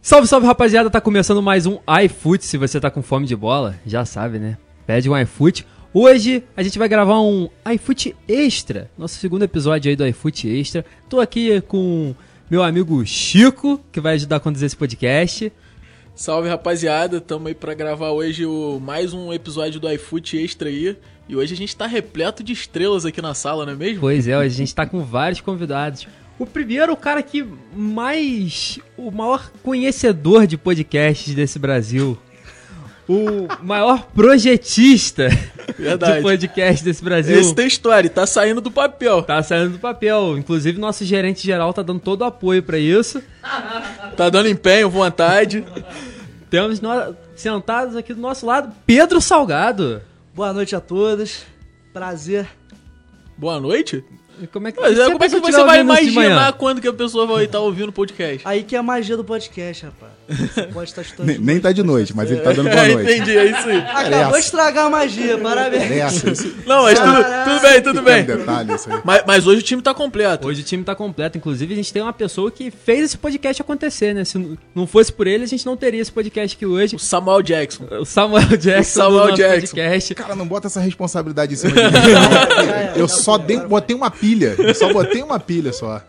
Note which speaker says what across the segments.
Speaker 1: Salve, salve, rapaziada! Tá começando mais um iFoot. Se você tá com fome de bola, já sabe, né? Pede um iFoot. Hoje a gente vai gravar um iFoot Extra, nosso segundo episódio aí do iFoot Extra. Tô aqui com meu amigo Chico, que vai ajudar a conduzir esse podcast.
Speaker 2: Salve rapaziada, tamo aí pra gravar hoje o, mais um episódio do iFoot Extra aí. E hoje a gente tá repleto de estrelas aqui na sala, não é mesmo?
Speaker 1: Pois é, hoje a gente tá com vários convidados. O primeiro, o cara que mais. O maior conhecedor de podcasts desse Brasil. O maior projetista de
Speaker 2: Verdade.
Speaker 1: podcast desse Brasil.
Speaker 2: Esse tem história, tá saindo do papel.
Speaker 1: Tá saindo do papel. Inclusive, nosso gerente geral tá dando todo o apoio pra isso.
Speaker 2: Tá dando empenho, vontade.
Speaker 1: Temos no- sentados aqui do nosso lado Pedro Salgado.
Speaker 3: Boa noite a todos. Prazer.
Speaker 2: Boa noite.
Speaker 1: E Como é que,
Speaker 2: Mas é,
Speaker 1: se a
Speaker 2: como é que
Speaker 1: pessoa
Speaker 2: você
Speaker 1: tiver
Speaker 2: vai
Speaker 1: ouvindo isso de manhã?
Speaker 2: imaginar quando que a pessoa vai estar ouvindo o podcast?
Speaker 3: Aí que é a magia do podcast, rapaz. Você pode estar estudando.
Speaker 4: Nem, nem tá de noite, mas ele tá dando boa
Speaker 2: É,
Speaker 4: noite.
Speaker 2: entendi, é isso aí.
Speaker 3: Acabou de estragar a magia, parabéns.
Speaker 4: Essa, isso
Speaker 2: Não, mas tudo, tudo bem, tudo
Speaker 4: é assim. um
Speaker 2: bem.
Speaker 4: detalhe, isso aí.
Speaker 2: Mas, mas hoje o time tá completo.
Speaker 1: Hoje o time tá completo. Inclusive, a gente tem uma pessoa que fez esse podcast acontecer, né? Se n- não fosse por ele, a gente não teria esse podcast aqui hoje.
Speaker 2: O Samuel Jackson.
Speaker 1: O Samuel Jackson
Speaker 2: Samuel
Speaker 1: do nosso
Speaker 2: Jackson.
Speaker 1: podcast.
Speaker 4: Cara, não bota essa responsabilidade em cima tá de mim. não. Eu só dei, botei uma pilha. Eu só botei uma pilha só.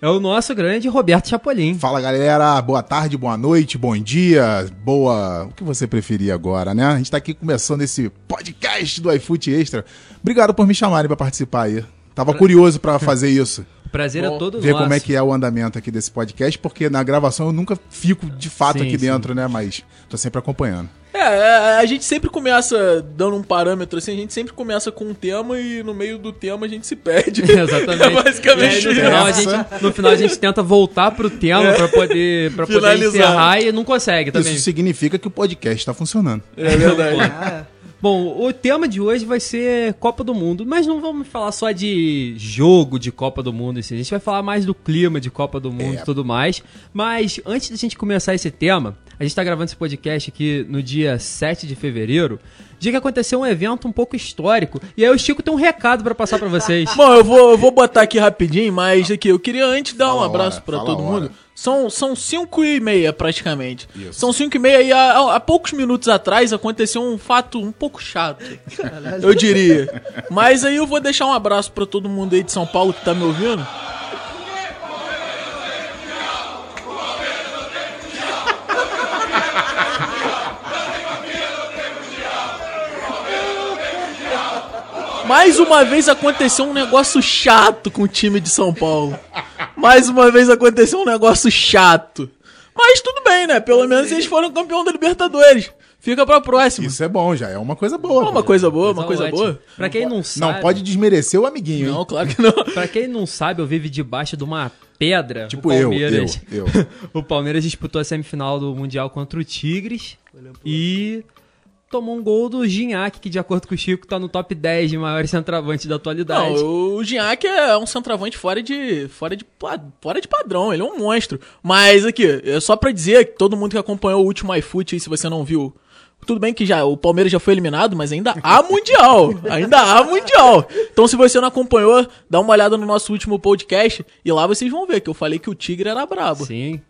Speaker 1: É o nosso grande Roberto Chapolin.
Speaker 4: Fala, galera. Boa tarde, boa noite, bom dia, boa... O que você preferir agora, né? A gente tá aqui começando esse podcast do iFoot Extra. Obrigado por me chamarem pra participar aí. Tava curioso pra fazer isso.
Speaker 1: Prazer
Speaker 2: Bom,
Speaker 1: é todo
Speaker 4: Ver
Speaker 1: nosso.
Speaker 4: como é que é o andamento aqui desse podcast, porque na gravação eu nunca fico de fato
Speaker 1: Sim,
Speaker 4: aqui
Speaker 1: sim.
Speaker 4: dentro, né? Mas tô sempre acompanhando.
Speaker 2: É, é, a gente sempre começa dando um parâmetro assim, a gente sempre começa com um tema e no meio do tema a gente se perde.
Speaker 1: Exatamente.
Speaker 2: É basicamente
Speaker 1: E aí, no,
Speaker 2: isso.
Speaker 1: final, a
Speaker 4: Essa.
Speaker 1: gente, no final a gente tenta voltar pro tema pra poder, pra poder
Speaker 2: Finalizar.
Speaker 1: encerrar e não consegue também.
Speaker 4: Isso significa que o podcast tá funcionando.
Speaker 2: É verdade.
Speaker 3: Ah,
Speaker 1: Bom, o tema de hoje vai ser Copa do Mundo, mas não vamos falar só de jogo de Copa do Mundo, assim. a gente vai falar mais do clima de Copa do Mundo e tudo mais. Mas antes da gente começar esse tema, a gente está gravando esse podcast aqui no dia 7 de fevereiro, dia que aconteceu um evento um pouco histórico. E aí o Chico tem um recado pra passar pra vocês.
Speaker 2: Bom, eu vou, eu vou botar aqui rapidinho, mas aqui, eu queria antes dar um
Speaker 4: Fala a
Speaker 2: abraço
Speaker 4: hora,
Speaker 2: pra
Speaker 4: fala
Speaker 2: todo
Speaker 4: a hora.
Speaker 2: mundo. São, são cinco e meia, praticamente.
Speaker 4: Isso.
Speaker 2: São cinco e meia e há, há poucos minutos atrás aconteceu um fato um pouco chato, eu diria. Mas aí eu vou deixar um abraço pra todo mundo aí de São Paulo que tá me ouvindo. Mais uma vez aconteceu um negócio chato com o time de São Paulo. Mais uma vez aconteceu um negócio chato. Mas tudo bem, né? Pelo menos eles foram campeão da Libertadores. Fica pra próxima.
Speaker 4: Isso é bom já, é uma coisa boa.
Speaker 2: Pô, uma
Speaker 4: pô.
Speaker 2: coisa boa, uma
Speaker 1: Tá
Speaker 2: coisa
Speaker 1: ótimo.
Speaker 2: boa.
Speaker 1: Pra quem não sabe.
Speaker 4: Não pode desmerecer o amiguinho, hein?
Speaker 2: Não, claro que não.
Speaker 1: Pra quem não sabe, eu vivo debaixo de uma pedra.
Speaker 4: Tipo eu, eu, eu.
Speaker 1: O Palmeiras disputou a semifinal do Mundial contra o Tigres e tomou um gol do Gignac, que de acordo com o Chico tá no top 10 de maiores centroavantes da atualidade.
Speaker 2: Não, o Gignac é um centroavante fora de, fora, de, pla- fora de padrão, ele é um monstro. Mas aqui, é só pra dizer que todo mundo que acompanhou o último iFoot aí, se você não viu, tudo bem que já o Palmeiras já foi eliminado, mas ainda há Mundial. ainda há Mundial. Então se você não acompanhou, dá uma olhada no nosso último podcast e lá vocês vão ver que eu falei que o Tigre era brabo.
Speaker 1: Sim.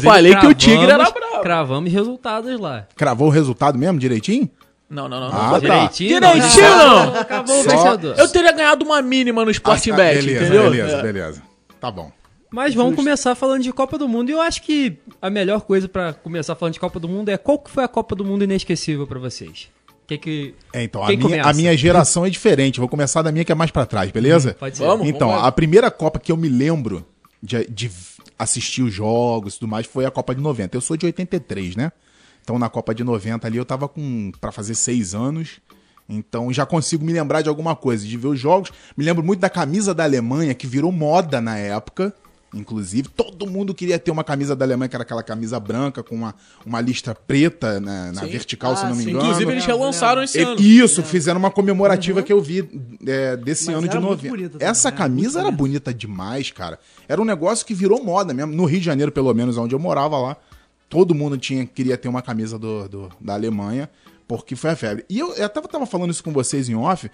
Speaker 2: falei que o Tigre era bravo.
Speaker 1: Cravamos resultados lá.
Speaker 4: Cravou o resultado mesmo direitinho?
Speaker 2: Não, não, não. não.
Speaker 4: Ah, tá.
Speaker 1: Direitinho.
Speaker 2: Direitinho,
Speaker 1: não.
Speaker 2: não.
Speaker 1: Acabou o
Speaker 4: Só-
Speaker 1: vencedor.
Speaker 2: Eu teria ganhado uma mínima no Sporting
Speaker 4: Ah,
Speaker 2: Bet,
Speaker 4: beleza,
Speaker 2: entendeu?
Speaker 4: beleza,
Speaker 2: É.
Speaker 4: beleza. Tá bom.
Speaker 1: Mas vamos começar falando de Copa do Mundo. E eu acho que a melhor coisa pra começar falando de Copa do Mundo é qual que foi a Copa do Mundo inesquecível pra vocês? Que que...
Speaker 4: É, então, a
Speaker 1: Quem
Speaker 4: minha,
Speaker 1: começa?
Speaker 4: a minha geração é diferente. Vou começar da minha que é mais pra trás, beleza?
Speaker 1: Pode ser.
Speaker 2: Vamos.
Speaker 4: Então,
Speaker 2: vamos lá.
Speaker 4: a primeira Copa que eu me lembro de, de assistir os jogos e tudo mais foi a Copa de 90. Eu sou de 83, né? Então, na Copa de 90 ali, eu tava com pra fazer seis anos. Então, já consigo me lembrar de alguma coisa, de ver os jogos. Me lembro muito da camisa da Alemanha, que virou moda na época. Inclusive, todo mundo queria ter uma camisa da Alemanha, que era aquela camisa branca com uma, uma lista preta na, na vertical, se
Speaker 3: Ah,
Speaker 4: não me
Speaker 3: sim.
Speaker 4: engano.
Speaker 2: Inclusive eles relançaram esse
Speaker 4: E-
Speaker 2: ano.
Speaker 4: Isso, fizeram uma comemorativa que eu vi é,
Speaker 3: Uhum.
Speaker 4: desse
Speaker 3: Mas
Speaker 4: ano de
Speaker 3: era muito
Speaker 4: novembro.
Speaker 3: bonita também,
Speaker 4: Essa
Speaker 3: né? Muito
Speaker 4: camisa era bonita demais, cara. Era um negócio que virou moda mesmo. No Rio de Janeiro, pelo menos, onde eu morava lá, todo mundo tinha, queria ter uma camisa do, do- da Alemanha, porque foi a febre. E eu, eu até tava falando isso com vocês em off.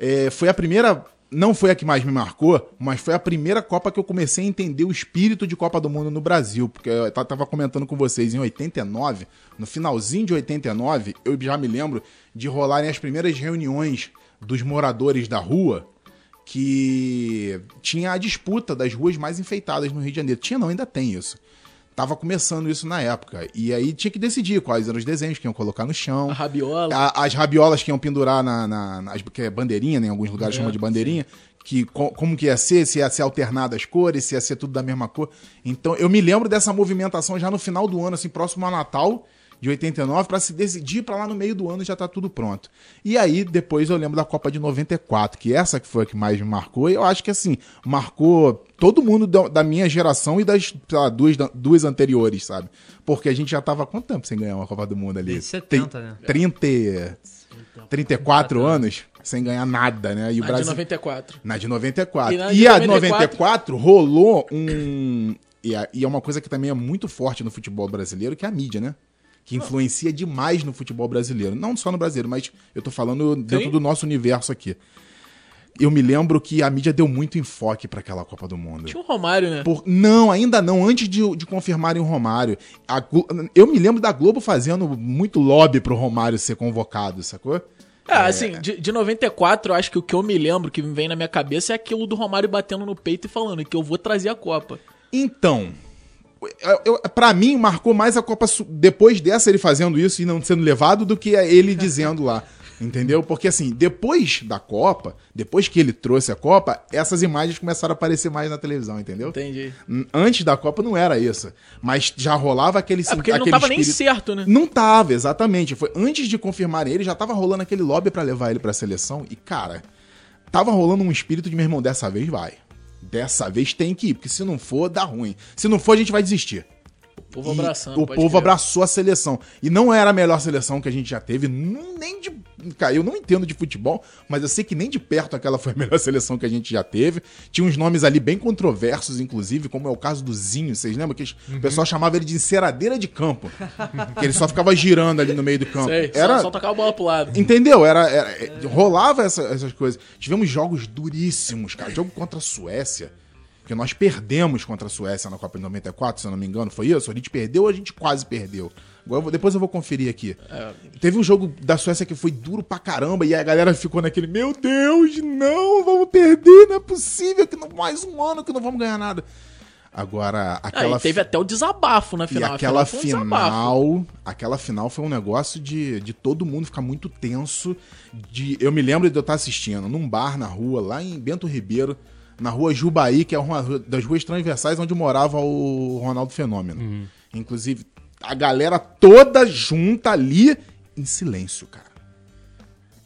Speaker 4: é, foi a primeira não foi a que mais me marcou, mas foi a primeira Copa que eu comecei a entender o espírito de Copa do Mundo no Brasil, porque eu ta- tava comentando com vocês em 89, no finalzinho de 89, eu já me lembro de rolarem as primeiras reuniões dos moradores da rua que tinha a disputa das ruas mais enfeitadas no Rio de Janeiro. Tinha não, ainda tem isso. Tava começando isso na época. E aí tinha que decidir quais eram os desenhos que iam colocar no chão.
Speaker 2: A rabiola.
Speaker 4: A- as rabiolas que iam pendurar na, na- nas- que é bandeirinha, né? Em alguns lugares chama de bandeirinha. Que, co- como que ia ser, se ia ser alternada as cores, se ia ser tudo da mesma cor. Então, eu me lembro dessa movimentação já no final do ano, assim, próximo a Natal de 89, pra se decidir pra lá no meio do ano já tá tudo pronto. E aí, depois eu lembro da Copa de 94, que essa que foi a que mais me marcou, e eu acho que, assim, marcou todo mundo da, da minha geração e das, sei lá, duas, da- duas anteriores, sabe? Porque a gente já tava há quanto tempo sem ganhar uma Copa do Mundo ali?
Speaker 1: Desde 70, né?
Speaker 4: 30, e- 34 anos sem ganhar nada, né? E o
Speaker 2: Então, na de
Speaker 4: Brasil
Speaker 2: 94.
Speaker 4: na de 94.
Speaker 2: E
Speaker 4: E,
Speaker 2: na de
Speaker 4: a
Speaker 2: 94
Speaker 4: 94 rolou um e, a- e é uma coisa que também é muito forte no futebol brasileiro, que é a mídia, né? Que influencia demais no futebol brasileiro, não só no brasileiro, mas eu tô falando dentro
Speaker 2: Sim.
Speaker 4: do nosso universo aqui. Eu me lembro que a mídia deu muito enfoque pra aquela Copa do Mundo.
Speaker 2: Tinha o Romário, né?
Speaker 4: Por- não, ainda não, antes de, de confirmarem o Romário. A Glo- eu me lembro da Globo fazendo muito lobby pro Romário ser convocado, sacou?
Speaker 2: É, assim, de, de 94, eu acho que o que eu me lembro, que me vem na minha cabeça, é aquilo do Romário batendo no peito e falando que eu vou trazer a Copa.
Speaker 4: Então, eu, eu- pra mim, marcou mais a Copa Su- depois dessa ele fazendo isso e não sendo levado do que ele dizendo lá. Entendeu? Porque assim, depois da Copa, depois que ele trouxe a Copa, essas imagens começaram a aparecer mais na televisão, entendeu?
Speaker 2: Entendi. É,
Speaker 4: N- Antes da Copa não era isso. Mas já rolava aquele
Speaker 2: É porque ele não
Speaker 4: aquele
Speaker 2: tava nem
Speaker 4: espírito-
Speaker 2: certo, né?
Speaker 4: Não tava, exatamente. Foi antes de confirmarem ele, já tava rolando aquele lobby pra levar ele pra seleção. E, cara, tava rolando um espírito de meu irmão, dessa vez vai. Dessa vez tem que ir, porque se não for, dá ruim. Se não for, a gente vai desistir.
Speaker 2: O povo
Speaker 4: E
Speaker 2: abraçando.
Speaker 4: o
Speaker 2: pode
Speaker 4: povo
Speaker 2: crer.
Speaker 4: abraçou a seleção. E não era a melhor seleção que a gente já teve, nu- nem de. Cara, eu não entendo de futebol, mas eu sei que nem de perto aquela foi a melhor seleção que a gente já teve. Tinha uns nomes ali bem controversos, inclusive, como é o caso do Zinho. Vocês lembram que
Speaker 2: Uhum.
Speaker 4: o pessoal chamava ele de enceradeira de campo? que ele só ficava girando ali no meio do campo.
Speaker 2: Sei,
Speaker 4: era,
Speaker 2: só, só tocar a bola pro lado.
Speaker 4: Entendeu? Era, era- é, rolava essa- essas coisas. Tivemos jogos duríssimos, cara. Jogo contra a Suécia. Que nós perdemos contra a Suécia na Copa de 94, se eu não me engano. Foi isso? A gente perdeu ou a gente quase perdeu? Agora eu vou- depois eu vou conferir aqui.
Speaker 2: É.
Speaker 4: Teve um jogo da Suécia que foi duro pra caramba e a galera ficou naquele: Meu Deus, não, vamos perder, não é possível, que não, mais um ano que não vamos ganhar nada. Agora,
Speaker 2: Ah,
Speaker 4: aquela.
Speaker 2: e teve até o desabafo na final.
Speaker 4: E
Speaker 2: A
Speaker 4: aquela
Speaker 2: foi um
Speaker 4: final,
Speaker 2: desabafo.
Speaker 4: aquela final foi um negócio de, de todo mundo ficar muito tenso. De, eu me lembro de eu estar assistindo num bar na rua, lá em Bento Ribeiro, na rua Jubaí, que é uma ru- das ruas transversais onde morava o Ronaldo Fenômeno.
Speaker 2: Uhum.
Speaker 4: Inclusive, a galera toda junta ali em silêncio, cara.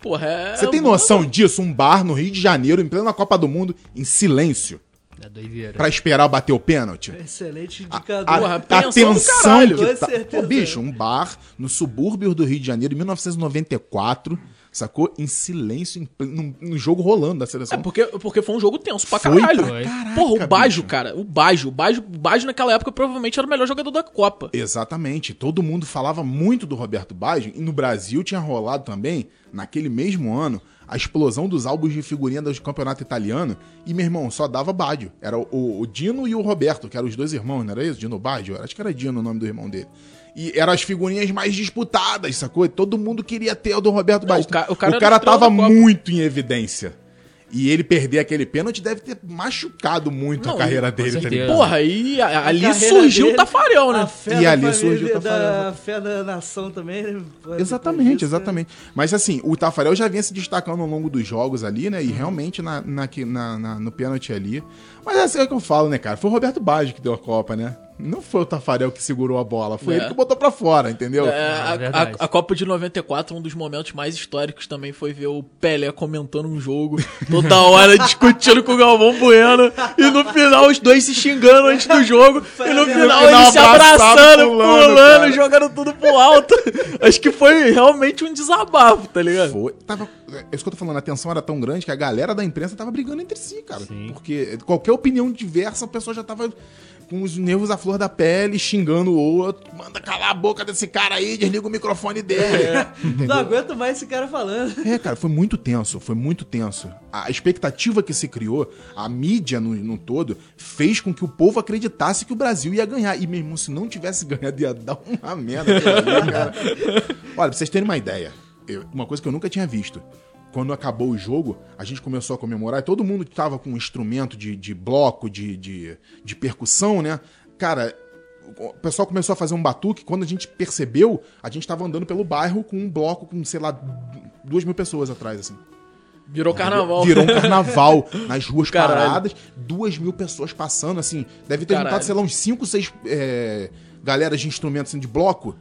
Speaker 2: Porra, é.
Speaker 4: Você tem
Speaker 2: mano,
Speaker 4: noção disso? Um bar no Rio de Janeiro, em plena Copa do Mundo, em silêncio,
Speaker 1: É doideira.
Speaker 4: pra esperar bater o pênalti?
Speaker 3: Excelente
Speaker 4: A,
Speaker 3: indicador.
Speaker 2: Porra,
Speaker 4: a
Speaker 2: tensão do
Speaker 4: tensão
Speaker 2: caralho. é
Speaker 3: Com
Speaker 4: que tá... Pô,
Speaker 3: certeza.
Speaker 4: bicho, um bar no subúrbio do Rio de Janeiro, em 1994, sacou? Em silêncio, em plen- num, num jogo rolando da seleção.
Speaker 2: É porque, porque foi um jogo tenso pra
Speaker 4: Foi
Speaker 2: caralho.
Speaker 1: pra
Speaker 4: caraca,
Speaker 2: Porra, o Bajo,
Speaker 4: bicho.
Speaker 2: cara. O Bajo. O Bajo, o Bajo naquela época provavelmente era o melhor jogador da Copa.
Speaker 4: Exatamente. Todo mundo falava muito do Roberto Baggio e no Brasil tinha rolado também, naquele mesmo ano, a explosão dos álbuns de figurinha do campeonato italiano. E, meu irmão, só dava Baggio. Era o- o, o Dino e o Roberto, que eram os dois irmãos, não era isso? Dino Baggio? Acho que era Dino o nome do irmão dele. E eram as figurinhas mais disputadas, sacou? E Todo mundo queria ter o do Roberto Baggio.
Speaker 2: É, o ca- o cara era estrela
Speaker 4: tava
Speaker 2: da Copa.
Speaker 4: muito em evidência. E ele perder aquele pênalti deve ter machucado muito
Speaker 2: Não,
Speaker 4: a carreira
Speaker 1: com
Speaker 4: dele, tá
Speaker 1: certeza.
Speaker 4: ligado?
Speaker 2: Porra, e a-
Speaker 3: A
Speaker 2: ali
Speaker 3: carreira
Speaker 2: surgiu o
Speaker 3: dele,
Speaker 2: Tafarel, né?
Speaker 3: A fé
Speaker 4: E
Speaker 3: da
Speaker 4: ali
Speaker 3: família,
Speaker 4: surgiu o
Speaker 3: da,
Speaker 4: Tafarel.
Speaker 3: fé da nação também, né? Depois
Speaker 4: Exatamente,
Speaker 3: disso, né?
Speaker 4: exatamente. Mas assim, o Tafarel já vinha se destacando ao longo dos jogos ali, né? E realmente na, na, que- na- na- no pênalti ali. Mas assim é o que eu falo, né, cara? Foi o Roberto Baggio que deu a Copa, né? Não foi o Tafarel que segurou a bola, foi
Speaker 2: É.
Speaker 4: ele que botou pra fora, entendeu?
Speaker 2: É, a,
Speaker 1: é verdade.
Speaker 2: a- a Copa de 94, um dos momentos mais históricos também foi ver o Pelé comentando um jogo, toda hora discutindo com o Galvão Bueno, e no final os dois se xingando antes do jogo, e no final
Speaker 4: final
Speaker 2: eles se
Speaker 4: abraçado,
Speaker 2: abraçando, pulando,
Speaker 4: pulando, cara.
Speaker 2: jogando tudo pro alto. Acho que foi realmente um desabafo, tá ligado?
Speaker 4: Foi. Tava, é isso que eu tô falando, a tensão era tão grande que a galera da imprensa tava brigando entre si, cara.
Speaker 1: Sim.
Speaker 4: Porque qualquer opinião diversa, a pessoa já tava com os nervos à flor da pele, xingando o outro. Manda calar a boca desse cara aí, desliga o microfone dele. Entendeu?
Speaker 3: Não aguento mais esse cara falando.
Speaker 4: É, cara, foi muito tenso, foi muito tenso. A expectativa que se criou, a mídia no, no todo, fez com que o povo acreditasse que o Brasil ia ganhar. E, meu irmão, se não tivesse ganhado, ia dar uma merda. pra mim, cara. Olha, pra vocês terem uma ideia, eu- uma coisa que eu nunca tinha visto. Quando acabou o jogo, a gente começou a comemorar e todo mundo tava com um instrumento de, de bloco, de, de, de percussão, né? Cara, o pessoal começou a fazer um batuque. Quando a gente percebeu, a gente tava andando pelo bairro com um bloco com, sei lá, duas mil pessoas atrás, assim.
Speaker 2: Virou carnaval.
Speaker 4: Virou um carnaval nas ruas
Speaker 2: Caralho.
Speaker 4: paradas, duas mil pessoas passando, assim. Deve ter juntado,
Speaker 2: Caralho.
Speaker 4: sei lá, uns cinco, seis é, galeras de instrumentos assim, de bloco.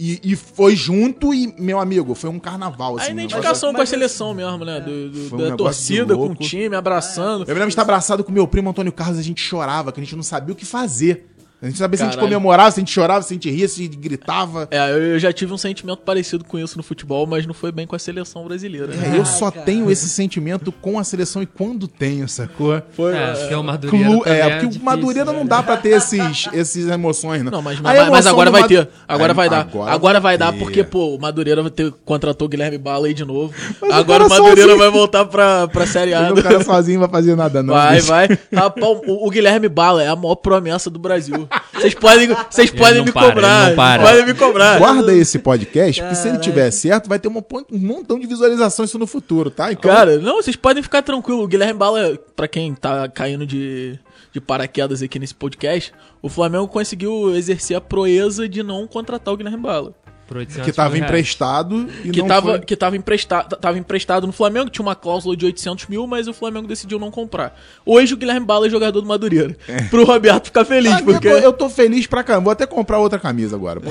Speaker 4: E, e foi junto e, meu amigo, foi um carnaval, assim.
Speaker 2: A
Speaker 4: um negócio-
Speaker 2: identificação
Speaker 3: mas-
Speaker 2: com a seleção mesmo, né? Do- do-
Speaker 4: Foi um
Speaker 2: da
Speaker 4: negócio de
Speaker 2: torcida, com o
Speaker 4: louco.
Speaker 2: time, abraçando.
Speaker 4: Eu me lembro de estar abraçado com meu primo Antônio Carlos, a gente chorava, que a gente não sabia o que fazer. A gente não sabia se a gente
Speaker 2: Caralho.
Speaker 4: comemorava, se a gente chorava, se a gente ria, se a gente gritava.
Speaker 2: É, eu eu já tive um sentimento parecido com isso no futebol, mas não foi bem com a seleção brasileira. né?
Speaker 4: É, eu só
Speaker 3: cara.
Speaker 4: tenho esse sentimento com a seleção e quando tenho, sacou? Foi,
Speaker 1: É, porque o Madureira
Speaker 4: Clu,
Speaker 1: também
Speaker 4: é,
Speaker 1: é
Speaker 4: porque
Speaker 1: difícil,
Speaker 4: o Madureira não
Speaker 1: né?
Speaker 4: dá pra ter esses, esses emoções, né?
Speaker 2: Não, mas,
Speaker 4: A
Speaker 2: mas- mas
Speaker 4: emoção
Speaker 2: agora
Speaker 4: do
Speaker 2: vai
Speaker 4: Madu-
Speaker 2: ter. Agora
Speaker 4: Aí,
Speaker 2: vai dar. Agora, vai dar,
Speaker 4: ter.
Speaker 2: porque, pô, o Madureira vai ter- contratou o Guilherme Bala aí de novo.
Speaker 4: Mas o
Speaker 2: agora o
Speaker 4: cara
Speaker 2: Madureira
Speaker 4: sozinho.
Speaker 2: vai voltar pra, pra Série A.
Speaker 4: O cara sozinho vai fazer nada, não.
Speaker 2: Vai,
Speaker 4: bicho.
Speaker 2: vai. Rapaz, o, o Guilherme Bala é a maior promessa do Brasil. Vocês podem, vocês podem
Speaker 1: não
Speaker 2: me
Speaker 1: para, ele
Speaker 2: cobrar.
Speaker 1: não para.
Speaker 2: Podem me cobrar.
Speaker 4: Guarda esse podcast, porque se ele
Speaker 3: Caralho.
Speaker 4: tiver certo, vai ter uma pon- um montão de visualizações isso no futuro, tá? Então,
Speaker 2: Cara, não, vocês podem ficar tranquilo. O Guilherme Bala, pra quem tá caindo de, de paraquedas aqui nesse podcast, o Flamengo conseguiu exercer a proeza de não contratar o Guilherme Bala.
Speaker 1: Por 800
Speaker 4: que tava
Speaker 1: mil reais.
Speaker 4: emprestado e
Speaker 2: é. Que
Speaker 4: não
Speaker 2: tava,
Speaker 4: foi-
Speaker 2: que tava, emprestado, tava emprestado no Flamengo, tinha uma cláusula de 800 mil, mas o Flamengo decidiu não comprar. Hoje o Guilherme Bala é jogador do Madureira. Pro Roberto ficar feliz,
Speaker 4: É. Ah,
Speaker 2: porque...
Speaker 4: eu, tô, eu tô feliz pra caramba. Vou até comprar outra camisa agora. pô.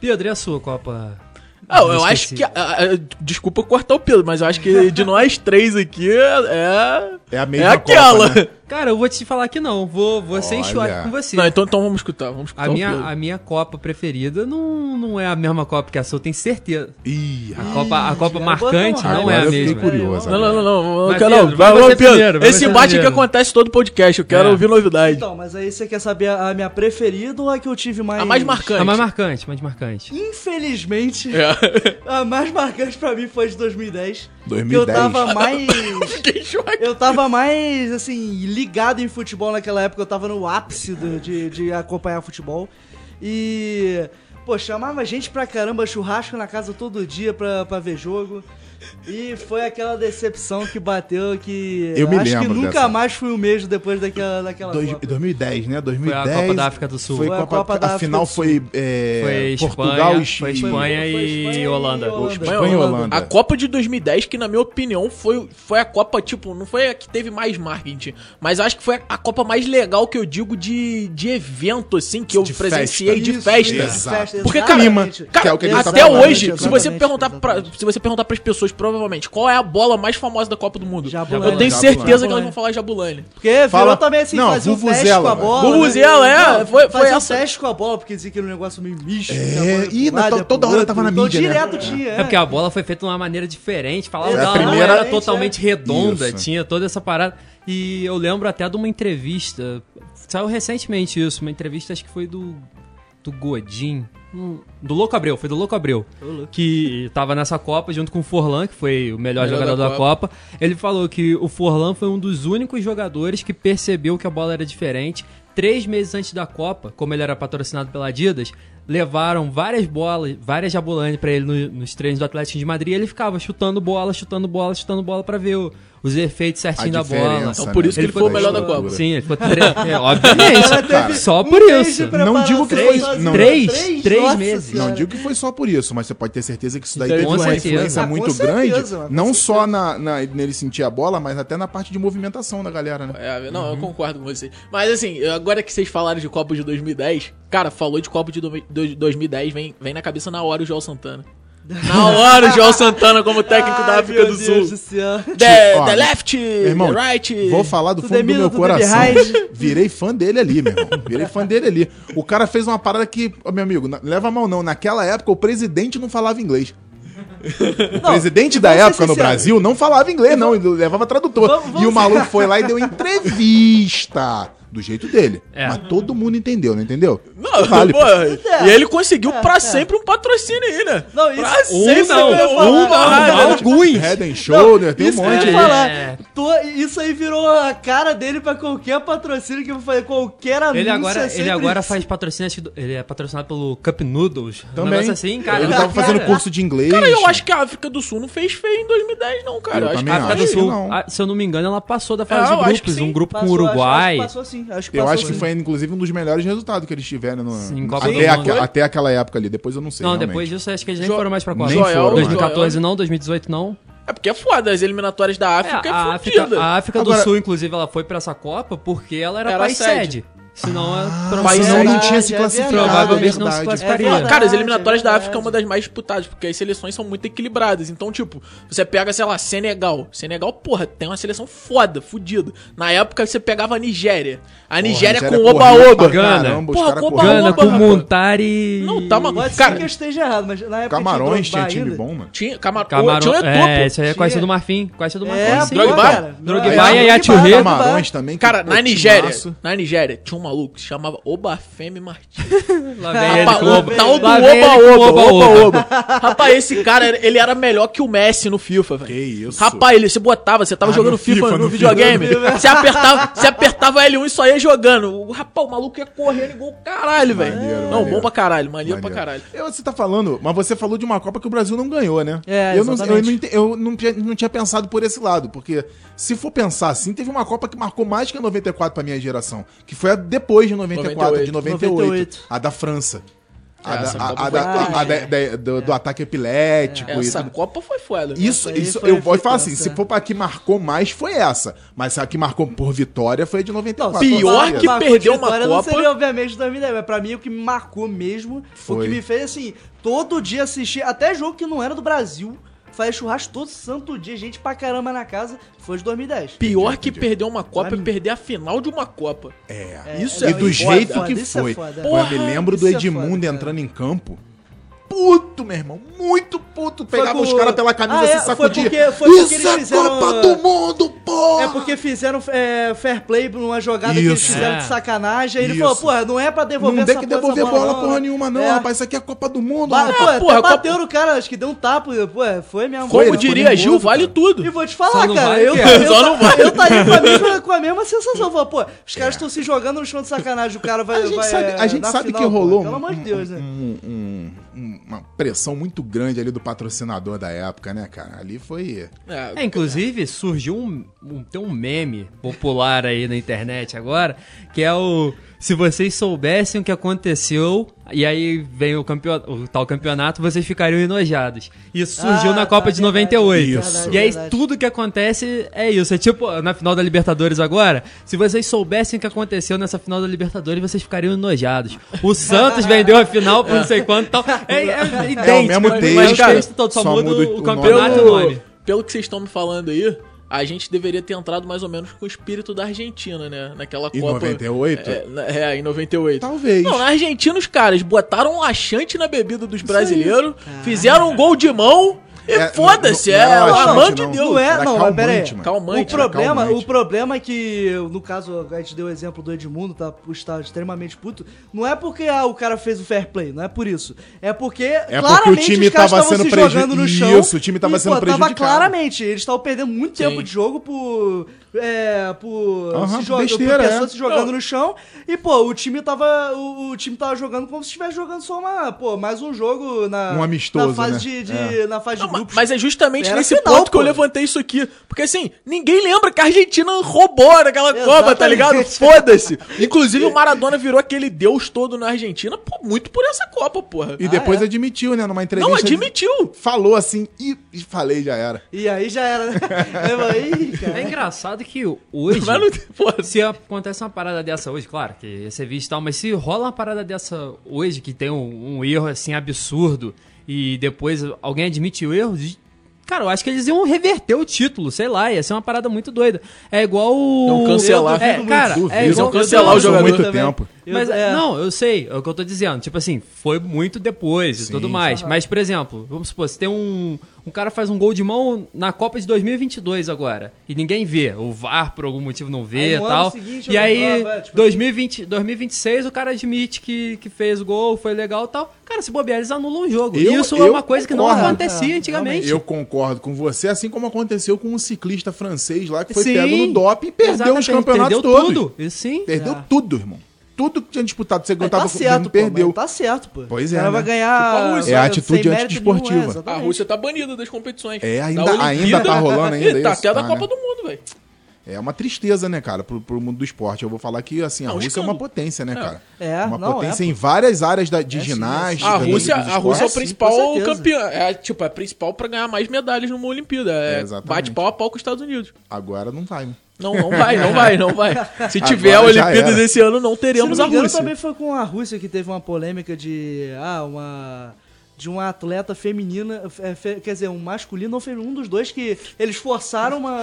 Speaker 1: Pedro, e a sua Copa?
Speaker 2: Ah, eu acho
Speaker 1: Inesquecível?
Speaker 2: que. ah, ah, desculpa cortar o Pedro, mas eu acho que de nós três aqui é.
Speaker 4: É a
Speaker 2: É
Speaker 4: mesma Copa,
Speaker 2: aquela.
Speaker 4: né?
Speaker 1: Cara, eu vou te falar que não. Vou, vou ser
Speaker 4: Olha.
Speaker 1: enxoado com você.
Speaker 2: Não, então, então vamos escutar. Vamos escutar
Speaker 1: A
Speaker 2: o
Speaker 1: minha,
Speaker 2: Pedro.
Speaker 1: a minha Copa preferida não, não é a mesma Copa que a sua, eu tenho certeza.
Speaker 4: Ih,
Speaker 1: A Copa, a Copa
Speaker 3: já
Speaker 1: marcante
Speaker 3: botou um
Speaker 1: não
Speaker 4: agora
Speaker 1: é a
Speaker 4: eu fiquei
Speaker 1: mesma.
Speaker 4: curioso.
Speaker 2: Não, não, não, não.
Speaker 1: Vai,
Speaker 2: eu quero-
Speaker 1: Pedro, vai
Speaker 2: vamos,
Speaker 1: você
Speaker 2: Pedro.
Speaker 1: primeiro, vai
Speaker 2: Esse
Speaker 1: você
Speaker 2: embate aqui
Speaker 1: primeiro.
Speaker 2: acontece todo podcast. Eu quero
Speaker 1: É.
Speaker 2: ouvir novidade.
Speaker 3: Então, mas aí você quer saber a a minha preferida ou a que eu tive mais.
Speaker 2: a mais marcante.
Speaker 1: A mais marcante, mais marcante.
Speaker 3: Infelizmente,
Speaker 2: É.
Speaker 3: a mais marcante pra mim foi de 2010.
Speaker 4: 2010.
Speaker 3: Que eu tava mais.
Speaker 2: Fiquei chocado.
Speaker 3: Eu tava mais, assim, ligado em futebol naquela época. Eu tava no ápice do- de, de acompanhar futebol. E. Pô, chamava gente pra caramba, churrasco na casa todo dia pra, pra ver jogo. E foi aquela decepção que bateu que.
Speaker 4: Eu me
Speaker 3: acho que
Speaker 4: lembro
Speaker 3: nunca
Speaker 4: dessa.
Speaker 3: mais fui o mesmo depois daquela. daquela
Speaker 4: Dois-
Speaker 3: Copa.
Speaker 4: 2010, né? 2010.
Speaker 1: Copa da África do Sul.
Speaker 4: Foi,
Speaker 3: Foi a
Speaker 4: Copa,
Speaker 3: Copa da
Speaker 4: a
Speaker 3: África
Speaker 4: final
Speaker 3: do Sul.
Speaker 4: foi, é,
Speaker 1: Foi
Speaker 4: Portugal
Speaker 1: Espanha, foi
Speaker 4: e
Speaker 1: Espanha
Speaker 3: Foi Espanha
Speaker 1: e
Speaker 3: e
Speaker 1: Holanda.
Speaker 3: Holanda.
Speaker 4: Espanha e Holanda.
Speaker 2: A Copa de 2010, que na minha opinião foi, foi a Copa, tipo, não foi a que teve mais marketing, mas acho que foi a Copa mais legal que eu digo de, de evento, assim, que eu
Speaker 4: De
Speaker 2: presenciei
Speaker 4: festa.
Speaker 2: de festa.
Speaker 4: Exato.
Speaker 2: Porque,
Speaker 3: exatamente.
Speaker 2: Cara,
Speaker 4: Que é o que a gente tá
Speaker 2: até
Speaker 4: falando,
Speaker 2: hoje,
Speaker 4: exatamente,
Speaker 2: se você perguntar pra, se você perguntar para pessoas, provavelmente, qual é a bola mais famosa da Copa do Mundo?
Speaker 3: Jabulani.
Speaker 2: Eu tenho
Speaker 4: Jabulani.
Speaker 2: certeza que
Speaker 3: Jabulani.
Speaker 2: elas vão falar Jabulani.
Speaker 3: Porque
Speaker 4: Fala-
Speaker 3: virou também assim,
Speaker 4: Não,
Speaker 3: fazia um teste
Speaker 4: vuvuzela,
Speaker 3: com a
Speaker 4: velho.
Speaker 3: bola. né?
Speaker 2: Vuvuzela, é,
Speaker 3: Não,
Speaker 2: foi- foi
Speaker 3: fazia
Speaker 2: essa.
Speaker 3: um teste com a bola, porque dizia que era um negócio meio místico.
Speaker 4: É,
Speaker 3: né? A bola ia
Speaker 4: e
Speaker 3: pro lado,
Speaker 4: na-
Speaker 3: ia
Speaker 4: toda
Speaker 3: pro
Speaker 4: hora
Speaker 3: outro.
Speaker 4: tava na
Speaker 3: Então,
Speaker 4: mídia, né?
Speaker 3: direto tinha.
Speaker 1: É porque a bola foi feita de uma maneira diferente. Falavam
Speaker 4: É,
Speaker 1: dela, não
Speaker 4: primeira-
Speaker 1: era totalmente redonda,
Speaker 4: Isso. é.
Speaker 1: tinha toda essa parada. E eu lembro até de uma entrevista. Saiu recentemente isso, uma entrevista acho que foi do. do Godin. Hum, Do Louco Abreu, foi do Louco Abreu. Que tava nessa Copa junto com o Forlan, que foi o melhor,
Speaker 2: Melhor
Speaker 1: jogador
Speaker 2: da
Speaker 1: da Copa. Ele falou que o Forlan foi um dos únicos jogadores que percebeu que a bola era diferente. Três meses antes da Copa, como ele era patrocinado pela Adidas, levaram várias bolas, várias jabulani pra ele no- nos treinos do Atlético de Madrid. E ele ficava chutando bola, chutando bola, chutando bola pra ver o- os efeitos
Speaker 4: A
Speaker 1: certinhos da bola.
Speaker 4: diferença,
Speaker 2: Então, por
Speaker 4: né?
Speaker 2: isso que ele
Speaker 1: ficou
Speaker 2: foi o melhor da
Speaker 4: estrutura.
Speaker 2: Copa. É,
Speaker 1: Sim, ele ficou três. é, obviamente.
Speaker 4: Cara,
Speaker 1: Só
Speaker 3: Um
Speaker 1: por
Speaker 3: mês
Speaker 1: isso.
Speaker 3: de preparação,
Speaker 4: Não digo que foi-
Speaker 3: sozinho.
Speaker 4: não.
Speaker 1: Três, três meses.
Speaker 4: Não
Speaker 3: Senhora.
Speaker 4: digo que foi só por isso, mas você pode ter certeza que isso daí
Speaker 2: Isso aí
Speaker 4: teve
Speaker 1: com
Speaker 4: uma
Speaker 1: certeza.
Speaker 4: influência
Speaker 3: Ah, com
Speaker 4: muito grande.
Speaker 3: certeza, mas com
Speaker 4: não
Speaker 3: certeza.
Speaker 4: só na, na- nele sentir a bola, mas até na parte de movimentação da galera, né?
Speaker 2: É, não, eu concordo com você. Mas assim, agora que vocês falaram de Copa de 2010, cara, falou de Copa de do- do- 2010, vem, vem na cabeça na hora o Joel Santana. Na hora o Joel Santana como técnico da
Speaker 3: Ai,
Speaker 2: África
Speaker 3: meu
Speaker 2: do
Speaker 3: Deus
Speaker 2: Sul.
Speaker 3: céu.
Speaker 2: The,
Speaker 4: Ó,
Speaker 2: the left,
Speaker 4: Meu irmão,
Speaker 2: the right.
Speaker 4: vou falar do
Speaker 3: Tudo
Speaker 4: fundo
Speaker 3: é
Speaker 4: do
Speaker 3: Milo,
Speaker 4: meu
Speaker 3: tudo é
Speaker 4: coração.
Speaker 3: behind.
Speaker 4: Virei fã dele ali, meu irmão. Virei fã dele ali. O cara fez uma parada que, ó, meu amigo, na- leva a mão não. Naquela época o presidente não falava inglês. O
Speaker 3: Não,
Speaker 4: presidente
Speaker 3: e
Speaker 4: da
Speaker 3: vamos ser
Speaker 4: época no
Speaker 3: sinceros.
Speaker 4: Brasil não falava inglês, não. Ele levava tradutor.
Speaker 3: Vamos- vamos
Speaker 4: e o
Speaker 3: ser-
Speaker 4: maluco foi lá e deu entrevista. do jeito dele.
Speaker 1: É.
Speaker 4: Mas todo mundo entendeu, não entendeu?
Speaker 2: Não,
Speaker 4: Vale,
Speaker 2: pô,
Speaker 4: pô.
Speaker 2: E ele conseguiu
Speaker 3: É,
Speaker 2: pra
Speaker 3: é.
Speaker 2: sempre um patrocínio aí, né?
Speaker 3: Não, isso-
Speaker 2: pra
Speaker 3: um
Speaker 1: Um
Speaker 2: sempre
Speaker 1: não,
Speaker 2: eu ia falar.
Speaker 1: um
Speaker 2: Ah,
Speaker 1: não, alguns.
Speaker 4: Head and Shoulder, tem um
Speaker 3: isso que eu
Speaker 4: monte
Speaker 3: ia
Speaker 4: aí.
Speaker 3: falar.
Speaker 1: É.
Speaker 3: Tô- isso aí virou a cara dele pra qualquer patrocínio que eu falei, qualquer anúncio.
Speaker 1: Ele
Speaker 3: é
Speaker 1: agora, ele
Speaker 3: sempre
Speaker 1: agora
Speaker 3: isso.
Speaker 1: faz patrocínio, acho que do- ele é patrocinado pelo Cup Noodles. Um
Speaker 4: Também.
Speaker 1: negócio assim, cara.
Speaker 4: Ele
Speaker 1: tá
Speaker 4: tava fazendo
Speaker 1: cara.
Speaker 4: curso de inglês.
Speaker 2: Cara, eu acho que a África do Sul não fez feio em 2010, não, cara.
Speaker 4: Eu
Speaker 2: acho
Speaker 4: também
Speaker 1: A África
Speaker 4: acho
Speaker 1: do
Speaker 4: que
Speaker 1: Sul,
Speaker 4: não.
Speaker 1: ah, se eu não me engano, ela passou da fase
Speaker 2: É, eu
Speaker 1: de
Speaker 2: acho que
Speaker 1: grupos, um
Speaker 2: sim.
Speaker 1: grupo
Speaker 3: Passou,
Speaker 1: com o
Speaker 3: acho-
Speaker 1: Uruguai.
Speaker 3: acho que passou sim. Acho que
Speaker 4: Eu
Speaker 3: passou,
Speaker 4: acho que
Speaker 3: sim.
Speaker 4: foi, inclusive, um dos melhores resultados que eles tiveram. No...
Speaker 1: Sim, Copa
Speaker 4: até,
Speaker 1: do Mundo.
Speaker 4: aqua- até aquela época ali, depois eu não sei.
Speaker 1: não,
Speaker 4: realmente.
Speaker 1: depois disso, acho que eles nem
Speaker 2: Jo-
Speaker 1: foram mais pra Copa.
Speaker 4: Nem foram,
Speaker 1: 2014
Speaker 2: né?
Speaker 1: não, 2018 não.
Speaker 2: É porque é foda, as eliminatórias da
Speaker 1: É,
Speaker 2: África é,
Speaker 1: a,
Speaker 2: fodida.
Speaker 1: África, a África do
Speaker 4: Agora-
Speaker 1: Sul, inclusive, ela foi pra essa Copa porque ela era,
Speaker 2: Era
Speaker 1: país
Speaker 2: sede.
Speaker 1: sede. Senão, ah,
Speaker 4: Mas
Speaker 3: Mas
Speaker 4: senão
Speaker 3: é
Speaker 4: não tinha se
Speaker 3: verdade, é
Speaker 4: classificado.
Speaker 3: verdade.
Speaker 1: Provavelmente não se
Speaker 4: Verdade.
Speaker 1: classificaria.
Speaker 3: É verdade.
Speaker 2: Cara, as eliminatórias
Speaker 3: eliminatórias
Speaker 2: da África é uma das mais disputadas, porque as seleções são muito equilibradas. Então, tipo, você pega, sei lá, Senegal. Senegal, porra, tem uma seleção foda, fudida. Na época você pegava a Nigéria. A Nigéria,
Speaker 4: Nigéria
Speaker 1: é
Speaker 2: com
Speaker 4: correndo
Speaker 2: oba-oba.
Speaker 4: pra caramba, os
Speaker 2: Porra,
Speaker 4: caras
Speaker 2: com oba-oba,
Speaker 4: correndo.
Speaker 1: Gana
Speaker 2: Opa,
Speaker 1: com
Speaker 2: rapaz.
Speaker 1: Montari.
Speaker 2: Não, tá maluco.
Speaker 3: Pode
Speaker 2: Cara,
Speaker 3: ser que eu esteja errado, mas na época
Speaker 4: Camarões tinha
Speaker 3: Drogba
Speaker 4: time
Speaker 3: ainda.
Speaker 4: bom, né? mano.
Speaker 2: Tinha, Camar...
Speaker 1: Camarão.
Speaker 2: Tinha um
Speaker 1: é,
Speaker 2: Eto'o,
Speaker 1: isso aí é quase
Speaker 3: Tinha.
Speaker 1: do Marfim. Quase do Marfim.
Speaker 3: É,
Speaker 1: Sim.
Speaker 3: pô,
Speaker 2: Drogba.
Speaker 3: cara.
Speaker 1: Drogba
Speaker 3: Não,
Speaker 1: e
Speaker 3: é,
Speaker 1: Yatiurê.
Speaker 3: Drogba.
Speaker 4: Camarões
Speaker 1: é
Speaker 4: também. que,
Speaker 2: Cara,
Speaker 4: pô,
Speaker 2: na Nigéria,
Speaker 4: timaço.
Speaker 2: na Nigéria, tinha um maluco que se chamava Obafemi Martins.
Speaker 1: Lá vem ele
Speaker 2: Rapaz,
Speaker 1: com
Speaker 2: Tá, o
Speaker 1: oba.
Speaker 2: tal do
Speaker 1: Lá vem ele com
Speaker 2: oba-oba,
Speaker 1: oba-oba.
Speaker 2: oba-oba. Rapaz, esse cara, era- ele era melhor que o Messi no FIFA, velho.
Speaker 4: Que isso.
Speaker 2: Rapaz, ele, você botava, você tava
Speaker 4: Ah,
Speaker 2: jogando
Speaker 4: no
Speaker 2: FIFA,
Speaker 4: FIFA,
Speaker 2: no,
Speaker 4: no
Speaker 2: videogame, você apertava, você apertava L1 e só ia jogando. O rapaz, o maluco ia correndo igual o caralho, velho.
Speaker 4: Maneiro,
Speaker 2: Não,
Speaker 4: maneiro.
Speaker 2: bom pra caralho, maneiro, pra caralho.
Speaker 4: Maneiro. Eu- Você tá falando, mas você falou de uma Copa que o Brasil não ganhou, né?
Speaker 3: É,
Speaker 4: eu não, eu
Speaker 3: exatamente.
Speaker 4: não, ente- eu não tinha, não tinha pensado por esse lado, porque se for pensar assim, teve uma Copa que marcou mais que a 94 pra minha geração, que foi a depois de 94, de 98,
Speaker 3: 98.
Speaker 4: a da França. A,
Speaker 2: É,
Speaker 4: da,
Speaker 2: essa
Speaker 4: a-
Speaker 2: Copa É.
Speaker 4: a da-
Speaker 3: foi-
Speaker 4: a- a da- da- do, do ataque epilético e
Speaker 2: Essa
Speaker 4: tudo.
Speaker 2: Copa foi foda.
Speaker 4: Isso,
Speaker 3: aí
Speaker 4: isso
Speaker 3: foi-
Speaker 4: eu vou
Speaker 3: foi
Speaker 4: falar assim,
Speaker 3: tensa,
Speaker 4: se
Speaker 3: é.
Speaker 4: for pra que marcou mais, foi essa. Mas a que marcou por vitória foi a de 94.
Speaker 3: Não,
Speaker 2: Pior
Speaker 3: falar-
Speaker 2: que
Speaker 3: falar com
Speaker 2: perdeu uma
Speaker 3: vitória
Speaker 2: Copa.
Speaker 3: Não seria, obviamente, 2010, mas pra mim o que me marcou mesmo, o
Speaker 4: Foi.
Speaker 3: que me fez, assim, todo dia assistir, até jogo que não era do Brasil, faz churrasco todo santo dia, gente pra caramba na casa, foi de 2010.
Speaker 2: Pior
Speaker 4: Entendi,
Speaker 2: que
Speaker 4: entendi.
Speaker 2: perder uma Copa é
Speaker 3: Sabe?
Speaker 2: perder a final de uma Copa.
Speaker 4: É.
Speaker 2: Isso
Speaker 4: E
Speaker 2: é
Speaker 4: do
Speaker 2: foda,
Speaker 4: jeito
Speaker 2: foda,
Speaker 4: que
Speaker 3: isso é
Speaker 4: foi.
Speaker 3: foda.
Speaker 4: Porra, eu me lembro do
Speaker 3: isso é
Speaker 4: Edmundo
Speaker 3: foda, cara.
Speaker 4: entrando em campo. Puto, meu irmão. Muito puto.
Speaker 3: Foi
Speaker 4: Pegava
Speaker 3: com-
Speaker 4: os caras pela camisa
Speaker 3: Ah,
Speaker 4: e
Speaker 3: é,
Speaker 4: se
Speaker 3: foi
Speaker 4: sacudia.
Speaker 3: porque- foi porque eles
Speaker 4: Isso é
Speaker 3: fizeram-
Speaker 4: Copa do Mundo, porra!
Speaker 3: É porque fizeram é, fair play numa jogada que eles
Speaker 4: Isso.
Speaker 3: fizeram
Speaker 1: É.
Speaker 3: de sacanagem. Aí ele
Speaker 4: Isso.
Speaker 3: falou, porra, não é pra devolver
Speaker 4: não tem
Speaker 3: essa
Speaker 4: que
Speaker 3: porra, essa
Speaker 4: devolver bola, porra
Speaker 3: não.
Speaker 4: nenhuma, não,
Speaker 3: É.
Speaker 4: rapaz. Isso aqui é Copa do Mundo,
Speaker 3: Ba-
Speaker 4: rapaz.
Speaker 3: pô, até
Speaker 2: porra,
Speaker 3: bateu no cara, acho que deu um tapa. Pô, foi mesmo.
Speaker 4: Foi,
Speaker 2: Como
Speaker 4: ele
Speaker 2: diria
Speaker 4: nervoso,
Speaker 2: Gil, vale
Speaker 4: cara.
Speaker 2: tudo.
Speaker 3: E vou te
Speaker 1: Só
Speaker 3: falar,
Speaker 1: não
Speaker 3: cara,
Speaker 1: vale
Speaker 3: eu,
Speaker 1: que
Speaker 2: é.
Speaker 3: eu,
Speaker 2: Só
Speaker 3: tá-
Speaker 2: não vale.
Speaker 3: eu estaria com a mesma, com a mesma sensação. Fala, pô, os caras estão se jogando no chão de sacanagem, o cara vai.
Speaker 4: A gente
Speaker 3: vai,
Speaker 4: sabe, a
Speaker 3: é,
Speaker 4: gente
Speaker 3: na
Speaker 4: sabe
Speaker 3: final,
Speaker 4: que
Speaker 3: pô.
Speaker 4: rolou
Speaker 3: Pelo amor de Deus, né?
Speaker 4: um- um- um- uma pressão muito grande ali do patrocinador da época, né, cara? Ali foi...
Speaker 1: É, inclusive, surgiu um, um- tem um meme popular aí na internet agora, que é o se vocês soubessem o que aconteceu, e aí vem o, campeon- o tal campeonato, vocês ficariam enojados. Isso surgiu
Speaker 3: Ah,
Speaker 1: na
Speaker 3: tá,
Speaker 1: Copa de
Speaker 3: verdade,
Speaker 1: 98.
Speaker 4: verdade,
Speaker 1: E aí
Speaker 3: verdade.
Speaker 1: tudo que acontece é isso. É tipo, na final da Libertadores agora, se vocês soubessem o que aconteceu nessa final da Libertadores, vocês ficariam enojados. O Santos vendeu a final por não sei quanto e tal. É, é, idêntico.
Speaker 4: mesmo
Speaker 1: mas
Speaker 4: texto,
Speaker 1: o
Speaker 2: cara.
Speaker 1: texto
Speaker 3: então,
Speaker 1: todo, só,
Speaker 4: Só
Speaker 1: muda
Speaker 4: muda
Speaker 1: o,
Speaker 4: o
Speaker 1: campeonato e o
Speaker 2: pelo,
Speaker 1: nome.
Speaker 2: pelo que vocês estão me falando aí, a gente deveria ter entrado mais ou menos com o espírito da Argentina, né? Naquela
Speaker 4: Em
Speaker 2: Copa.
Speaker 4: 98?
Speaker 2: É, na- é, em 98.
Speaker 4: Talvez.
Speaker 2: Não, na Argentina os caras botaram um laxante na bebida dos brasileiros, fizeram um gol de mão e
Speaker 4: É,
Speaker 2: foda-se,
Speaker 4: não- não
Speaker 2: é,
Speaker 4: era
Speaker 2: pelo
Speaker 4: laxante,
Speaker 2: amor de
Speaker 4: não.
Speaker 2: Deus.
Speaker 3: Não é,
Speaker 4: era
Speaker 3: não, mas pera aí.
Speaker 4: calmante, mano.
Speaker 3: O
Speaker 2: Calmante. né?
Speaker 3: problema,
Speaker 4: calmante.
Speaker 3: o problema é que, no caso, a gente deu o exemplo do Edmundo, tá, o está extremamente puto. Não é porque ah, o cara fez o fair play, não é por isso. É porque,
Speaker 4: porque o time tava
Speaker 3: estavam
Speaker 4: sendo
Speaker 3: se
Speaker 4: preju-
Speaker 3: jogando no chão.
Speaker 4: Isso, o time tava sendo prejudicado.
Speaker 3: Tava claramente, eles estavam perdendo muito
Speaker 2: Sim.
Speaker 3: tempo de jogo por... É, por...
Speaker 4: Aham,
Speaker 3: se joga-
Speaker 4: besteira,
Speaker 3: por pessoa
Speaker 4: é.
Speaker 3: se jogando
Speaker 2: Não.
Speaker 3: no chão. E, pô, o time tava... O, o time tava jogando como se estivesse jogando só uma... Pô, mais um jogo na...
Speaker 4: Um amistoso,
Speaker 3: na fase
Speaker 4: né?
Speaker 3: de, de-
Speaker 4: É.
Speaker 3: Na fase
Speaker 2: Não,
Speaker 3: de
Speaker 2: ma-
Speaker 3: grupos.
Speaker 2: mas é justamente
Speaker 3: Era
Speaker 2: nesse
Speaker 3: final,
Speaker 2: ponto que eu
Speaker 3: pô.
Speaker 2: levantei isso aqui. Porque assim, ninguém lembra que a Argentina roubou naquela Copa, tá
Speaker 3: Exatamente.
Speaker 2: ligado? Foda-se. Inclusive o Maradona virou aquele deus todo na Argentina, pô, muito por essa Copa, porra.
Speaker 3: Ah,
Speaker 4: E depois
Speaker 3: é.
Speaker 4: admitiu, né, numa entrevista.
Speaker 2: Não, admitiu.
Speaker 4: Falou assim, e e falei, já era.
Speaker 3: E aí já era, né? Eu falei, "Ih, cara.
Speaker 1: É engraçado que hoje.
Speaker 2: Mas não tem-
Speaker 3: tá
Speaker 2: porra.
Speaker 1: Se acontece uma parada dessa hoje, claro, que ia ser visto e tal, mas se rola uma parada dessa hoje, que tem um, um erro assim absurdo, e depois alguém admite o erro, de- Cara, eu acho que eles iam reverter o título, sei lá, ia ser uma parada muito doida. É igual o.
Speaker 2: Não, cancelar.
Speaker 1: É, cara,
Speaker 4: Duvido.
Speaker 1: é
Speaker 2: Eles
Speaker 1: igual
Speaker 2: iam cancelar o
Speaker 4: Passou
Speaker 2: jogador
Speaker 4: muito
Speaker 3: também.
Speaker 4: tempo.
Speaker 3: Eu-
Speaker 1: Mas,
Speaker 3: é.
Speaker 1: Não, eu sei, é o que eu tô dizendo. Tipo assim, foi muito depois e
Speaker 4: Sim.
Speaker 1: tudo mais. Mas, por exemplo, vamos supor, se tem um. Um cara faz um gol de mão na Copa de 2022 agora. E ninguém vê. O VAR, por algum motivo, não vê
Speaker 3: Aí
Speaker 1: e
Speaker 3: no
Speaker 1: tal.
Speaker 3: ano seguinte
Speaker 1: e
Speaker 3: eu
Speaker 1: aí,
Speaker 3: lembrava, tipo,
Speaker 1: 2020, 2026, o cara admite que, que fez o gol, foi legal e tal. Cara, se bobear, eles anulam o jogo.
Speaker 4: Eu-
Speaker 1: E Isso é
Speaker 4: eu
Speaker 1: uma coisa que não
Speaker 4: concordo.
Speaker 3: Ah,
Speaker 1: acontecia antigamente.
Speaker 4: Eu concordo com você, assim como aconteceu com um ciclista francês lá que foi
Speaker 1: Sim.
Speaker 4: pego no dop e perdeu os
Speaker 1: Exatamente, perdeu
Speaker 4: campeonatos todos.
Speaker 1: tudo. E sim.
Speaker 4: Perdeu
Speaker 3: É.
Speaker 4: tudo, irmão. Tudo que tinha disputado, você
Speaker 3: Mas
Speaker 4: contava
Speaker 3: tá
Speaker 4: com
Speaker 3: certo, pô,
Speaker 4: perdeu.
Speaker 3: mas Tá certo, pô.
Speaker 4: Pois
Speaker 3: O
Speaker 4: é,
Speaker 3: cara vai
Speaker 4: né?
Speaker 2: Tipo a
Speaker 3: ganhar.
Speaker 2: Rússia.
Speaker 4: É a
Speaker 3: sem
Speaker 4: atitude
Speaker 3: mérito nenhum,
Speaker 4: antidesportiva.
Speaker 3: é,
Speaker 2: A
Speaker 3: exatamente.
Speaker 2: Rússia tá banida das competições.
Speaker 4: É,
Speaker 2: Da
Speaker 4: ainda- ainda
Speaker 2: Olimpíada.
Speaker 4: tá rolando ainda
Speaker 2: E tá
Speaker 4: isso,
Speaker 2: até da
Speaker 4: tá,
Speaker 2: Copa
Speaker 4: né?
Speaker 2: do Mundo, velho.
Speaker 4: É uma tristeza, né, cara, pro, pro mundo do esporte. Eu vou falar que, assim, a
Speaker 2: Não,
Speaker 4: Rússia é
Speaker 2: escândalo.
Speaker 4: uma potência, né, cara?
Speaker 3: É,
Speaker 4: uma
Speaker 3: não,
Speaker 4: potência
Speaker 3: é,
Speaker 4: em várias áreas da, de
Speaker 3: É, sim, é, sim.
Speaker 4: ginástica.
Speaker 2: A
Speaker 4: né,
Speaker 2: Rússia,
Speaker 4: dos
Speaker 2: a Rússia é o
Speaker 4: esportes.
Speaker 2: principal
Speaker 3: Ah, certeza.
Speaker 2: campeão. É, tipo, é a principal pra ganhar mais medalhas numa Olimpíada. É,
Speaker 4: É, exatamente.
Speaker 2: bate pau a pau com os Estados Unidos.
Speaker 4: Agora não vai, né?
Speaker 2: Não, não vai, não vai, não vai. Se
Speaker 4: Agora
Speaker 2: tiver a
Speaker 4: já
Speaker 2: Olimpíadas
Speaker 4: era.
Speaker 2: esse ano, não
Speaker 3: Se não
Speaker 2: teremos
Speaker 3: me
Speaker 2: a
Speaker 3: engano,
Speaker 2: Rússia.
Speaker 3: também foi com a Rússia que teve uma polêmica de. Ah, uma. De uma atleta feminina. é, fe- quer dizer, um masculino ou feminino. Um dos dois que eles forçaram uma.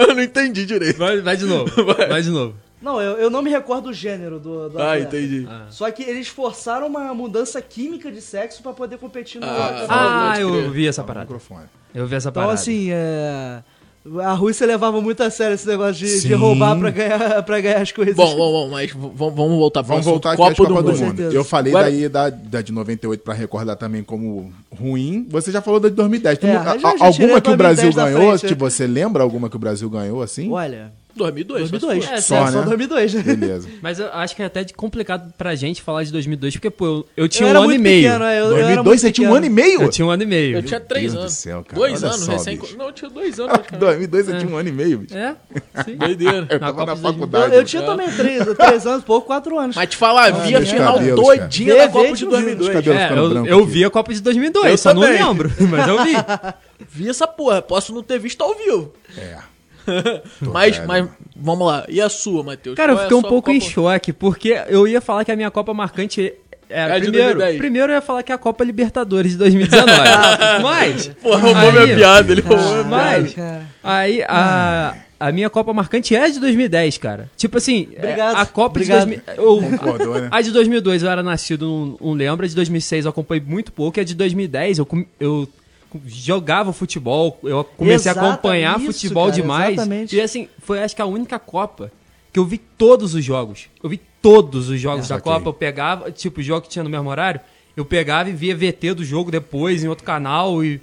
Speaker 2: Eu, não entendi direito.
Speaker 1: Vai, vai de novo. Vai. de novo.
Speaker 3: Não, eu, eu não me recordo o gênero do. do
Speaker 2: Ah,
Speaker 3: atleta.
Speaker 2: entendi.
Speaker 1: Ah.
Speaker 3: Só que eles forçaram uma mudança química de sexo pra poder competir no.
Speaker 2: Ah,
Speaker 1: Ah,
Speaker 2: pode crer.
Speaker 1: eu vi essa
Speaker 4: Tá no
Speaker 1: parada.
Speaker 4: microfone.
Speaker 1: Eu vi essa
Speaker 3: Então,
Speaker 1: parada.
Speaker 3: assim, é... a Rússia levava muito a sério esse negócio de, de
Speaker 4: Sim.
Speaker 3: roubar pra ganhar, pra ganhar as coisas.
Speaker 2: Bom, bom, bom, mas v- vamos vamos voltar pro
Speaker 4: Vamos
Speaker 2: assunto.
Speaker 4: voltar aqui às Copa do, Mundo.
Speaker 3: certeza.
Speaker 4: Eu falei
Speaker 2: Agora-
Speaker 4: daí da, da de 98 pra recordar também como ruim. Você já falou da de 2010. Tu
Speaker 3: É,
Speaker 4: não-
Speaker 3: eu já-
Speaker 4: a-
Speaker 3: já tirei
Speaker 4: alguma que
Speaker 3: 2010
Speaker 4: o Brasil
Speaker 3: da
Speaker 4: ganhou?
Speaker 3: frente, né?
Speaker 4: tipo, você lembra alguma que o Brasil ganhou assim?
Speaker 3: Olha,
Speaker 2: 2002.
Speaker 3: 2002.
Speaker 1: É,
Speaker 4: só,
Speaker 3: só
Speaker 4: né?
Speaker 3: 2002, né?
Speaker 4: Beleza.
Speaker 1: Mas eu acho que é até de complicado pra gente falar de 2002, porque, pô, eu, eu
Speaker 3: Eu
Speaker 1: tinha
Speaker 3: era
Speaker 1: um ano e
Speaker 3: muito
Speaker 1: meio.
Speaker 3: pequeno, é, eu- eu era
Speaker 4: 2002
Speaker 3: muito
Speaker 4: você tinha um
Speaker 3: pequeno.
Speaker 4: ano e meio?
Speaker 1: Eu tinha um ano e meio.
Speaker 2: Eu tinha três
Speaker 4: Deus do
Speaker 2: anos.
Speaker 4: céu, cara.
Speaker 2: Dois
Speaker 4: Olha
Speaker 2: anos,
Speaker 4: só,
Speaker 2: recém.
Speaker 4: bicho.
Speaker 2: Não, eu tinha dois anos, cara.
Speaker 4: 2002 eu tinha um ano e meio, bicho.
Speaker 1: É? Sim.
Speaker 2: Doideira.
Speaker 4: Eu
Speaker 1: Na
Speaker 4: tava
Speaker 1: Copa
Speaker 4: na
Speaker 1: de
Speaker 3: Eu,
Speaker 4: faculdade.
Speaker 3: eu tinha também 3, três anos, pouco, 4 anos. um
Speaker 2: Mas te falar, vi a
Speaker 4: meus
Speaker 2: final
Speaker 4: cabelos,
Speaker 2: todinha
Speaker 3: cara.
Speaker 2: da Copa
Speaker 3: Vê,
Speaker 2: de
Speaker 3: vê,
Speaker 2: 2002.
Speaker 4: vê,
Speaker 1: É,
Speaker 4: ficando
Speaker 1: eu,
Speaker 4: branco
Speaker 1: eu
Speaker 4: aqui.
Speaker 1: vi a Copa de 2002,
Speaker 2: Eu
Speaker 1: só não
Speaker 2: também.
Speaker 1: lembro, mas eu vi.
Speaker 2: Vi essa porra, posso não ter visto ao vivo.
Speaker 4: É.
Speaker 2: Mas,
Speaker 4: velho,
Speaker 2: mas
Speaker 4: mano.
Speaker 2: vamos lá. E a sua, Matheus?
Speaker 1: Cara, eu
Speaker 2: Qual é a
Speaker 1: fiquei um
Speaker 2: sua
Speaker 1: pouco em
Speaker 2: Copa?
Speaker 1: choque, porque eu ia falar que a minha Copa marcante era.
Speaker 2: É a de
Speaker 1: primeiro,
Speaker 2: 2010.
Speaker 1: primeiro eu ia falar que é a Copa Libertadores de 2019. Ah, mas.
Speaker 2: Pô, roubou
Speaker 1: aí-
Speaker 2: minha piada, ele roubou minha piada.
Speaker 1: Mas. Aí a. A minha Copa marcante é a de 2010, cara. Tipo assim, é,
Speaker 3: Obrigado.
Speaker 1: a Copa
Speaker 3: Obrigado.
Speaker 1: de 2000. eu-
Speaker 4: Concordou,
Speaker 3: É.
Speaker 4: né?
Speaker 1: A de 2002 eu era nascido, não, não lembro. A de 2006 eu acompanhei muito pouco. E a de 2010 eu, com- eu com- jogava futebol. Eu comecei
Speaker 3: Exata-
Speaker 1: a acompanhar
Speaker 3: isso,
Speaker 1: futebol
Speaker 3: cara,
Speaker 1: demais.
Speaker 3: exatamente.
Speaker 1: E assim, foi acho que a única Copa que eu vi todos os jogos. Eu vi todos os jogos da
Speaker 4: ok.
Speaker 1: Copa. Eu pegava, tipo, o jogo que tinha no mesmo horário, eu pegava e via VT do jogo depois em outro canal. E,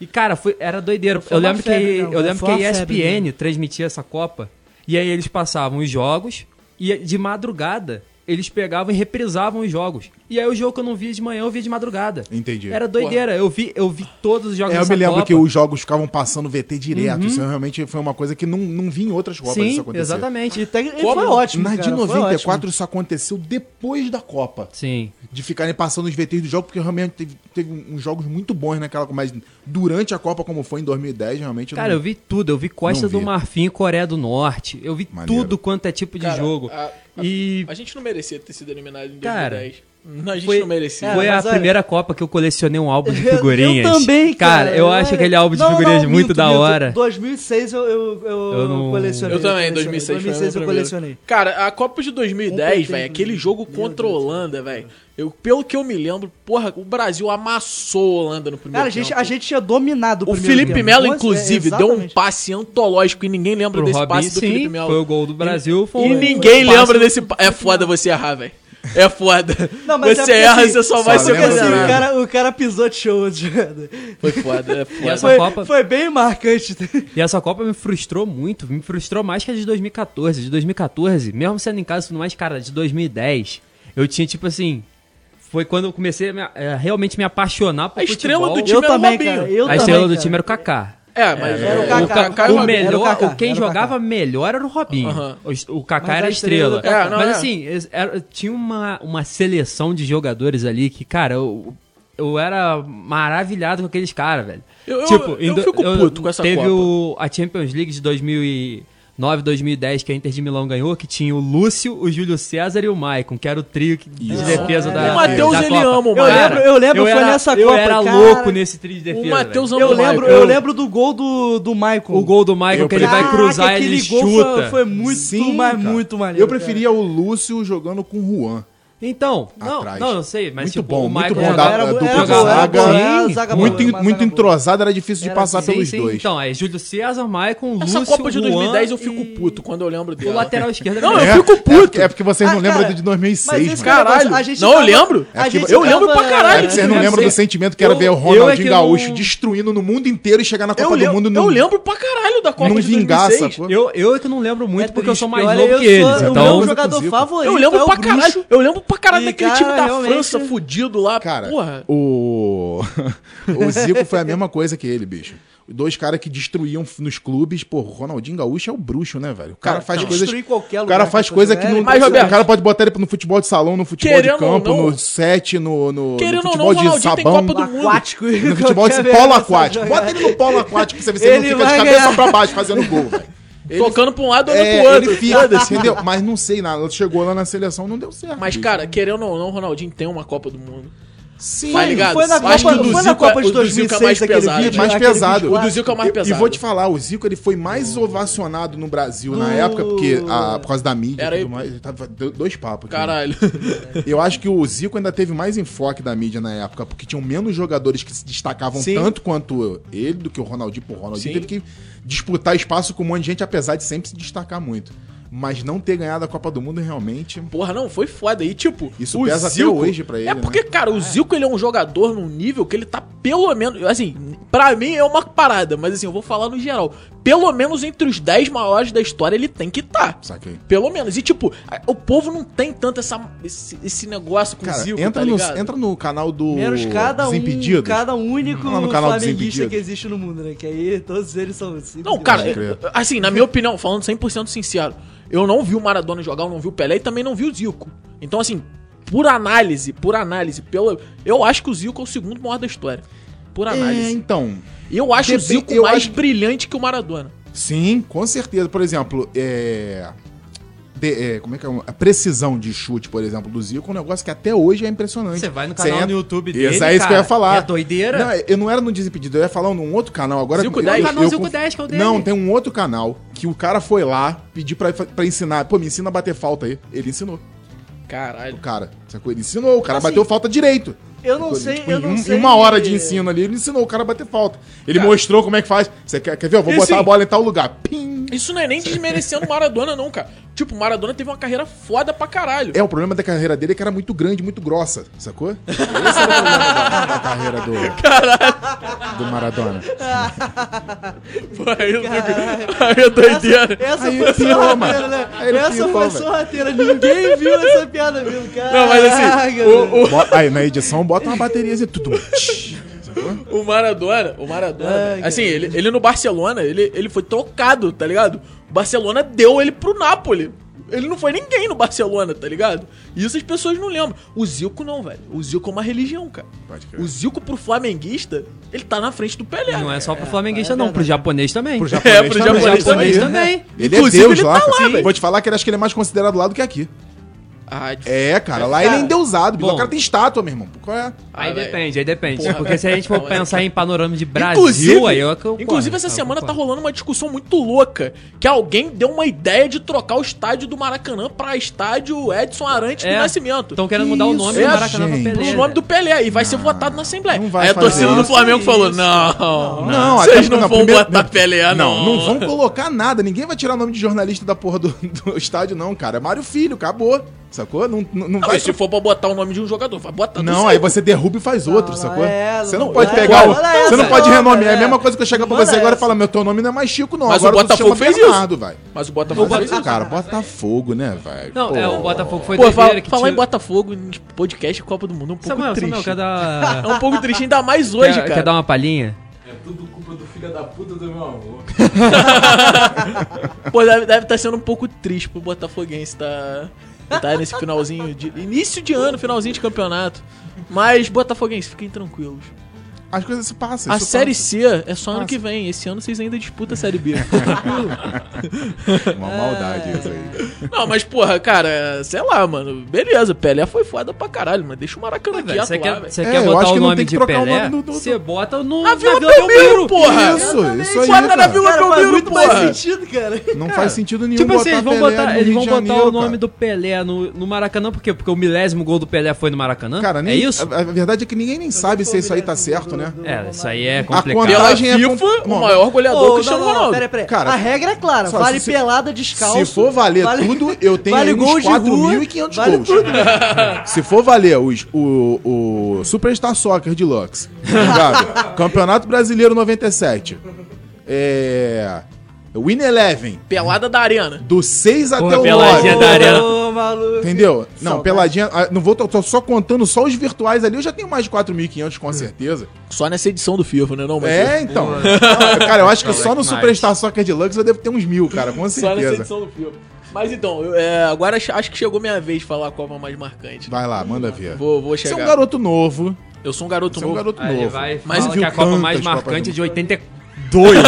Speaker 1: e cara, foi, era doideira.
Speaker 3: Foi
Speaker 1: Eu
Speaker 3: uma
Speaker 1: lembro,
Speaker 3: febre,
Speaker 1: que,
Speaker 3: não,
Speaker 1: eu lembro
Speaker 3: foi
Speaker 1: que a
Speaker 3: uma
Speaker 1: ESPN
Speaker 3: febre, né?
Speaker 1: transmitia essa Copa. E aí eles passavam os jogos e de madrugada eles pegavam e reprisavam os jogos. E aí o jogo que eu não via de manhã, eu via de madrugada.
Speaker 4: Entendi.
Speaker 1: Era doideira. Eu vi, eu vi todos os jogos
Speaker 4: É, eu
Speaker 1: dessa
Speaker 4: me lembro
Speaker 1: Copa.
Speaker 4: que os jogos ficavam passando VT direto.
Speaker 3: Uhum.
Speaker 4: Isso realmente foi uma coisa que não, não vi em outras Copas isso
Speaker 1: Sim,
Speaker 4: acontecer.
Speaker 1: exatamente.
Speaker 3: E, tem- e
Speaker 2: Copa-
Speaker 3: foi ótimo.
Speaker 4: Na
Speaker 3: cara,
Speaker 4: de
Speaker 3: foi
Speaker 4: 94 isso aconteceu depois da Copa.
Speaker 1: Sim.
Speaker 4: De ficarem passando os VTs do jogo, porque realmente teve, teve um, uns jogos muito bons naquela Copa. Mas durante a Copa, como foi em 2010, realmente...
Speaker 1: Cara, eu vi tudo. Eu vi Costa
Speaker 4: Não
Speaker 1: do
Speaker 4: vi.
Speaker 1: Marfim, Coreia do Norte. Eu vi
Speaker 4: Maneiro.
Speaker 1: tudo quanto é tipo de
Speaker 2: Cara,
Speaker 1: jogo.
Speaker 2: a- a-
Speaker 1: e
Speaker 2: A gente não merecia ter sido eliminado em 2010.
Speaker 1: Cara,
Speaker 2: Não, a gente
Speaker 1: foi,
Speaker 2: não merecia.
Speaker 3: É,
Speaker 1: foi a
Speaker 3: mas olha-
Speaker 1: primeira Copa que eu colecionei um álbum de
Speaker 3: Eu-
Speaker 1: figurinhas.
Speaker 3: Eu também, cara.
Speaker 1: eu acho aquele álbum de
Speaker 3: Não, não,
Speaker 1: figurinhas muito
Speaker 3: minto,
Speaker 1: da
Speaker 3: minto.
Speaker 1: hora.
Speaker 3: 2006 eu, eu, eu,
Speaker 1: Eu não-
Speaker 3: colecionei.
Speaker 2: Eu também, em
Speaker 3: colecionei.
Speaker 2: 2006. foi a
Speaker 3: 2006 eu
Speaker 2: minha
Speaker 3: colecionei.
Speaker 2: primeira. Cara, a Copa de
Speaker 3: Um
Speaker 2: 2010,
Speaker 3: perfeito,
Speaker 2: velho, aquele
Speaker 3: né?
Speaker 2: jogo
Speaker 3: Meu
Speaker 2: contra a
Speaker 3: Deus.
Speaker 2: Holanda, velho. Eu, pelo que eu me lembro, porra, o Brasil amassou a Holanda no primeiro
Speaker 3: Cara, a gente,
Speaker 2: tempo.
Speaker 3: a gente tinha dominado
Speaker 2: O
Speaker 3: primeiro
Speaker 2: Felipe
Speaker 3: tempo.
Speaker 2: Melo,
Speaker 3: Nossa, é,
Speaker 2: inclusive, deu um
Speaker 3: exatamente.
Speaker 2: passe antológico e ninguém lembra
Speaker 1: Pro
Speaker 2: desse
Speaker 1: Robin,
Speaker 2: passe do Felipe
Speaker 1: sim,
Speaker 2: Melo.
Speaker 1: foi o gol do Brasil. foi-
Speaker 2: E
Speaker 1: foi
Speaker 2: ninguém
Speaker 1: um passe
Speaker 2: lembra desse. pa- É foda você errar, velho. É foda.
Speaker 3: Não, mas
Speaker 2: você
Speaker 3: é porque,
Speaker 2: erra,
Speaker 3: assim,
Speaker 2: você só
Speaker 4: só
Speaker 2: vai
Speaker 3: Só
Speaker 2: ser
Speaker 4: lembra
Speaker 3: que, assim,
Speaker 4: do
Speaker 2: condenado.
Speaker 3: o, cara, o cara pisoteou de
Speaker 2: Foi foda, é foda.
Speaker 1: E essa
Speaker 3: Foi,
Speaker 1: Copa-
Speaker 3: foi bem marcante.
Speaker 1: E essa Copa me frustrou muito, me frustrou mais que a de 2014. De 2014, mesmo sendo em casa e tudo mais, cara, de 2010, eu tinha tipo assim. Foi quando eu comecei a, me- a realmente me apaixonar por
Speaker 2: A estrela
Speaker 1: futebol.
Speaker 2: do time
Speaker 3: Eu
Speaker 2: era o
Speaker 3: também,
Speaker 2: Robinho.
Speaker 3: cara. Eu
Speaker 1: a
Speaker 3: também,
Speaker 1: estrela do
Speaker 3: cara.
Speaker 1: time era o Kaká.
Speaker 2: É, mas
Speaker 3: Era o
Speaker 1: O,
Speaker 3: Kaká.
Speaker 1: Kaká,
Speaker 3: Kaká
Speaker 1: o
Speaker 3: era o
Speaker 1: melhor,
Speaker 3: Kaká,
Speaker 1: o quem
Speaker 3: era o Kaká.
Speaker 1: jogava melhor era o Robinho.
Speaker 2: Aham.
Speaker 1: O, o Kaká
Speaker 3: Mas
Speaker 1: era
Speaker 3: a
Speaker 1: a estrela.
Speaker 3: estrela do Kaká.
Speaker 2: É, não,
Speaker 1: Mas
Speaker 2: é.
Speaker 1: assim, es- era- tinha uma, uma seleção de jogadores ali que, cara, eu, eu era maravilhado com aqueles caras, velho.
Speaker 2: Eu- eu- eu
Speaker 1: em do-
Speaker 2: fico puto com essa
Speaker 1: Teve
Speaker 2: Copa.
Speaker 1: o- a Champions League de 2000 e 9 2010, que a Inter de Milão ganhou, que tinha o Lúcio, o Júlio César e o Maicon, que era o trio que- de
Speaker 4: Isso.
Speaker 1: defesa
Speaker 2: O
Speaker 1: da da
Speaker 2: Matheus, ele
Speaker 1: Copa.
Speaker 2: ama o
Speaker 1: Cara,
Speaker 2: Maicon.
Speaker 3: Eu lembro, eu fui
Speaker 1: era-
Speaker 3: nessa
Speaker 1: Eu
Speaker 3: Copa,
Speaker 1: era
Speaker 3: cara.
Speaker 1: louco nesse trio de defesa.
Speaker 2: O Matheus
Speaker 1: velho.
Speaker 2: ama
Speaker 3: Eu
Speaker 2: o
Speaker 3: lembro,
Speaker 2: Maicon.
Speaker 3: eu lembro do gol do, do Maicon.
Speaker 1: O gol do Maicon,
Speaker 4: Eu
Speaker 1: que ele vai
Speaker 4: prefiro-
Speaker 1: cruzar e ele
Speaker 3: aquele gol
Speaker 1: chuta.
Speaker 3: Foi, foi muito,
Speaker 4: Sim,
Speaker 3: mas
Speaker 4: cara.
Speaker 3: muito maneiro.
Speaker 4: Eu preferia o Lúcio jogando com o Juan.
Speaker 1: Então, não,
Speaker 4: Atrás.
Speaker 1: não, eu sei, mas
Speaker 4: muito
Speaker 1: tipo,
Speaker 4: bom,
Speaker 1: o Maicon
Speaker 4: muito bom da
Speaker 1: jogava-
Speaker 4: da
Speaker 3: era-
Speaker 4: dupla
Speaker 3: era
Speaker 1: boa, era
Speaker 4: zaga.
Speaker 1: boa, era uma zaga
Speaker 4: muito
Speaker 3: boa,
Speaker 4: en-
Speaker 3: uma
Speaker 4: muito
Speaker 3: zaga boa.
Speaker 4: entrosado, era difícil de
Speaker 3: Era
Speaker 4: passar
Speaker 1: Sim,
Speaker 4: pelos
Speaker 1: sim,
Speaker 4: dois.
Speaker 1: então, é Júlio César, Maicon, Lúcio,
Speaker 2: Essa Copa de 2010 eu
Speaker 1: Juan
Speaker 2: fico
Speaker 1: e
Speaker 2: puto quando eu lembro dele.
Speaker 1: O lateral esquerdo era
Speaker 2: Não,
Speaker 1: melhor.
Speaker 2: eu fico puto.
Speaker 4: É porque, é porque vocês
Speaker 3: Ah,
Speaker 4: não lembram
Speaker 3: cara,
Speaker 4: do de 2006,
Speaker 3: Mas esse
Speaker 4: mano.
Speaker 3: cara-
Speaker 2: Caralho.
Speaker 3: A gente
Speaker 2: Não,
Speaker 3: tava-
Speaker 2: eu lembro.
Speaker 3: a gente
Speaker 2: eu lembro
Speaker 3: tava-
Speaker 2: pra
Speaker 4: É
Speaker 2: caralho.
Speaker 4: que vocês não
Speaker 1: eu
Speaker 4: lembram
Speaker 1: sei.
Speaker 4: do sentimento que era
Speaker 1: Eu-
Speaker 4: ver o
Speaker 1: eu é que
Speaker 4: Ronaldinho
Speaker 1: não-
Speaker 4: Gaúcho destruindo no mundo inteiro e chegar na
Speaker 2: Eu,
Speaker 4: Copa do
Speaker 2: lembro,
Speaker 4: Mundo
Speaker 2: eu
Speaker 4: não,
Speaker 2: lembro pra caralho da Copa
Speaker 4: não
Speaker 2: de
Speaker 4: vingar,
Speaker 2: 2006.
Speaker 4: sacou?
Speaker 1: Eu, eu é que não lembro muito
Speaker 3: É
Speaker 1: porque eu
Speaker 3: triste,
Speaker 1: sou mais
Speaker 3: olha,
Speaker 1: novo que
Speaker 3: eu sou-
Speaker 1: eles.
Speaker 3: o
Speaker 1: Então,
Speaker 3: meu jogador
Speaker 4: Zico.
Speaker 3: favorito.
Speaker 2: Eu lembro
Speaker 3: é o
Speaker 2: pra
Speaker 3: Bruxo.
Speaker 2: caralho. Eu lembro pra caralho
Speaker 3: E,
Speaker 2: daquele
Speaker 3: cara,
Speaker 2: time da
Speaker 3: realmente- é.
Speaker 2: França fudido lá.
Speaker 4: Cara,
Speaker 2: porra.
Speaker 4: o... o Zico foi a mesma coisa que ele, bicho. Dois caras que destruíam f- nos clubes, pô, o Ronaldinho Gaúcho é o bruxo, né, velho? O cara faz
Speaker 3: não.
Speaker 4: coisas.
Speaker 3: Destruir qualquer
Speaker 4: o
Speaker 3: lugar
Speaker 4: cara
Speaker 3: que
Speaker 4: faz
Speaker 3: ele
Speaker 4: coisa
Speaker 3: fosse,
Speaker 4: que não.
Speaker 3: velho.
Speaker 2: é, Mas, Roberto-
Speaker 4: o cara pode botar ele no futebol de salão, no futebol
Speaker 2: Querendo
Speaker 4: de campo,
Speaker 2: ou não-
Speaker 4: no set, no, no, no
Speaker 2: Querendo ou não,
Speaker 4: futebol de
Speaker 2: Ronaldinho tem
Speaker 4: sabão.
Speaker 2: Copa do Mundo. né,
Speaker 3: Aquático.
Speaker 4: No futebol de
Speaker 3: Qualquer
Speaker 4: polo
Speaker 3: merda
Speaker 4: aquático.
Speaker 3: você
Speaker 4: Bota
Speaker 3: joga.
Speaker 4: ele no polo aquático pra você ver se ele,
Speaker 3: Ele
Speaker 4: não fica de
Speaker 3: vai
Speaker 4: cabeça
Speaker 3: ganhar.
Speaker 4: pra baixo fazendo gol, velho. Ele
Speaker 2: Tocando pra um lado, olhando
Speaker 4: É,
Speaker 2: pro
Speaker 4: ele
Speaker 2: outro.
Speaker 4: fica, entendeu? Mas não sei nada. Chegou lá na seleção, não deu certo.
Speaker 2: Mas,
Speaker 4: bicho.
Speaker 2: cara, querendo ou não, Ronaldinho tem uma Copa do Mundo.
Speaker 4: sim,
Speaker 2: Tá ligado?
Speaker 3: Foi na
Speaker 2: Eu acho
Speaker 3: Copa,
Speaker 2: que o do
Speaker 3: foi na
Speaker 2: Zico é-
Speaker 3: Copa
Speaker 2: o
Speaker 3: de
Speaker 2: do Zico é
Speaker 3: 2006
Speaker 2: mais
Speaker 3: aquele
Speaker 2: pesado,
Speaker 3: vídeo,
Speaker 4: mais
Speaker 3: aquele
Speaker 4: pesado.
Speaker 3: vídeo
Speaker 4: O
Speaker 2: do Zico é o mais
Speaker 4: E- E
Speaker 2: pesado.
Speaker 4: vou te falar, o Zico ele foi mais ovacionado no Brasil na época, porque a- por causa da mídia
Speaker 2: Era
Speaker 4: e
Speaker 2: aí-
Speaker 4: tudo mais. Tava do- dois papos. aqui.
Speaker 2: Caralho.
Speaker 4: Eu acho que o Zico ainda teve mais enfoque da mídia na época, porque tinham menos jogadores que se destacavam
Speaker 3: Sim.
Speaker 4: tanto quanto ele, do que o Ronaldinho. Pô, o Ronaldinho
Speaker 2: Sim.
Speaker 4: teve que disputar espaço com um monte de gente, apesar de sempre se destacar muito. Mas não ter ganhado a Copa do Mundo realmente.
Speaker 2: tipo, Porra, não, foi foda. E, tipo,
Speaker 4: Isso pesa até hoje pra ele, né?
Speaker 2: É porque, cara, o Zico ele é um jogador num nível que ele tá pelo menos. Assim, pra mim é uma parada, mas assim, eu vou falar no geral. Pelo menos entre os 10 maiores da história ele tem que estar.
Speaker 4: Saquei.
Speaker 2: Pelo menos. E, tipo, a- o povo não tem tanto essa, esse, esse negócio com o
Speaker 4: Cara,
Speaker 2: Zico,
Speaker 4: entra,
Speaker 2: tá
Speaker 4: no,
Speaker 2: ligado?
Speaker 4: entra no canal do
Speaker 3: Menos cada um,
Speaker 4: Desimpedidos.
Speaker 3: cada único
Speaker 4: Lá no canal dos
Speaker 3: flamenguista
Speaker 4: impedidos.
Speaker 3: que existe no mundo, né? Que aí todos eles são
Speaker 2: Não, cara,
Speaker 4: Pode crer.
Speaker 2: eu- assim, na minha opinião, falando 100% sincero, eu não vi o Maradona jogar, eu não vi o Pelé e também não vi o Zico. Então, assim, por análise, por análise, pelo, eu acho que o Zico é o segundo maior da história. Por
Speaker 4: É,
Speaker 2: análise.
Speaker 4: então.
Speaker 2: E eu acho o
Speaker 4: Depen-
Speaker 2: Zico
Speaker 4: eu
Speaker 2: mais
Speaker 4: acho-
Speaker 2: brilhante que o Maradona.
Speaker 4: Sim, com certeza. Por exemplo, é... de- é, como é que é? A precisão de chute, por exemplo, do Zico é um negócio que até hoje é impressionante.
Speaker 1: Você vai no canal
Speaker 4: entra-
Speaker 1: no YouTube dele,
Speaker 4: Isso é isso que eu ia
Speaker 1: cara,
Speaker 4: falar.
Speaker 1: é doideira.
Speaker 4: Não, eu não era no Desimpedido, eu ia falar num outro canal. Agora
Speaker 2: Zico
Speaker 4: eu-
Speaker 2: 10.
Speaker 4: eu-
Speaker 1: Canal
Speaker 4: eu
Speaker 1: Zico
Speaker 4: conf-
Speaker 1: 10, que é o dele.
Speaker 4: Não, tem um outro canal que o cara foi lá pedir pra, pra ensinar. Pô, me ensina a bater falta aí. Ele ensinou. O
Speaker 2: Caralho.
Speaker 4: cara, sacou? Ele ensinou, o cara bateu falta direito.
Speaker 3: Eu não
Speaker 4: Tipo,
Speaker 3: sei,
Speaker 4: tipo,
Speaker 3: eu
Speaker 4: em
Speaker 3: não
Speaker 4: um-
Speaker 3: sei. é.
Speaker 4: Em uma hora de ensino ali, ele ensinou o cara a bater falta. Ele mostrou como é que faz. Você quer, quer ver? Eu vou
Speaker 2: E
Speaker 4: botar a
Speaker 2: sim.
Speaker 4: bola em tal lugar. Pim!
Speaker 2: Isso não é nem desmerecendo o Maradona, não, cara. Tipo, o Maradona teve uma carreira foda pra caralho.
Speaker 4: É, o problema da carreira dele é que era muito grande, muito grossa, sacou? Esse era o problema da, da carreira do, do Maradona.
Speaker 2: Pô, aí eu- aí é doideira.
Speaker 3: Essa
Speaker 4: Aí
Speaker 3: foi
Speaker 4: ele piou,
Speaker 3: sorrateira,
Speaker 4: mano.
Speaker 3: né?
Speaker 4: Aí ele
Speaker 3: Essa
Speaker 4: piou,
Speaker 3: foi
Speaker 4: velho.
Speaker 3: sorrateira. Ninguém viu essa piada, viu? Caraca,
Speaker 2: Não, mas assim,
Speaker 3: velho.
Speaker 2: o,
Speaker 4: Bota- aí, na edição, bota uma bateria assim, tudo. Sacou?
Speaker 2: o, o Maradona, o Maradona,
Speaker 1: Ah,
Speaker 3: Ai,
Speaker 2: velho,
Speaker 3: cara.
Speaker 1: é
Speaker 2: assim, ele, ele no Barcelona, ele, ele foi trocado, tá ligado? O Barcelona deu ele pro Napoli. Ele não foi ninguém no Barcelona, tá ligado? E isso as pessoas não lembram. O Zico não, velho. O Zico é uma religião, cara.
Speaker 4: Pode crer.
Speaker 2: O Zico pro flamenguista, ele tá na frente do Pelé.
Speaker 1: Não é só pro flamenguista, não, pro japonês também.
Speaker 4: Pro
Speaker 2: japonês É, pro também. japonês
Speaker 1: japonês
Speaker 4: né?
Speaker 1: também.
Speaker 4: Ele
Speaker 2: Inclusive,
Speaker 4: é Deus
Speaker 2: ele
Speaker 4: lá,
Speaker 2: tá lá,
Speaker 4: cara.
Speaker 2: velho.
Speaker 4: Vou te falar que ele acho que ele é mais considerado lá do que aqui.
Speaker 2: Ah, de
Speaker 4: É, cara, lá ele é endeusado. bicho. O cara tem estátua, meu irmão. Qual é?
Speaker 1: Aí
Speaker 2: Ah, velho.
Speaker 1: depende, aí depende.
Speaker 2: Porra.
Speaker 1: Porque se a gente for
Speaker 2: Não, é-
Speaker 1: pensar em panorama de Brasil,
Speaker 2: Inclusive,
Speaker 1: aí eu, eu
Speaker 2: inclusive essa semana tá rolando uma discussão muito louca que alguém deu uma ideia de trocar o estádio do Maracanã pra estádio Edson Arantes
Speaker 1: É,
Speaker 2: do Nascimento.
Speaker 1: Estão querendo mudar o nome
Speaker 4: Isso,
Speaker 1: do Maracanã
Speaker 4: gente.
Speaker 1: pra
Speaker 2: Pro
Speaker 1: Pelé.
Speaker 2: nome do Pelé e vai ser votado na Assembleia.
Speaker 4: É. não vai
Speaker 2: Aí a
Speaker 4: fazer
Speaker 2: torcida do
Speaker 4: isso.
Speaker 2: Flamengo
Speaker 3: Que
Speaker 2: falou:
Speaker 3: isso.
Speaker 2: não,
Speaker 4: Não, até
Speaker 2: vocês
Speaker 4: porque
Speaker 2: não
Speaker 4: na
Speaker 2: vão
Speaker 4: primeira-
Speaker 2: botar Pelé, não.
Speaker 4: Não, não vão colocar nada. Ninguém vai tirar nome de jornalista da porra do, do estádio, não, cara. É Mário Filho, acabou. Sacou? Não, não, não
Speaker 2: Não,
Speaker 4: vai.
Speaker 2: mas se for pra botar o nome de um jogador, vai botar do
Speaker 4: Não,
Speaker 2: Zico.
Speaker 4: aí você derruba e faz outro, sacou?
Speaker 3: é,
Speaker 4: você não
Speaker 3: não
Speaker 4: pode
Speaker 3: é.
Speaker 4: pegar o.
Speaker 3: Não, não é
Speaker 4: Você não
Speaker 3: essa,
Speaker 4: pode
Speaker 3: não,
Speaker 4: renomear. É a
Speaker 3: velho.
Speaker 4: mesma coisa que eu chegar pra
Speaker 3: Não
Speaker 4: você
Speaker 3: é
Speaker 4: agora e
Speaker 3: essa.
Speaker 4: falar: meu teu nome não é mais Chico, não.
Speaker 2: Mas
Speaker 4: agora
Speaker 2: o Botafogo
Speaker 4: tu se chama
Speaker 2: fez isso.
Speaker 4: Bernardo, vai.
Speaker 2: Mas o Botafogo fez isso.
Speaker 4: Cara, Botafogo, né, velho?
Speaker 1: Não,
Speaker 4: Pô.
Speaker 1: é, o Botafogo foi
Speaker 2: Pô,
Speaker 1: doideira
Speaker 2: fala,
Speaker 1: que
Speaker 2: falar em
Speaker 1: tirou-
Speaker 2: Botafogo, em podcast Copa do Mundo, é um pouco
Speaker 1: Samuel,
Speaker 2: triste.
Speaker 1: Samuel, quer dar...
Speaker 2: É um pouco triste, ainda mais hoje,
Speaker 1: quer,
Speaker 2: cara.
Speaker 1: quer dar uma palhinha?
Speaker 5: É tudo culpa do filho da puta do meu amor.
Speaker 2: Pô, deve estar sendo um pouco triste pro Botafoguense tá, tá nesse finalzinho de. Início de ano, finalzinho de campeonato. Mas, Botafoguense, fiquem tranquilos.
Speaker 4: As coisas se passam.
Speaker 2: A
Speaker 4: isso
Speaker 2: Série
Speaker 4: passa.
Speaker 2: C é só ano
Speaker 4: Passa.
Speaker 2: que vem. Esse ano vocês ainda disputam a Série B.
Speaker 4: tá Uma maldade isso aí.
Speaker 2: Não, mas porra, cara, sei lá, mano. Beleza, Pelé foi foda pra caralho, mas deixa o Maracanã aqui
Speaker 1: Você
Speaker 2: quieto
Speaker 1: quer,
Speaker 2: lá, velho.
Speaker 1: você
Speaker 4: É,
Speaker 1: quer
Speaker 4: eu
Speaker 1: botar
Speaker 4: acho
Speaker 1: o
Speaker 4: que não
Speaker 1: nome
Speaker 4: tem que
Speaker 1: de
Speaker 4: trocar o
Speaker 1: Pelé?
Speaker 4: nome do- do- do-
Speaker 1: Você bota no,
Speaker 2: Na
Speaker 1: na
Speaker 2: Vila
Speaker 1: Vila
Speaker 2: Belmiro,
Speaker 1: Belmiro,
Speaker 2: porra!
Speaker 4: Isso, isso aí,
Speaker 2: Bota na
Speaker 4: cara.
Speaker 2: Vila
Speaker 3: Cara, faz
Speaker 2: Belmiro,
Speaker 3: muito
Speaker 2: porra!
Speaker 3: mais sentido, cara.
Speaker 4: Não faz sentido nenhum
Speaker 1: Tipo assim, eles vão
Speaker 4: Pelé
Speaker 1: botar,
Speaker 4: no
Speaker 1: eles
Speaker 4: Rio
Speaker 1: vão
Speaker 4: de
Speaker 1: botar
Speaker 4: Janeiro,
Speaker 1: o nome
Speaker 4: cara.
Speaker 1: do Pelé no, no Maracanã, por quê? Porque o milésimo gol do Pelé foi no Maracanã?
Speaker 4: Cara,
Speaker 1: é
Speaker 4: nem,
Speaker 1: isso?
Speaker 4: A, a verdade é que ninguém nem sabe se isso aí tá certo, né?
Speaker 1: É, isso aí é
Speaker 4: A
Speaker 1: complicado.
Speaker 2: Pela
Speaker 4: Vantagem é
Speaker 2: FIFA,
Speaker 4: com-
Speaker 2: o
Speaker 4: Bom,
Speaker 2: maior goleador
Speaker 3: Ô,
Speaker 2: Cristiano
Speaker 3: não, não, não,
Speaker 2: Ronaldo.
Speaker 3: pera, pera.
Speaker 4: Cara,
Speaker 3: a regra é clara,
Speaker 4: só
Speaker 3: vale
Speaker 4: se-
Speaker 3: pelada descalço.
Speaker 4: Se for valer
Speaker 3: vale-
Speaker 4: tudo, eu tenho
Speaker 3: vale
Speaker 4: aí uns
Speaker 3: gols de rua,
Speaker 4: 4.500
Speaker 3: vale
Speaker 4: gols.
Speaker 3: tudo.
Speaker 4: Se for valer os, o, o Superstar Soccer Deluxe, tá ligado? Campeonato Brasileiro 97, é, Win Eleven,
Speaker 2: Pelada da Arena.
Speaker 4: do 6 até o
Speaker 1: peladinha
Speaker 4: 9,
Speaker 1: da arena.
Speaker 3: Ô, maluco.
Speaker 4: entendeu? Não,
Speaker 3: Saudade.
Speaker 4: peladinha, ah, não vou, tô, tô só contando só os virtuais ali, eu já tenho mais de 4.500 com certeza.
Speaker 2: Só nessa edição do FIFA, né, não, mas
Speaker 4: É, então. Ah, Cara, eu acho que só no
Speaker 1: Nice.
Speaker 4: Superstar Soccer Deluxe eu devo ter uns mil, cara, com
Speaker 2: Só nessa
Speaker 4: certeza.
Speaker 2: edição do FIFA. Mas então, eu, é, agora acho- acho que chegou minha vez de falar é a Copa mais marcante.
Speaker 4: Vai lá, manda ver.
Speaker 2: Vou, vou
Speaker 4: Você é
Speaker 2: chegar.
Speaker 4: um garoto novo.
Speaker 2: Eu sou um garoto
Speaker 4: Você é
Speaker 2: novo.
Speaker 4: um garoto
Speaker 1: Aí ele
Speaker 4: novo.
Speaker 1: vai e
Speaker 2: Mas
Speaker 1: fala
Speaker 4: viu
Speaker 1: que a Copa mais
Speaker 4: tantas Copas
Speaker 1: marcante
Speaker 4: do
Speaker 1: é de 84.
Speaker 4: Dois.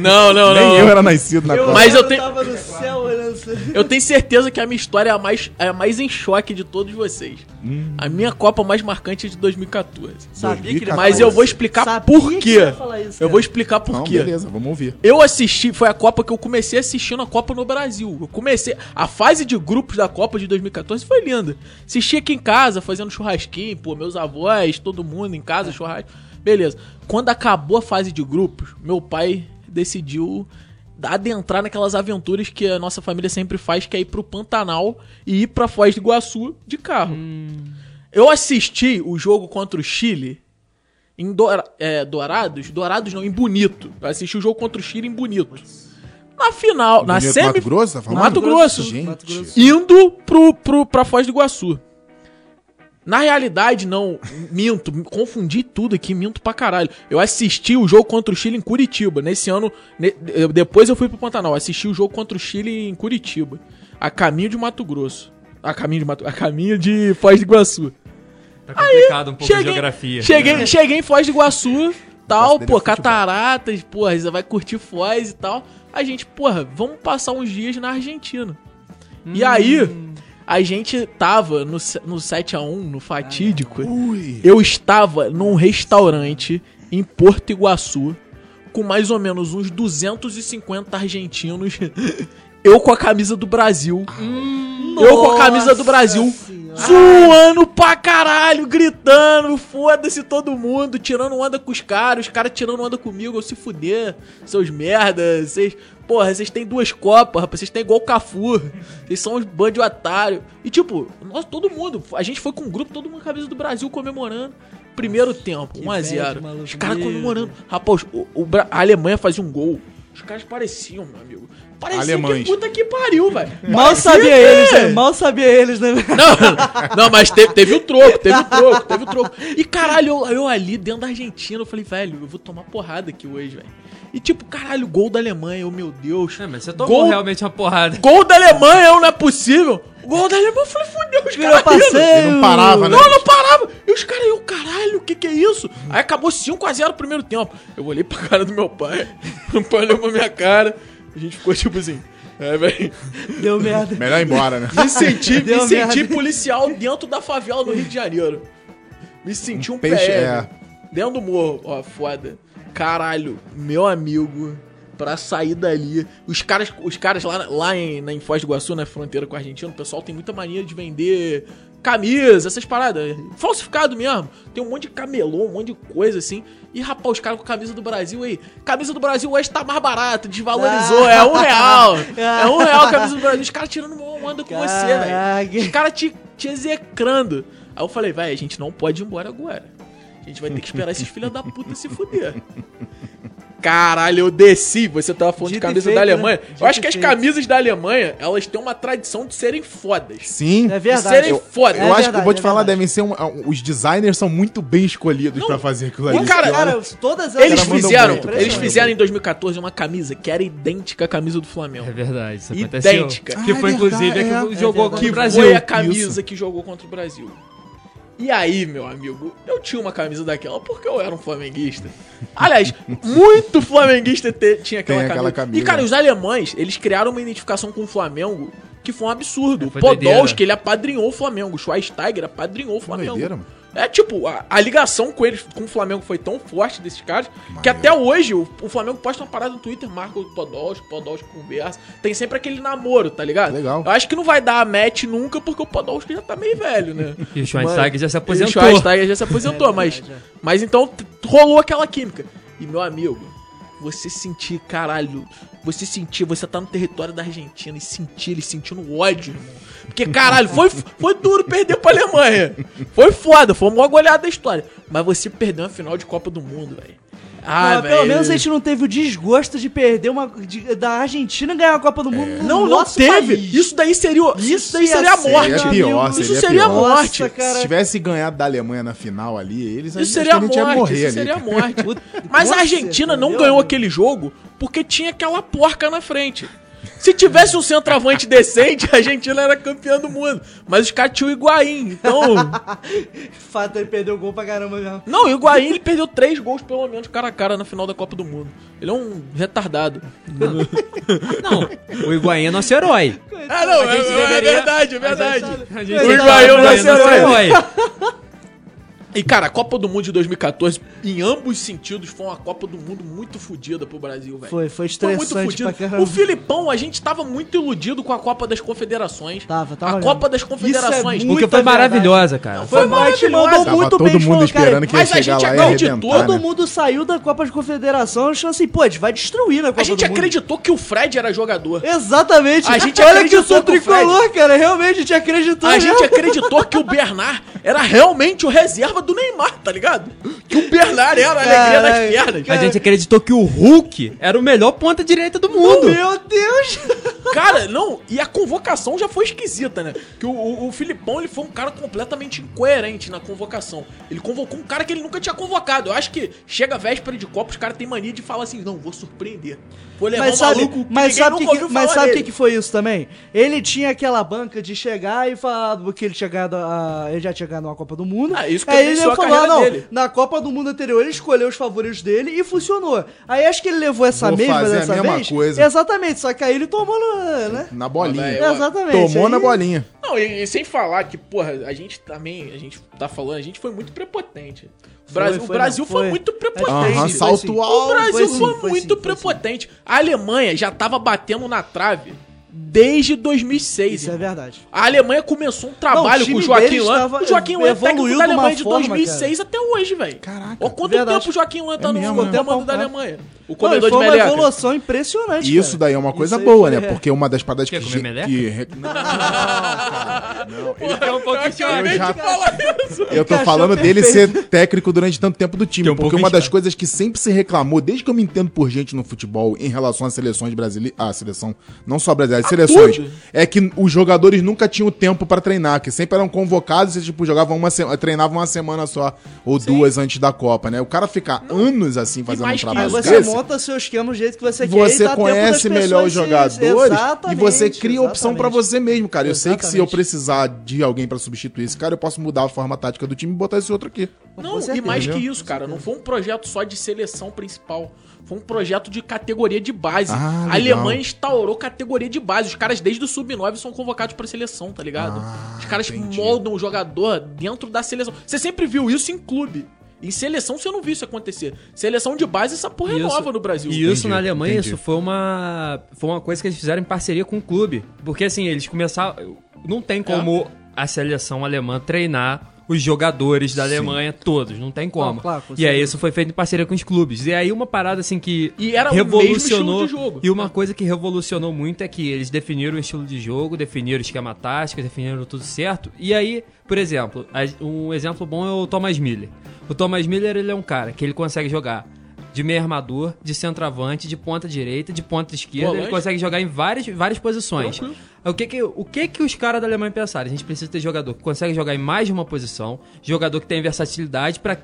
Speaker 2: Não, não, não.
Speaker 4: Nem eu era nascido na Copa.
Speaker 2: Mas eu tenho-
Speaker 3: tava no céu olhando assim. isso.
Speaker 2: Eu tenho certeza que a minha história é a mais, é a mais em choque de todos vocês.
Speaker 4: Hum.
Speaker 2: A minha Copa mais marcante é de 2014.
Speaker 3: Sabia que ele-
Speaker 4: 2014.
Speaker 2: Mas eu vou explicar
Speaker 3: Sabia
Speaker 2: por
Speaker 3: que
Speaker 2: quê.
Speaker 3: você ia falar isso,
Speaker 2: eu
Speaker 3: cara.
Speaker 2: vou explicar por
Speaker 4: Não,
Speaker 2: quê.
Speaker 4: beleza, vamos ouvir.
Speaker 2: Eu assisti, foi a Copa que eu comecei assistindo a Copa no Brasil. Eu comecei. A fase de grupos da Copa de 2014 foi linda. Assisti aqui em casa, fazendo churrasquinho, pô, meus avós, todo mundo em casa, churrasco. Beleza. Quando acabou a fase de grupos, meu pai decidiu adentrar naquelas aventuras que a nossa família sempre faz, que é ir pro Pantanal e ir pra Foz do Iguaçu de carro. Eu assisti o jogo contra o Chile em Doura- é, Dourados? Dourados não, em Bonito. Eu assisti o jogo contra o Chile em Bonito. Na final, na
Speaker 4: Bonito,
Speaker 2: semi...
Speaker 4: Mato Grosso, tá falando?
Speaker 2: Mato Grosso.
Speaker 4: Gente.
Speaker 3: Mato Grosso.
Speaker 2: Indo pro, pro, pra Foz do Iguaçu. Na realidade, não, minto, confundi tudo aqui, minto pra caralho. Eu assisti o jogo contra o Chile em Curitiba. Nesse ano, ne- eu- depois eu fui pro Pantanal, assisti o jogo contra o Chile em Curitiba. A caminho de Mato Grosso. A caminho de Mato, a caminho de Foz do Iguaçu.
Speaker 1: Tá complicado um pouco a geografia. É.
Speaker 2: Cheguei, cheguei em Foz do Iguaçu, tal,
Speaker 4: Considera
Speaker 2: pô,
Speaker 4: futebol.
Speaker 2: cataratas, porra, você vai curtir Foz e tal. A gente, porra, vamos passar uns dias na Argentina. E aí, a gente tava no, se- no 7x1, no fatídico.
Speaker 4: Ah, Ui.
Speaker 2: Eu estava num restaurante em Porto Iguaçu com mais ou menos uns 250 argentinos. Eu com a camisa do Brasil. eu com a camisa do Brasil. Zoando pra caralho, gritando, foda-se todo mundo, tirando onda com os caras, os caras tirando onda comigo, eu se fuder, seus merdas, vocês. Porra, vocês têm duas copas, rapaz, vocês têm igual o Cafu, vocês são uns bando de otário. E tipo, nós, todo mundo, a gente foi com um grupo, todo mundo com a camisa do Brasil comemorando. Primeiro tempo, 1x0.
Speaker 3: bad, maluco,
Speaker 2: Os caras
Speaker 3: meu
Speaker 2: comemorando. Rapaz, o, o Bra- a Alemanha fazia um gol. Os caras pareciam, meu amigo. Parecia
Speaker 4: Alemães.
Speaker 2: que puta que pariu, velho.
Speaker 3: Mal sabia eles, né? Mal sabia eles, né?
Speaker 2: Não, não mas te- teve o troco, teve o troco, teve o troco. E caralho, eu, eu ali dentro da Argentina, eu falei, velho, eu vou tomar porrada aqui hoje, velho. E tipo, caralho, gol da Alemanha, eu, meu Deus.
Speaker 1: É, mas você tomou
Speaker 2: Gol-
Speaker 1: realmente uma porrada.
Speaker 2: Gol da Alemanha, eu, não é possível. Gol da Alemanha, eu falei, fudeu, os
Speaker 3: Virou
Speaker 2: caras rindo.
Speaker 3: passeio.
Speaker 4: Ele não parava, né?
Speaker 2: Não, não parava. E os caras, eu, caralho, o que que é isso? Aí acabou 5x0 o primeiro tempo. Eu olhei pra cara do meu pai, meu pai olhou pra minha cara, a gente ficou tipo assim, é, velho.
Speaker 3: Deu merda.
Speaker 4: Melhor ir embora, né?
Speaker 2: Me senti,
Speaker 3: Deu
Speaker 2: me senti
Speaker 3: merda.
Speaker 2: policial dentro da favela do Rio de Janeiro. Me senti um,
Speaker 4: peixe,
Speaker 2: PM.
Speaker 4: é.
Speaker 2: Dentro do morro, ó, foda. Caralho, meu amigo, pra sair dali. Os caras, os caras lá, lá em, na, em Foz do Iguaçu, na fronteira com a Argentina, o pessoal tem muita mania de vender camisa, essas paradas. Falsificado mesmo. Tem um monte de camelô, um monte de coisa assim. E, rapaz, os caras com camisa do Brasil aí. Camisa do Brasil hoje tá mais barata,
Speaker 3: Ah.
Speaker 2: desvalorizou, é um real. É um real a camisa do Brasil. Os caras tirando uma onda com você,
Speaker 3: Caraca.
Speaker 2: velho. Os caras te, te execrando. Aí eu falei, vai, a gente não pode ir embora agora. A gente vai ter que esperar esses filhos da puta se fuder. Caralho, eu desci. Você tava falando de
Speaker 3: Dito e
Speaker 2: camisa
Speaker 3: feito,
Speaker 2: da
Speaker 3: né?
Speaker 2: Alemanha.
Speaker 3: Dito
Speaker 2: Eu acho
Speaker 3: e
Speaker 2: que as
Speaker 3: feito.
Speaker 2: camisas da Alemanha, elas têm uma tradição de serem fodas.
Speaker 4: Sim.
Speaker 3: É verdade.
Speaker 2: Serem
Speaker 3: Eu-
Speaker 2: foda.
Speaker 3: É
Speaker 4: Eu acho que,
Speaker 3: verdade,
Speaker 4: eu vou te
Speaker 3: é
Speaker 4: falar,
Speaker 3: verdade.
Speaker 4: devem ser um- um- os designers são muito bem escolhidos pra fazer aquilo ali.
Speaker 2: o cara-
Speaker 4: Olha,
Speaker 3: todas elas-
Speaker 2: Eles
Speaker 4: mandam
Speaker 2: fizeram,
Speaker 4: muito, cara.
Speaker 2: eles
Speaker 4: Mandam
Speaker 2: fizeram em 2014 uma camisa que era idêntica à camisa do Flamengo.
Speaker 1: É verdade, isso aconteceu.
Speaker 2: Idêntica.
Speaker 1: Que
Speaker 4: Ah,
Speaker 1: foi,
Speaker 4: é
Speaker 1: inclusive,
Speaker 4: verdade,
Speaker 1: a
Speaker 4: é.
Speaker 1: que
Speaker 4: É
Speaker 1: jogou aqui
Speaker 2: que
Speaker 1: no Brasil.
Speaker 2: foi a camisa que jogou contra o Brasil. E aí, meu amigo, eu tinha uma camisa daquela porque eu era um flamenguista. Aliás, muito flamenguista te- tinha aquela,
Speaker 4: Tem aquela
Speaker 2: camisa. E,
Speaker 4: camisa.
Speaker 2: cara, os alemães, eles criaram uma identificação com o Flamengo que foi um absurdo.
Speaker 1: É, foi
Speaker 2: Podolski,
Speaker 1: doideira.
Speaker 2: ele apadrinhou o Flamengo. O Schweinsteiger apadrinhou o Flamengo.
Speaker 4: doideira, mano.
Speaker 2: É tipo, a, a ligação com eles, com o Flamengo foi tão forte desses caras, que
Speaker 4: Maneiro.
Speaker 2: até hoje o, o Flamengo posta uma parada no Twitter, marca o Podolski, o Podolski conversa. Tem sempre aquele namoro, tá ligado?
Speaker 4: Legal.
Speaker 2: Eu acho que não vai dar match nunca, porque o Podolski já tá meio velho, né?
Speaker 1: E o Schweinsteiger já se aposentou.
Speaker 2: O Schweinsteiger já se
Speaker 3: É,
Speaker 2: aposentou, mas, mas então t- rolou aquela química. E meu amigo, você sentir, caralho, você sentir, você tá no território da Argentina e sentir ele sentindo ódio, irmão. Porque, caralho, foi, foi duro perder pra Alemanha. Foi foda, foi a maior goleada da história. Mas você perdeu a final de Copa do Mundo, velho. Ah,
Speaker 3: Mas pelo menos a gente não teve o desgosto de perder uma. de- da Argentina ganhar a Copa do Mundo. no
Speaker 2: É. Não, não
Speaker 3: nosso
Speaker 2: teve.
Speaker 3: país.
Speaker 2: Isso daí seria. Isso daí
Speaker 3: ia
Speaker 2: seria a
Speaker 3: ser,
Speaker 2: morte.
Speaker 4: Seria
Speaker 3: meu
Speaker 4: pior,
Speaker 3: amigo.
Speaker 4: seria
Speaker 2: isso seria a
Speaker 4: pior.
Speaker 2: morte.
Speaker 3: Nossa, cara.
Speaker 4: Se tivesse ganhado da Alemanha na final ali, eles
Speaker 2: Isso
Speaker 4: acho
Speaker 2: seria a
Speaker 4: que a gente ia
Speaker 2: morte,
Speaker 4: morrer
Speaker 2: isso seria a
Speaker 4: ali.
Speaker 2: morte.
Speaker 3: Puta,
Speaker 2: Mas a
Speaker 3: nossa,
Speaker 2: Argentina não
Speaker 3: meu
Speaker 2: ganhou
Speaker 3: amigo.
Speaker 2: aquele jogo porque tinha aquela porca na frente. Se tivesse um centroavante decente, a Argentina era campeã do mundo. Mas os caras tinham o Higuaín, então...
Speaker 3: Fato, ele perdeu o gol pra caramba mesmo.
Speaker 2: Não, o Higuaín, ele perdeu três gols, pelo menos, cara a cara na final da Copa do Mundo. Ele é um retardado.
Speaker 1: Não, o Higuaín é nosso herói.
Speaker 2: Ah, não, é,
Speaker 1: gente
Speaker 2: é
Speaker 1: deveria-
Speaker 2: verdade, é verdade.
Speaker 1: A
Speaker 2: O
Speaker 1: tem que falar,
Speaker 2: Higuaín é o
Speaker 1: Higuaín é
Speaker 2: nosso herói.
Speaker 1: herói.
Speaker 2: E, cara, a Copa do Mundo de 2014, em ambos sentidos, foi uma Copa do Mundo muito fodida pro Brasil, velho.
Speaker 3: Foi, foi
Speaker 2: Foi muito
Speaker 3: estressante
Speaker 2: fudido.
Speaker 3: pra caramba.
Speaker 2: O Filipão, a gente tava muito iludido com a Copa das Confederações.
Speaker 3: Tava, tava
Speaker 2: A
Speaker 3: olhando.
Speaker 2: Copa das
Speaker 3: Isso é
Speaker 2: Confederações.
Speaker 3: muito-
Speaker 1: Porque
Speaker 3: Muita
Speaker 1: foi
Speaker 3: verdade.
Speaker 1: maravilhosa, cara.
Speaker 3: Foi maravilhoso. Mandou
Speaker 4: Tava
Speaker 3: muito
Speaker 4: todo
Speaker 3: bem,
Speaker 4: mundo
Speaker 3: falou, cara,
Speaker 4: esperando que ia
Speaker 2: mas a
Speaker 4: chegar
Speaker 2: gente
Speaker 4: lá e
Speaker 2: acreditou,
Speaker 4: arrebentar,
Speaker 3: Todo
Speaker 4: né?
Speaker 3: mundo saiu da Copa de Confederação achando assim, pô, a gente vai destruir na Copa
Speaker 2: A gente
Speaker 3: do Mundo.
Speaker 2: acreditou que o Fred era jogador.
Speaker 3: Exatamente.
Speaker 2: A gente
Speaker 3: Olha que eu
Speaker 2: acreditou
Speaker 3: sou
Speaker 2: com o
Speaker 3: tricolor, cara. Realmente, a gente acreditou.
Speaker 2: A
Speaker 3: mesmo.
Speaker 2: gente acreditou que o Bernard era realmente o reserva do Neymar, tá ligado? Que o Bernard era a alegria
Speaker 3: Caralho,
Speaker 2: das pernas.
Speaker 1: A gente acreditou que o Hulk era o melhor ponta direita do mundo.
Speaker 3: Meu Deus.
Speaker 2: Cara, não, e a convocação já foi esquisita, né? Que o, o, o Filipão, ele foi um cara completamente incoerente na convocação. Ele convocou um cara que ele nunca tinha convocado. Eu acho que chega a véspera de Copa, os caras têm mania de falar assim, não, vou surpreender. Vou levar
Speaker 3: Mas
Speaker 2: um
Speaker 3: sabe,
Speaker 2: maluco que
Speaker 3: mas
Speaker 2: ninguém
Speaker 3: sabe o que,
Speaker 2: nunca
Speaker 3: que-
Speaker 2: ouviu
Speaker 3: mas
Speaker 2: falar
Speaker 3: sabe o que,
Speaker 2: dele.
Speaker 3: que foi isso também? Ele tinha aquela banca de chegar e falar que ele tinha ganhado a- ele já tinha ganhado uma Copa do Mundo.
Speaker 2: Ah, isso que
Speaker 3: Aí ele
Speaker 2: iniciou a
Speaker 3: falou,
Speaker 2: carreira
Speaker 3: ah, não,
Speaker 2: dele.
Speaker 3: na Copa do Mundo anterior ele escolheu os favoritos dele e funcionou. Aí acho que ele levou essa
Speaker 4: Vou
Speaker 3: mesma
Speaker 4: fazer a
Speaker 3: dessa
Speaker 4: mesma
Speaker 3: vez.
Speaker 4: coisa.
Speaker 3: Exatamente, só que aí ele tomou, no- né?
Speaker 4: Na bolinha.
Speaker 2: Mas,
Speaker 3: Exatamente.
Speaker 4: Tomou
Speaker 3: aí-
Speaker 4: na bolinha.
Speaker 2: Não, e, e sem falar que, porra, a gente também, a gente tá falando, a gente foi muito prepotente. O Brasil,
Speaker 3: foi,
Speaker 2: o Brasil
Speaker 3: não,
Speaker 2: foi.
Speaker 3: foi.
Speaker 2: muito prepotente.
Speaker 4: Aham,
Speaker 3: Foi sim.
Speaker 4: salto
Speaker 2: O
Speaker 4: alto.
Speaker 2: Brasil
Speaker 3: foi sim,
Speaker 2: foi,
Speaker 3: foi sim,
Speaker 2: muito
Speaker 3: foi
Speaker 2: prepotente. A Alemanha já tava batendo na trave desde 2006.
Speaker 3: Isso é
Speaker 2: irmão.
Speaker 3: verdade.
Speaker 2: a Alemanha começou um
Speaker 3: Não, o
Speaker 2: trabalho
Speaker 3: time
Speaker 2: com o Joaquim
Speaker 3: deles
Speaker 2: Lã.
Speaker 3: tava-
Speaker 2: O Joaquim Lã é técnico
Speaker 3: evoluiu
Speaker 2: da
Speaker 3: de uma
Speaker 2: Alemanha de
Speaker 3: forma,
Speaker 2: 2006 até hoje, velho.
Speaker 4: Caraca.
Speaker 2: Olha quanto
Speaker 3: Verdade.
Speaker 2: tempo o Joaquim Lã tá
Speaker 4: É
Speaker 2: no
Speaker 4: mesmo, né?
Speaker 2: comando da
Speaker 3: É.
Speaker 2: Alemanha. O
Speaker 3: Não, e
Speaker 2: comendador de
Speaker 3: foi uma
Speaker 2: Meleca.
Speaker 3: evolução impressionante.
Speaker 4: E Isso
Speaker 3: cara.
Speaker 4: daí é uma coisa
Speaker 3: aí
Speaker 4: boa,
Speaker 3: foi-
Speaker 4: né? Porque uma das paradas que...
Speaker 1: Quer comer meleca?
Speaker 4: que-
Speaker 1: um
Speaker 2: tá
Speaker 1: pouquinho
Speaker 2: Acabei
Speaker 4: já-
Speaker 2: de falar isso.
Speaker 4: Eu tô
Speaker 3: Encaixou
Speaker 4: falando dele
Speaker 3: perfeito.
Speaker 4: ser técnico durante tanto tempo do time.
Speaker 1: Tem um
Speaker 4: porque
Speaker 1: pouco
Speaker 4: uma
Speaker 1: inchado.
Speaker 4: das coisas que sempre se reclamou, desde que eu me entendo por gente no futebol, em relação às seleções brasileiras. Ah, seleção. Não só brasileiras, seleções.
Speaker 2: tudo.
Speaker 4: É que os jogadores nunca tinham tempo pra treinar, que sempre eram convocados e, tipo, jogavam uma semana. Treinavam uma semana só, ou duas antes da Copa, né? O cara ficar anos assim fazendo um
Speaker 2: mais que
Speaker 4: trabalho
Speaker 3: Aí
Speaker 2: isso,
Speaker 3: você
Speaker 4: desse.
Speaker 3: monta seu esquema do jeito que você, quer e
Speaker 4: Você
Speaker 3: dá tempo das
Speaker 4: conhece
Speaker 3: pessoas
Speaker 4: melhor os
Speaker 3: se-
Speaker 4: jogadores e
Speaker 3: Exatamente,
Speaker 4: você cria opção pra
Speaker 3: exatamente.
Speaker 4: você mesmo, cara. Eu sei que se eu
Speaker 3: Exatamente.
Speaker 4: precisar de alguém pra substituir esse cara, eu posso mudar a forma tática do time e botar esse outro aqui.
Speaker 2: Não,
Speaker 3: Com
Speaker 2: e
Speaker 3: certeza.
Speaker 2: mais que isso, cara, não foi um projeto só de seleção principal. Foi um projeto de categoria de base.
Speaker 4: Ah,
Speaker 2: a
Speaker 4: legal.
Speaker 2: Alemanha instaurou categoria de base. Os caras, desde o sub-9, são convocados pra seleção, tá ligado?
Speaker 4: Ah,
Speaker 2: Os caras
Speaker 4: entendi.
Speaker 2: moldam o jogador dentro da seleção. Você sempre viu isso em clube. Em seleção, você não viu isso acontecer. Seleção de base, essa porra é
Speaker 1: Isso.
Speaker 2: nova no Brasil.
Speaker 1: E isso
Speaker 4: Entendi,
Speaker 1: na Alemanha,
Speaker 4: entendi.
Speaker 1: isso foi uma foi uma coisa que eles fizeram em parceria com o clube, porque assim, eles começaram não
Speaker 2: É.
Speaker 1: tem como a seleção alemã treinar os jogadores da Alemanha todos, não tem como.
Speaker 3: Não, claro, com
Speaker 1: e aí
Speaker 3: certeza.
Speaker 1: isso foi feito em parceria com os clubes. E aí uma parada assim que
Speaker 2: E era o
Speaker 1: revolucionou
Speaker 2: mesmo estilo de jogo.
Speaker 1: e uma coisa que revolucionou muito é que eles definiram o estilo de jogo, definiram o esquema tático, definiram tudo certo. E aí, por exemplo, a- um exemplo bom é o Thomas Miller. O Thomas Miller ele é um cara que ele consegue jogar de meio armador, de centroavante, de ponta direita, de ponta esquerda.
Speaker 2: Volante.
Speaker 1: Ele consegue jogar em várias, várias posições.
Speaker 2: Tranquilo.
Speaker 1: O que que, o que que os caras da Alemanha pensaram? A gente precisa ter jogador que consegue jogar em mais de uma posição, jogador que tem versatilidade para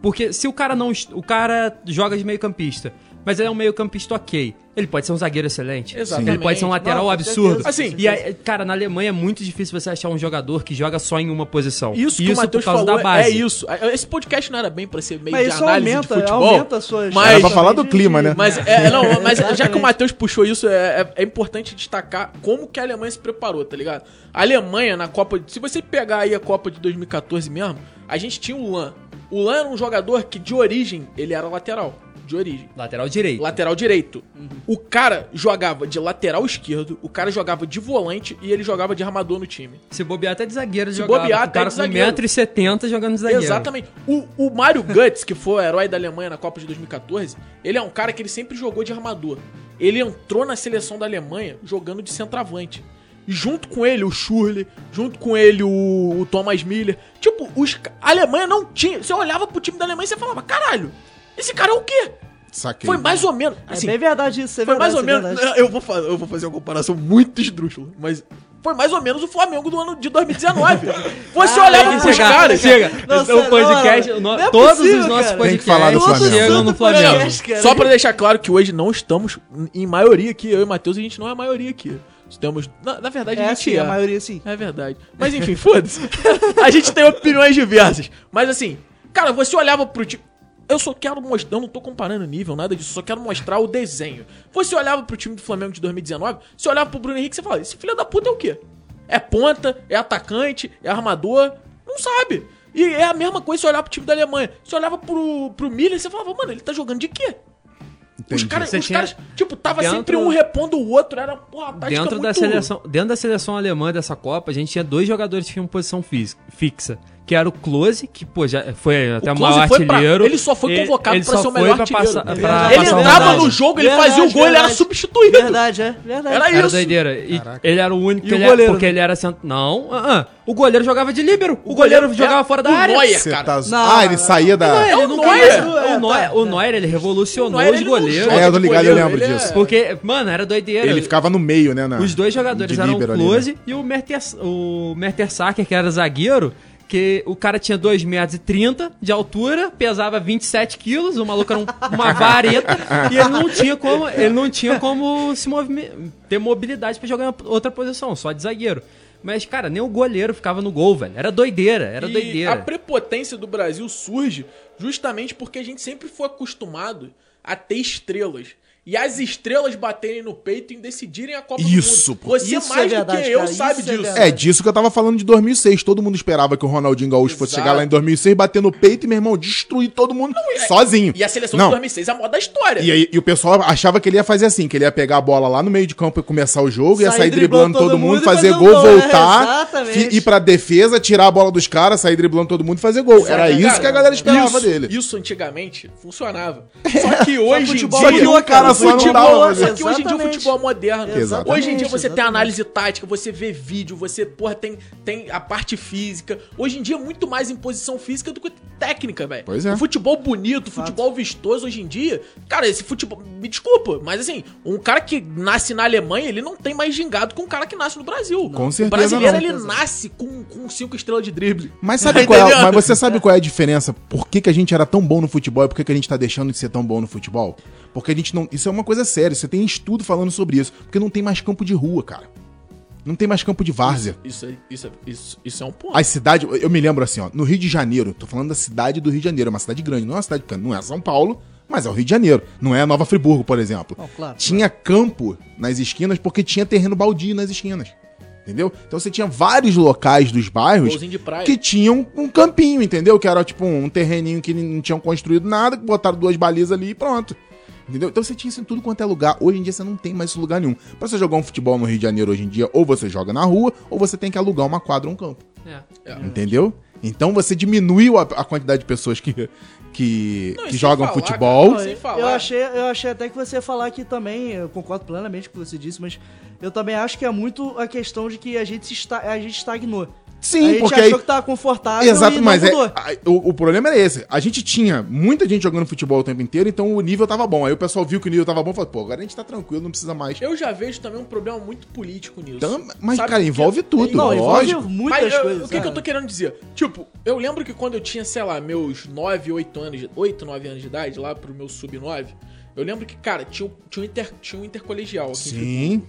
Speaker 1: porque se o cara não est- o cara joga de meio-campista, mas ele é um meio-campista ok. Ele pode ser um zagueiro excelente.
Speaker 2: Exatamente.
Speaker 1: Ele pode ser um lateral
Speaker 3: Não, com
Speaker 1: absurdo.
Speaker 3: certeza,
Speaker 2: Assim,
Speaker 1: e aí, cara, na Alemanha é muito difícil você achar um jogador que joga só em uma posição.
Speaker 2: Isso que o Matheus falou é isso. Esse podcast não era bem pra ser meio
Speaker 3: Mas
Speaker 2: de
Speaker 3: isso
Speaker 2: análise
Speaker 3: aumenta,
Speaker 2: de futebol.
Speaker 3: aumenta as suas...
Speaker 2: mas-
Speaker 4: Era pra
Speaker 3: também
Speaker 4: falar do
Speaker 3: de-
Speaker 4: clima,
Speaker 3: de-
Speaker 4: né?
Speaker 2: Mas, é, não, mas já que
Speaker 3: Exatamente.
Speaker 2: o Matheus puxou isso, é, é- é importante destacar como que a Alemanha se preparou, tá ligado? A Alemanha na Copa. de- Se você pegar aí a Copa de 2014 mesmo, a gente tinha o Lan. O Lan era um jogador que de origem ele era lateral. De origem.
Speaker 1: Lateral direito.
Speaker 2: Lateral direito. O cara jogava de lateral esquerdo, o cara jogava de volante e ele jogava de armador no time.
Speaker 1: Se bobear até de zagueiro
Speaker 2: Se
Speaker 1: jogava.
Speaker 2: bobear,
Speaker 1: O
Speaker 2: até
Speaker 1: cara
Speaker 2: de
Speaker 1: com
Speaker 2: zagueiro.
Speaker 1: 1,70m jogando de zagueiro.
Speaker 2: Exatamente. O, o Mario Guts, que foi o herói da Alemanha na Copa de 2014, ele é um cara que ele sempre jogou de armador. Ele entrou na seleção da Alemanha jogando de centroavante. E junto com ele, o Schürrle, junto com ele, o, o Thomas Miller. Tipo, os, ca- a Alemanha não tinha... Você olhava pro time da Alemanha e você falava, caralho, esse cara é o quê?
Speaker 4: Saquei.
Speaker 2: Foi mais ou menos...
Speaker 3: É
Speaker 2: assim,
Speaker 3: bem verdade isso, é
Speaker 2: foi mais
Speaker 3: verdade,
Speaker 2: ou
Speaker 3: isso é
Speaker 2: menos.
Speaker 3: verdade.
Speaker 2: Eu vou, fa- eu vou fazer uma comparação muito esdrúxula, mas. Foi mais ou menos o Flamengo do ano de 2019. Você
Speaker 3: Ah,
Speaker 2: olhava
Speaker 3: tem que
Speaker 2: pros
Speaker 3: chegar,
Speaker 2: caras.
Speaker 1: chega. Então,
Speaker 3: Não,
Speaker 1: o
Speaker 3: sério,
Speaker 1: podcast,
Speaker 3: não,
Speaker 1: o no-
Speaker 3: não é
Speaker 1: todos os
Speaker 3: possível,
Speaker 1: nossos
Speaker 3: cara.
Speaker 1: podcasts
Speaker 4: Tem que falar do Flamengo.
Speaker 1: chegam no
Speaker 3: Todo santo
Speaker 1: Flamengo.
Speaker 3: podcast, cara. É,
Speaker 2: Só pra deixar claro que hoje não estamos, em maioria aqui, eu e o Matheus, a gente não é a maioria aqui. Estamos. Na, na verdade,
Speaker 3: É
Speaker 2: a gente
Speaker 3: assim,
Speaker 2: é.
Speaker 3: a maioria sim.
Speaker 2: É verdade. Mas enfim, foda-se. A gente tem opiniões diversas. Mas assim, cara, você olhava pro time. Eu só quero mostrar. Eu não tô comparando nível, nada disso. eu Só quero mostrar o desenho. Você olhava pro time do Flamengo de 2019, você olhava pro Bruno Henrique e você falava: esse filho da puta é o quê? É ponta, é atacante, é armador. Não sabe. E é a mesma coisa se olhar pro time da Alemanha. Você olhava pro, pro Miller e você falava, mano, ele tá jogando de quê? Os,
Speaker 4: Entendi.
Speaker 2: caras,
Speaker 1: Você
Speaker 2: os
Speaker 1: tinha-
Speaker 2: caras, tipo, tava
Speaker 1: dentro-
Speaker 2: sempre um repondo o outro. Era, porra, a tática
Speaker 1: Dentro da,
Speaker 2: muito-
Speaker 1: seleção, dentro da seleção alemã dessa Copa, a gente tinha dois jogadores que tinham posição fis- fixa. Que era o Klose, que pô, já foi até o
Speaker 2: Klose
Speaker 1: maior
Speaker 2: foi pra-
Speaker 1: artilheiro.
Speaker 2: ele só foi convocado pra
Speaker 1: só
Speaker 2: ser o
Speaker 1: foi
Speaker 2: melhor
Speaker 1: pra
Speaker 2: artilheiro.
Speaker 1: passar- pra
Speaker 3: Verdade.
Speaker 2: Ele
Speaker 1: passar
Speaker 2: entrava
Speaker 1: vontade.
Speaker 2: no jogo, ele
Speaker 3: Verdade,
Speaker 2: fazia o gol, ele era
Speaker 3: verdade.
Speaker 2: substituído.
Speaker 3: Verdade, é, verdade.
Speaker 2: Era
Speaker 1: Era
Speaker 2: isso.
Speaker 1: doideira. E ele era o único
Speaker 3: E
Speaker 1: que
Speaker 3: o
Speaker 1: ele
Speaker 3: goleiro?
Speaker 1: era, porque ele era sent... Não, ah, ah. o goleiro jogava de líbero. O, goleiro,
Speaker 2: goleiro
Speaker 1: jogava
Speaker 2: é
Speaker 1: fora da
Speaker 2: o
Speaker 1: área.
Speaker 2: Neuer.
Speaker 4: Você
Speaker 2: cara.
Speaker 4: tá-
Speaker 3: Não,
Speaker 4: Ah, ele
Speaker 3: não.
Speaker 4: saía da.
Speaker 1: Não, ele
Speaker 2: É o
Speaker 1: nunca
Speaker 2: Neuer.
Speaker 1: mais-
Speaker 3: É,
Speaker 1: O Neuer, o Neuer, ele revolucionou
Speaker 2: Neuer,
Speaker 1: os
Speaker 2: ele não
Speaker 1: goleiros.
Speaker 2: joga
Speaker 4: É, eu tô
Speaker 2: de
Speaker 4: ligado, eu
Speaker 2: goleiro,
Speaker 4: lembro
Speaker 2: ele é-
Speaker 4: disso.
Speaker 1: Porque, mano, era doideira.
Speaker 4: Ele ficava no meio, né? na-
Speaker 1: Os dois jogadores
Speaker 4: de
Speaker 1: eram o
Speaker 4: líbero ali, né?
Speaker 1: Klose e o Mertens, o Mertensacker, que era zagueiro, que o cara tinha 2,30 metros de altura, pesava 27 quilos, o maluco era um- uma vareta, e ele não tinha como, ele não tinha como se movime- ter mobilidade pra jogar em outra posição, só de zagueiro. Mas, cara, nem o goleiro ficava no gol, velho. Era doideira, era
Speaker 2: E
Speaker 1: doideira.
Speaker 2: é A prepotência do Brasil surge justamente porque a gente sempre foi acostumado a ter estrelas. E as estrelas baterem no peito e decidirem a Copa
Speaker 4: Isso,
Speaker 2: do
Speaker 4: pô.
Speaker 2: Mundo. Você
Speaker 3: Isso
Speaker 2: mais
Speaker 3: é verdade,
Speaker 2: do que eu
Speaker 3: cara, isso
Speaker 2: sabe
Speaker 3: é
Speaker 2: disso.
Speaker 3: verdade.
Speaker 4: É disso que eu tava falando de 2006. Todo mundo esperava que o Ronaldinho Gaúcho fosse
Speaker 2: Exato.
Speaker 4: chegar lá em 2006, bater no peito e, meu irmão, destruir todo mundo sozinho.
Speaker 2: E a seleção
Speaker 4: Não.
Speaker 2: de 2006 é a moda da história.
Speaker 4: E, aí- e o pessoal achava que ele ia fazer assim, que ele ia pegar a bola lá no meio de campo e começar o jogo, ia
Speaker 3: Sair
Speaker 4: sair
Speaker 3: driblando
Speaker 4: driblando, todo
Speaker 3: todo
Speaker 4: mundo,
Speaker 3: mundo e
Speaker 4: fazer
Speaker 3: fazer um
Speaker 4: gol,
Speaker 3: gol, é,
Speaker 4: voltar,
Speaker 3: exatamente.
Speaker 4: fi- ir pra defesa, tirar a bola dos caras, sair driblando todo mundo e fazer gol. Era
Speaker 2: Cara,
Speaker 4: isso que a galera esperava
Speaker 2: isso-
Speaker 4: dele.
Speaker 2: Isso antigamente funcionava. Só que hoje em
Speaker 3: futebol
Speaker 2: dia...
Speaker 4: mudou, cara,
Speaker 2: o
Speaker 4: só não
Speaker 2: futebol-
Speaker 4: dava mais
Speaker 2: só
Speaker 3: isso.
Speaker 2: que hoje em dia o
Speaker 3: Exatamente.
Speaker 2: futebol é moderno.
Speaker 4: Exatamente,
Speaker 2: Hoje em dia você tem
Speaker 3: exatamente.
Speaker 2: análise tática, você vê vídeo, você, porra, tem, tem a parte física. Hoje em dia é muito mais em posição física do que técnica, velho.
Speaker 4: Pois é.
Speaker 2: O futebol bonito, o futebol vistoso hoje em dia... Cara, esse futebol... Me desculpa, mas assim, um cara que nasce na Alemanha, ele não tem mais gingado que um cara que nasce no Brasil.
Speaker 4: Com certeza
Speaker 2: O brasileiro,
Speaker 4: não.
Speaker 2: ele nasce com, com cinco estrelas de drible.
Speaker 4: Mas sabe qual é,
Speaker 2: Entendeu?
Speaker 4: mas você sabe qual é a diferença? Por que, que a gente era tão bom no futebol e por que, que a gente tá deixando de ser tão bom no futebol? Porque a gente não. Isso é uma coisa séria, você tem estudo falando sobre isso. Porque não tem mais campo de rua, cara. Não tem mais campo de várzea.
Speaker 2: Isso, é- isso, é- isso, isso é um ponto.
Speaker 4: As cidades, eu me lembro assim, ó, no Rio de Janeiro, tô falando da cidade do Rio de Janeiro, é uma cidade grande, não é uma cidade pequena, não é São Paulo, mas é o Rio de Janeiro, não é Nova Friburgo, por exemplo.
Speaker 3: Não, claro.
Speaker 4: Tinha campo nas esquinas porque tinha terreno baldio nas esquinas. Entendeu? Então você tinha vários locais dos bairros
Speaker 2: Golzinho de praia.
Speaker 4: que tinham um campinho, entendeu? Que era tipo um terreninho que não tinham construído nada, que botaram duas balizas ali e pronto. Entendeu? Então você tinha isso em tudo quanto é lugar. Hoje em dia você não tem mais esse lugar nenhum. Pra você jogar um futebol no Rio de Janeiro hoje em dia, ou você joga na rua, ou você tem que alugar uma quadra ou um campo.
Speaker 1: É.
Speaker 4: Entendeu? Então você diminuiu a, a quantidade de pessoas que, que,
Speaker 2: Não, e
Speaker 4: que
Speaker 2: sem
Speaker 4: jogam
Speaker 2: falar,
Speaker 4: futebol.
Speaker 2: cara, sem falar.
Speaker 3: Eu achei, eu achei até que você ia falar aqui também, eu concordo plenamente com o que você disse, mas eu também acho que é muito a questão de que a gente, se esta, a gente estagnou.
Speaker 4: Sim,
Speaker 3: a gente
Speaker 4: porque
Speaker 3: achou
Speaker 4: aí-
Speaker 3: que tava confortável e
Speaker 4: Exato,
Speaker 3: não
Speaker 4: mas é,
Speaker 3: mudou.
Speaker 4: a- o, o problema era esse. A gente tinha muita gente jogando futebol o tempo inteiro, então o nível tava bom. Aí o pessoal viu que o nível tava bom e falou, pô, agora a gente tá tranquilo, não precisa mais.
Speaker 2: Eu já vejo também um problema muito político nisso.
Speaker 4: Então, mas,
Speaker 2: Sabe
Speaker 4: cara,
Speaker 2: por quê?
Speaker 4: envolve tudo,
Speaker 3: Não, envolve
Speaker 4: lógico.
Speaker 3: muitas
Speaker 2: Mas eu-
Speaker 3: coisas. é.
Speaker 2: o que, que eu
Speaker 3: cara.
Speaker 2: tô querendo dizer? Tipo, eu lembro que quando eu tinha, sei lá, meus 9, 8 anos, 8, 9 anos de idade, lá pro meu sub-9, Eu lembro que, cara, tinha, o- tinha, um, inter, tinha um intercolegial aqui.
Speaker 4: Sim.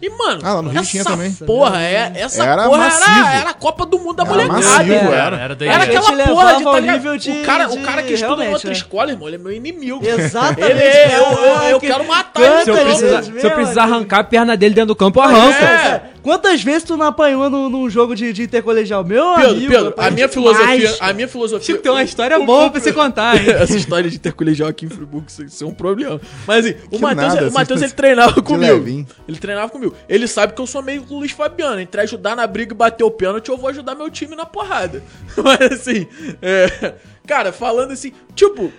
Speaker 2: E, mano,
Speaker 4: Ah, lá no Rio
Speaker 2: essa
Speaker 4: tinha também.
Speaker 2: porra, é, essa
Speaker 4: Era
Speaker 2: porra
Speaker 4: massivo.
Speaker 2: era, era a Copa do Mundo da
Speaker 4: Era
Speaker 2: molecada.
Speaker 4: massivo,
Speaker 2: irmão.
Speaker 6: Era
Speaker 4: era.
Speaker 2: Era
Speaker 6: doideira.
Speaker 2: aquela
Speaker 3: Te
Speaker 2: porra de,
Speaker 3: levava ao
Speaker 2: tá ligado?
Speaker 3: nível de-
Speaker 2: o, cara,
Speaker 3: de-
Speaker 2: o cara que estuda em
Speaker 3: realmente,
Speaker 2: outra
Speaker 3: né?
Speaker 2: escola, irmão, ele é meu inimigo.
Speaker 3: Exatamente.
Speaker 2: Ele é-
Speaker 3: cara.
Speaker 2: eu- eu- eu
Speaker 3: Que-
Speaker 2: quero matar ele.
Speaker 3: quantas
Speaker 1: Se eu
Speaker 2: Tantas
Speaker 1: precisar,
Speaker 3: vezes,
Speaker 1: se eu
Speaker 3: meu
Speaker 1: precisar
Speaker 3: amigo?
Speaker 1: arrancar a perna dele dentro do campo, eu arranco.
Speaker 2: É.
Speaker 3: Quantas vezes tu não apanhou num, num jogo de, de intercolegial? Meu
Speaker 2: Pedro,
Speaker 3: amigo,
Speaker 2: Pedro,
Speaker 3: rapaz,
Speaker 2: a minha filosofia.
Speaker 3: demais. Tipo,
Speaker 2: A minha filosofia.
Speaker 1: Chico, Tipo, tem uma história
Speaker 2: o-
Speaker 1: boa
Speaker 2: o-
Speaker 1: pra você contar, hein?
Speaker 2: Essa história de intercolegial aqui em Friburgo, isso, isso é um problema. Mas assim, o
Speaker 4: Que
Speaker 2: Matheus,
Speaker 4: nada,
Speaker 2: o Matheus,
Speaker 4: assim,
Speaker 2: ele treinava comigo.
Speaker 4: levinho.
Speaker 2: Ele treinava comigo. Ele sabe que eu sou meio Luiz Fabiano. Entre ajudar na briga e bater o pênalti, eu vou ajudar meu time na porrada. Mas assim, é, cara, falando assim, tipo,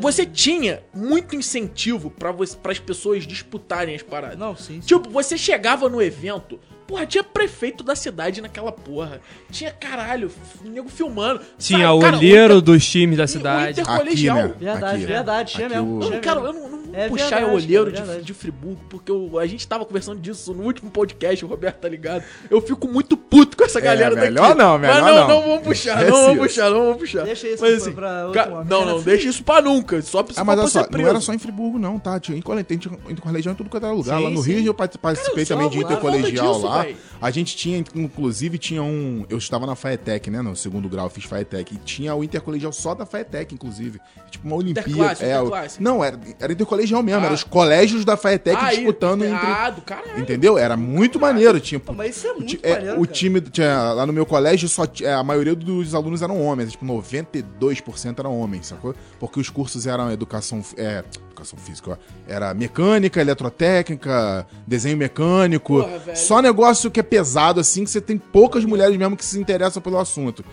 Speaker 2: você tinha muito incentivo pra as pessoas disputarem as paradas.
Speaker 3: Não, sim, sim.
Speaker 2: Tipo, você chegava no evento, porra, tinha prefeito da cidade naquela porra. Tinha caralho, f- nego filmando.
Speaker 1: Tinha
Speaker 2: Sabe,
Speaker 1: o
Speaker 2: cara,
Speaker 1: olheiro
Speaker 2: inter-
Speaker 1: dos times da
Speaker 2: o
Speaker 1: cidade.
Speaker 2: inter-
Speaker 4: Aqui,
Speaker 2: Colegial.
Speaker 4: né?
Speaker 3: Verdade,
Speaker 4: Aqui.
Speaker 3: verdade, tinha
Speaker 4: Aqui
Speaker 3: mesmo.
Speaker 4: o-
Speaker 2: Eu não, cara, eu não, não vou
Speaker 3: É
Speaker 2: puxar
Speaker 3: verdade,
Speaker 2: o olheiro
Speaker 3: cara,
Speaker 2: de- de,
Speaker 3: verdade.
Speaker 2: Friburgo, porque eu- a gente tava conversando disso no último podcast, o Roberto tá ligado. Eu fico muito puto com essa galera daqui.
Speaker 4: É, melhor não, melhor
Speaker 2: Mas não,
Speaker 4: não.
Speaker 2: não vamos puxar, não
Speaker 4: Esquece
Speaker 2: vamos
Speaker 4: isso.
Speaker 2: puxar, não vamos puxar.
Speaker 3: Deixa isso
Speaker 2: Mas, assim,
Speaker 3: pra- pra outro
Speaker 2: ca-
Speaker 3: momento.
Speaker 2: Não, não, deixa isso pra nunca, só pra
Speaker 4: Ah, mas
Speaker 2: pra
Speaker 4: olha só,
Speaker 2: ser
Speaker 4: não
Speaker 2: preso.
Speaker 4: era só em Friburgo, não, tá? Tinha intercolegial em intercolegial em tudo quanto era lugar.
Speaker 3: Sim,
Speaker 4: lá no
Speaker 3: sim.
Speaker 4: Rio eu parti- participei
Speaker 2: Cara, é eu sou
Speaker 4: também de
Speaker 2: uma puta
Speaker 4: intercolegial
Speaker 2: disso,
Speaker 4: lá.
Speaker 2: véi.
Speaker 4: A gente tinha, inclusive, tinha um. Eu estava na FAETEC, né? No segundo grau, eu fiz FAETEC. E tinha o intercolegial só da FAETEC, inclusive. Tipo uma Olimpíada.
Speaker 2: Interclasse,
Speaker 4: É, o-
Speaker 2: interclasse.
Speaker 4: não, era, era intercolegial mesmo.
Speaker 2: Ah.
Speaker 4: Era os colégios da FAETEC
Speaker 2: Aí,
Speaker 4: disputando entre.
Speaker 2: Ah, do caralho.
Speaker 4: Entendeu? Era muito maneiro, tipo.
Speaker 3: Mas isso é
Speaker 4: O, ti-
Speaker 3: muito
Speaker 4: é,
Speaker 3: maneiro,
Speaker 4: o
Speaker 3: cara.
Speaker 4: time tinha- lá no meu colégio só ti- é, a maioria dos alunos eram homens, tipo 92% eram homens, sacou? Porque os cursos eram educação f- é, educação física, ó. era mecânica, eletrotécnica, desenho mecânico,
Speaker 2: Porra, velho.
Speaker 4: só negócio que é pesado assim que você tem poucas mulheres mesmo que se interessam pelo assunto.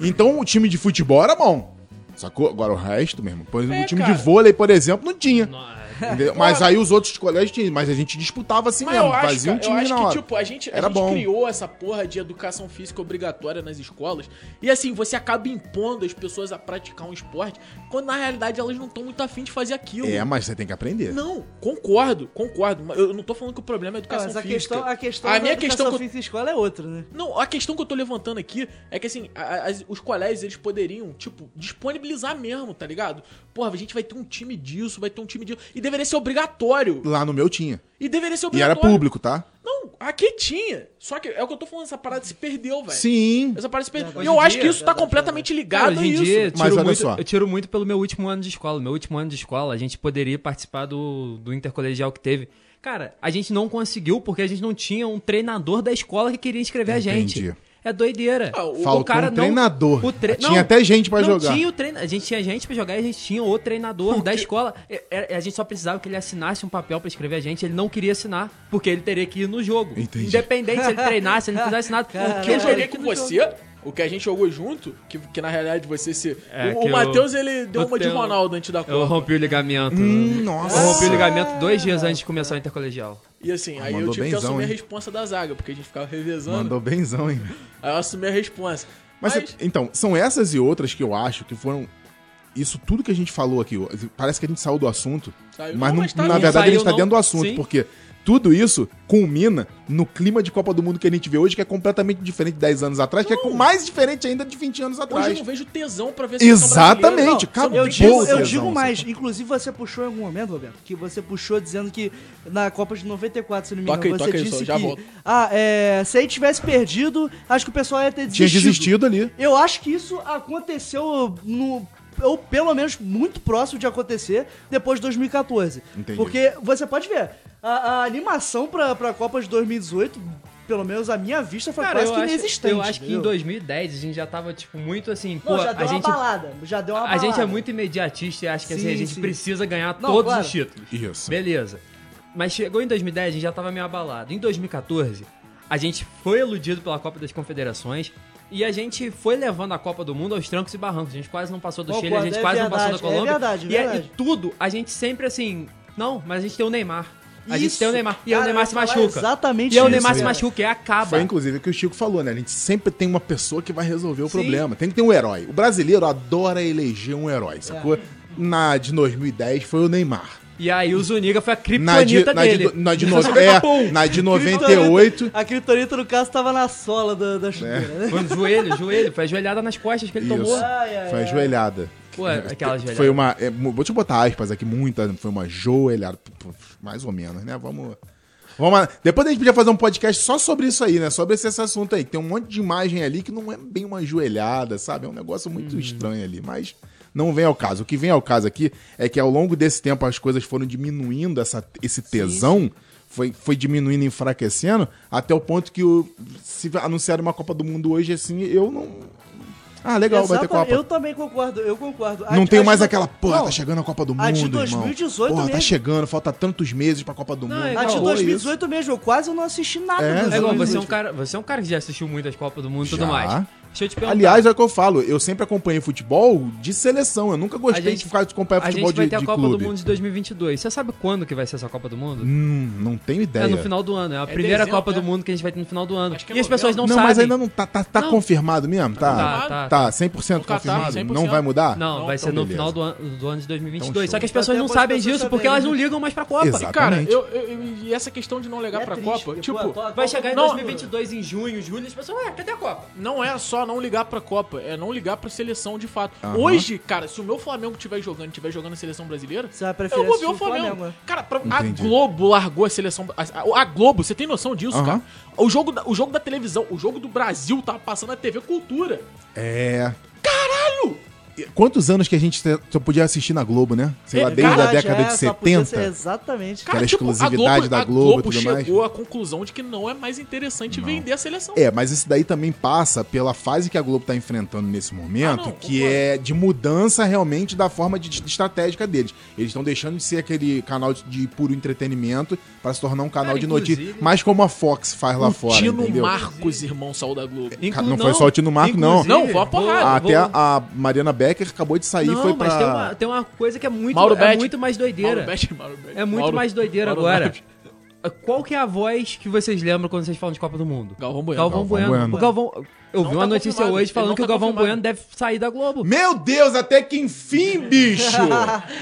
Speaker 4: Então o time de futebol era bom. Sacou? Agora o resto, mesmo. Por exemplo,
Speaker 2: É,
Speaker 4: o time
Speaker 2: cara.
Speaker 4: de vôlei, por exemplo, não tinha. Entendeu? Mas aí os outros colégios tinham, mas a gente disputava assim
Speaker 2: Mas
Speaker 4: mesmo.
Speaker 2: eu acho,
Speaker 4: Fazia um
Speaker 2: cara,
Speaker 4: time
Speaker 2: eu acho
Speaker 4: na
Speaker 2: que,
Speaker 4: hora.
Speaker 2: tipo, a gente, a
Speaker 4: Era
Speaker 2: gente
Speaker 4: bom.
Speaker 2: criou essa porra de educação física obrigatória nas escolas. E assim, você acaba impondo as pessoas a praticar um esporte, quando na realidade elas não estão muito afim de fazer aquilo.
Speaker 4: É, mas você tem que aprender.
Speaker 2: Não, concordo, concordo. mas Eu não tô falando que o problema é a educação
Speaker 3: mas a
Speaker 2: física.
Speaker 3: questão, a questão
Speaker 2: A
Speaker 3: da
Speaker 2: minha
Speaker 3: educação
Speaker 2: questão que eu-
Speaker 3: física em escola é outra, né?
Speaker 2: Não, a questão que eu tô levantando aqui é que, assim, a- a- as- os colégios, eles poderiam, tipo, disponibilizar mesmo, tá ligado? Porra, a gente vai ter um time disso, vai ter um time disso. E deveria ser obrigatório.
Speaker 4: Lá no meu tinha.
Speaker 2: E deveria ser
Speaker 4: E era
Speaker 2: obrigatório.
Speaker 4: público, tá?
Speaker 2: Não, aqui tinha. Só que é o que eu tô falando, essa parada se perdeu, velho.
Speaker 4: Sim.
Speaker 2: Essa parada se perdeu. E
Speaker 3: hoje
Speaker 2: eu
Speaker 3: em
Speaker 2: acho que
Speaker 3: dia,
Speaker 2: isso tá
Speaker 3: verdade,
Speaker 2: completamente
Speaker 1: Cara,
Speaker 2: ligado a
Speaker 1: hoje em
Speaker 2: isso.
Speaker 1: dia, eu
Speaker 4: Mas
Speaker 1: tiro,
Speaker 4: olha
Speaker 1: muito,
Speaker 4: só.
Speaker 1: eu tiro muito pelo meu último ano de escola. Meu último ano de escola, a gente poderia participar do, do intercolegial que teve. Cara, a gente não conseguiu porque a gente não tinha um treinador da escola que queria inscrever a gente.
Speaker 4: Entendi.
Speaker 1: É doideira.
Speaker 2: Ah, o-
Speaker 4: Faltou um treinador.
Speaker 1: o tre-
Speaker 4: Tinha até gente pra
Speaker 1: não
Speaker 4: jogar.
Speaker 1: Tinha o treina... A gente tinha gente pra jogar e a gente tinha o treinador da escola. É- é- A gente só precisava que ele assinasse um papel pra escrever a gente. Ele não queria assinar, porque ele teria que ir no jogo.
Speaker 4: Entendi.
Speaker 1: Independente se ele treinasse, se ele não fizesse nada.
Speaker 2: O que eu
Speaker 1: ele
Speaker 2: joguei
Speaker 1: teria
Speaker 2: com
Speaker 1: ir no jogo.
Speaker 2: você, o que a gente jogou junto, que, que na realidade você se.
Speaker 1: É,
Speaker 2: o
Speaker 1: que
Speaker 2: o
Speaker 1: eu-
Speaker 2: Matheus, ele deu
Speaker 1: eu
Speaker 2: uma de
Speaker 1: tenho-
Speaker 2: Ronaldo antes da
Speaker 1: Eu
Speaker 2: Copa.
Speaker 1: rompi o ligamento.
Speaker 4: Hum,
Speaker 1: Eu rompi o
Speaker 4: nossa.
Speaker 1: ligamento dois dias antes de começar o intercolegial.
Speaker 2: E assim, aí eu
Speaker 4: mandou
Speaker 2: tive que
Speaker 4: benzão,
Speaker 2: assumir a
Speaker 4: hein?
Speaker 2: responsa da zaga, porque a gente ficava revezando.
Speaker 4: Mandou benzão, hein?
Speaker 2: Aí eu assumi a responsa.
Speaker 4: Mas,
Speaker 2: Mas,
Speaker 4: cê- então, são essas e outras que eu acho que foram. Isso tudo que a gente falou aqui, ó, parece que a gente saiu do assunto,
Speaker 2: Saiu.
Speaker 4: mas,
Speaker 2: Não,
Speaker 4: não-
Speaker 2: mas tá-
Speaker 4: na
Speaker 2: não
Speaker 4: verdade a
Speaker 1: saiu,
Speaker 4: gente tá
Speaker 1: não.
Speaker 4: dentro do assunto,
Speaker 1: Sim.
Speaker 4: porque tudo isso culmina no clima de Copa do Mundo que a gente vê hoje, que é completamente diferente de 10 anos atrás, que é com- mais diferente ainda de 20 anos
Speaker 2: hoje eu
Speaker 4: atrás.
Speaker 2: não vejo tesão pra ver brasileira.
Speaker 4: Exatamente, cara,
Speaker 2: São
Speaker 3: Eu
Speaker 4: Boa
Speaker 3: digo, eu
Speaker 4: tesão,
Speaker 3: digo
Speaker 4: sacou?
Speaker 3: mais, inclusive você puxou em algum momento, Roberto, que você puxou dizendo que na Copa de 94, se não me engano,
Speaker 2: Toca aí,
Speaker 3: você
Speaker 2: toca aí,
Speaker 3: disse
Speaker 2: só, já
Speaker 3: que
Speaker 2: volto.
Speaker 3: ah, é, se ele tivesse perdido, acho que o pessoal ia ter
Speaker 4: Tinha
Speaker 3: desistido.
Speaker 4: desistido ali.
Speaker 3: Eu acho que isso aconteceu no. Ou pelo menos muito próximo de acontecer depois de 2014.
Speaker 4: Entendi.
Speaker 3: Porque você pode ver, a, a animação pra, pra Copa de 2018, pelo menos a minha vista, foi
Speaker 1: Cara,
Speaker 3: quase
Speaker 1: eu
Speaker 3: que
Speaker 1: acho,
Speaker 3: inexistente.
Speaker 1: eu acho que em
Speaker 3: entendeu?
Speaker 1: 2010 a gente já tava, tipo, muito assim, pô,
Speaker 3: Não, já deu
Speaker 1: a
Speaker 3: uma
Speaker 1: gente.
Speaker 3: balada. Já deu uma
Speaker 1: A
Speaker 3: balada.
Speaker 1: gente é muito imediatista e acha que assim,
Speaker 3: Sim,
Speaker 1: a gente
Speaker 3: sim.
Speaker 1: precisa ganhar
Speaker 3: Não,
Speaker 1: todos
Speaker 3: claro.
Speaker 1: os títulos.
Speaker 4: Isso.
Speaker 1: Beleza. Mas chegou em 2010, a gente já tava meio abalado. Em 2014, a gente foi iludido pela Copa das Confederações e a gente foi levando a Copa do Mundo aos trancos e barrancos. A gente quase não passou do
Speaker 3: Concordo,
Speaker 1: Chile, a gente
Speaker 3: é
Speaker 1: quase não
Speaker 3: verdade,
Speaker 1: passou da
Speaker 3: é
Speaker 1: Colômbia.
Speaker 3: verdade, é
Speaker 1: e,
Speaker 3: verdade.
Speaker 1: e tudo, a gente sempre assim, não, mas a gente tem o Neymar. A gente
Speaker 3: Isso,
Speaker 1: tem o Neymar. E aí
Speaker 3: cara,
Speaker 1: o Neymar se
Speaker 3: eu ia falar
Speaker 1: machuca.
Speaker 3: exatamente
Speaker 1: E aí o
Speaker 3: isso,
Speaker 1: Neymar se
Speaker 3: cara.
Speaker 1: machuca e acaba.
Speaker 4: Foi inclusive o que o Chico falou, né? A gente sempre tem uma pessoa que vai resolver o problema. Tem que ter um herói. O brasileiro adora eleger um herói, sacou? Na de 2010 foi o Neymar.
Speaker 1: E aí o Zuniga foi a
Speaker 4: Na de,
Speaker 1: criptonita
Speaker 4: na, de,
Speaker 1: dele. tá
Speaker 4: do- na, de no- é, na de 98.
Speaker 3: A criptonita, no caso, tava na sola da, da chuteira, né?
Speaker 4: É,
Speaker 1: Foi no joelho, joelho. Foi ajoelhada nas costas que ele
Speaker 4: Isso.
Speaker 1: tomou.
Speaker 3: Ai, ai,
Speaker 4: Foi
Speaker 3: ai.
Speaker 4: ajoelhada.
Speaker 1: Pô, aquelas velhas.
Speaker 4: Foi uma. é, mu- vou te botar aspas aqui, muita. Foi uma joelhada. p- p- Mais ou menos, né? Vamos. Vamos lá. Depois a gente podia fazer um podcast só sobre isso aí, né? Sobre esse, esse assunto aí. que Tem um monte de imagem ali que não é bem uma joelhada, sabe? É um negócio
Speaker 1: Uhum.
Speaker 4: muito estranho ali. Mas não vem ao caso. O que vem ao caso aqui é que ao longo desse tempo as coisas foram diminuindo essa, esse tesão. Foi, foi diminuindo, enfraquecendo, até o ponto que o, se anunciaram uma Copa do Mundo hoje, assim, eu não. Ah, legal, vai ter
Speaker 3: Exatamente,
Speaker 4: Copa.
Speaker 3: Eu também concordo, eu concordo.
Speaker 4: Não
Speaker 3: A-
Speaker 4: tenho
Speaker 3: a-
Speaker 4: mais aquela, porra,
Speaker 3: Não,
Speaker 4: tá chegando a Copa do Mundo,
Speaker 3: a de
Speaker 4: irmão.
Speaker 3: 2018
Speaker 4: Porra, tá
Speaker 3: mesmo.
Speaker 4: chegando, falta tantos meses pra Copa do
Speaker 1: Não,
Speaker 4: Mundo. Tá
Speaker 1: é
Speaker 3: A de
Speaker 1: Não,
Speaker 3: 2018 mesmo, eu quase não assisti nada.
Speaker 4: É,
Speaker 3: dos
Speaker 4: é
Speaker 1: É igual,
Speaker 3: anos
Speaker 1: você é, um
Speaker 3: 2018.
Speaker 1: cara, você é um cara que já assistiu muitas Copas do Mundo e tudo
Speaker 4: Já.
Speaker 1: mais. Deixa eu te perguntar.
Speaker 4: Aliás, é o que eu falo, eu sempre acompanhei futebol de seleção, eu nunca gostei
Speaker 1: A gente-
Speaker 4: de ficar de acompanhar
Speaker 1: a
Speaker 4: futebol
Speaker 1: gente vai
Speaker 4: de,
Speaker 1: ter a
Speaker 4: de
Speaker 1: Copa
Speaker 4: clube.
Speaker 1: do Mundo de 2022. Você sabe quando que vai ser essa Copa do Mundo?
Speaker 4: Hum, não tenho ideia.
Speaker 1: É no final do ano. É a primeira
Speaker 2: dezembro,
Speaker 1: Copa do
Speaker 2: né?
Speaker 1: Mundo que a gente vai ter no final do ano.
Speaker 2: Acho que é
Speaker 1: e as pessoas não,
Speaker 4: não,
Speaker 1: sabem.
Speaker 4: mas ainda não tá, tá, tá
Speaker 1: Não.
Speaker 4: confirmado mesmo, tá?
Speaker 1: Tá,
Speaker 4: Tá,
Speaker 1: tá.
Speaker 4: 100%
Speaker 2: No Catar,
Speaker 4: confirmado,
Speaker 2: 100%.
Speaker 4: não vai mudar?
Speaker 1: Não,
Speaker 2: Não,
Speaker 1: vai
Speaker 4: então
Speaker 1: ser no
Speaker 4: beleza.
Speaker 1: final do ano, do ano de 2022.
Speaker 4: Então show.
Speaker 1: Só que as
Speaker 3: Tá
Speaker 1: pessoas
Speaker 3: até
Speaker 1: não
Speaker 3: boas
Speaker 1: sabem
Speaker 3: pessoas
Speaker 1: disso porque
Speaker 3: saberem,
Speaker 1: elas não
Speaker 3: né?
Speaker 1: ligam mais pra Copa.
Speaker 4: Exato.
Speaker 2: E, cara,
Speaker 4: Exatamente.
Speaker 2: eu, eu- e essa questão de não
Speaker 3: É
Speaker 2: ligar pra
Speaker 3: triste,
Speaker 2: Copa,
Speaker 3: porque,
Speaker 2: tipo,
Speaker 3: pô, a Copa-
Speaker 1: Vai chegar em
Speaker 2: Não.
Speaker 1: 2022, em junho, em julho, as pessoas, ué, cadê a Copa?
Speaker 2: não é só não ligar pra Copa, é não ligar pra seleção de fato.
Speaker 4: Aham.
Speaker 2: Hoje, cara, se o meu Flamengo estiver jogando, estiver jogando a seleção brasileira,
Speaker 3: Você vai preferir
Speaker 2: eu vou ver o
Speaker 3: assistir
Speaker 2: Flamengo.
Speaker 3: né?
Speaker 2: Cara, pra- a
Speaker 4: Entendi.
Speaker 2: Globo largou a seleção. A, a Globo, você tem noção disso,
Speaker 4: Aham.
Speaker 2: cara? O jogo, da, o jogo da televisão, o jogo do Brasil tava passando na TV Cultura.
Speaker 4: É. Caralho! Quantos anos que a gente te- só podia assistir na Globo, né? Sei lá,
Speaker 2: É
Speaker 4: desde a
Speaker 3: Verdade,
Speaker 4: década
Speaker 3: é,
Speaker 4: de
Speaker 3: só podia ser
Speaker 4: 70.
Speaker 3: Exatamente.
Speaker 4: Aquela
Speaker 2: tipo,
Speaker 4: exclusividade da Globo e tudo mais.
Speaker 2: chegou à conclusão de que não é mais interessante vender a seleção.
Speaker 4: É, mas isso daí também passa pela fase que a Globo tá enfrentando nesse momento,
Speaker 2: Ah, não,
Speaker 4: que
Speaker 2: concordo.
Speaker 4: é de mudança realmente da forma de, de estratégica deles. Eles estão deixando de ser aquele canal de, de puro entretenimento pra se tornar um canal
Speaker 1: Cara,
Speaker 4: de notícias,
Speaker 1: inclusive-
Speaker 4: mais como a Fox faz lá
Speaker 2: o
Speaker 4: fora,
Speaker 2: Tino
Speaker 4: entendeu?
Speaker 2: Marcos, irmão, saiu da Globo.
Speaker 4: Cara, não foi só o Tino Marco, não.
Speaker 1: inclusive,
Speaker 2: Não, foi uma porrada.
Speaker 1: vou-
Speaker 4: Até
Speaker 1: vou-
Speaker 4: a Mariana Becker acabou de sair e
Speaker 1: Não,
Speaker 4: foi
Speaker 1: mas tem
Speaker 4: pra...
Speaker 1: uma, tem uma coisa que é muito,
Speaker 2: Mauro
Speaker 1: é
Speaker 2: Betti.
Speaker 1: muito mais doideira.
Speaker 2: Mauro Betti, Mauro Betti.
Speaker 1: É muito
Speaker 2: Mauro-
Speaker 1: mais doideira
Speaker 2: Mauro
Speaker 1: agora.
Speaker 2: Betti.
Speaker 1: Qual que é a voz que vocês lembram quando vocês falam de Copa do Mundo?
Speaker 2: Galvão Bueno.
Speaker 1: Galvão,
Speaker 4: Galvão
Speaker 1: Bueno.
Speaker 4: Bueno.
Speaker 1: O Galvão, eu vi
Speaker 2: Não
Speaker 1: uma
Speaker 2: tá
Speaker 1: notícia
Speaker 2: confirmado,
Speaker 1: hoje
Speaker 2: ele
Speaker 1: falando
Speaker 2: não
Speaker 1: que o
Speaker 2: tá
Speaker 1: Galvão
Speaker 2: confirmado.
Speaker 1: Bueno deve sair da Globo.
Speaker 4: Meu Deus, até que enfim, bicho!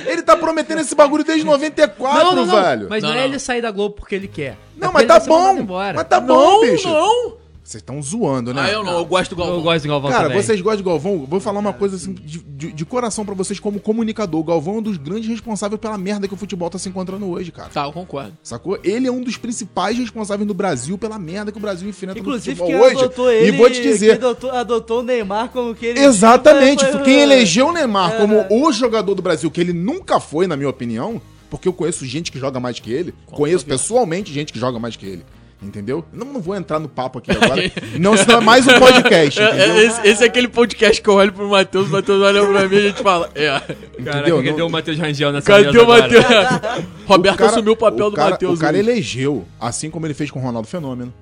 Speaker 4: Ele tá prometendo esse bagulho desde 94,
Speaker 1: não, não, não.
Speaker 4: velho.
Speaker 1: Mas não,
Speaker 2: Não,
Speaker 1: é
Speaker 2: não.
Speaker 1: ele sair da Globo porque ele quer.
Speaker 4: Não,
Speaker 1: É
Speaker 4: mas
Speaker 1: porque ele
Speaker 4: tá
Speaker 1: vai ser mandado
Speaker 4: bom.
Speaker 1: embora.
Speaker 4: Mas tá bom,
Speaker 2: Não,
Speaker 4: bicho.
Speaker 2: não!
Speaker 4: Vocês estão zoando, né?
Speaker 2: Ah, eu não, eu gosto do Galvão.
Speaker 1: Eu gosto do Galvão
Speaker 4: Cara,
Speaker 1: também.
Speaker 4: vocês gostam de Galvão? Vou falar uma coisa assim, de, de- de coração pra vocês como comunicador. O Galvão é um dos grandes responsáveis pela merda que o futebol tá se encontrando hoje, cara.
Speaker 2: Tá, eu concordo.
Speaker 4: Sacou? Ele é um dos principais responsáveis no Brasil pela merda que o Brasil enfrenta
Speaker 3: Inclusive,
Speaker 4: no
Speaker 3: quem
Speaker 4: futebol hoje.
Speaker 3: adotou ele.
Speaker 4: e vou te
Speaker 3: Quem
Speaker 4: dizer,
Speaker 3: adotou, adotou o Neymar como que ele.
Speaker 4: Exatamente.
Speaker 3: foi- foi-
Speaker 4: Quem elegeu o Neymar
Speaker 3: É.
Speaker 4: como o jogador do Brasil, que ele nunca foi, na minha opinião, porque eu conheço gente que joga mais que ele, conheço pessoalmente gente que joga mais que ele. Entendeu? Não, não vou entrar no papo aqui agora. não, senão é mais um podcast, entendeu?
Speaker 2: esse, esse é aquele podcast que eu olho pro Matheus, o Matheus olha pra mim e a gente fala. É.
Speaker 1: Caraca,
Speaker 4: Entendeu?
Speaker 1: cadê
Speaker 4: Não-
Speaker 1: o Matheus Rangel nessa
Speaker 2: Cadê
Speaker 1: mesa
Speaker 2: o
Speaker 1: agora?
Speaker 2: Matheus? Roberto
Speaker 4: cara-
Speaker 2: assumiu o papel do
Speaker 4: cara-
Speaker 2: Matheus.
Speaker 4: O cara
Speaker 2: hoje.
Speaker 4: elegeu, assim como ele fez com o Ronaldo Fenômeno.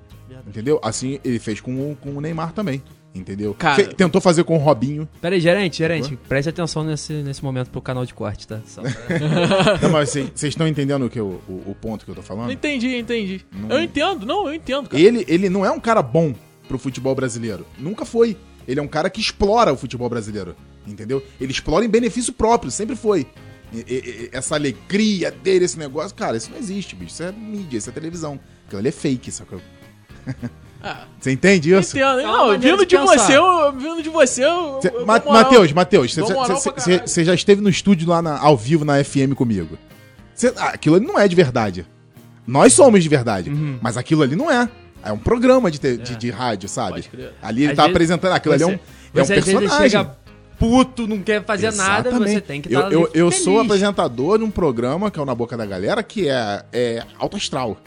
Speaker 4: Entendeu? Assim ele fez com o, com o Neymar também. Entendeu?
Speaker 2: Cara-
Speaker 4: Fe- tentou fazer com o Robinho.
Speaker 1: Pera aí, gerente, gerente. Preste atenção nesse, nesse momento pro canal de corte, tá? Só pra-
Speaker 4: Não, mas vocês vocês estão entendendo o, que eu- o, o ponto que eu tô falando?
Speaker 2: Entendi, entendi. Eu entendo, não, eu entendo, cara.
Speaker 4: Ele, ele não é um cara bom pro futebol brasileiro. Nunca foi. Ele é um cara que explora o futebol brasileiro. Entendeu? Ele explora em benefício próprio, sempre foi. E- e- e- essa alegria dele, esse negócio, cara, isso não existe, bicho. Isso é mídia, isso é televisão. Aquilo ali é fake, sacou?
Speaker 2: Ah,
Speaker 4: Você entende
Speaker 2: eu
Speaker 4: isso?
Speaker 2: entendo.
Speaker 1: É uma
Speaker 2: Não,
Speaker 1: maneira
Speaker 2: vindo
Speaker 1: de
Speaker 2: de,
Speaker 1: pensar.
Speaker 2: você, eu, vindo de você, eu.
Speaker 4: Cê,
Speaker 2: eu- eu
Speaker 4: Ma-
Speaker 2: moral.
Speaker 4: Matheus, Matheus,
Speaker 2: Dou moral pra caralho.
Speaker 4: você já esteve no estúdio lá na- ao vivo na FM comigo. Cê- ah, aquilo ali não é de verdade. Nós somos de verdade,
Speaker 1: Uhum.
Speaker 4: mas aquilo ali não é. É um programa de, te- de- de rádio, sabe?
Speaker 2: Pode crer.
Speaker 4: Ali ele
Speaker 1: Às
Speaker 4: tá
Speaker 1: vezes-
Speaker 4: apresentando. Aquilo ali é um, é um
Speaker 1: às vezes
Speaker 4: personagem.
Speaker 1: chega puto, não quer fazer nada,
Speaker 4: Exatamente.
Speaker 1: você tem que tá
Speaker 4: Eu,
Speaker 1: estar
Speaker 4: eu, eu sou apresentador de um programa que é o Na Boca da Galera, que é, é alto astral.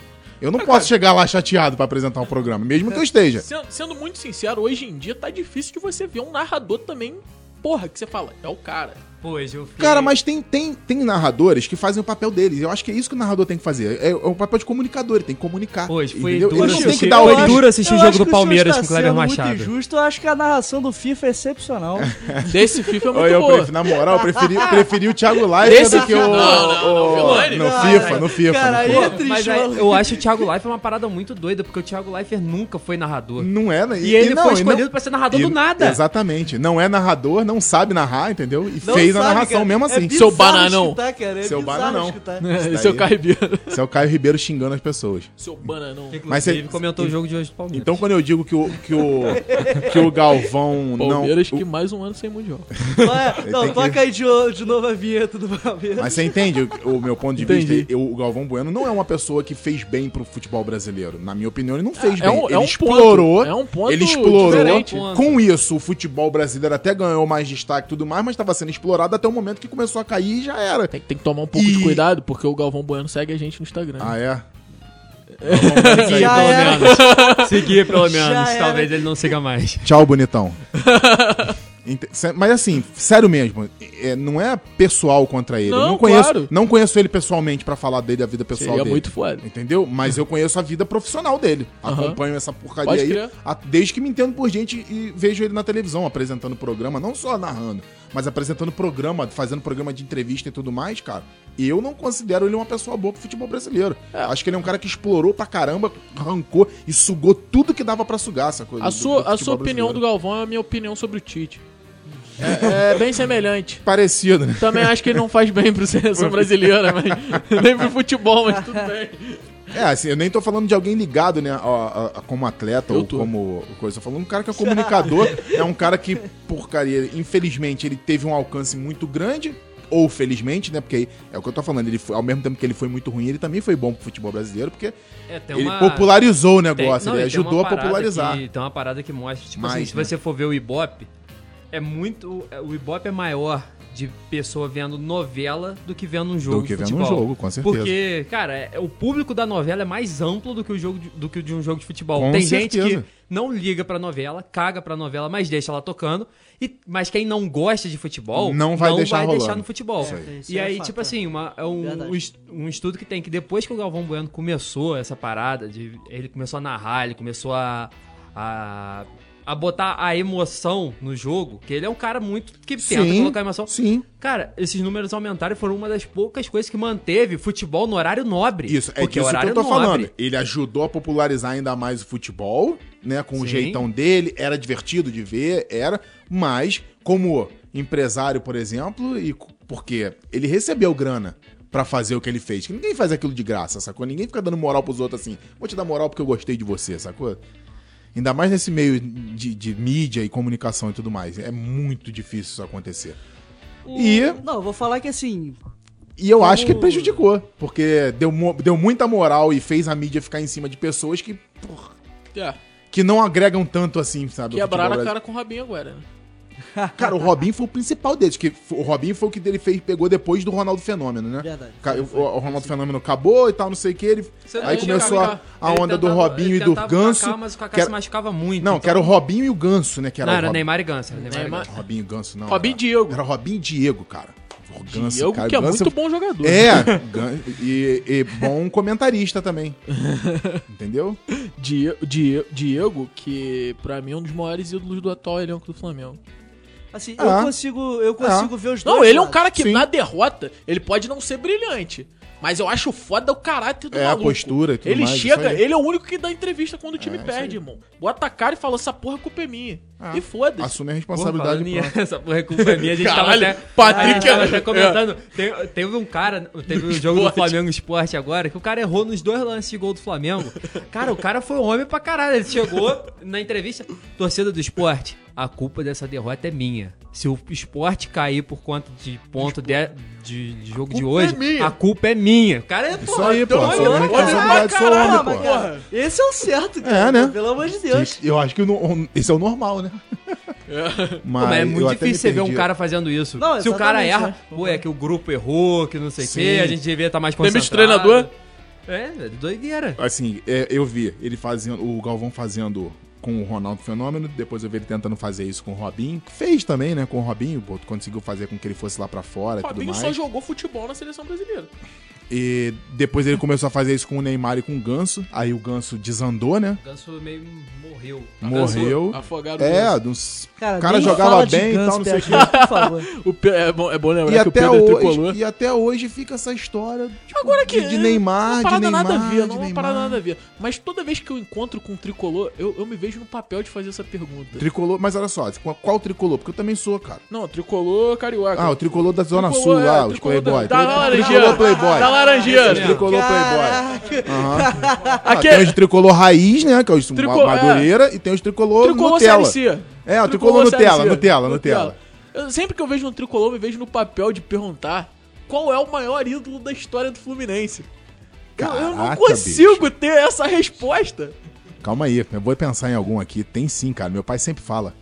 Speaker 4: Eu não posso chegar lá chateado pra apresentar um programa, mesmo
Speaker 1: É.
Speaker 4: que eu esteja.
Speaker 2: Sen- Sendo muito sincero, hoje em dia tá difícil de você ver um narrador também, porra, que você fala, é o cara.
Speaker 1: Pois, eu fiquei...
Speaker 4: Cara, mas tem, tem, tem narradores que fazem o papel deles. Eu acho que é isso que o narrador tem que fazer. É, é o papel de comunicador, ele tem que comunicar.
Speaker 1: Pois, foi
Speaker 4: entendeu?
Speaker 1: duro
Speaker 4: Ele não tem que
Speaker 1: assistir-
Speaker 4: dar
Speaker 1: foi
Speaker 4: origem.
Speaker 1: duro assistir Tá, o
Speaker 3: Eu
Speaker 1: jogo
Speaker 3: acho
Speaker 1: do
Speaker 3: que o senhor
Speaker 1: Palmeiras
Speaker 3: está
Speaker 1: com o Kleber
Speaker 3: sendo
Speaker 1: Machado.
Speaker 3: Muito injusto, eu acho que a narração do FIFA é excepcional.
Speaker 2: Desse FIFA é muito
Speaker 4: Olha, eu
Speaker 2: boa.
Speaker 4: prefiro- na moral, eu preferi, eu preferi o Thiago Leifert
Speaker 2: Esse
Speaker 4: do que o.
Speaker 2: não, não, não,
Speaker 4: o-
Speaker 2: Vilani.
Speaker 4: no,
Speaker 3: Não,
Speaker 4: FIFA,
Speaker 3: não.
Speaker 4: no FIFA,
Speaker 3: Cara,
Speaker 4: no
Speaker 3: aí
Speaker 4: FIFA.
Speaker 3: é triste,
Speaker 1: Mas aí,
Speaker 3: mano.
Speaker 1: eu acho o Thiago Leifert uma parada muito doida, porque o Thiago Leifert nunca foi narrador.
Speaker 4: Não é, né?
Speaker 1: E ele foi
Speaker 4: e
Speaker 1: escolhido pra ser narrador do nada.
Speaker 4: Exatamente. Não é narrador, não sabe narrar, entendeu? E
Speaker 3: Não
Speaker 4: fez fez a narração
Speaker 3: é
Speaker 4: mesmo assim.
Speaker 2: Seu bananão.
Speaker 3: tá,
Speaker 4: Seu bananão.
Speaker 2: É,
Speaker 4: Isso
Speaker 2: seu
Speaker 4: daí-
Speaker 2: Carribeiro.
Speaker 4: Esse é o Caio Ribeiro xingando as pessoas.
Speaker 2: Seu bananão.
Speaker 4: Mas
Speaker 1: Inclusive,
Speaker 4: cê-
Speaker 1: comentou o jogo de hoje do Palmeiras.
Speaker 4: Então, quando eu digo que o, que o, que o Galvão não.
Speaker 2: Palmeiras que mais um ano sem mundial.
Speaker 4: Tem
Speaker 3: Não,
Speaker 4: que-
Speaker 3: toca aí de, de novo a vinheta do Palmeiras.
Speaker 4: Mas você entende o, o meu ponto de
Speaker 2: Entendi.
Speaker 4: vista? Eu- o Galvão Bueno não é uma pessoa que fez bem pro futebol brasileiro. Na minha opinião, ele não fez
Speaker 2: É
Speaker 4: bem.
Speaker 2: um- é
Speaker 4: ele
Speaker 2: um ponto.
Speaker 4: explorou.
Speaker 2: É um ponto
Speaker 4: ele explorou.
Speaker 2: diferente.
Speaker 4: Com isso, o futebol brasileiro até ganhou mais destaque e tudo mais, mas estava sendo explorado até o momento que começou a cair e já era.
Speaker 2: Tem, tem que tomar um pouco
Speaker 4: E-
Speaker 2: de cuidado, porque o Galvão Bueno segue a gente no Instagram.
Speaker 4: Ah, é?
Speaker 1: Seguir,
Speaker 3: Já
Speaker 1: pelo
Speaker 3: era.
Speaker 1: menos. Seguir, pelo menos.
Speaker 3: era.
Speaker 1: Talvez ele não siga mais.
Speaker 4: Tchau, bonitão. Ente- sé- Mas assim, sério mesmo, é, não é pessoal contra ele.
Speaker 2: Não,
Speaker 4: eu não conheço,
Speaker 2: claro.
Speaker 4: não conheço ele pessoalmente pra falar dele a vida pessoal
Speaker 2: Seria
Speaker 4: dele.
Speaker 2: muito foda.
Speaker 4: Entendeu? Mas eu conheço a vida profissional dele.
Speaker 2: Aham.
Speaker 4: Acompanho essa porcaria
Speaker 2: Pode
Speaker 4: aí
Speaker 2: crer.
Speaker 4: a- desde que me entendo por gente e vejo ele na televisão apresentando programa, não só narrando, mas apresentando programa, fazendo programa de entrevista e tudo mais, cara. E eu não considero ele uma pessoa boa pro futebol brasileiro. Acho que ele é um cara que explorou pra caramba, arrancou e sugou tudo que dava pra sugar essa coisa.
Speaker 2: A sua, a sua opinião do Galvão é a minha opinião sobre o Tite. É, é bem semelhante.
Speaker 4: Parecido, né?
Speaker 2: Também acho que ele não faz bem pro seleção brasileira, mas, nem pro futebol, mas tudo bem.
Speaker 4: É, assim, eu nem tô falando de alguém ligado, né, a- a- a- como atleta
Speaker 2: Eu
Speaker 4: ou
Speaker 2: tô.
Speaker 4: como coisa. Eu tô falando um cara que é comunicador, é um cara que, porcaria, infelizmente ele teve um alcance muito grande, ou felizmente, né, porque aí é o que eu tô falando, ele foi, ao mesmo tempo que ele foi muito ruim, ele também foi bom pro futebol brasileiro, porque
Speaker 1: É, tem
Speaker 4: ele popularizou o negócio,
Speaker 1: Tem- não,
Speaker 4: ele
Speaker 1: e tem uma
Speaker 4: ajudou a
Speaker 1: parada
Speaker 4: popularizar.
Speaker 1: Que, tem uma parada que mostra, tipo
Speaker 4: Mais,
Speaker 1: assim, se
Speaker 4: né?
Speaker 1: você for ver o Ibope, é muito. é, O Ibope é maior de pessoa vendo novela do que vendo um jogo.
Speaker 4: que
Speaker 1: de
Speaker 4: vendo um
Speaker 1: futebol.
Speaker 4: jogo, com certeza.
Speaker 1: Porque, cara, é- o público da novela é mais amplo do que o, jogo de, do que o de um jogo de futebol.
Speaker 4: Com
Speaker 1: tem gente
Speaker 4: certeza.
Speaker 1: que não liga pra novela, caga pra novela, mas deixa ela tocando. E, mas quem não gosta de futebol
Speaker 4: Não vai deixar rolando.
Speaker 1: no futebol.
Speaker 4: Isso aí.
Speaker 3: Isso
Speaker 1: E
Speaker 3: é
Speaker 1: aí,
Speaker 3: fato,
Speaker 1: tipo
Speaker 3: é.
Speaker 1: assim, uma, é um,
Speaker 3: Verdade.
Speaker 1: um est- um estudo que tem que depois que o Galvão Bueno começou essa parada, de, ele começou a narrar, ele começou a, a, a botar a emoção no jogo, que ele é um cara muito que tenta
Speaker 4: Sim,
Speaker 1: colocar emoção.
Speaker 4: Sim.
Speaker 1: Cara, esses números aumentaram e foram uma das poucas coisas que manteve futebol no horário nobre.
Speaker 4: Isso, é
Speaker 1: Porque
Speaker 4: que isso que
Speaker 1: horário
Speaker 4: eu tô
Speaker 1: nobre-
Speaker 4: falando. Ele ajudou a popularizar ainda mais o futebol, né? Com o
Speaker 1: Sim.
Speaker 4: jeitão dele, era divertido de ver, era, mas como empresário, por exemplo, e c- porque ele recebeu grana pra fazer o que ele fez. Que ninguém faz aquilo de graça, sacou? Ninguém fica dando moral pros outros assim. Vou te dar moral porque eu gostei de você, sacou? Ainda mais nesse meio de, de mídia e comunicação e tudo mais. É muito difícil isso acontecer. E
Speaker 3: Não, eu vou falar que assim.
Speaker 4: e eu acho que prejudicou, porque deu, mo- deu muita moral e fez a mídia ficar em cima de pessoas que,
Speaker 2: É,
Speaker 4: que não agregam tanto assim, sabe? ao
Speaker 2: quebraram a
Speaker 4: futebol
Speaker 2: cara com o Rabinho agora. né?
Speaker 4: brasileiro. Cara, o Robinho foi o principal deles, que f- o Robinho foi o que ele fez, pegou depois do Ronaldo Fenômeno, né?
Speaker 3: Verdade.
Speaker 4: Ca- O, o Ronaldo Fenômeno acabou e tal, não sei o que, ele...
Speaker 1: Você-
Speaker 4: aí
Speaker 1: ele
Speaker 4: começou a,
Speaker 1: tentava-
Speaker 4: a
Speaker 1: ele
Speaker 4: onda do
Speaker 1: tentava-
Speaker 4: Robinho e
Speaker 1: ele
Speaker 4: do
Speaker 1: tentava
Speaker 4: Ganso.
Speaker 1: Cacá, mas o Kaká
Speaker 4: que era-
Speaker 1: se machucava muito. então.
Speaker 4: Não, que era o Robinho e o Ganso, né? Que era
Speaker 1: Não,
Speaker 4: o
Speaker 1: era
Speaker 4: Rob-
Speaker 1: Neymar e Ganso. Era Neymar,
Speaker 2: Neymar-
Speaker 1: e Ganso.
Speaker 4: Robinho e Ganso, não.
Speaker 2: Robinho e
Speaker 4: era-
Speaker 2: Diego.
Speaker 4: Era Robinho e Diego, cara. O Ganso,
Speaker 2: Diego,
Speaker 4: cara,
Speaker 2: que é
Speaker 4: o Ganso
Speaker 2: muito bom jogador. né?
Speaker 4: É, gan- e, e bom comentarista também. Entendeu?
Speaker 2: Die- Die- Diego, que pra mim é um dos maiores ídolos do atual elenco do Flamengo.
Speaker 3: Assim,
Speaker 4: Ah.
Speaker 3: eu consigo, eu consigo ver os dois.
Speaker 2: Não, ele é um
Speaker 3: lados.
Speaker 2: cara que
Speaker 4: Sim.
Speaker 2: na derrota, ele pode não ser brilhante. Mas eu acho foda o caráter do
Speaker 4: É, a
Speaker 2: maluco.
Speaker 4: postura e tudo
Speaker 2: Ele
Speaker 4: mais, isso
Speaker 2: chega,
Speaker 4: aí. É,
Speaker 2: ele é o único que dá entrevista quando o time
Speaker 4: isso aí.
Speaker 2: perde, irmão. Bota a cara e fala, essa porra a culpa é minha.
Speaker 4: Ah,
Speaker 2: E foda-se.
Speaker 4: Assume
Speaker 1: Porra,
Speaker 4: a responsabilidade.
Speaker 1: falando
Speaker 4: e
Speaker 1: em-
Speaker 4: pronto.
Speaker 1: Essa porra é culpa minha, a gente tava
Speaker 2: Caralho,
Speaker 1: até.
Speaker 2: Patrick
Speaker 1: a gente tava
Speaker 2: é-
Speaker 1: até comentando. Te- teve um cara, teve um jogo do
Speaker 2: esporte.
Speaker 1: Flamengo Esporte agora, que o cara errou nos dois lances de gol do Flamengo. Cara, o cara foi um homem pra caralho. Ele chegou na entrevista, torcida do esporte. A culpa dessa derrota é minha. Se o esporte cair por conta de ponto de, de, de jogo de
Speaker 2: culpa é
Speaker 1: hoje,
Speaker 2: minha.
Speaker 1: a culpa é minha. O cara é
Speaker 4: Isso aí, pô.
Speaker 1: então
Speaker 4: Assume a
Speaker 1: olha,
Speaker 4: responsabilidade, sou
Speaker 2: caralho,
Speaker 4: homem,
Speaker 3: mas,
Speaker 4: pô.
Speaker 3: cara, Esse é o certo, cara.
Speaker 4: né?
Speaker 3: Pelo amor de Deus.
Speaker 4: Eu acho que o no- esse é o normal, né?
Speaker 1: Pô, mas é muito
Speaker 4: eu até
Speaker 1: difícil você
Speaker 4: me
Speaker 1: ver um
Speaker 4: perdi.
Speaker 1: cara fazendo isso.
Speaker 3: Não,
Speaker 1: Se o cara
Speaker 3: exatamente,
Speaker 1: erra,
Speaker 3: né?
Speaker 1: pô, é que o grupo errou, que não sei o
Speaker 4: Sim.
Speaker 1: quê, a gente devia estar mais
Speaker 2: Tem bicho
Speaker 1: concentrado.
Speaker 2: treinador?
Speaker 1: É, velho, doideira.
Speaker 4: Assim, é, eu vi ele fazendo, o Galvão fazendo com o Ronaldo Fenômeno, depois eu vi ele tentando fazer isso com o Robinho, que fez também, né, com o Robinho, pô, conseguiu fazer com que ele fosse lá pra fora
Speaker 2: O
Speaker 4: e tudo
Speaker 2: Fabinho
Speaker 4: mais.
Speaker 2: só jogou futebol na seleção brasileira.
Speaker 4: E depois ele começou a fazer isso com o Neymar e com o Ganso. Aí o Ganso desandou, né?
Speaker 1: O Ganso meio morreu.
Speaker 2: Tá
Speaker 4: Morreu.
Speaker 2: Afogado.
Speaker 4: É, dos...
Speaker 3: Cara,
Speaker 4: o cara
Speaker 3: nem
Speaker 4: jogava
Speaker 3: fala de
Speaker 4: bem e tal,
Speaker 3: Ganso,
Speaker 4: não sei o quê.
Speaker 3: Piaquinho, Por favor.
Speaker 2: O Pe- é, bom, é bom lembrar
Speaker 4: E
Speaker 2: que o
Speaker 4: até,
Speaker 2: Pedro é tricolor.
Speaker 4: hoje, e até hoje fica essa história tipo,
Speaker 2: Agora que é,
Speaker 4: de, de Neymar,
Speaker 2: não
Speaker 4: de
Speaker 2: parada
Speaker 4: Neymar,
Speaker 2: nada a ver,
Speaker 4: de
Speaker 2: não uma
Speaker 4: Neymar.
Speaker 2: parada nada a ver. Mas toda vez que eu encontro com um tricolor, eu, eu me vejo no papel de fazer essa pergunta.
Speaker 4: Tricolor, mas olha só, qual, qual tricolor? Porque eu também sou, cara.
Speaker 2: Não, tricolor carioca.
Speaker 4: Ah, o tricolor da Zona
Speaker 2: Tricolor,
Speaker 4: Sul
Speaker 2: é,
Speaker 4: lá, os
Speaker 2: tricolor da-
Speaker 4: Playboy.
Speaker 2: Da,
Speaker 4: Tri-
Speaker 2: laranjeira.
Speaker 4: Tricolor Playboy.
Speaker 2: Da laranjeira.
Speaker 1: Esse
Speaker 4: Tricolor Playboy.
Speaker 3: Caraca.
Speaker 4: Ah,
Speaker 2: Aqui-
Speaker 4: tem os tricolor raiz, né? Que é os
Speaker 2: Tricol-
Speaker 4: Madureira, e tem os tricolor,
Speaker 2: Tricolor
Speaker 4: Nutella.
Speaker 2: CLC.
Speaker 4: É, o tricolor Nutella,
Speaker 2: CLC.
Speaker 4: Nutella, Nutella.
Speaker 2: Eu- sempre que eu vejo um tricolor, eu me vejo no papel de perguntar qual é o maior ídolo da história do Fluminense. Eu- eu, não
Speaker 4: Caraca,
Speaker 2: consigo ter essa resposta.
Speaker 4: Calma aí, eu vou pensar em algum aqui. Tem sim, cara. Meu pai sempre fala.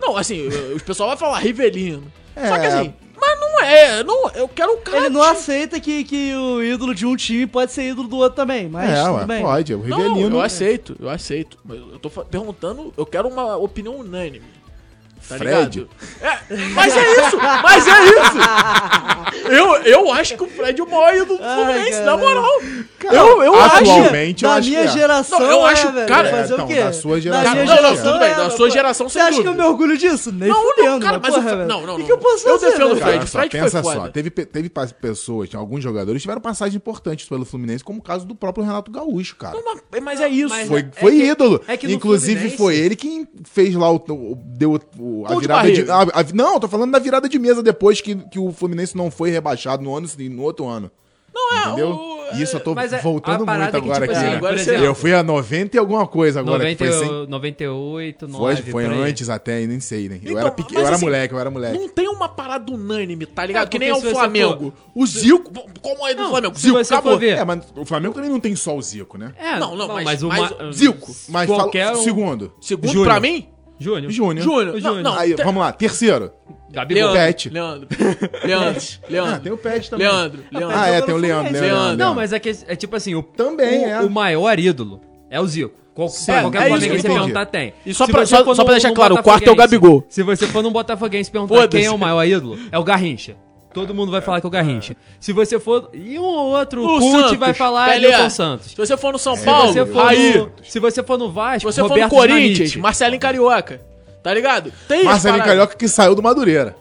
Speaker 2: Não, assim, o pessoal vai falar Rivelino. Só que
Speaker 4: É.
Speaker 2: assim, mas não é. Não, eu quero um cara.
Speaker 3: Ele não
Speaker 2: de-
Speaker 3: aceita que, que o ídolo de um time pode ser ídolo do outro também, mas
Speaker 4: é,
Speaker 3: tudo
Speaker 4: ué,
Speaker 3: bem.
Speaker 4: pode. é O
Speaker 2: Não,
Speaker 4: Rivelino.
Speaker 2: eu aceito, eu aceito. Mas eu tô fa- perguntando, eu quero uma opinião unânime. Tá
Speaker 4: Fred.
Speaker 2: ligado? É, mas é isso! Mas é isso! Eu, eu acho que o Fred é o maior ídolo do
Speaker 3: Ai,
Speaker 2: Fluminense, na
Speaker 3: caralho.
Speaker 2: moral. eu eu acho.
Speaker 4: atual- Atualmente, eu
Speaker 3: da
Speaker 4: acho
Speaker 3: minha
Speaker 4: que é.
Speaker 3: geração,
Speaker 2: Não, eu
Speaker 3: é,
Speaker 2: acho-
Speaker 3: velho,
Speaker 2: cara,
Speaker 3: fazer
Speaker 4: então,
Speaker 3: o quê?
Speaker 4: da sua geração.
Speaker 3: minha
Speaker 4: Não, não,
Speaker 3: geração,
Speaker 2: tudo bem,
Speaker 3: é,
Speaker 2: da
Speaker 3: mas,
Speaker 2: sua
Speaker 3: pô,
Speaker 2: geração,
Speaker 3: Você
Speaker 2: sem
Speaker 3: acha que eu
Speaker 2: dúvida.
Speaker 3: me orgulho disso? Nem
Speaker 2: Não, não,
Speaker 3: fudendo,
Speaker 2: cara,
Speaker 3: mas
Speaker 2: mas
Speaker 3: porra,
Speaker 2: eu-
Speaker 3: velho.
Speaker 2: não, não,
Speaker 3: O que
Speaker 2: não.
Speaker 3: que eu posso
Speaker 2: Eu
Speaker 3: fazer?
Speaker 2: defendo o
Speaker 3: velho?
Speaker 4: Cara,
Speaker 2: Fred,
Speaker 4: olha só,
Speaker 2: Fred foi
Speaker 4: pensa
Speaker 2: foda.
Speaker 4: só, teve, pe- teve pa- pessoas, alguns jogadores tiveram passagens importantes pelo Fluminense, como o caso do próprio Renato Gaúcho, cara.
Speaker 2: Não, mas- mas é isso.
Speaker 1: mas-
Speaker 4: Foi,
Speaker 1: é
Speaker 4: foi
Speaker 1: que-
Speaker 4: ídolo.
Speaker 1: é que no
Speaker 4: Inclusive,
Speaker 1: Fluminense-
Speaker 4: foi ele quem fez lá o. o- deu o- a
Speaker 2: Gol de
Speaker 4: virada de.
Speaker 2: barriga.
Speaker 4: a- a- não, tô falando da virada de mesa depois que, que o Fluminense não foi rebaixado no ano e no outro ano.
Speaker 2: Não, é,
Speaker 4: Entendeu?
Speaker 2: o- é-
Speaker 4: Isso eu tô
Speaker 1: mas é-
Speaker 4: voltando
Speaker 1: a parada
Speaker 4: muito
Speaker 1: é que,
Speaker 4: agora
Speaker 1: tipo
Speaker 4: aqui.
Speaker 2: assim,
Speaker 4: né?
Speaker 2: agora
Speaker 4: eu
Speaker 2: você-
Speaker 4: fui a 90 e alguma coisa agora. que
Speaker 1: 90,
Speaker 4: foi sem-
Speaker 1: 98, 9,
Speaker 4: foi, foi
Speaker 1: por aí.
Speaker 4: antes até, nem sei, né? eu
Speaker 2: Então,
Speaker 4: era, pequeno, eu
Speaker 2: mas
Speaker 4: era
Speaker 2: assim,
Speaker 4: moleque, eu era moleque.
Speaker 2: Não tem uma parada unânime, tá ligado?
Speaker 1: É,
Speaker 2: que nem é o
Speaker 1: porque se você
Speaker 2: Flamengo. O Zico. Como é do
Speaker 1: Não,
Speaker 2: Flamengo?
Speaker 1: se você for ver-
Speaker 4: É, mas o Flamengo também não tem só o Zico, né?
Speaker 1: É,
Speaker 2: Não, não, mas-
Speaker 1: o
Speaker 2: mas
Speaker 1: Ma-
Speaker 2: o Zico,
Speaker 4: Mas
Speaker 1: qualquer
Speaker 4: fala,
Speaker 1: um-
Speaker 4: segundo.
Speaker 2: Segundo
Speaker 1: Júnior.
Speaker 2: pra mim?
Speaker 1: Júnior.
Speaker 4: Júnior.
Speaker 2: Júnior.
Speaker 1: Júnior.
Speaker 2: Não, não.
Speaker 4: Aí,
Speaker 2: te-
Speaker 4: vamos lá, terceiro.
Speaker 1: Gabigol.
Speaker 2: Leandro,
Speaker 4: Pet.
Speaker 2: Leandro. Leandro. Leandro.
Speaker 4: Ah, tem o Pet também.
Speaker 2: Leandro. Leandro.
Speaker 4: Ah, é,
Speaker 3: Leandro
Speaker 4: tem o Leandro,
Speaker 3: Fluminense.
Speaker 4: Leandro, Leandro.
Speaker 1: Não, mas é que é tipo assim, o,
Speaker 4: Também
Speaker 1: o,
Speaker 4: é.
Speaker 1: o maior ídolo é o Zico. Qual, pra qualquer
Speaker 2: é
Speaker 1: Flamengo
Speaker 2: isso que eu
Speaker 1: que você
Speaker 4: entendi.
Speaker 1: perguntar tem.
Speaker 2: E só
Speaker 1: Se
Speaker 2: pra-
Speaker 1: você
Speaker 2: só-
Speaker 1: for
Speaker 2: só pra
Speaker 1: num-
Speaker 2: deixar
Speaker 1: num
Speaker 2: claro, o quarto é o
Speaker 1: botafoguense,
Speaker 2: Gabigol.
Speaker 1: Se você for num botafoguense perguntar
Speaker 2: Foda-se.
Speaker 1: quem é o maior ídolo, é o Garrincha. Todo mundo vai falar que é o Garrincha. Se você for. E um ou outro
Speaker 2: O
Speaker 1: Cult
Speaker 2: Santos,
Speaker 1: vai falar é
Speaker 2: Pelé.
Speaker 1: Newton Santos. É.
Speaker 2: Se você for no São
Speaker 1: Se
Speaker 2: Paulo,
Speaker 1: você for
Speaker 2: aí.
Speaker 1: no, se você for no
Speaker 2: Se
Speaker 1: Vasco,
Speaker 2: você
Speaker 1: Roberto
Speaker 2: for no Corinthians,
Speaker 1: Dinamite.
Speaker 2: Marcelinho Carioca. Tá ligado? Tem as
Speaker 4: Marcelinho
Speaker 2: paradas.
Speaker 4: Carioca é que saiu do Madureira.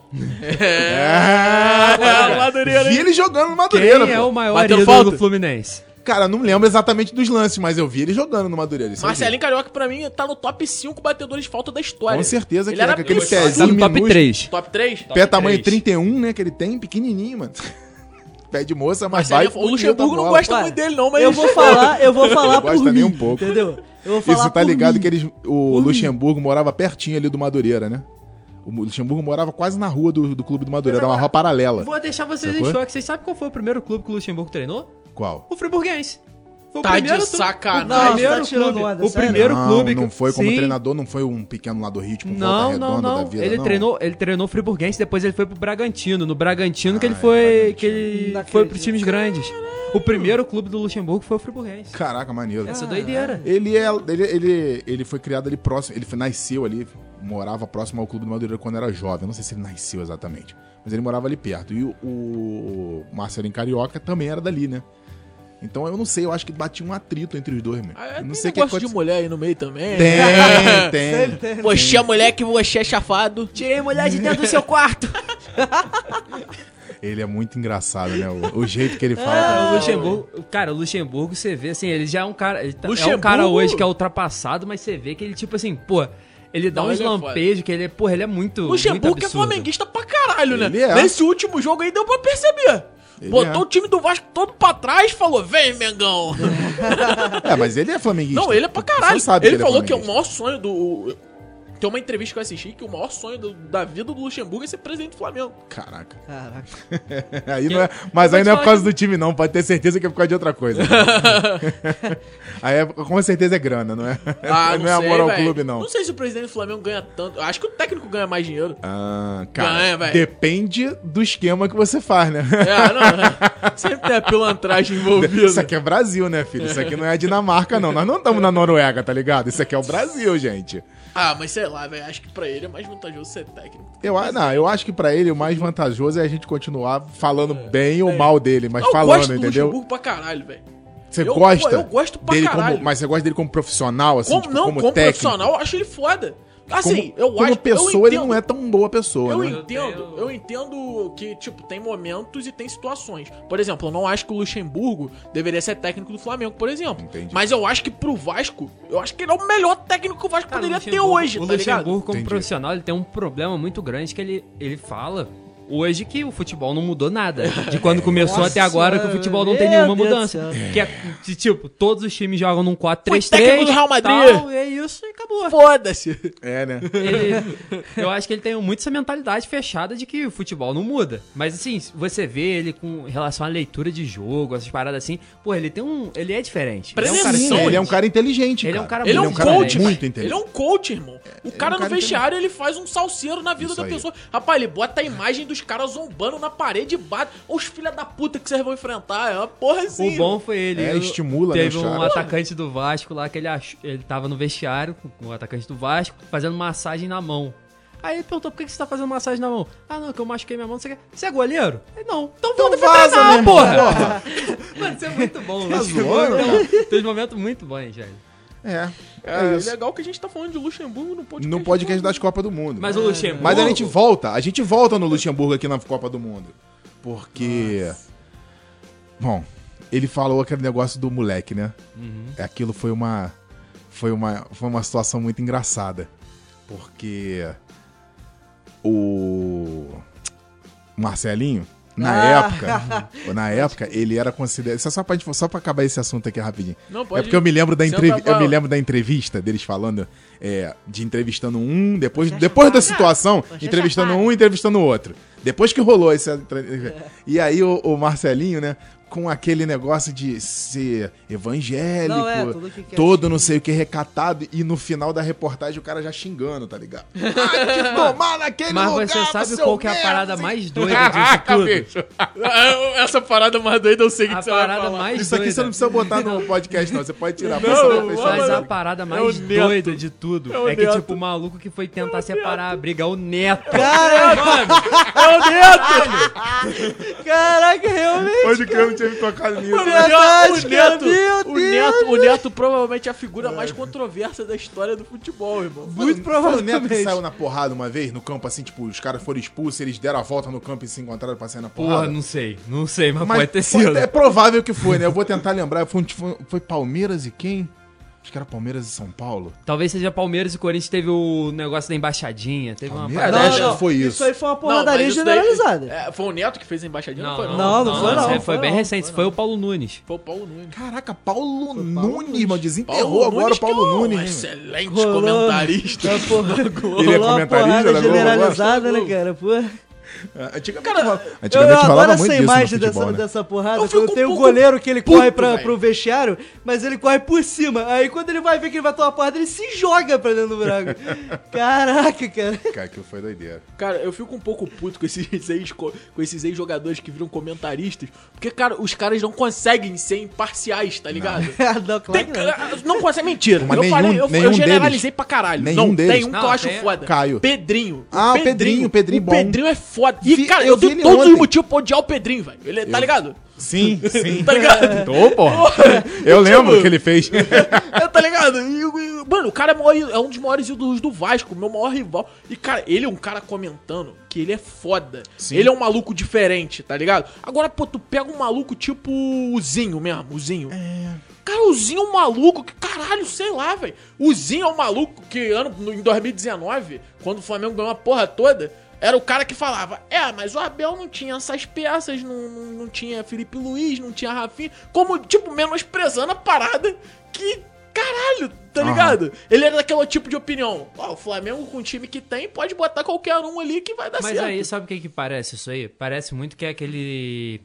Speaker 4: É,
Speaker 2: Ah,
Speaker 1: Carioca.
Speaker 2: Madureira,
Speaker 4: Vi
Speaker 2: hein?
Speaker 4: ele jogando no Madureira,
Speaker 1: Quem é
Speaker 4: pô.
Speaker 1: o maior
Speaker 2: Bateu
Speaker 1: ídolo
Speaker 2: falta?
Speaker 1: do Fluminense? Tá
Speaker 4: Cara, não lembro exatamente dos lances, mas eu vi ele jogando no Madureira. isso eu vi.
Speaker 2: Marcelinho Carioca, pra mim, tá no top 5 batedores de falta da história.
Speaker 4: Com certeza que
Speaker 2: ele era
Speaker 4: é, com aquele
Speaker 2: absurdo.
Speaker 1: Tá no
Speaker 4: pezinho
Speaker 1: top
Speaker 4: minúsculo,
Speaker 1: 3.
Speaker 2: Top 3?
Speaker 4: Pé tamanho
Speaker 1: três.
Speaker 4: 31, né, que ele tem, pequenininho, mano. Pé de moça, mas vai...
Speaker 2: Marcelinho, o Luxemburgo não gosta muito dele, não, mas
Speaker 3: eu vou falar, eu vou falar por
Speaker 4: gosta
Speaker 3: mim,
Speaker 4: nem um pouco.
Speaker 3: entendeu? Eu vou falar
Speaker 4: Isso tá
Speaker 3: por
Speaker 4: ligado
Speaker 3: mim.
Speaker 4: que eles, o Luxemburgo morava pertinho ali do Madureira, né? O Luxemburgo morava quase na rua do, do clube do Madureira, era uma rua paralela.
Speaker 1: Vou deixar vocês
Speaker 4: Sacou?
Speaker 1: em choque. Vocês sabem qual foi o primeiro clube que o Luxemburgo treinou?
Speaker 4: Qual?
Speaker 1: O Friburguense. Foi
Speaker 2: Tá de
Speaker 1: tu-
Speaker 2: sacanagem.
Speaker 1: O primeiro
Speaker 3: Não, tá tirando
Speaker 1: clube,
Speaker 3: onda,
Speaker 1: o
Speaker 3: sério?
Speaker 1: primeiro
Speaker 4: não,
Speaker 1: clube que-
Speaker 4: não foi como
Speaker 1: Sim.
Speaker 4: treinador, não foi um pequeno lá do ritmo,
Speaker 1: Não,
Speaker 4: volta
Speaker 1: não,
Speaker 4: redonda
Speaker 1: não.
Speaker 4: da vida,
Speaker 1: ele
Speaker 4: não.
Speaker 1: treinou, ele treinou o Friburguense, depois ele foi pro Bragantino. No Bragantino que ele
Speaker 4: Ah, é,
Speaker 1: foi,
Speaker 4: Bragantino.
Speaker 1: que ele
Speaker 3: Não
Speaker 1: foi
Speaker 3: acredito.
Speaker 1: pros times grandes. O primeiro clube do Luxemburgo foi o Friburguense.
Speaker 4: Caraca, maneiro.
Speaker 1: Essa doideira.
Speaker 4: Ele, é, ele, ele, ele foi criado ali próximo, ele foi, nasceu ali, morava próximo ao Clube do Madureira quando era jovem. Eu não sei se ele nasceu exatamente, mas ele morava ali perto. E o, o Marcelinho Carioca também era dali, né? Então eu não sei, eu acho que batia um atrito entre os dois, mano.
Speaker 2: Ah, é,
Speaker 4: Eu não
Speaker 2: tem
Speaker 4: sei o que
Speaker 2: negócio de
Speaker 4: aconteceu.
Speaker 2: mulher aí no meio também.
Speaker 4: Tem, tem.
Speaker 2: Você é mulher que você é chafado.
Speaker 1: Tirei mulher de dentro do seu quarto.
Speaker 4: Ele é muito engraçado, né? O, o jeito que ele
Speaker 1: Cara, o
Speaker 4: fala.
Speaker 1: Luxemburgo, cara, o Luxemburgo, você vê assim, ele já é um cara. Ele tá- É um
Speaker 2: Luxemburgo?
Speaker 1: cara hoje que é ultrapassado, mas você vê que ele, tipo assim, pô, ele dá
Speaker 2: Não,
Speaker 1: uns
Speaker 2: ele é foda.
Speaker 1: lampejos, que ele é, porra, ele é muito. muito
Speaker 2: Luxemburgo é
Speaker 1: absurdo.
Speaker 2: flamenguista pra caralho, né?
Speaker 4: Ele é.
Speaker 2: Nesse último jogo aí deu pra perceber.
Speaker 4: Ele
Speaker 2: Botou o
Speaker 4: é.
Speaker 2: time do Vasco todo pra trás e falou: vem, Mengão.
Speaker 4: é, mas ele é flamenguista.
Speaker 2: Não, ele é pra
Speaker 4: Você
Speaker 2: caralho.
Speaker 4: sabe
Speaker 2: ele, falou que é o
Speaker 4: flamenguista.
Speaker 2: maior sonho do. Tem uma entrevista que eu assisti que o maior sonho do- da vida do Luxemburgo é ser presidente do Flamengo.
Speaker 4: Caraca.
Speaker 3: Caraca.
Speaker 4: Aí não é, mas
Speaker 1: Vou
Speaker 4: aí
Speaker 1: te
Speaker 4: não é
Speaker 1: falar
Speaker 4: por causa do time, não. Pode ter certeza que é por causa de outra coisa. aí é- com certeza é grana, não é? não, é amor ao
Speaker 2: véi.
Speaker 4: clube, não.
Speaker 2: Ah, Não sei se o presidente do Flamengo ganha tanto. Eu acho que o técnico ganha mais dinheiro.
Speaker 4: Ah, cara,
Speaker 2: Ganha, véi.
Speaker 4: depende do esquema que você faz, né?
Speaker 2: É, não. Sempre tem a pilantragem envolvida.
Speaker 4: Isso aqui é Brasil, né, filho? Isso aqui não é a Dinamarca, não. Nós não estamos na Noruega, tá ligado? Isso aqui é o Brasil, gente.
Speaker 2: Ah, mas sei lá, velho. Acho que pra ele é mais vantajoso ser técnico.
Speaker 4: Eu, a- não, eu acho que pra ele o mais vantajoso é a gente continuar falando bem ou mal dele, mas
Speaker 2: É. eu
Speaker 4: falando,
Speaker 2: gosto do
Speaker 4: entendeu?
Speaker 2: Luxemburgo pra caralho, velho.
Speaker 4: Você
Speaker 2: Eu-
Speaker 4: gosta?
Speaker 2: eu gosto pra
Speaker 4: dele
Speaker 2: caralho.
Speaker 4: Como, mas você gosta dele como profissional, assim,
Speaker 2: Como,
Speaker 4: tipo,
Speaker 2: não,
Speaker 4: como,
Speaker 2: como,
Speaker 4: técnico?
Speaker 2: profissional, eu acho ele foda.
Speaker 4: Como,
Speaker 2: Assim, eu
Speaker 4: como
Speaker 2: acho.
Speaker 4: pessoa,
Speaker 2: eu
Speaker 4: ele não é tão boa pessoa,
Speaker 2: Eu
Speaker 4: né?
Speaker 2: entendo, eu entendo que, tipo, tem momentos e tem situações. Por exemplo, eu não acho que o Luxemburgo deveria ser técnico do Flamengo, por exemplo.
Speaker 4: Entendi.
Speaker 2: Mas eu acho que pro Vasco, eu acho que ele é o melhor técnico que o Vasco
Speaker 1: Cara, o
Speaker 2: poderia ter
Speaker 1: Luxemburgo-
Speaker 2: hoje,
Speaker 1: O
Speaker 2: tá ligado?
Speaker 1: Luxemburgo, como
Speaker 4: Entendi.
Speaker 1: profissional, ele tem um problema muito grande que ele, ele fala hoje que o futebol não mudou nada. De quando começou
Speaker 3: Nossa
Speaker 1: até agora, que o futebol não tem
Speaker 3: meu
Speaker 1: nenhuma
Speaker 3: Deus do
Speaker 1: mudança.
Speaker 3: céu.
Speaker 1: Que é, de, tipo, todos os times jogam num 4-3-3.
Speaker 2: Foi técnico do Real Madrid.
Speaker 1: tal, e é isso e acabou.
Speaker 2: Foda-se.
Speaker 4: É, né?
Speaker 1: Ele- eu acho que ele tem muito essa mentalidade fechada de que o futebol não muda. Mas assim, se você vê ele com relação à leitura de jogo, essas paradas assim, pô, ele tem um. Ele é diferente. Ele é um cara
Speaker 2: Presença,
Speaker 4: Sim,
Speaker 1: diferente.
Speaker 4: ele é um cara inteligente,
Speaker 1: Ele é um cara
Speaker 2: Ele é um,
Speaker 1: muito
Speaker 2: coach,
Speaker 1: inteligente.
Speaker 2: velho.
Speaker 4: muito
Speaker 2: Ele é
Speaker 4: inteligente.
Speaker 2: um coach, irmão. O cara
Speaker 4: um
Speaker 2: no
Speaker 4: cara
Speaker 2: vestiário, ele faz um salseiro na vida
Speaker 4: Isso
Speaker 2: da
Speaker 4: aí.
Speaker 2: pessoa. Rapaz, ele bota a imagem dos caras zombando na parede e bate. Os filha da puta que vocês vão enfrentar. É uma porra assim.
Speaker 1: O bom foi ele.
Speaker 4: É,
Speaker 1: Eu-
Speaker 4: estimula, né,
Speaker 1: Teve
Speaker 4: o
Speaker 1: um
Speaker 4: cara?
Speaker 1: atacante do Vasco lá que ele, ach... ele tava no vestiário, com o atacante do Vasco, fazendo massagem na mão. Aí ele perguntou, por que que você tá fazendo massagem na mão? Ah, não, que eu machuquei minha mão, não sei o que. Você é goleiro? Ele, não. Então volta pra
Speaker 4: vaza, meu
Speaker 1: treinar,
Speaker 4: irmão, Tá
Speaker 1: porra! Mano, isso é muito bom. né?
Speaker 4: zoando,
Speaker 1: Tem uns momentos um muito bons, velho.
Speaker 4: É.
Speaker 2: É,
Speaker 4: É isso.
Speaker 2: legal que a gente tá falando de Luxemburgo no podcast.
Speaker 4: No podcast das Copas do Mundo.
Speaker 1: Mas o Luxemburgo...
Speaker 4: Mas a gente volta, a gente volta no Luxemburgo aqui na Copa do Mundo. Porque. Bom, ele falou aquele negócio do moleque, né?
Speaker 2: Uhum.
Speaker 4: Aquilo foi uma. Foi uma, foi uma situação muito engraçada. Porque. O. Marcelinho, na
Speaker 2: Ah.
Speaker 4: época. na época, ele era considerado. Só, só, pra, gente- só pra acabar esse assunto aqui rapidinho.
Speaker 2: Não, pode
Speaker 4: é porque eu me lembro da
Speaker 3: Então
Speaker 2: Senta
Speaker 4: entrevista.
Speaker 3: tá
Speaker 2: a bala.
Speaker 4: Eu me lembro da entrevista deles falando. é, de entrevistando um, depois, depois
Speaker 3: tá.
Speaker 4: da situação, entrevistando um e entrevistando o outro. Depois que rolou esse. entre-
Speaker 3: É.
Speaker 4: E aí o, o Marcelinho, né? Com aquele negócio de ser evangélico,
Speaker 3: Não, é, tudo que quer.
Speaker 4: todo não sei o que recatado, e no final da reportagem o cara já xingando, tá ligado? Ah, te tomar naquele
Speaker 1: Mas
Speaker 4: lugar,
Speaker 1: você sabe
Speaker 4: seu
Speaker 1: qual que é a
Speaker 4: merda,
Speaker 1: parada
Speaker 4: assim.
Speaker 1: mais doida disso tudo?
Speaker 2: Essa parada mais doida eu sei que
Speaker 1: A
Speaker 2: você vai
Speaker 1: parada
Speaker 2: falar.
Speaker 1: mais
Speaker 4: Isso aqui você
Speaker 1: doida.
Speaker 4: não precisa botar no podcast, não. Você pode tirar pra
Speaker 1: né?
Speaker 2: Não,
Speaker 4: só pra
Speaker 2: eu
Speaker 4: fechar.
Speaker 1: Mas
Speaker 2: Olha,
Speaker 1: a parada
Speaker 2: é o
Speaker 1: mais
Speaker 2: Neto.
Speaker 1: doida de tudo
Speaker 2: É o
Speaker 1: é, que,
Speaker 2: Neto.
Speaker 1: tipo, o maluco que foi tentar separar a briga, é o Neto.
Speaker 2: É o Neto!
Speaker 3: Caraca, realmente.
Speaker 4: Hoje que eu não tinha me tocado nisso. né?
Speaker 2: Mano,
Speaker 3: Verdade,
Speaker 2: o
Speaker 3: cara,
Speaker 2: Neto,
Speaker 3: meu
Speaker 2: o
Speaker 3: Deus.
Speaker 2: Neto, o Neto provavelmente é a figura mais controversa da história do futebol, irmão.
Speaker 3: Muito
Speaker 4: Foi o Neto que
Speaker 3: provavelmente.
Speaker 4: saiu na porrada uma vez no campo, assim, tipo, os caras foram expulsos, eles deram a volta no campo e se encontraram pra sair na porrada.
Speaker 1: Porra, não sei. Não sei, mas,
Speaker 4: Mas
Speaker 1: pode ter sido.
Speaker 4: É provável que foi, né? Eu vou tentar lembrar. Foi, um- foi- foi Palmeiras e quem? Acho que era Palmeiras e São Paulo.
Speaker 1: Talvez seja Palmeiras e Corinthians teve o negócio da embaixadinha, teve uma
Speaker 4: Palmeiras?
Speaker 1: parada.
Speaker 4: acho que É, foi isso.
Speaker 3: aí foi uma
Speaker 2: Não,
Speaker 3: porradaria
Speaker 2: mas isso daí-
Speaker 3: generalizada.
Speaker 2: é, foi o Neto que fez a embaixadinha, não, foi? Não.
Speaker 3: não, foi, não,
Speaker 1: isso aí
Speaker 3: não
Speaker 1: Foi
Speaker 3: foi,
Speaker 1: bem
Speaker 3: não,
Speaker 1: recente, foi, o Paulo Nunes.
Speaker 2: Foi o Paulo Nunes.
Speaker 4: Caraca, Paulo, Nunes, mano. Desenterrou
Speaker 2: Paulo Nunes,
Speaker 4: agora o
Speaker 2: que é
Speaker 4: Paulo
Speaker 2: um
Speaker 4: Nunes. hein, mano?
Speaker 2: Excelente
Speaker 3: Rolou.
Speaker 2: comentarista.
Speaker 3: Tá, porra,
Speaker 4: Ele é
Speaker 3: rolou uma
Speaker 2: né?
Speaker 4: comentarista
Speaker 3: porrada
Speaker 4: da Globo agora?
Speaker 3: generalizada, né, cara? Pô.
Speaker 4: Antigamente, cara,
Speaker 3: Eu,
Speaker 4: antigamente
Speaker 3: eu
Speaker 4: falava
Speaker 3: adoro
Speaker 4: muito
Speaker 3: essa
Speaker 4: disso
Speaker 3: imagem
Speaker 4: no futebol,
Speaker 3: dessa,
Speaker 4: né?
Speaker 3: dessa porrada.
Speaker 2: Eu
Speaker 3: Eu
Speaker 2: fico um
Speaker 3: tem o
Speaker 2: pouco
Speaker 3: goleiro que ele
Speaker 2: puto,
Speaker 3: corre pra,
Speaker 2: velho.
Speaker 3: pro vestiário, mas ele corre por cima. Aí quando ele vai ver que ele vai tomar porrada, ele se joga pra dentro do buraco. Caraca, cara.
Speaker 4: Cara, aquilo foi doideira.
Speaker 2: Cara, eu fico um pouco puto com esses ex com esses ex-jogadores que viram comentaristas, porque cara, os caras não conseguem ser imparciais, tá ligado?
Speaker 3: Ah, não, claro
Speaker 2: Tem,
Speaker 3: que não.
Speaker 2: não consegue mentira.
Speaker 4: Mas
Speaker 2: eu
Speaker 4: nenhum-
Speaker 2: falei, eu,
Speaker 4: nenhum
Speaker 2: eu generalizei
Speaker 4: deles.
Speaker 2: pra caralho.
Speaker 4: Nenhum
Speaker 2: não,
Speaker 4: deles.
Speaker 2: tem um que
Speaker 1: Não,
Speaker 2: eu acho
Speaker 1: tem-
Speaker 2: foda.
Speaker 4: Caio.
Speaker 2: Pedrinho.
Speaker 4: Ah, o Pedrinho, Pedrinho
Speaker 2: O
Speaker 4: bom.
Speaker 2: Pedrinho é foda. E,
Speaker 4: Vi-
Speaker 2: cara,
Speaker 4: eu
Speaker 2: eu,
Speaker 4: vi
Speaker 2: tenho
Speaker 4: ele
Speaker 2: todos
Speaker 4: ontem.
Speaker 2: os motivos pra odiar o Pedrinho, velho. Ele, tá ligado?
Speaker 4: Sim, sim.
Speaker 2: Tá ligado?
Speaker 4: Tô, porra. Eu
Speaker 3: Tipo,
Speaker 4: lembro o que ele fez.
Speaker 2: É, tá ligado? E, e- mano, o cara é, maior- é um dos maiores ídolos do Vasco, meu maior rival. E, cara, ele é um cara comentando que ele é foda.
Speaker 4: Sim.
Speaker 2: Ele é um maluco diferente, tá ligado? Agora, pô, tu pega um maluco tipo o Zinho mesmo, o Zinho.
Speaker 4: É.
Speaker 2: Cara, o Zinho é um maluco que, caralho, sei lá, velho. O Zinho é um maluco que ano, no- em 2019, quando o Flamengo ganhou a porra toda, era o cara que falava, é, mas o Abel não tinha essas peças, não, não, não tinha Felipe Luiz, não tinha Rafinha, como, tipo, menosprezando a parada que, caralho, tá
Speaker 4: Aham.
Speaker 2: ligado? Ele era daquele tipo de opinião, ó, o Flamengo com o time que tem pode botar qualquer um ali que vai dar
Speaker 1: Mas
Speaker 2: certo.
Speaker 1: aí, sabe o que que parece isso aí? Parece muito que é aquele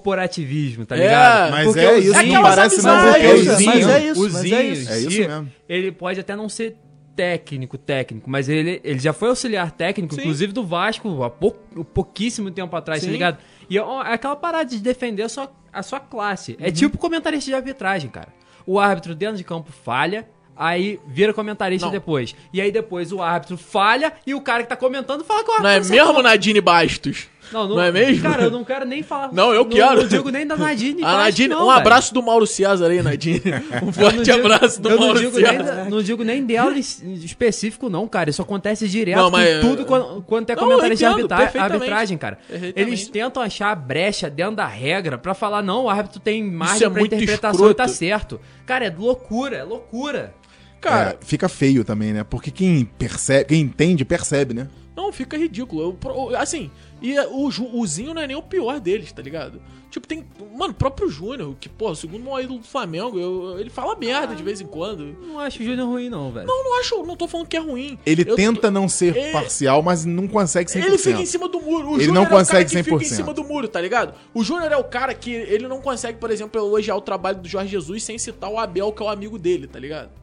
Speaker 1: corporativismo, tá
Speaker 2: É.
Speaker 1: ligado?
Speaker 4: Mas
Speaker 1: Porque
Speaker 4: é
Speaker 1: o
Speaker 4: isso,
Speaker 1: Zinho-
Speaker 4: não parece não,
Speaker 3: amizades,
Speaker 4: porque
Speaker 3: é
Speaker 4: o
Speaker 3: isso,
Speaker 4: Zinho-
Speaker 3: mas é isso,
Speaker 1: o
Speaker 3: mas é
Speaker 1: Zinho em
Speaker 3: isso.
Speaker 4: É isso
Speaker 1: si,
Speaker 4: mesmo.
Speaker 1: Ele pode até não ser técnico, técnico, mas ele, ele já foi auxiliar técnico,
Speaker 2: Sim.
Speaker 1: inclusive do Vasco, há pou- pouquíssimo tempo atrás,
Speaker 2: Sim.
Speaker 1: tá ligado? E é ó, é aquela parada de defender a
Speaker 4: Uhum.
Speaker 1: sua, a sua classe. É tipo comentarista de arbitragem, cara. O árbitro dentro de campo falha, Aí vira comentarista
Speaker 2: Não.
Speaker 1: depois. E aí depois o árbitro falha e o cara que tá comentando fala que o árbitro
Speaker 2: Não é
Speaker 1: acertou.
Speaker 2: mesmo, Nadine Bastos? Não, é mesmo?
Speaker 1: Cara, eu não quero nem falar.
Speaker 2: Não, eu quero. Ah,
Speaker 1: Não digo nem da Nadine.
Speaker 2: A
Speaker 1: Bastos,
Speaker 2: Nadine,
Speaker 1: não,
Speaker 2: um
Speaker 1: velho.
Speaker 2: abraço do Mauro Cias aí, Nadine. Um
Speaker 1: Eu não
Speaker 2: forte
Speaker 1: digo-
Speaker 2: abraço do
Speaker 1: eu não
Speaker 2: Mauro
Speaker 1: digo, nem,
Speaker 2: Cias.
Speaker 1: da- não digo nem dela em em específico, não, cara. Isso acontece direto com
Speaker 2: Não, mas- eh,
Speaker 1: tudo quando, quando é
Speaker 2: Não,
Speaker 1: comentário
Speaker 2: eu
Speaker 1: de
Speaker 2: entendo,
Speaker 1: arbitra-
Speaker 2: perfeitamente.
Speaker 1: arbitragem, cara.
Speaker 2: Perfeitamente.
Speaker 1: Eles tentam achar a brecha dentro da regra pra falar, não, o árbitro tem
Speaker 2: Isso
Speaker 1: margem
Speaker 2: é
Speaker 1: pra
Speaker 2: muito
Speaker 1: interpretação
Speaker 2: escroto.
Speaker 1: e tá certo. Cara, é loucura, é loucura.
Speaker 2: Cara,
Speaker 4: É, fica feio também, né? Porque quem percebe, quem entende, percebe, né?
Speaker 2: Não, fica ridículo. Eu pro- assim, e o, Ju- o Zinho não é nem o pior deles, tá ligado? Tipo, tem. Mano, o próprio Júnior, que, pô, o segundo maior ídolo do Flamengo, eu- ele fala merda de vez em quando.
Speaker 1: Não acho o Júnior ruim, não, velho.
Speaker 2: Eu não acho, não tô falando que é ruim.
Speaker 4: Ele
Speaker 2: Eu-
Speaker 4: tenta não ser
Speaker 2: Ele-
Speaker 4: parcial, mas não consegue 100%.
Speaker 2: Ele fica em cima do muro. O
Speaker 4: Ele
Speaker 2: Júnior
Speaker 4: não
Speaker 2: é o cara
Speaker 4: consegue
Speaker 2: que fica em
Speaker 4: 100%.
Speaker 2: cima do muro, tá ligado? O Júnior é o cara que ele não consegue, por exemplo, elogiar o trabalho do Jorge Jesus sem citar o Abel, que é o amigo dele, tá ligado?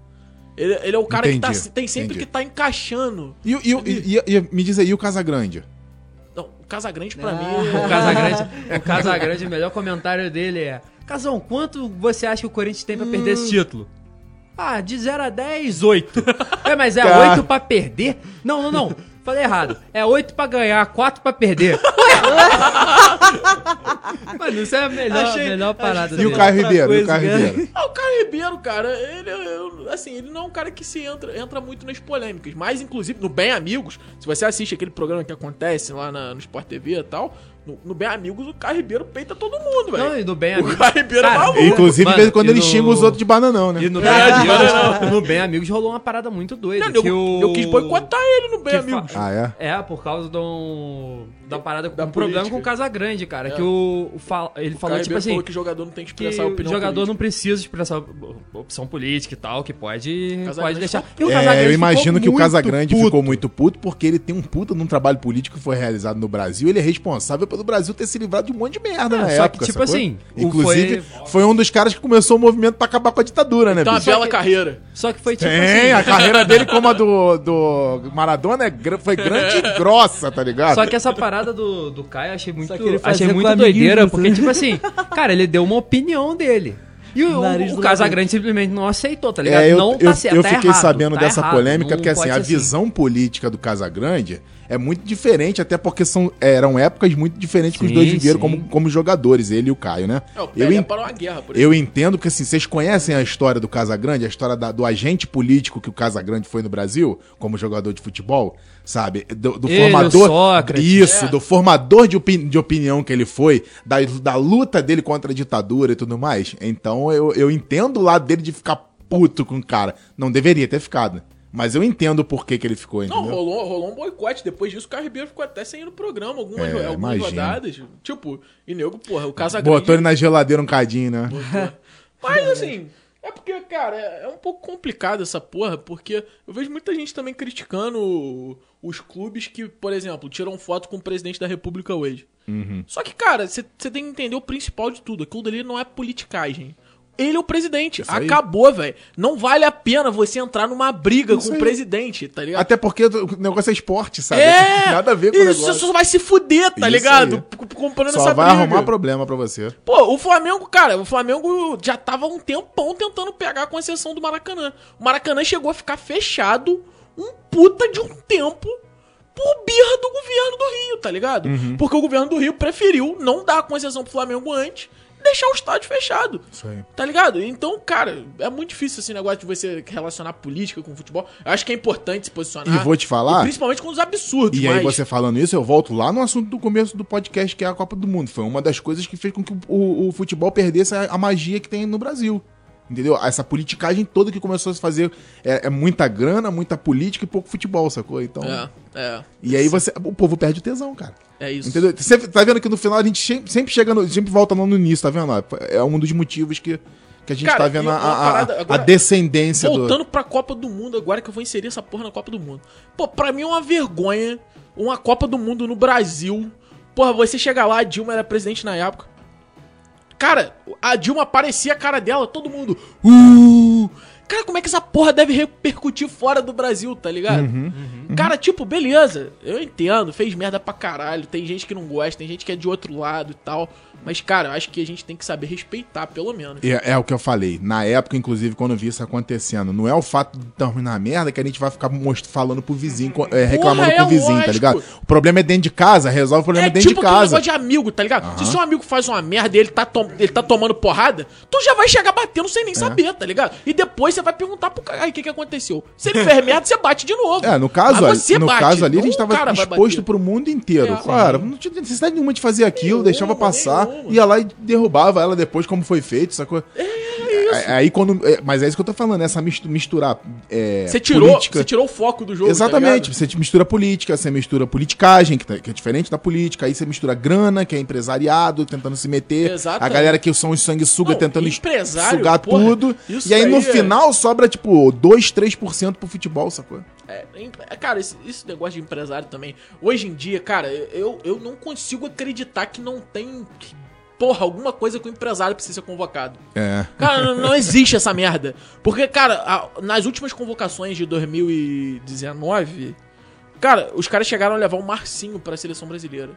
Speaker 2: Ele, ele é o cara que tá,
Speaker 4: Entendi,
Speaker 2: tem sempre
Speaker 4: entendi.
Speaker 2: que tá encaixando.
Speaker 4: E, o- e o- e- e- e- me diz aí, e o Casagrande?
Speaker 2: Não, o Casagrande pra
Speaker 3: Ah.
Speaker 2: mim.
Speaker 1: O Casagrande, o Casagrande, o melhor comentário dele é: Casão, quanto você acha que o Corinthians tem pra perder esse título? Ah, de 0 a 10, 8. É, mas é
Speaker 4: Cara.
Speaker 1: 8 pra perder? Não, não, não. Falei errado. É 8 pra ganhar, 4 pra perder. Ué? Mano, isso é a melhor,
Speaker 3: Achei-
Speaker 1: a melhor parada
Speaker 4: E o
Speaker 1: dele.
Speaker 4: Caio Ribeiro? E
Speaker 3: coisa,
Speaker 4: o
Speaker 1: né?
Speaker 4: Caio
Speaker 3: cara.
Speaker 4: Ribeiro?
Speaker 2: Ah, o Caio Ribeiro, cara, ele, eu- assim, ele não é um cara que se entra, entra muito nas polêmicas, mas inclusive no Bem Amigos, se você assiste aquele programa que acontece lá na- no Sport TV e tal, no, no Bem Amigos o Caio Ribeiro peita todo mundo,
Speaker 1: Não,
Speaker 2: velho.
Speaker 1: e do bem
Speaker 2: O
Speaker 1: amigo.
Speaker 2: Caio Ribeiro é
Speaker 1: Cara,
Speaker 2: maluco.
Speaker 4: Inclusive, de vez em
Speaker 1: Mano,
Speaker 4: quando
Speaker 1: e
Speaker 4: ele
Speaker 1: no-
Speaker 4: xinga os outros de bananão, né?
Speaker 1: E no bem,
Speaker 2: Verdade,
Speaker 1: amigos, no bem amigos rolou uma parada muito doida.
Speaker 2: Não, eu,
Speaker 1: que o...
Speaker 2: eu quis boicotar ele no Bem
Speaker 1: que
Speaker 2: Amigos.
Speaker 1: fa-
Speaker 4: Ah, é?
Speaker 1: É, por causa do, da parada,
Speaker 2: Da
Speaker 1: um problema
Speaker 2: política. É.
Speaker 1: com o Casagrande, cara. Que o, o fala- ele
Speaker 2: O
Speaker 1: falou,
Speaker 2: Caio
Speaker 1: tipo
Speaker 2: Ribeiro
Speaker 1: assim,
Speaker 2: falou que jogador não tem que
Speaker 1: que
Speaker 2: expressar a
Speaker 1: o
Speaker 2: opinião
Speaker 1: jogador
Speaker 2: política.
Speaker 1: não precisa expressar op- opção política e tal, que pode,
Speaker 2: Casagrande
Speaker 1: pode deixar. E
Speaker 2: ficou
Speaker 1: o
Speaker 4: É, eu
Speaker 1: ficou
Speaker 4: imagino que o
Speaker 1: muito
Speaker 4: Casagrande
Speaker 1: puto.
Speaker 4: ficou muito puto porque ele tem um puta num trabalho político que foi realizado no Brasil. Ele é responsável pelo Brasil ter se livrado de um monte de merda
Speaker 1: É,
Speaker 4: na
Speaker 1: só que,
Speaker 4: época.
Speaker 1: tipo
Speaker 4: sacou?
Speaker 1: assim, o-
Speaker 4: Inclusive, foi... um dos caras que começou o movimento pra acabar com a ditadura, né,
Speaker 2: Então, uma
Speaker 4: bicho?
Speaker 2: bela carreira.
Speaker 1: Só que foi tipo
Speaker 4: Tem, a
Speaker 1: assim.
Speaker 4: carreira dele como a do, do Maradona é gran- foi grande e grossa, tá ligado?
Speaker 1: Só que essa parada do, do Caio eu achei muito,
Speaker 3: que ele fazia
Speaker 1: achei
Speaker 3: com
Speaker 1: muito
Speaker 3: amiguinhos,
Speaker 1: doideira,
Speaker 3: né?
Speaker 1: porque, tipo assim, cara, ele deu uma opinião dele. E o,
Speaker 3: Nariz
Speaker 1: o,
Speaker 3: do
Speaker 1: Casagrande simplesmente não aceitou, tá ligado?
Speaker 4: É, eu,
Speaker 1: não
Speaker 4: eu,
Speaker 1: tá certo,
Speaker 4: eu
Speaker 1: tá
Speaker 4: fiquei
Speaker 1: errado,
Speaker 4: sabendo
Speaker 1: tá
Speaker 4: dessa
Speaker 1: errado,
Speaker 4: polêmica
Speaker 1: não
Speaker 4: porque assim,
Speaker 1: pode
Speaker 4: a
Speaker 1: ser
Speaker 4: visão política do Casagrande é muito diferente, até porque são, eram épocas muito diferentes que os
Speaker 1: Sim,
Speaker 4: dois viveram
Speaker 1: sim.
Speaker 4: como, como jogadores, ele e o Caio, né?
Speaker 2: É, o
Speaker 4: eu,
Speaker 2: Pelé
Speaker 4: en-
Speaker 2: parou uma guerra, por
Speaker 4: eu entendo que assim, vocês conhecem a história do Casagrande, a história da- do agente político que o Casagrande foi no Brasil, como jogador de futebol, sabe? Do, do
Speaker 1: Ele, o
Speaker 4: formador.
Speaker 1: Sócrates.
Speaker 4: Isso,
Speaker 2: É.
Speaker 4: do formador de, opi- de opinião que ele foi, da, da luta dele contra a ditadura e tudo mais. Então eu, eu entendo o lado dele de ficar puto com o cara. Não deveria ter ficado. Mas eu entendo o porquê que ele ficou,
Speaker 2: Não,
Speaker 4: entendeu?
Speaker 2: rolou, rolou um boicote. Depois disso, o Caio Ribeiro ficou até sem ir no programa algumas,
Speaker 4: É,
Speaker 2: algumas
Speaker 4: imagino.
Speaker 2: rodadas. Tipo, e nego, porra, o Casagrande...
Speaker 4: Botou ele na geladeira um cadinho, né?
Speaker 2: Mas assim, é porque, cara, é é um pouco complicado essa porra, porque eu vejo muita gente também criticando o- os clubes que, por exemplo, tiram foto com o presidente da República hoje.
Speaker 4: Uhum.
Speaker 2: Só que, cara, você tem que entender o principal de tudo. Aquilo dali não é politicagem. Ele é o presidente.
Speaker 4: aí.
Speaker 2: Acabou, velho. Não vale a pena você entrar numa briga
Speaker 4: Isso
Speaker 2: com
Speaker 4: aí.
Speaker 2: o presidente, tá ligado?
Speaker 4: Até porque o negócio é esporte, sabe?
Speaker 2: É!
Speaker 4: Nada a ver com o
Speaker 2: isso,
Speaker 4: negócio.
Speaker 2: Você só vai se fuder, tá
Speaker 4: Isso
Speaker 2: ligado?
Speaker 4: aí.
Speaker 2: P- Comprando
Speaker 4: Só
Speaker 2: essa
Speaker 4: vai
Speaker 2: briga.
Speaker 4: arrumar problema pra você.
Speaker 2: Pô, o Flamengo, cara, o Flamengo já tava há um tempão tentando pegar a concessão do Maracanã. O Maracanã chegou a ficar fechado um puta de um tempo por birra do governo do Rio, tá ligado?
Speaker 4: Uhum.
Speaker 2: Porque o governo do Rio preferiu não dar a concessão pro Flamengo antes e deixar o estádio fechado.
Speaker 4: Isso aí.
Speaker 2: Tá ligado? Então, cara, é muito difícil esse negócio de você relacionar política com futebol. Eu acho que é importante se posicionar.
Speaker 4: E vou te falar-
Speaker 2: Principalmente com os absurdos,
Speaker 4: E aí
Speaker 2: mas-
Speaker 4: você falando isso, eu volto lá no assunto do começo do podcast, que é a Copa do Mundo. Foi uma das coisas que fez com que o, o- o futebol perdesse a, a magia que tem no Brasil. Entendeu? Essa politicagem toda que começou a se fazer é, é muita grana, muita política e pouco futebol, sacou? Então.
Speaker 2: É, é.
Speaker 4: E aí você. O povo perde o tesão, cara.
Speaker 2: É isso.
Speaker 4: Entendeu? Você tá vendo que no final a gente che- sempre chega no, sempre volta lá no início, tá vendo? É um dos motivos que, que a gente
Speaker 2: Cara,
Speaker 4: tá vendo
Speaker 2: e
Speaker 4: a,
Speaker 2: uma
Speaker 4: a- a-
Speaker 2: parada- agora-
Speaker 4: a descendência do.
Speaker 2: Voltando pra Copa do Mundo, agora que eu vou inserir essa porra na Copa do Mundo. Pô, pra mim é uma vergonha uma Copa do Mundo no Brasil. Porra, você chega lá, a Dilma era presidente na época. Cara, a Dilma aparecia a cara dela, todo mundo. Uh! Cara, como é que essa porra deve repercutir fora do Brasil, tá ligado? Cara, tipo, beleza, eu entendo, fez merda pra caralho, tem gente que não gosta, tem gente que é de outro lado e tal. Mas, cara, eu acho que a gente tem que saber respeitar, pelo menos.
Speaker 4: É, é o que eu falei. Na época, inclusive, quando eu vi isso acontecendo, não é o fato de terminar merda que a gente vai ficar most- falando pro vizinho, co- é, reclamando
Speaker 2: é
Speaker 4: pro vizinho, tá
Speaker 2: lógico.
Speaker 4: ligado? O problema é dentro de casa, resolve o problema
Speaker 2: É
Speaker 4: dentro
Speaker 2: tipo
Speaker 4: de
Speaker 2: aquele
Speaker 4: casa.
Speaker 2: negócio de amigo, tá ligado? Se seu amigo faz uma merda e ele tá, tom- ele tá tomando porrada, tu já vai chegar batendo sem nem
Speaker 4: É.
Speaker 2: saber, tá ligado? E depois você vai perguntar pro cara, aí o que que aconteceu? Se ele fez merda, você bate de novo.
Speaker 4: É, no caso,
Speaker 2: Mas você
Speaker 4: ali- no
Speaker 2: bate,
Speaker 4: caso ali, a gente
Speaker 2: não o
Speaker 4: tava
Speaker 2: cara vai
Speaker 4: exposto
Speaker 2: bater.
Speaker 4: pro mundo inteiro.
Speaker 2: É,
Speaker 4: cara, não tinha necessidade nenhuma de fazer aquilo, deixava
Speaker 2: Nenhuma,
Speaker 4: passar,
Speaker 2: nenhuma.
Speaker 4: ia lá e derrubava ela depois, como foi feito, sacou? É, Aí quando. é, mas é isso que eu tô falando, essa mistu- misturar. é,
Speaker 2: Você tirou,
Speaker 4: política-
Speaker 2: você tirou o foco do jogo, tá
Speaker 4: Exatamente.
Speaker 2: ligado?
Speaker 4: você te mistura política, você mistura politicagem, que, tá- que é diferente da política. Aí você mistura grana, que é empresariado, tentando se meter.
Speaker 2: Exatamente.
Speaker 4: A galera que são os sanguessuga
Speaker 2: Não,
Speaker 4: tentando
Speaker 2: empresário,
Speaker 4: sugar
Speaker 2: porra,
Speaker 4: tudo.
Speaker 2: isso
Speaker 4: E aí, no
Speaker 2: aí é-
Speaker 4: final sobra, tipo, 2, 3% pro futebol, sacou?
Speaker 2: É, em- é, cara, esse, esse negócio de empresário também. Hoje em dia, cara, eu, eu não consigo acreditar que não tem. que, porra, alguma coisa que o empresário precisa ser convocado.
Speaker 4: É.
Speaker 2: Cara, não, não existe essa merda. Porque, cara, a- nas últimas convocações de 2019, cara, os caras chegaram a levar o Marcinho pra seleção brasileira.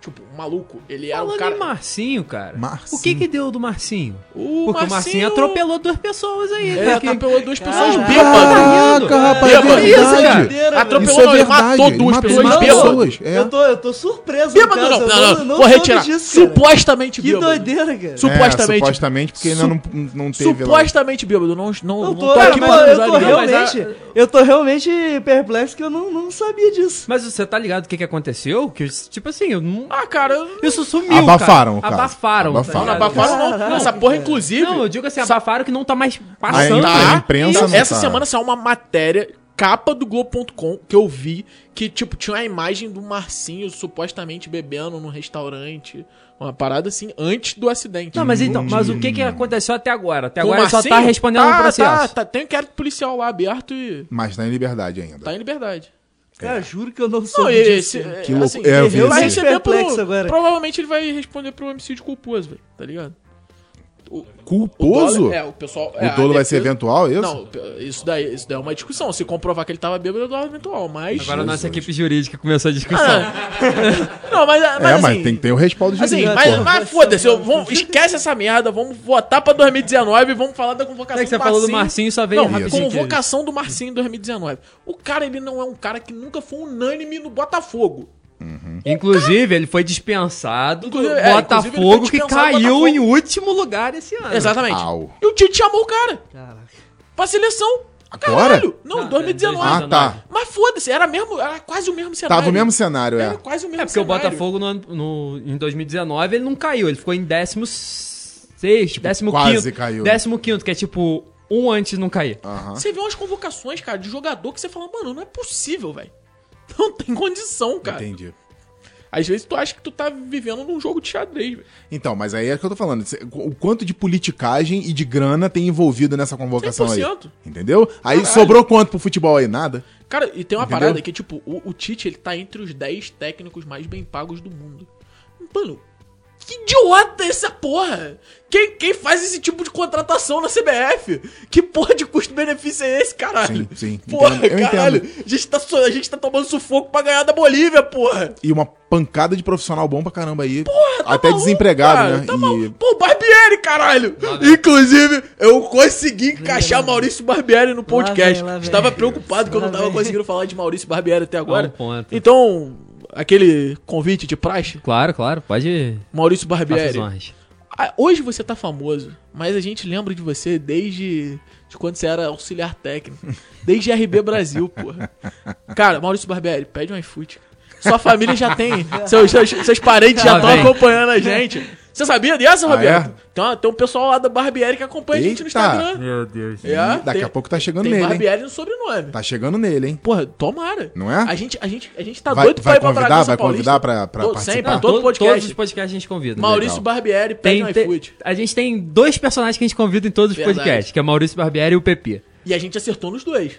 Speaker 2: Tipo, um maluco. Ele era
Speaker 1: Falando
Speaker 2: um cara.
Speaker 1: em Marcinho, cara.
Speaker 4: Marcinho.
Speaker 1: O que que deu do Marcinho?
Speaker 2: O
Speaker 1: Porque o Marcinho atropelou duas pessoas aí.
Speaker 2: Ele
Speaker 1: né, que-
Speaker 2: atropelou duas pessoas
Speaker 3: Caraca,
Speaker 2: bêbadas.
Speaker 4: rapaz,
Speaker 2: Bêbado.
Speaker 4: é verdade.
Speaker 3: Doideira,
Speaker 2: Atropelou,
Speaker 4: Isso é
Speaker 2: não, Então, ele
Speaker 4: verdade,
Speaker 2: matou
Speaker 4: ele
Speaker 2: duas
Speaker 4: matou
Speaker 2: pessoas
Speaker 4: duas
Speaker 2: bêbadas.
Speaker 4: pessoas. é.
Speaker 3: Eu, tô, eu tô surpreso,
Speaker 2: Bêbado
Speaker 3: cara,
Speaker 2: não,
Speaker 3: eu
Speaker 2: não, não,
Speaker 3: eu
Speaker 2: vou
Speaker 3: soube
Speaker 2: retirar.
Speaker 3: disso, cara.
Speaker 2: Supostamente
Speaker 3: Que
Speaker 2: bêbado.
Speaker 3: doideira, cara.
Speaker 4: É,
Speaker 2: Supostamente.
Speaker 4: supostamente, porque ainda não, não teve lá.
Speaker 2: supostamente bêbado. Não, não,
Speaker 3: Eu
Speaker 2: não
Speaker 3: tô,
Speaker 2: tô aqui
Speaker 3: então, mas
Speaker 2: pra
Speaker 3: eu tô
Speaker 2: acusar ninguém. é-
Speaker 1: mas
Speaker 3: realmente, eu tô realmente perplexo que eu não, não sabia disso.
Speaker 1: Mas você tá ligado o que que aconteceu? Que, tipo assim, eu não...
Speaker 2: Ah, cara, eu não-
Speaker 1: isso sumiu, cara.
Speaker 4: Abafaram o caso.
Speaker 1: Abafaram.
Speaker 4: Abafaram.
Speaker 1: tá
Speaker 2: não, não
Speaker 1: ligado?
Speaker 2: abafaram não. Essa porra, inclusive.
Speaker 1: Não, eu digo assim, abafaram que não tá mais passando.
Speaker 4: Ainda-
Speaker 2: tá.
Speaker 4: a imprensa
Speaker 2: Então,
Speaker 4: não
Speaker 2: Essa
Speaker 4: tá.
Speaker 2: semana saiu uma matéria, capa do Globo.com, que eu vi, que, tipo, tinha a imagem do Marcinho supostamente bebendo num restaurante. Uma parada assim, antes do acidente.
Speaker 1: Não, mas então, mas o
Speaker 4: Hum.
Speaker 1: que que aconteceu até agora? Até
Speaker 2: Com o
Speaker 1: agora ele só tá
Speaker 2: Marcinho?
Speaker 1: respondendo
Speaker 2: tá,
Speaker 1: no processo.
Speaker 2: Tá, tá, tem um inquérito policial lá aberto e
Speaker 4: Mas tá em liberdade ainda.
Speaker 2: tá em liberdade.
Speaker 3: Cara, juro que eu não soube
Speaker 2: Não, e esse...
Speaker 3: disso.
Speaker 2: assim,
Speaker 3: cara.
Speaker 4: É. Que louco- é, eu vi
Speaker 2: ele vai
Speaker 4: esse-
Speaker 2: receber por...
Speaker 3: perplexo agora.
Speaker 2: Provavelmente ele vai responder pro homicídio culposo, velho. Tá ligado?
Speaker 4: Culposo?
Speaker 2: dolo- é, o pessoal...
Speaker 4: O dolo vai ser eventual, é isso?
Speaker 2: Não, isso daí, isso daí é uma discussão. Se comprovar que ele tava bêbado, é dolo eventual, mas...
Speaker 1: Agora a nossa
Speaker 4: Jesus.
Speaker 1: equipe jurídica começou a discussão.
Speaker 2: Ah, não, mas, mas
Speaker 4: é,
Speaker 2: assim,
Speaker 4: mas tem que ter o respaldo de
Speaker 2: assim,
Speaker 4: jurídico.
Speaker 2: mas,
Speaker 4: porra.
Speaker 2: mas foda-se, eu- vamos- esquece essa merda, vamos votar pra 2019 e vamos falar da convocação
Speaker 1: É que você falou do Marcinho, só veio
Speaker 2: não,
Speaker 1: rapidinho que- é
Speaker 2: convocação do Marcinho em 2019. O cara, ele não é um cara que nunca foi unânime no Botafogo.
Speaker 1: Inclusive, ele foi dispensado do
Speaker 2: Inclusive, é, inclusive ele foi
Speaker 1: Botafogo, que
Speaker 2: dispensado do
Speaker 1: caiu
Speaker 2: Botafogo.
Speaker 1: em último lugar esse ano.
Speaker 2: Exatamente.
Speaker 4: Au.
Speaker 2: E o Tite chamou o cara
Speaker 3: Caraca.
Speaker 2: pra seleção.
Speaker 4: Agora?
Speaker 2: Caralho,
Speaker 1: é,
Speaker 2: não, em 2019.
Speaker 4: Ah, tá.
Speaker 2: Mas foda-se, era, mesmo, era quase o mesmo cenário.
Speaker 4: Tava o mesmo cenário,
Speaker 2: Era
Speaker 4: é.
Speaker 2: quase o mesmo
Speaker 1: É porque o
Speaker 2: cenário.
Speaker 1: Botafogo no, ano- no- em 2019 ele não caiu, ele ficou em 16, 15.
Speaker 4: Tipo, quase caiu.
Speaker 1: 15, que é tipo um antes de não
Speaker 2: É
Speaker 1: cair.
Speaker 4: Aham.
Speaker 2: Você vê umas convocações, cara, de jogador que você fala, mano, não é possível, velho. Não tem condição, cara.
Speaker 4: Entendi.
Speaker 2: Às vezes tu acha que tu tá vivendo num jogo de xadrez, velho.
Speaker 4: Então, mas aí é o que eu tô falando. Cê- O quanto de politicagem e de grana tem envolvido nessa convocação aí?
Speaker 2: 100%.
Speaker 4: Entendeu? Aí sobrou quanto pro futebol aí? Nada?
Speaker 2: Cara, e tem uma
Speaker 4: Entendeu?
Speaker 2: parada que, tipo, o, o Tite, ele tá entre os 10 técnicos mais bem pagos do mundo. Mano, que idiota é essa porra! Quem, quem faz esse tipo de contratação na CBF? Que porra de custo-benefício é esse, caralho?
Speaker 4: Sim, sim.
Speaker 2: Porra,
Speaker 4: Entendo. Eu
Speaker 2: caralho. A gente, tá, so- a gente tá tomando sufoco pra ganhar da Bolívia, porra!
Speaker 4: E uma pancada de profissional bom pra caramba aí. Até desempregado,
Speaker 2: tá cara,
Speaker 4: né?
Speaker 2: Tá
Speaker 4: E-
Speaker 2: maluco. Pô, o Barbieri, caralho! Inclusive, eu consegui encaixar Maurício Barbieri no podcast.
Speaker 3: Lá vem, lá vem.
Speaker 2: Estava preocupado que eu não
Speaker 3: Lá
Speaker 2: tava
Speaker 3: vem.
Speaker 2: conseguindo falar de Maurício Barbieri até agora.
Speaker 1: um ponto.
Speaker 2: Então, aquele convite de praxe,
Speaker 1: Claro, claro, pode
Speaker 2: Maurício
Speaker 1: faça as
Speaker 2: Barbieri.
Speaker 1: honras.
Speaker 2: Ah, Hoje você tá famoso, mas a gente lembra de você desde de quando você era auxiliar técnico. Desde RB Brasil, porra. Cara, Maurício Barbieri, pede um iFood. Sua família já tem. Seus, seus, seus parentes já
Speaker 1: Lá
Speaker 2: estão
Speaker 1: vem.
Speaker 2: acompanhando a gente. Você sabia dessa,
Speaker 4: Ah,
Speaker 2: Roberto?
Speaker 4: é?
Speaker 2: tem, uma- tem um pessoal lá da Barbieri que acompanha a gente no
Speaker 4: Eita.
Speaker 2: Instagram.
Speaker 1: Meu Deus.
Speaker 2: É,
Speaker 4: Daqui
Speaker 2: tem-
Speaker 4: a pouco tá chegando
Speaker 2: Tem
Speaker 4: nele, hein?
Speaker 2: Barbieri no sobrenome.
Speaker 4: Tá chegando nele, hein?
Speaker 2: Porra, tomara.
Speaker 4: Não é?
Speaker 2: A gente, a gente, a gente tá
Speaker 4: Vai-
Speaker 2: doido pra
Speaker 4: vai
Speaker 2: ir pra
Speaker 4: convidar?
Speaker 2: Bragança
Speaker 4: Vai
Speaker 2: Paulista.
Speaker 4: convidar pra- pra
Speaker 2: Todo-
Speaker 4: participar?
Speaker 2: Sempre,
Speaker 4: Não,
Speaker 2: todo, podcast.
Speaker 1: Todos os podcasts a gente convida. né?
Speaker 2: Maurício
Speaker 4: legal.
Speaker 2: Barbieri, pede
Speaker 1: Tem,
Speaker 2: um
Speaker 1: tem-
Speaker 2: iFood.
Speaker 1: a gente tem dois personagens que a gente convida em todos os
Speaker 2: Verdade.
Speaker 1: podcasts, que é Maurício Barbieri e o PP.
Speaker 2: E a gente acertou nos dois.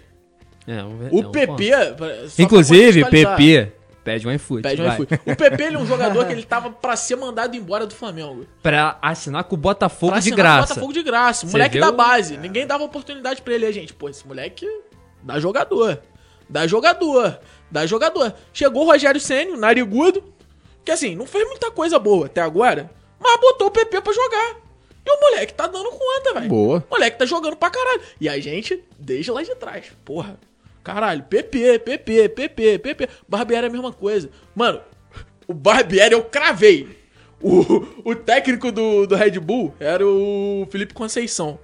Speaker 1: É, um-
Speaker 2: O
Speaker 1: é um
Speaker 2: PP.
Speaker 1: ponto.
Speaker 2: pra- só pra
Speaker 1: Inclusive,
Speaker 2: contextualizar,
Speaker 1: PP pede um iFood.
Speaker 2: Pede um
Speaker 1: vai.
Speaker 2: iFood. O PP ele é um jogador que ele tava pra ser mandado embora do Flamengo.
Speaker 1: Pra assinar com o Botafogo
Speaker 2: Pra
Speaker 1: de
Speaker 2: assinar
Speaker 1: graça.
Speaker 2: Botafogo de graça.
Speaker 1: Você
Speaker 2: Moleque
Speaker 1: viu?
Speaker 2: da base. Ninguém dava oportunidade pra ele. A gente, pô, esse moleque dá jogador. Dá jogador. Dá jogador. Chegou o Rogério Ceni, narigudo, que assim, não fez muita coisa boa até agora, mas botou o PP pra jogar. E o moleque tá dando conta, velho.
Speaker 4: Boa.
Speaker 2: O moleque tá jogando pra caralho. E a gente, desde lá de trás, porra. Caralho, PP, PP, PP, PP. Barbieri é a mesma coisa. Mano, o Barbieri eu cravei. O, o técnico do, do Red Bull era o Felipe Conceição.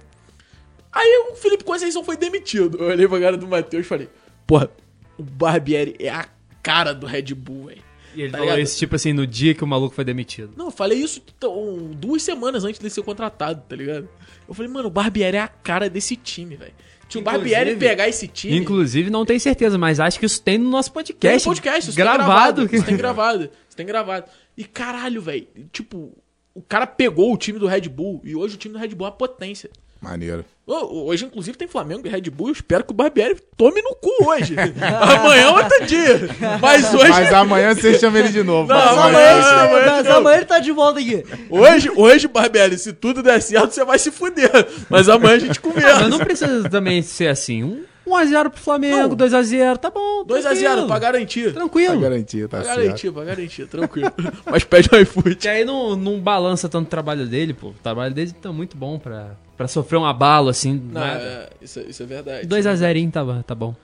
Speaker 2: Aí o Felipe Conceição foi demitido. Eu olhei pra cara do Matheus e falei: Porra, o Barbieri é a cara do Red Bull, velho.
Speaker 1: E ele
Speaker 2: Tá
Speaker 1: falou
Speaker 2: ligado?
Speaker 1: isso, tipo assim, no dia que o maluco foi demitido.
Speaker 2: Não, eu falei isso t- um, duas semanas antes dele ser contratado, tá ligado? Eu falei, mano, o Barbieri é a cara desse time, velho. Se o
Speaker 1: Inclusive-
Speaker 2: Barbieri pegar esse time.
Speaker 1: Inclusive, não tenho certeza, mas acho que isso tem no nosso
Speaker 2: tem
Speaker 1: podcast.
Speaker 2: no podcast, isso
Speaker 1: gravado.
Speaker 2: Tem gravado isso tem gravado. Isso tem gravado. E caralho, velho. Tipo, o cara pegou o time do Red Bull e hoje o time do Red Bull é uma potência.
Speaker 4: Maneiro.
Speaker 2: Ô, Hoje, inclusive, tem Flamengo e Red Bull. Eu espero que o Barbieri tome no cu hoje. amanhã é outro dia. Mas hoje.
Speaker 4: Mas amanhã você chama ele de novo.
Speaker 2: Não,
Speaker 4: Mas
Speaker 2: amanhã-
Speaker 4: amanhã-
Speaker 3: Mas,
Speaker 2: Ah, mas
Speaker 3: mas
Speaker 2: não.
Speaker 3: amanhã ele tá de volta aqui.
Speaker 2: Hoje, hoje, Barbieri, se tudo der certo, você vai se fuder. Mas amanhã a gente
Speaker 1: Ah, Mas
Speaker 2: conversa.
Speaker 1: não precisa também ser assim. Um, 1x0 pro Flamengo,
Speaker 2: Não.
Speaker 1: 2x0, tá bom.
Speaker 2: 2x0,
Speaker 1: tranquilo.
Speaker 2: pra garantir.
Speaker 4: Tá
Speaker 1: Tranquilo.
Speaker 4: garantido, tá
Speaker 2: Pra
Speaker 4: certo.
Speaker 2: garantir, pra garantir, tranquilo. Mas pede um iFood.
Speaker 1: E aí não, não balança tanto o trabalho dele, pô. O trabalho dele tá muito bom pra, pra sofrer um abalo, assim, do
Speaker 2: Não,
Speaker 1: nada.
Speaker 2: é, isso, isso é verdade.
Speaker 1: 2x0 tá, bom- tá bom.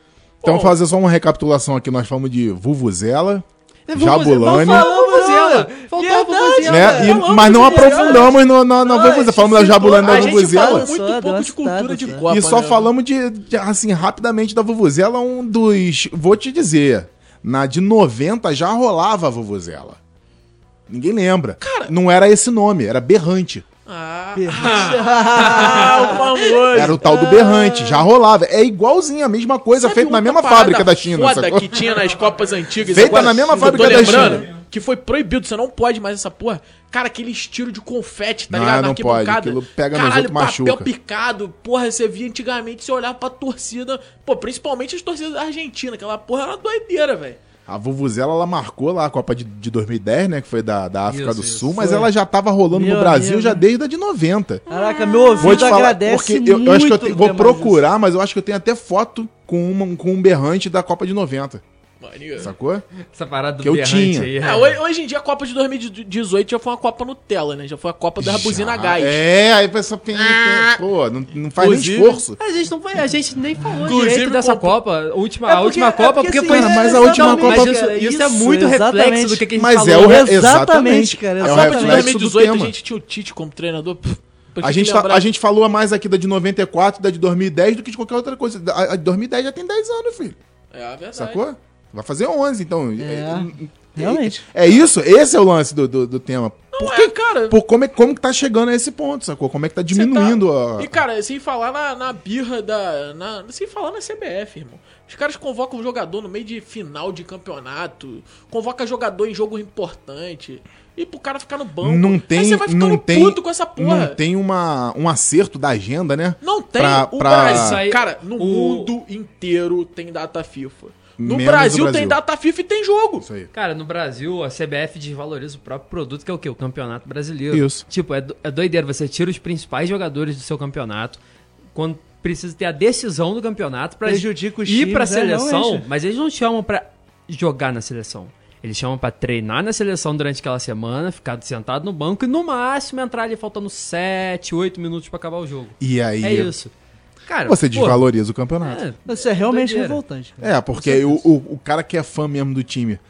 Speaker 4: Então,
Speaker 2: Bom.
Speaker 4: fazer só uma recapitulação aqui. Nós falamos de Vuvuzela,
Speaker 1: Vamos
Speaker 2: É
Speaker 4: Jabulani.
Speaker 1: falar, Vuvuzela. Faltou a
Speaker 3: Verdade,
Speaker 1: Vuvuzela.
Speaker 4: né? E-
Speaker 2: falamos
Speaker 4: mas não
Speaker 2: de Vuvuzela.
Speaker 4: aprofundamos no, no, na Vuvuzela. Falamos da Jabulani
Speaker 2: A
Speaker 4: da
Speaker 2: gente
Speaker 4: Vuvuzela.
Speaker 2: falou muito
Speaker 3: Nossa,
Speaker 2: pouco de
Speaker 3: nossa,
Speaker 2: cultura de
Speaker 3: nossa.
Speaker 2: Copa,
Speaker 4: e só
Speaker 2: né?
Speaker 4: falamos de, de, assim, rapidamente da Vuvuzela, um dos. Vou te dizer, na de 90 já rolava a Vuvuzela. Ninguém lembra.
Speaker 2: Cara-
Speaker 4: Não era esse nome, era Berrante.
Speaker 2: Ah, ah, o famoso.
Speaker 4: Era o tal do Berrante, já rolava. É igualzinho, a mesma
Speaker 2: é.
Speaker 4: coisa,
Speaker 2: Sabe
Speaker 4: feito na
Speaker 2: outra
Speaker 4: mesma
Speaker 2: parada
Speaker 4: fábrica da China.
Speaker 2: Foda
Speaker 4: sacou?
Speaker 2: que tinha nas Copas antigas.
Speaker 4: Feita na mesma
Speaker 2: eu tô
Speaker 4: fábrica da
Speaker 2: lembrando
Speaker 4: China.
Speaker 2: Que foi proibido, você não pode mais essa porra. Cara, aqueles tiros de confete, tá
Speaker 4: Não,
Speaker 2: ligado? Na
Speaker 4: não pode,
Speaker 2: arquibancada.
Speaker 4: aquilo pega nos
Speaker 2: Caralho,
Speaker 4: outros, machuca.
Speaker 2: papel picado. Porra, você via antigamente, você olhava pra torcida. Pô, principalmente as torcidas da Argentina. Aquela porra era uma doideira, velho.
Speaker 4: A Vuvuzela, ela marcou lá a Copa de, de 2010, né? Que foi da, da África
Speaker 1: Isso,
Speaker 4: do
Speaker 1: isso,
Speaker 4: Sul, mas ela já tava rolando
Speaker 3: Meu
Speaker 4: no Brasil
Speaker 3: amigo.
Speaker 4: já desde a de 90.
Speaker 3: Caraca, meu ouvido
Speaker 4: Vou te falar,
Speaker 3: agradece
Speaker 4: porque
Speaker 3: muito.
Speaker 4: eu, eu acho que eu te-
Speaker 3: ter
Speaker 4: vou
Speaker 3: mais
Speaker 4: procurar, mas eu acho que eu tenho até foto com, uma, com um berrante da Copa de 90,
Speaker 2: Maneiro.
Speaker 4: sacou?
Speaker 1: Essa parada do
Speaker 4: Que eu
Speaker 1: berrante
Speaker 4: tinha.
Speaker 1: aí.
Speaker 2: É, hoje, hoje em dia a Copa de 2018 já foi uma Copa Nutella, né? Já foi a Copa da Rabuzina
Speaker 4: Já.
Speaker 2: Gás.
Speaker 4: É, aí a pessoa tem, tem- pô, não, não faz
Speaker 2: Inclusive-
Speaker 4: nem esforço.
Speaker 1: A gente, não foi, a gente nem falou
Speaker 2: Inclusive,
Speaker 1: direito dessa
Speaker 2: compro-
Speaker 1: Copa. Última,
Speaker 3: É
Speaker 1: a
Speaker 3: porque-
Speaker 1: última
Speaker 3: é
Speaker 1: Copa,
Speaker 3: porque
Speaker 1: porque
Speaker 3: assim,
Speaker 1: foi.
Speaker 3: é,
Speaker 4: mas a última
Speaker 1: Não, mas
Speaker 4: Copa-
Speaker 1: isso, isso é
Speaker 3: Isso,
Speaker 1: muito reflexo
Speaker 3: exatamente.
Speaker 1: do que a gente
Speaker 4: Mas é
Speaker 1: falou.
Speaker 4: o re...
Speaker 3: Exatamente,
Speaker 4: exatamente,
Speaker 3: cara,
Speaker 4: cara.
Speaker 2: a
Speaker 4: É o
Speaker 2: Copa de
Speaker 4: reflexo do
Speaker 2: 2018 a
Speaker 4: tema.
Speaker 2: gente tinha o Tite como treinador. pff, pra
Speaker 4: A
Speaker 2: te
Speaker 4: gente, tá-
Speaker 2: lembrar.
Speaker 4: a gente falou a mais aqui da de 94, da de 2010 do que de qualquer outra coisa. A, a de 2010 já tem 10 anos, filho.
Speaker 2: É a verdade.
Speaker 4: Sacou? Vai fazer 11, então.
Speaker 3: É.
Speaker 4: é-
Speaker 3: Realmente.
Speaker 4: É isso? Esse é o lance do, do, do tema.
Speaker 2: Não é, cara.
Speaker 4: Por como, é, como que tá chegando a esse ponto, sacou? Como é que tá
Speaker 2: Cê tá-
Speaker 4: diminuindo a...
Speaker 2: E, cara, sem falar na, na birra da. na- sem falar na CBF, irmão. Os caras convocam um jogador no meio de final de campeonato. Convoca jogador em jogo importante. E pro cara ficar no banco.
Speaker 4: Não tem,
Speaker 2: Aí você vai ficando
Speaker 4: não tem,
Speaker 2: puto com essa porra.
Speaker 4: Não tem uma, um acerto da agenda, né?
Speaker 2: Não tem.
Speaker 4: Pra-
Speaker 2: o
Speaker 4: pra-
Speaker 2: Brasil.
Speaker 1: Isso aí-
Speaker 2: Cara, no
Speaker 1: o-
Speaker 2: mundo inteiro tem data FIFA. No
Speaker 4: Menos o
Speaker 2: Brasil, tem
Speaker 4: Brasil.
Speaker 2: data FIFA e tem jogo.
Speaker 4: Isso aí.
Speaker 1: Cara, no Brasil, a CBF desvaloriza o próprio produto, que é o quê? O Campeonato Brasileiro.
Speaker 4: Isso.
Speaker 1: Tipo, é, do- é doideira. Você tira os principais jogadores do seu campeonato, quando precisa ter a decisão do campeonato pra
Speaker 3: Prejudica os
Speaker 1: ir pra
Speaker 3: times, é, não
Speaker 1: seleção.
Speaker 3: enche.
Speaker 1: mas eles não chamam pra jogar na seleção. Eles chamam pra treinar na seleção durante aquela semana, ficar sentado no banco e no máximo entrar ali faltando 7, 8 minutos pra acabar o jogo.
Speaker 4: E aí
Speaker 1: É isso. Cara,
Speaker 4: você
Speaker 1: pô,
Speaker 4: desvaloriza o campeonato.
Speaker 1: é,
Speaker 3: Isso é realmente
Speaker 1: Doideira.
Speaker 3: revoltante. cara.
Speaker 4: É, porque o, o, o cara que é fã mesmo do time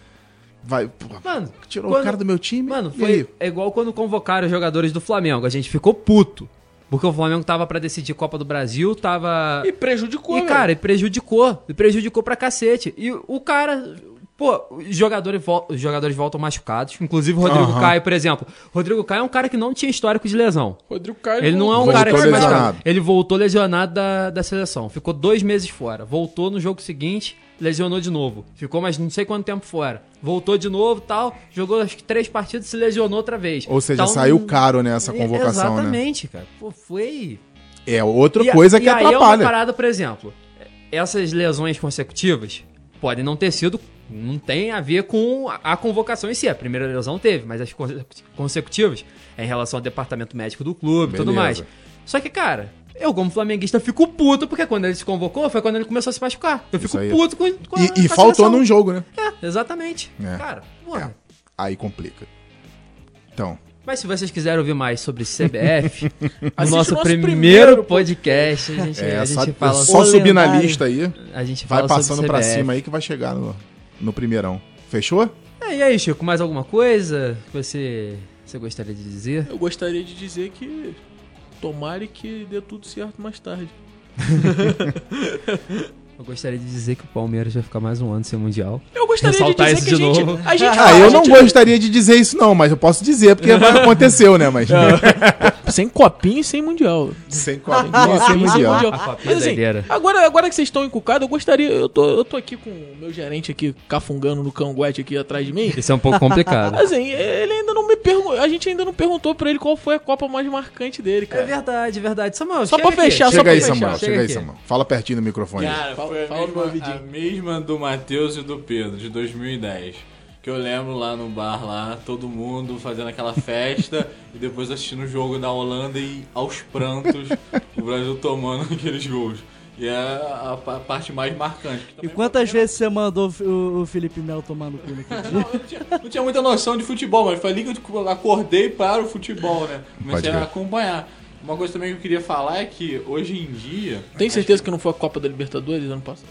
Speaker 4: vai... pô,
Speaker 1: mano,
Speaker 4: tirou
Speaker 1: quando-
Speaker 4: o cara do meu time?
Speaker 1: Mano,
Speaker 4: e
Speaker 1: foi
Speaker 4: aí?
Speaker 1: é igual quando convocaram os jogadores do Flamengo. A gente ficou puto. Porque o Flamengo tava pra decidir Copa do Brasil, tava.
Speaker 2: E prejudicou.
Speaker 1: E,
Speaker 2: velho.
Speaker 1: cara, e prejudicou. E prejudicou pra cacete. E o cara. Pô, os jogadores, vol- os jogadores voltam machucados. Inclusive o Rodrigo
Speaker 4: Aham.
Speaker 1: Caio, por exemplo. Rodrigo Caio é um cara que não tinha histórico de lesão.
Speaker 2: Rodrigo Caio.
Speaker 1: Ele não é um
Speaker 4: Voltou
Speaker 1: cara que se
Speaker 4: lesionado.
Speaker 1: machucado. Ele voltou lesionado da, da seleção. Ficou dois meses fora. Voltou no jogo seguinte, lesionou de novo. Ficou mais não sei quanto tempo fora. Voltou de novo tal. Jogou acho que três partidas e se lesionou outra vez.
Speaker 4: Ou seja,
Speaker 1: Então,
Speaker 4: saiu caro, né, essa convocação, né?
Speaker 1: Exatamente, cara. Pô, foi.
Speaker 4: É outra
Speaker 1: E a-
Speaker 4: coisa que
Speaker 1: e aí É uma
Speaker 4: atrapalha.
Speaker 1: parada, por exemplo, essas lesões consecutivas podem não ter sido. Não tem a ver com a- a convocação em si. A primeira lesão teve, mas as conse- consecutivas é em relação ao departamento médico do clube e tudo mais.
Speaker 4: Beleza.
Speaker 1: Só que, cara, Eu, como flamenguista, fico puto, porque quando ele se convocou foi quando ele começou a se machucar. Eu fico
Speaker 4: aí.
Speaker 1: puto com, com
Speaker 4: E, e faltou num
Speaker 1: jogo.
Speaker 4: jogo, né?
Speaker 1: É, exatamente.
Speaker 4: É.
Speaker 1: Cara, porra.
Speaker 4: Aí complica. Então,
Speaker 1: Mas se vocês quiserem ouvir mais sobre CBF, o
Speaker 2: Assiste o
Speaker 1: nosso,
Speaker 2: nosso
Speaker 1: primeiro,
Speaker 2: primeiro
Speaker 1: podcast, a gente,
Speaker 4: é,
Speaker 1: a
Speaker 4: só,
Speaker 1: gente fala
Speaker 4: só
Speaker 1: sobre-
Speaker 4: subir na
Speaker 3: lendário.
Speaker 4: lista aí.
Speaker 1: A gente
Speaker 4: Vai
Speaker 1: fala
Speaker 4: passando
Speaker 1: sobre
Speaker 4: pra
Speaker 1: CBF.
Speaker 4: cima aí que vai chegar no, no primeirão. Fechou?
Speaker 1: É, e aí, Chico, mais alguma coisa que você, você gostaria de dizer?
Speaker 2: Eu gostaria de dizer que tomare que dê tudo certo mais tarde.
Speaker 1: Eu gostaria de dizer que o Palmeiras vai ficar mais um ano sem Mundial.
Speaker 2: Eu gostaria de
Speaker 1: Ressaltar
Speaker 2: dizer
Speaker 1: isso
Speaker 2: que a
Speaker 1: de
Speaker 2: gente,
Speaker 1: novo.
Speaker 2: a gente.
Speaker 4: Ah, eu
Speaker 2: a
Speaker 4: não
Speaker 2: gente-
Speaker 4: gostaria de dizer isso não, mas eu posso dizer, porque vai- aconteceu, né? Mas
Speaker 2: Sem copinha e sem mundial.
Speaker 4: sem copinha, sem mundial.
Speaker 1: copinha
Speaker 2: Mas assim,
Speaker 1: doideira.
Speaker 2: agora, agora que vocês estão encucados, eu gostaria. Eu tô, eu tô aqui com o meu gerente aqui cafungando no canguete aqui atrás de mim.
Speaker 1: Isso é um pouco complicado.
Speaker 2: Mas, Assim, ele ainda não me perguntou. A gente ainda não perguntou pra ele qual foi a Copa mais marcante dele,
Speaker 1: É
Speaker 2: cara.
Speaker 1: verdade, verdade. Samuel,
Speaker 2: Só
Speaker 1: chega
Speaker 2: pra
Speaker 1: aqui.
Speaker 2: fechar, só
Speaker 4: Chega
Speaker 2: pra
Speaker 4: aí,
Speaker 2: fechar.
Speaker 4: Samuel. Chega
Speaker 1: chega
Speaker 4: aí,
Speaker 1: aqui.
Speaker 4: Samuel. Fala pertinho no microfone. aí.
Speaker 5: Cara,
Speaker 2: Fala-
Speaker 5: foi a,
Speaker 2: fala no
Speaker 5: mesma,
Speaker 2: ouvidinho.
Speaker 5: a mesma do Matheus e do Pedro, de 2010. Que eu lembro lá no bar lá, todo mundo fazendo aquela festa e depois assistindo o jogo da Holanda e aos prantos o Brasil tomando aqueles gols. E é a, pa- parte mais marcante. que
Speaker 3: E
Speaker 5: também-
Speaker 3: quantas vezes você mandou o, o Felipe Melo tomar no cu naquele dia?
Speaker 5: Não, eu não, tinha, não tinha muita noção de futebol, mas foi ali que eu acordei para o futebol, né? Comecei
Speaker 4: Pode
Speaker 5: a
Speaker 4: crer.
Speaker 5: acompanhar. Uma coisa também que eu queria falar é que hoje em dia.
Speaker 2: Tem certeza que não foi a Copa da Libertadores ano passado?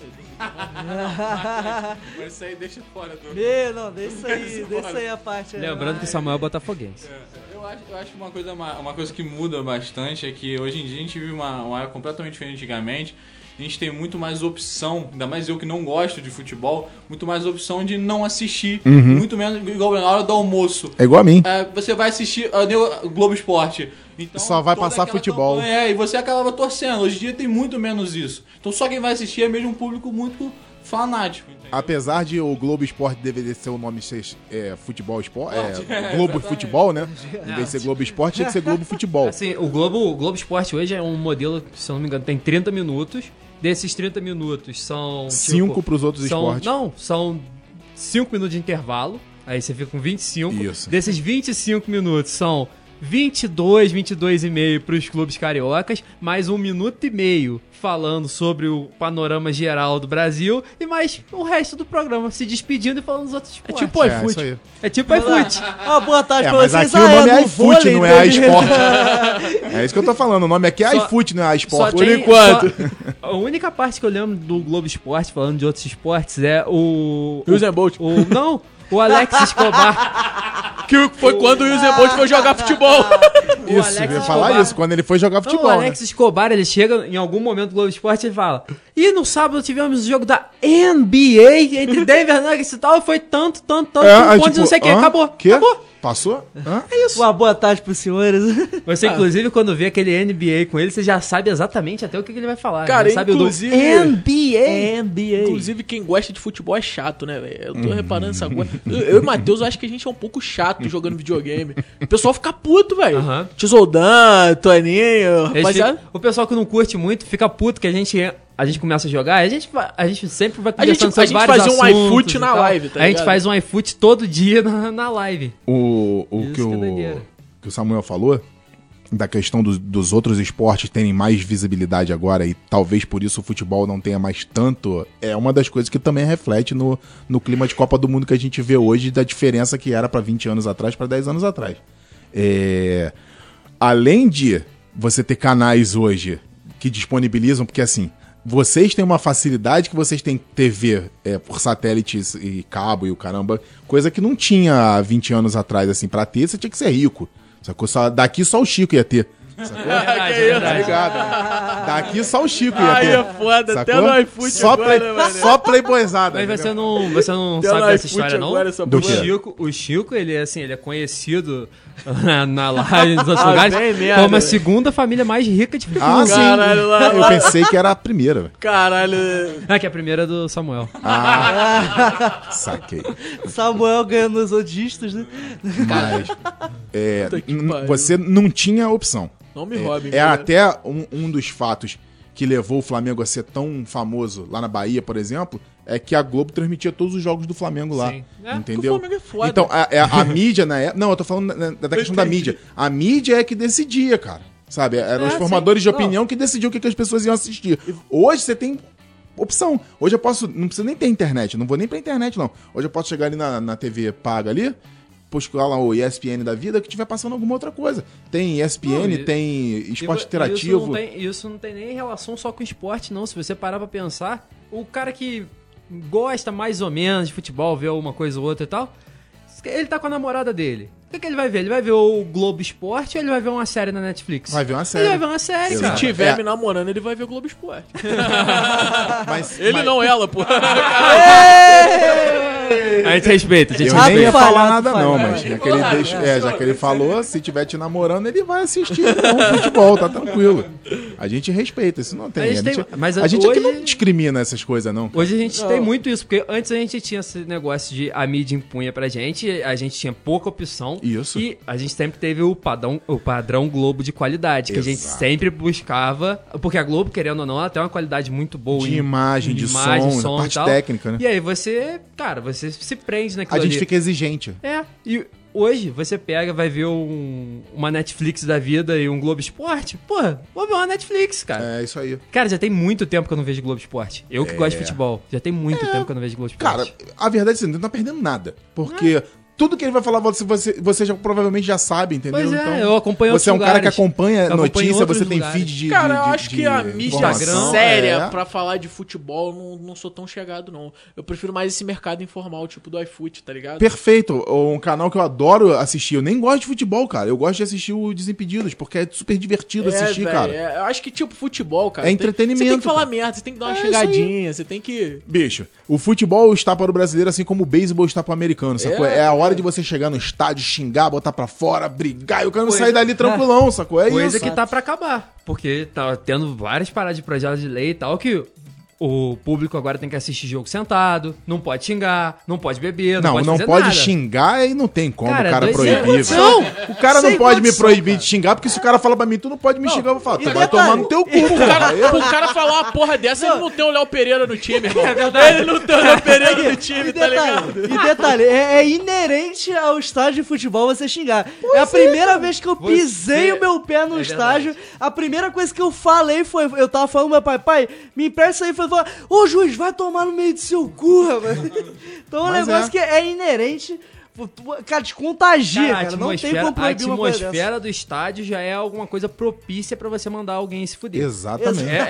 Speaker 5: Mas isso aí deixa fora do.
Speaker 3: Meu, não, deixa aí, deixa aí a parte.
Speaker 1: Lembrando que o Samuel é botafoguense.
Speaker 5: Eu acho, eu acho uma coisa, ma- uma coisa que muda bastante é que hoje em dia a gente vive uma, uma era completamente diferente de antigamente. A gente tem muito mais opção, ainda mais eu que não gosto de futebol, muito mais opção de não assistir.
Speaker 2: Uhum.
Speaker 5: Muito menos igual na hora do almoço.
Speaker 4: É igual a mim.
Speaker 5: É, você vai assistir a Neo- Globo Esporte. Então,
Speaker 4: Só vai
Speaker 5: toda
Speaker 4: passar
Speaker 5: aquela
Speaker 4: futebol.
Speaker 5: campanha, É, e você acabava torcendo. Hoje em dia tem muito menos isso. Então só quem vai assistir é mesmo um público muito fanático. entendeu?
Speaker 4: Apesar de o Globo Esporte deveria ser o nome ser, é, futebol esporte, é, Globo Futebol, né? Em vez de ser Globo Esporte, tinha que ser Globo Futebol.
Speaker 1: Assim, o Globo, o Globo Esporte hoje é um modelo, se eu não me engano, tem 30 minutos. Desses 30 minutos são.
Speaker 4: Cinco pros outros
Speaker 1: tipo, são,
Speaker 4: esportes.
Speaker 1: Não, são 5 minutos de intervalo. Aí você fica com 25.
Speaker 4: Isso.
Speaker 1: Desses 25 minutos são 22, 22 e meio para os clubes cariocas, mais um minuto e meio falando sobre o panorama geral do Brasil e mais o resto do programa se despedindo e falando dos outros
Speaker 2: É
Speaker 1: esportes.
Speaker 2: tipo
Speaker 4: É, isso
Speaker 2: iFoot.
Speaker 4: aí.
Speaker 1: É tipo iFoot.
Speaker 3: Ah, boa tarde
Speaker 4: É,
Speaker 3: pra
Speaker 4: mas
Speaker 3: vocês.
Speaker 4: aqui o
Speaker 1: "Ah,
Speaker 4: nome é
Speaker 3: no
Speaker 4: iFoot,
Speaker 3: vôlei
Speaker 4: não é
Speaker 3: teve-
Speaker 4: iSport. É isso que eu tô falando. O nome aqui é
Speaker 1: Só-
Speaker 4: iFoot, não é
Speaker 1: Só
Speaker 4: iSport.
Speaker 1: tem-
Speaker 4: Por
Speaker 1: só- a única parte que eu lembro do Globo Esporte, falando de outros esportes, é o. o-
Speaker 2: Usain Bolt.
Speaker 1: o, não, o Alex Escobar.
Speaker 2: Que foi quando o Usain Bolt foi jogar futebol.
Speaker 1: O
Speaker 4: Isso, eu ia falar isso quando ele foi jogar
Speaker 1: Não,
Speaker 4: futebol.
Speaker 1: o
Speaker 4: né?
Speaker 1: Alex Escobar, ele chega em algum momento do Globo Esporte e fala: E no sábado tivemos o jogo da NBA entre Denver Nuggets e tal, e foi tanto, tanto, tanto,
Speaker 4: É,
Speaker 1: um
Speaker 4: aí,
Speaker 1: ponto,
Speaker 4: tipo,
Speaker 1: não sei o que,
Speaker 4: hã?
Speaker 1: acabou.
Speaker 4: Quê?
Speaker 1: Acabou.
Speaker 4: Passou? Hã?
Speaker 3: Uma boa tarde pros senhores.
Speaker 1: Você, inclusive, quando vê aquele NBA com ele, você já sabe exatamente até o que que ele vai falar.
Speaker 2: Cara,
Speaker 1: já sabe o do-
Speaker 2: inclusive-
Speaker 3: É
Speaker 1: NBA.
Speaker 2: Inclusive, quem gosta de futebol é chato, né, velho? Eu tô reparando essa coisa. Eu, eu e Matheus, eu acho que a gente é um pouco chato jogando videogame. O pessoal fica puto, velho.
Speaker 1: Aham.
Speaker 2: Tisoldan, Toninho,
Speaker 1: Eles
Speaker 2: rapaziada.
Speaker 1: ficam- o pessoal que não curte muito fica puto que a gente, a gente começa a jogar, a gente, va- a gente sempre vai
Speaker 2: A gente-
Speaker 1: conversando
Speaker 2: a
Speaker 1: sobre
Speaker 2: gente
Speaker 1: vários
Speaker 2: fazia um
Speaker 1: assuntos
Speaker 2: iFoot
Speaker 1: e
Speaker 2: na
Speaker 1: tal.
Speaker 2: live, tá
Speaker 1: A gente
Speaker 2: ligado?
Speaker 1: faz um iFoot todo dia na, na live.
Speaker 4: O, o
Speaker 1: Isso
Speaker 4: que,
Speaker 1: que é
Speaker 4: o
Speaker 1: doideira.
Speaker 4: que o Samuel falou da questão do- dos outros esportes terem mais visibilidade agora e talvez por isso o futebol não tenha mais tanto, é uma das coisas que também reflete no, no clima de Copa do Mundo que a gente vê hoje da diferença que era pra 20 anos atrás pra 10 anos atrás. É, além de você ter canais hoje que disponibilizam, porque assim, vocês têm uma facilidade que vocês têm TV é, por satélites e cabo e o caramba, coisa que não tinha há 20 anos atrás, assim, pra ter, você tinha que ser rico. Sacou? Só, daqui só o Chico ia ter.
Speaker 2: Ah,
Speaker 4: Sacou?
Speaker 1: É Verdade,
Speaker 4: Tá
Speaker 1: verdade.
Speaker 4: ligado? Daqui só o Chico ia
Speaker 2: Aí
Speaker 4: ter.
Speaker 2: é foda, até
Speaker 4: sacou?
Speaker 2: no iFoot
Speaker 4: só,
Speaker 2: agora,
Speaker 4: play,
Speaker 2: velho.
Speaker 4: só playboyzada.
Speaker 1: Mas você
Speaker 4: entendeu?
Speaker 1: não, você não
Speaker 2: Até no
Speaker 1: sabe dessa
Speaker 2: iFoot
Speaker 1: história, não?
Speaker 2: agora, essa
Speaker 4: Do
Speaker 1: o,
Speaker 4: quê?
Speaker 1: Chico, o Chico, ele é assim, ele é conhecido na, na live, nos outros
Speaker 2: Ah,
Speaker 1: lugares,
Speaker 2: bem merda,
Speaker 1: como a
Speaker 2: velho.
Speaker 1: segunda família mais rica de Friburgo.
Speaker 4: Ah, sim.
Speaker 2: Caralho, lá-
Speaker 4: Eu pensei que era a primeira. velho.
Speaker 2: Caralho.
Speaker 1: Ah, que é a primeira é do Samuel.
Speaker 4: Saquei.
Speaker 3: Samuel ganhando os odistas, né?
Speaker 4: Mas é,
Speaker 2: Puta que
Speaker 4: n-
Speaker 2: pariu.
Speaker 4: você não tinha opção.
Speaker 2: Não me roube,
Speaker 4: É
Speaker 2: cara.
Speaker 4: até um, um dos fatos que levou o Flamengo a ser tão famoso lá na Bahia, por exemplo, é que a Globo transmitia todos os jogos do Flamengo lá.
Speaker 1: Sim.
Speaker 4: Entendeu?
Speaker 2: porque o Flamengo é foda.
Speaker 4: Então, a, a- a mídia na época. Não, eu tô falando na- na- da questão da mídia. A mídia é que é decidia, cara. Sabe? Eram os
Speaker 1: É,
Speaker 4: formadores
Speaker 1: sim.
Speaker 4: de opinião que decidiam o que, que as pessoas iam assistir. Hoje você tem opção. Hoje eu posso. Não precisa nem ter internet. Não vou nem pra internet, não. Hoje eu posso chegar ali na, na TV paga ali. Buscar lá o ESPN da vida que estiver passando alguma outra coisa. Tem ESPN,
Speaker 1: Não, e-
Speaker 4: tem esporte
Speaker 1: E vo-
Speaker 4: interativo.
Speaker 1: Isso não, tem, isso não tem nem relação só com esporte, não. Se você parar pra pensar, o cara que gosta mais ou menos de futebol, vê uma coisa ou outra e tal, ele tá com a namorada dele. O que, que ele vai ver? Ele vai ver o Globo Esporte ou ele vai ver uma série na Netflix?
Speaker 4: Vai ver uma
Speaker 1: Ele vai
Speaker 4: série.
Speaker 1: ver uma série,
Speaker 4: Exato.
Speaker 2: Se
Speaker 1: cara.
Speaker 2: tiver
Speaker 4: É.
Speaker 2: me namorando, ele vai ver Globo Esporte.
Speaker 4: Mas,
Speaker 2: Ele
Speaker 4: mas-
Speaker 2: não, ela, pô.
Speaker 1: A gente respeita, a gente
Speaker 4: Eu
Speaker 1: respeita.
Speaker 4: nem ia
Speaker 3: falha,
Speaker 4: falar nada,
Speaker 3: falha.
Speaker 4: não, mas já que ele, deixa- é, já que ele falou, se tiver te namorando, ele vai assistir então, futebol, tá tranquilo. A gente respeita, isso não tem.
Speaker 1: A
Speaker 4: A
Speaker 1: gente
Speaker 4: gente,
Speaker 1: tem- mas
Speaker 4: a gente aqui
Speaker 1: hoje-
Speaker 4: não discrimina essas coisas, não.
Speaker 1: Hoje a gente tem muito isso, porque antes a gente tinha esse negócio de a mídia impunha pra gente, a gente tinha pouca opção.
Speaker 4: Isso.
Speaker 1: E a gente sempre teve o padrão, o padrão Globo de qualidade, que a gente
Speaker 4: Exato.
Speaker 1: sempre buscava. Porque a Globo, querendo ou não, ela tem uma qualidade muito boa.
Speaker 4: De
Speaker 1: em-
Speaker 4: imagem, de, som, da parte técnica, né?
Speaker 1: E aí você, cara, você se prende naquilo
Speaker 4: A gente
Speaker 1: ali.
Speaker 4: fica exigente.
Speaker 1: É, e hoje você pega, vai ver um- uma Netflix da vida e um Globo Esporte. Pô, vou ver uma Netflix, cara.
Speaker 4: É isso aí.
Speaker 1: Cara, já tem muito tempo que eu não vejo Globo Esporte. Eu que gosto de futebol. Já tem muito tempo que eu não vejo Globo Esporte.
Speaker 4: É. Cara, a verdade é que você não tá perdendo nada.
Speaker 1: É.
Speaker 4: Porque tudo que ele vai falar, você, você, você já, provavelmente já sabe, entendeu?
Speaker 1: Pois é, eu acompanho
Speaker 4: Você é um
Speaker 1: outros
Speaker 4: cara que
Speaker 1: lugares. Eu
Speaker 4: acompanha
Speaker 1: acompanho
Speaker 4: notícia,
Speaker 1: outros
Speaker 4: você tem
Speaker 1: lugares.
Speaker 4: feed de.
Speaker 2: Cara, eu
Speaker 4: de-
Speaker 2: acho
Speaker 4: de-
Speaker 2: que a
Speaker 4: de
Speaker 2: mídia
Speaker 4: informação,
Speaker 2: séria
Speaker 4: é.
Speaker 2: pra falar de futebol, não, não sou tão chegado, não. Eu prefiro mais esse mercado informal, tipo do iFoot, tá ligado?
Speaker 4: Perfeito. Um canal que eu adoro assistir. Eu nem gosto de futebol, cara. Eu gosto de assistir o Desimpedidos, porque é super divertido assistir,
Speaker 2: velho,
Speaker 4: cara.
Speaker 2: é, eu acho que, tipo, futebol, cara.
Speaker 4: É
Speaker 2: tem-
Speaker 4: entretenimento,
Speaker 2: Você tem que falar
Speaker 4: cara.
Speaker 2: merda, você tem que dar uma
Speaker 4: É isso aí.
Speaker 2: chegadinha, você tem que.
Speaker 4: Bicho, o futebol está para o brasileiro assim como o beisebol está para o americano, sacou?
Speaker 2: É,
Speaker 4: É, a hora de você chegar no estádio, xingar, botar pra fora, brigar e o cara não sair dali tranquilão, sacou? É
Speaker 1: Coisa
Speaker 4: isso.
Speaker 1: que tá pra acabar. Porque tá tendo várias paradas de projetos de lei e tal que o público agora tem que assistir jogo sentado, não pode xingar, não pode beber, não,
Speaker 4: Não,
Speaker 1: pode
Speaker 4: não
Speaker 1: fazer
Speaker 4: pode
Speaker 1: nada.
Speaker 4: xingar e não tem como
Speaker 1: Cara,
Speaker 4: o cara
Speaker 1: dois sem
Speaker 4: proibir,
Speaker 3: condição.
Speaker 4: velho. O cara não
Speaker 3: Sem
Speaker 4: pode me
Speaker 3: condição,
Speaker 4: proibir de xingar, porque se o cara fala pra mim, tu não pode me xingar, eu vou falar, tu vai
Speaker 3: detalhe,
Speaker 4: tomar no Tá teu cu,
Speaker 2: Pro
Speaker 4: cara.
Speaker 2: cara, pro cara falar uma porra dessa, ele não tem o Léo Pereira no time, irmão. É
Speaker 1: verdade.
Speaker 2: Ele não tem o Léo Pereira no
Speaker 3: E
Speaker 2: time, tá
Speaker 3: detalhe,
Speaker 2: ligado?
Speaker 3: e detalhe, é, é inerente ao estádio de futebol você xingar. é a primeira vez que eu pisei
Speaker 1: Você-
Speaker 3: o meu pé no
Speaker 1: É
Speaker 3: estádio, a primeira coisa que eu falei foi, eu tava falando pro meu pai, pai, me empresta isso aí, foi falar, ô juiz, vai tomar no meio do seu cu, rapaz. Então é um
Speaker 4: Mas
Speaker 3: negócio
Speaker 4: é.
Speaker 3: que é inerente, cara, te contagia,
Speaker 1: Cara, a
Speaker 3: cara, não tem
Speaker 1: atmosfera,
Speaker 3: como
Speaker 1: a
Speaker 3: proibir uma coisa dessa.
Speaker 1: atmosfera do estádio já é alguma coisa propícia pra você mandar alguém se fuder.
Speaker 4: Exatamente.
Speaker 1: É,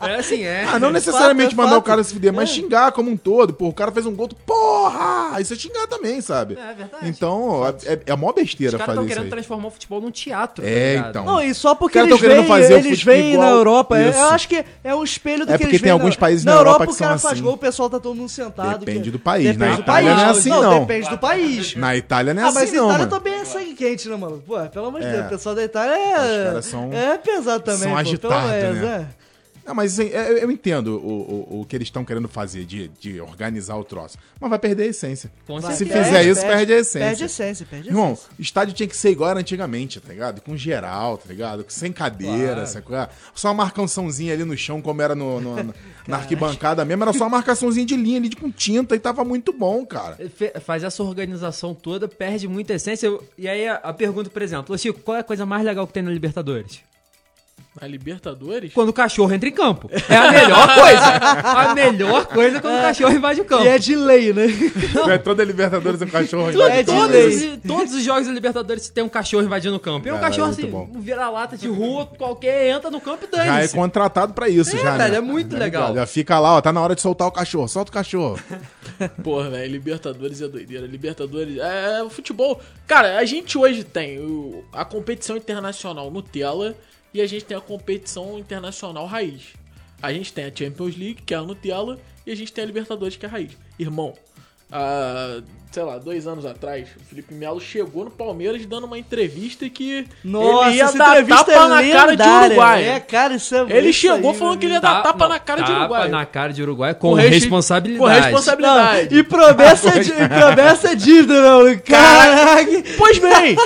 Speaker 1: é, é assim, é.
Speaker 4: Ah, não
Speaker 3: fato,
Speaker 4: necessariamente
Speaker 3: é
Speaker 4: mandar
Speaker 3: fato.
Speaker 4: o cara se fuder, mas xingar como um todo. Pô, o cara fez um gol, tu, porra! Aí você xingar também, sabe?
Speaker 1: É verdade.
Speaker 4: Então, é, é, é mó
Speaker 1: Os
Speaker 4: besteira
Speaker 1: caras
Speaker 4: fazer
Speaker 1: estão
Speaker 4: isso
Speaker 1: querendo
Speaker 4: aí.
Speaker 1: transformar o futebol num teatro. tá
Speaker 4: É,
Speaker 1: ligado?
Speaker 4: então.
Speaker 3: Não, e só porque
Speaker 4: Os caras
Speaker 3: eles
Speaker 4: tão querendo
Speaker 3: vêm,
Speaker 4: fazer o
Speaker 3: eles vêm
Speaker 4: futebol-
Speaker 3: na Europa. é-
Speaker 4: Isso.
Speaker 3: Eu acho que é um espelho do
Speaker 4: É
Speaker 3: que
Speaker 4: porque
Speaker 3: eles
Speaker 4: tem
Speaker 3: veem
Speaker 4: alguns
Speaker 3: na-
Speaker 4: países
Speaker 3: na
Speaker 4: na
Speaker 3: Europa,
Speaker 4: Europa que
Speaker 3: o cara
Speaker 4: são
Speaker 3: faz
Speaker 4: assim.
Speaker 3: gol, o pessoal tá todo mundo sentado.
Speaker 4: Depende
Speaker 3: que-
Speaker 4: do país.
Speaker 3: Depende
Speaker 4: Na
Speaker 3: do
Speaker 4: Itália
Speaker 3: país.
Speaker 4: não é assim, não.
Speaker 3: Depende do país.
Speaker 4: Na Itália não é
Speaker 3: Ah,
Speaker 4: assim,
Speaker 3: mas
Speaker 4: não,
Speaker 3: Itália
Speaker 4: mano.
Speaker 3: também é sangue quente, né, mano? Pô, pelo amor de
Speaker 4: É.
Speaker 3: Deus, o pessoal da Itália é.
Speaker 4: Os caras são-
Speaker 3: É pesado também,
Speaker 4: são
Speaker 3: pô,
Speaker 4: agitados,
Speaker 3: pelo menos,
Speaker 4: né?
Speaker 3: é.
Speaker 4: Não, mas assim, é, eu, eu entendo o, o, o que eles estão querendo fazer, de, de organizar o troço. Mas vai perder a essência.
Speaker 1: Com
Speaker 4: Se
Speaker 1: certeza.
Speaker 4: fizer isso, perde a essência.
Speaker 3: É, Perde a essência, perde a essência.
Speaker 4: Irmão, estádio tinha que ser igual era antigamente, tá ligado? Com geral, tá ligado? Sem cadeira, sacou? Só uma marcaçãozinha ali no chão, como era no, no- na- na arquibancada mesmo. Era só uma marcaçãozinha de linha ali de- com tinta e tava muito bom, cara.
Speaker 1: Fe- faz essa organização toda, perde muita essência. Eu- E aí a, a pergunta, por exemplo, ô Chico, qual é a coisa mais legal que tem na Libertadores?
Speaker 2: Na Libertadores?
Speaker 1: Quando o cachorro entra em campo. É a melhor coisa. A melhor coisa é quando o cachorro invade o campo.
Speaker 3: E é de lei, né?
Speaker 4: É toda Libertadores é um cachorro.
Speaker 1: Tu-
Speaker 4: invade
Speaker 3: é de
Speaker 4: campo,
Speaker 1: todos,
Speaker 4: né?
Speaker 1: os- todos os jogos da Libertadores tem um cachorro invadindo o campo. É um
Speaker 4: Caralho,
Speaker 1: cachorro
Speaker 4: muito
Speaker 1: assim,
Speaker 4: bom.
Speaker 1: um vira-lata de rua qualquer, entra no campo e
Speaker 4: Já é
Speaker 1: dane-se.
Speaker 4: contratado pra isso,
Speaker 1: É,
Speaker 4: já.
Speaker 1: velho,
Speaker 4: né?
Speaker 1: é muito legal.
Speaker 4: Já fica lá, ó. Tá na hora de soltar o cachorro. Solta o cachorro.
Speaker 2: Porra, velho, Libertadores é doideira. Libertadores. É, é, o futebol. Cara, a gente hoje tem o- a competição internacional Nutella e a gente tem a competição internacional raiz. A gente tem a Champions League, que é a Nutella, e a gente tem a Libertadores, que é a raiz. Irmão, há, sei lá, dois anos atrás, o Felipe Melo chegou no Palmeiras dando uma entrevista que
Speaker 3: Nossa,
Speaker 2: ele ia
Speaker 3: essa
Speaker 2: dar
Speaker 3: entrevista
Speaker 2: tapa na
Speaker 3: é
Speaker 2: cara de
Speaker 3: lendária.
Speaker 2: Uruguai.
Speaker 3: É, cara, isso é
Speaker 2: Ele
Speaker 3: isso
Speaker 2: chegou
Speaker 3: aí,
Speaker 2: falando
Speaker 3: meu
Speaker 2: que ele ia
Speaker 3: amigo.
Speaker 2: dar
Speaker 1: Tá-
Speaker 2: tapa na cara de
Speaker 1: tapa
Speaker 2: Uruguai.
Speaker 1: na cara de Uruguai com,
Speaker 2: respe-
Speaker 1: responsabilidade.
Speaker 2: Com responsabilidade.
Speaker 3: Não, e promessa, é di- e promessa é dívida, meu amigo. Caraca!
Speaker 2: Pois bem,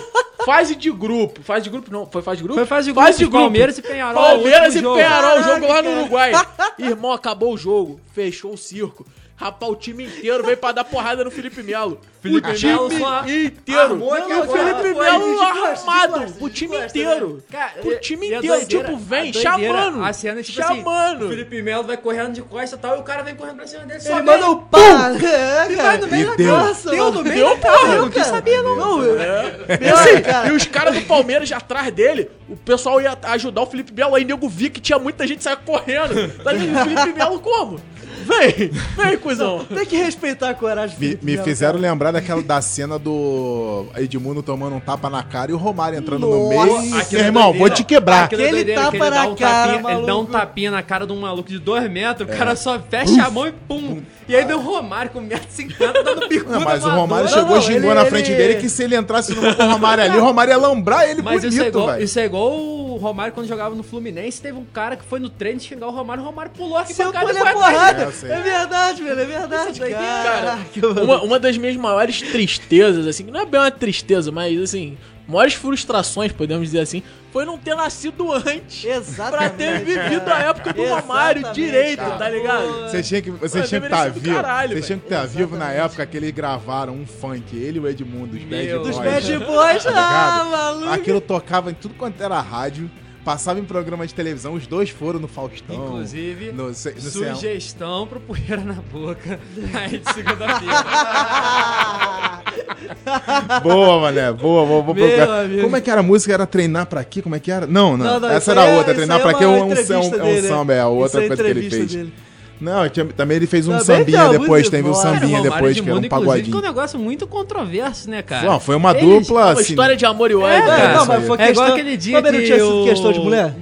Speaker 2: fase de grupo. Fase de grupo não, foi fase de grupo?
Speaker 1: Foi fase de grupo,
Speaker 2: Fase de grupo.
Speaker 1: Palmeiras e Penharol.
Speaker 2: Palmeiras
Speaker 1: último
Speaker 2: e
Speaker 1: jogo.
Speaker 2: Penharol, o jogo
Speaker 3: Caraca,
Speaker 2: lá
Speaker 3: cara.
Speaker 2: no Uruguai. Irmão, acabou o jogo, fechou o circo. Rapaz, o time inteiro veio pra dar porrada no Felipe Melo.
Speaker 1: Felipe
Speaker 2: o
Speaker 1: Melo
Speaker 2: time
Speaker 1: só
Speaker 2: inteiro.
Speaker 3: armou aqui
Speaker 2: o
Speaker 3: agora.
Speaker 2: Felipe
Speaker 3: Foi de
Speaker 2: Melo
Speaker 3: costas, de
Speaker 2: armado.
Speaker 3: costas,
Speaker 2: o
Speaker 3: de
Speaker 2: time
Speaker 3: costas,
Speaker 2: inteiro.
Speaker 3: né?
Speaker 1: Cara,
Speaker 2: o
Speaker 1: e-
Speaker 2: time
Speaker 1: e a
Speaker 2: inteiro,
Speaker 1: doideira-
Speaker 2: tipo,
Speaker 1: a
Speaker 2: vem,
Speaker 1: doideira,
Speaker 2: chamando.
Speaker 1: A cena é tipo assim,
Speaker 2: chamando.
Speaker 1: o Felipe Melo vai correndo de costa e tal, e o cara vem correndo pra cima dele.
Speaker 3: Ele manda o pá! É,
Speaker 1: vai
Speaker 3: cara.
Speaker 1: no meio
Speaker 4: um
Speaker 1: da
Speaker 4: E deu. É.
Speaker 1: dança. Deu no meio
Speaker 2: Deu,
Speaker 1: da dança,
Speaker 2: porra.
Speaker 1: eu não quis saber não.
Speaker 3: Não, eu-
Speaker 2: E assim, e os caras do Palmeiras já atrás dele, o pessoal ia ajudar o Felipe Melo, aí nego vi que tinha muita gente saiu correndo. Tá ligado? E o Felipe Melo como? Vem, vem, cuzão.
Speaker 3: Tem que respeitar a coragem do
Speaker 4: Me,
Speaker 3: Felipe
Speaker 4: me
Speaker 3: Melo,
Speaker 4: fizeram lembrar daquela da cena do Edmundo tomando um tapa na cara e o Romário entrando no
Speaker 3: Nossa,
Speaker 4: meio.
Speaker 3: aquilo
Speaker 4: Meu irmão, vou te quebrar.
Speaker 1: é Aquilo é
Speaker 3: Aquele
Speaker 1: doideira,
Speaker 3: tapa
Speaker 1: que ele dá
Speaker 3: na
Speaker 1: um
Speaker 3: cara,
Speaker 1: tapinha, Ele dá um
Speaker 3: maluco.
Speaker 1: tapinha na cara de um maluco de 2 metros, o cara só fecha a mão e pum. E aí vem o Romário com 1,50m dando bicuda.
Speaker 4: Não, mas o
Speaker 1: voadora.
Speaker 4: Romário
Speaker 3: Não,
Speaker 4: chegou
Speaker 3: não,
Speaker 4: xingou
Speaker 3: ele-
Speaker 4: na frente
Speaker 3: ele-
Speaker 4: dele que se ele entrasse no com o Romário ali, o Romário ia lambrar ele
Speaker 1: Mas isso é,
Speaker 4: bonito,
Speaker 1: igual,
Speaker 4: velho.
Speaker 1: isso é igual o Romário quando jogava no Fluminense. Teve um cara que foi no treino xingar o Romário. O Romário pulou aqui
Speaker 3: Seu
Speaker 1: cara e
Speaker 3: pulei
Speaker 1: foi
Speaker 3: a
Speaker 1: atrás dele.
Speaker 3: porrada.
Speaker 4: É, eu sei.
Speaker 3: É verdade, velho, é verdade.
Speaker 1: Isso daí,
Speaker 3: Caraca, mano.
Speaker 2: Uma, uma das minhas maiores tristezas, assim, que não é bem uma tristeza, mas assim, maiores frustrações, podemos dizer assim, foi não ter nascido antes. Pra
Speaker 3: Exatamente.
Speaker 2: ter vivido a época do Romário
Speaker 3: Exatamente,
Speaker 2: direito,
Speaker 3: cara.
Speaker 2: tá ligado?
Speaker 4: Você tinha que
Speaker 2: Mano,
Speaker 4: estar
Speaker 2: deveria
Speaker 4: tá
Speaker 2: ser do
Speaker 4: vivo.
Speaker 2: caralho,
Speaker 4: Vocês tinham que estar vivo na época que eles gravaram um funk, ele e o Edmundo, os Bad
Speaker 1: Meu
Speaker 4: Boys.
Speaker 3: Dos
Speaker 1: Olha.
Speaker 3: Bad Boys, ah,
Speaker 4: tá ligado?
Speaker 3: maluco.
Speaker 4: Aquilo tocava em tudo quanto era rádio, passava em programa de televisão, os dois foram no Faustão.
Speaker 1: Inclusive,
Speaker 4: no, C- no C-
Speaker 1: sugestão pro Poeira na Boca. Aí de segunda-feira.
Speaker 4: Boa, mané, boa, boa, vou
Speaker 3: Meu
Speaker 4: procurar.
Speaker 3: amigo.
Speaker 4: Como é que era a música? Era treinar pra quê? Como é que era? Não, não,
Speaker 3: Não, não,
Speaker 4: essa
Speaker 3: isso
Speaker 4: era
Speaker 3: aí é-
Speaker 4: outra,
Speaker 3: isso
Speaker 4: treinar
Speaker 3: aí
Speaker 4: pra
Speaker 3: é
Speaker 4: quê? É
Speaker 3: uma
Speaker 4: um, é um,
Speaker 3: entrevista
Speaker 4: é um
Speaker 3: dele, né?
Speaker 4: samba, é a
Speaker 3: Isso
Speaker 4: outra
Speaker 3: é
Speaker 4: coisa que ele
Speaker 3: entrevista
Speaker 4: fez.
Speaker 3: dele.
Speaker 4: Não, tinha- também ele fez um
Speaker 3: Também tem
Speaker 4: sambinha
Speaker 3: uma
Speaker 4: depois,
Speaker 3: música
Speaker 4: teve um
Speaker 3: boa.
Speaker 4: sambinha
Speaker 1: Romário
Speaker 4: depois, que era
Speaker 1: Edmundo,
Speaker 4: um
Speaker 1: inclusive,
Speaker 4: pagodinho.
Speaker 1: Ficou um negócio muito controverso, né, cara?
Speaker 4: Não, foi uma
Speaker 1: Eles-
Speaker 4: dupla,
Speaker 2: Uma
Speaker 4: assim.
Speaker 2: história de amor e ódio.
Speaker 1: É,
Speaker 2: né?
Speaker 1: cara.
Speaker 3: Não, mas foi
Speaker 1: é igual
Speaker 3: questão-
Speaker 1: aquele dia
Speaker 3: Também não
Speaker 1: que
Speaker 3: tinha sido
Speaker 1: o-
Speaker 3: questão de mulher?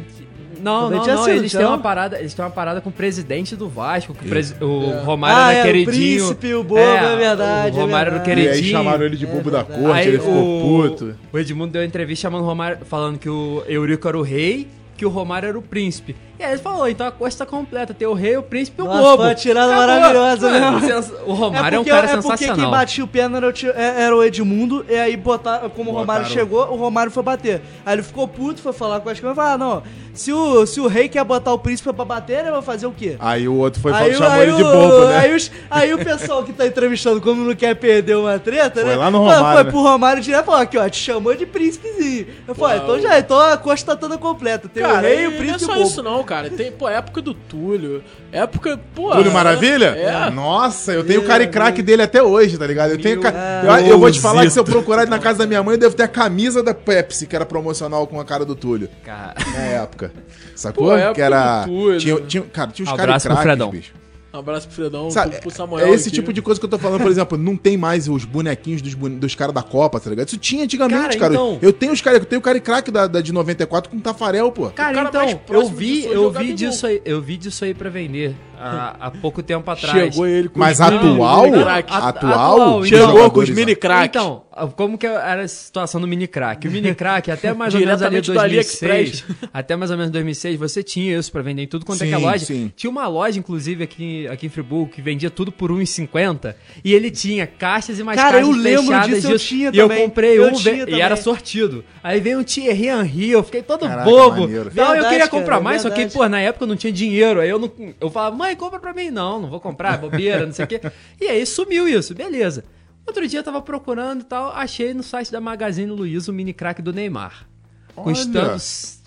Speaker 1: Não,
Speaker 3: Também
Speaker 1: não,
Speaker 3: tinha
Speaker 1: não.
Speaker 3: sido,
Speaker 1: eles,
Speaker 3: tinha
Speaker 1: têm uma
Speaker 3: não?
Speaker 1: parada, eles têm uma parada com o presidente do Vasco. Que o, presi- o Romário
Speaker 3: Ah,
Speaker 1: era
Speaker 3: é, o
Speaker 1: queridinho.
Speaker 3: príncipe, o bobo, é verdade,
Speaker 1: O
Speaker 3: é
Speaker 1: Romário era o
Speaker 3: verdade.
Speaker 4: E
Speaker 1: queridinho.
Speaker 4: aí chamaram ele de bobo da corte,
Speaker 1: Aí
Speaker 4: ele ficou
Speaker 1: o-
Speaker 4: puto.
Speaker 1: O Edmundo deu uma entrevista chamando o Romário, falando que o Eurico era o rei, que o Romário era o príncipe. E aí ele falou, então a costa tá completa, tem o rei, o príncipe e o
Speaker 3: Nossa,
Speaker 1: bobo.
Speaker 3: foi uma tirada
Speaker 1: Acabou.
Speaker 3: maravilhosa,
Speaker 1: Mano,
Speaker 3: né?
Speaker 1: sens- O Romário é, um cara sensacional.
Speaker 3: porque quem batia o pé não era o, tio- é- era o Edmundo, e aí botaram, como o Romário
Speaker 4: Botaram.
Speaker 3: chegou, o Romário foi bater. Aí ele ficou puto, foi falar com as câmeras e falou: ah, não, se o, se o rei quer botar o príncipe pra bater, ele vai fazer o quê?
Speaker 4: Aí o outro foi
Speaker 3: Aí,
Speaker 4: e chamou
Speaker 3: aí
Speaker 4: ele de
Speaker 3: o-
Speaker 4: bobo, né?
Speaker 3: Aí, os- aí o pessoal que tá entrevistando, como não quer perder uma treta,
Speaker 4: Foi
Speaker 3: né?
Speaker 4: lá no
Speaker 3: foi-
Speaker 4: Romário,
Speaker 3: Foi
Speaker 4: né?
Speaker 3: pro Romário direto e falou: aqui, ó, te chamou de príncipezinho. Eu falei: então já, então a costa tá toda completa. Tem o
Speaker 2: Cara,
Speaker 3: rei,
Speaker 2: e
Speaker 3: o príncipe e o
Speaker 2: não é só
Speaker 3: bobo.
Speaker 2: isso não, cara. Tem, pô, época do Túlio, época, pô...
Speaker 4: Túlio Maravilha?
Speaker 2: É.
Speaker 4: Nossa, eu tenho o cara e craque dele até hoje, tá ligado? Eu tenho. ca-
Speaker 3: Meu
Speaker 4: Eu, eu vou te falar que se eu procurar na casa da minha mãe, eu devo ter a camisa da Pepsi, que era promocional com a cara do Túlio.
Speaker 1: Cara,
Speaker 4: Na época. Sacou?
Speaker 2: Pô, época
Speaker 4: que era.
Speaker 2: do Túlio.
Speaker 4: Tinha, tinha, cara, tinha os caras
Speaker 1: Abraço pro
Speaker 4: craques,
Speaker 1: Fredão.
Speaker 4: bicho.
Speaker 2: Um abraço pro Fredão,
Speaker 4: Sabe,
Speaker 2: pro Samuel.
Speaker 4: é esse
Speaker 2: aqui.
Speaker 4: tipo de coisa que eu tô falando, por exemplo, não tem mais os bonequinhos dos, bone- dos caras da Copa, tá ligado? Isso tinha antigamente,
Speaker 1: Cara,
Speaker 4: cara.
Speaker 1: então-
Speaker 4: Eu tenho os caras, eu tenho o cara e craque da, da de 94 com o Tafarel, pô.
Speaker 1: Cara,
Speaker 2: cara mais
Speaker 1: então, eu
Speaker 2: próximo
Speaker 1: vi,
Speaker 2: disso é
Speaker 1: eu
Speaker 2: jogar
Speaker 1: vi
Speaker 2: de
Speaker 1: disso aí, eu vi disso aí pra vender há, há pouco tempo atrás.
Speaker 2: Chegou ele com
Speaker 4: Mas
Speaker 2: os mini-
Speaker 4: atual?
Speaker 2: mini crack.
Speaker 1: A-
Speaker 4: Atual?
Speaker 1: atual,
Speaker 4: Os
Speaker 2: Chegou com os
Speaker 4: jogadores,
Speaker 2: mini crack.
Speaker 1: Então, como que era a situação do mini crack? O mini crack, até mais ou menos ali
Speaker 2: Diretamente do
Speaker 1: 2006,
Speaker 2: AliExpress.
Speaker 1: até mais ou menos 2006, você tinha isso pra vender em tudo quanto é que é
Speaker 4: Sim,
Speaker 1: loja.
Speaker 4: sim.
Speaker 1: Tinha uma loja, inclusive, aqui, aqui em Friburgo, que vendia tudo por 1,50 e ele tinha caixas e mais
Speaker 3: Cara,
Speaker 1: caixas
Speaker 3: eu lembro
Speaker 1: fechadas
Speaker 3: disso, eu tinha
Speaker 1: e eu
Speaker 3: também.
Speaker 1: comprei
Speaker 3: Eu
Speaker 1: um
Speaker 3: tinha
Speaker 1: ve- e
Speaker 3: também.
Speaker 1: era sortido. Aí veio um Thierry Henry, eu fiquei todo
Speaker 4: Caraca,
Speaker 1: bobo.
Speaker 4: maneiro.
Speaker 1: Não, eu
Speaker 3: Verdade,
Speaker 1: queria comprar
Speaker 3: cara,
Speaker 1: mais, só que,
Speaker 3: verdade.
Speaker 1: pô, na época eu não tinha dinheiro. Aí eu não. Eu falava, mãe, compra pra mim. Não, não vou comprar, é bobeira, não sei o quê. E aí sumiu isso, beleza. Outro dia eu tava procurando e tal, achei no site da Magazine Luiza o mini crack do Neymar. Custando.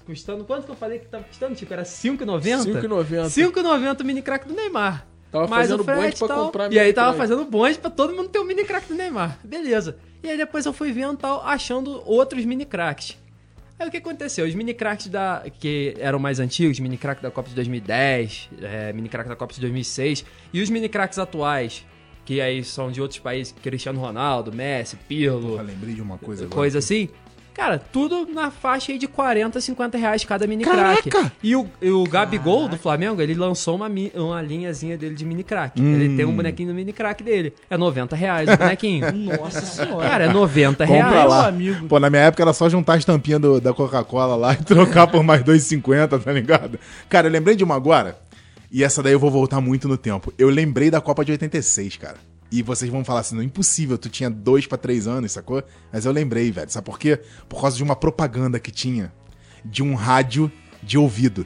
Speaker 1: Custando quanto que eu falei que tava custando? Tipo, era 5,90?
Speaker 2: 5,90.
Speaker 1: 5,90 o mini crack do Neymar.
Speaker 2: Tava
Speaker 1: Mais
Speaker 2: fazendo
Speaker 1: o frete
Speaker 2: bonde pra
Speaker 1: e "É, tal.
Speaker 2: comprar né?
Speaker 1: E
Speaker 2: mini
Speaker 1: aí tava
Speaker 2: crack.
Speaker 1: fazendo bonde pra todo mundo ter o um mini crack do Neymar. Beleza. E aí depois eu fui vendo tal, achando outros mini cracks. Aí o que aconteceu? Os mini cracks da, que eram mais antigos, mini crack da Copa de 2010, é, mini crack da Copa de 2006, e os mini cracks atuais, que aí são de outros países, Cristiano Ronaldo, Messi, Pirlo,
Speaker 4: Eu lembrei de uma coisa agora.
Speaker 1: coisa assim. Cara, tudo na faixa aí de 40, 50 reais cada mini crack. E o, e o Gabigol do Flamengo, ele lançou uma, mi- uma linhazinha dele de mini crack.
Speaker 4: Hum.
Speaker 1: Ele tem um bonequinho do mini crack dele. É 90 reais o bonequinho. Nossa senhora. Cara, é 90
Speaker 4: Compra
Speaker 1: reais.
Speaker 4: lá.
Speaker 3: amigo.
Speaker 4: Pô, na minha época era só juntar as tampinhas do- da Coca-Cola lá e trocar por mais 2,50, tá ligado? Cara, eu lembrei de uma agora, e essa daí eu vou voltar muito no tempo. Eu lembrei da Copa de 86, cara. E vocês vão falar assim, não, impossível, tu tinha dois pra três anos, sacou? Mas eu lembrei, velho. Sabe por quê? Por causa de uma propaganda que tinha de um rádio de ouvido.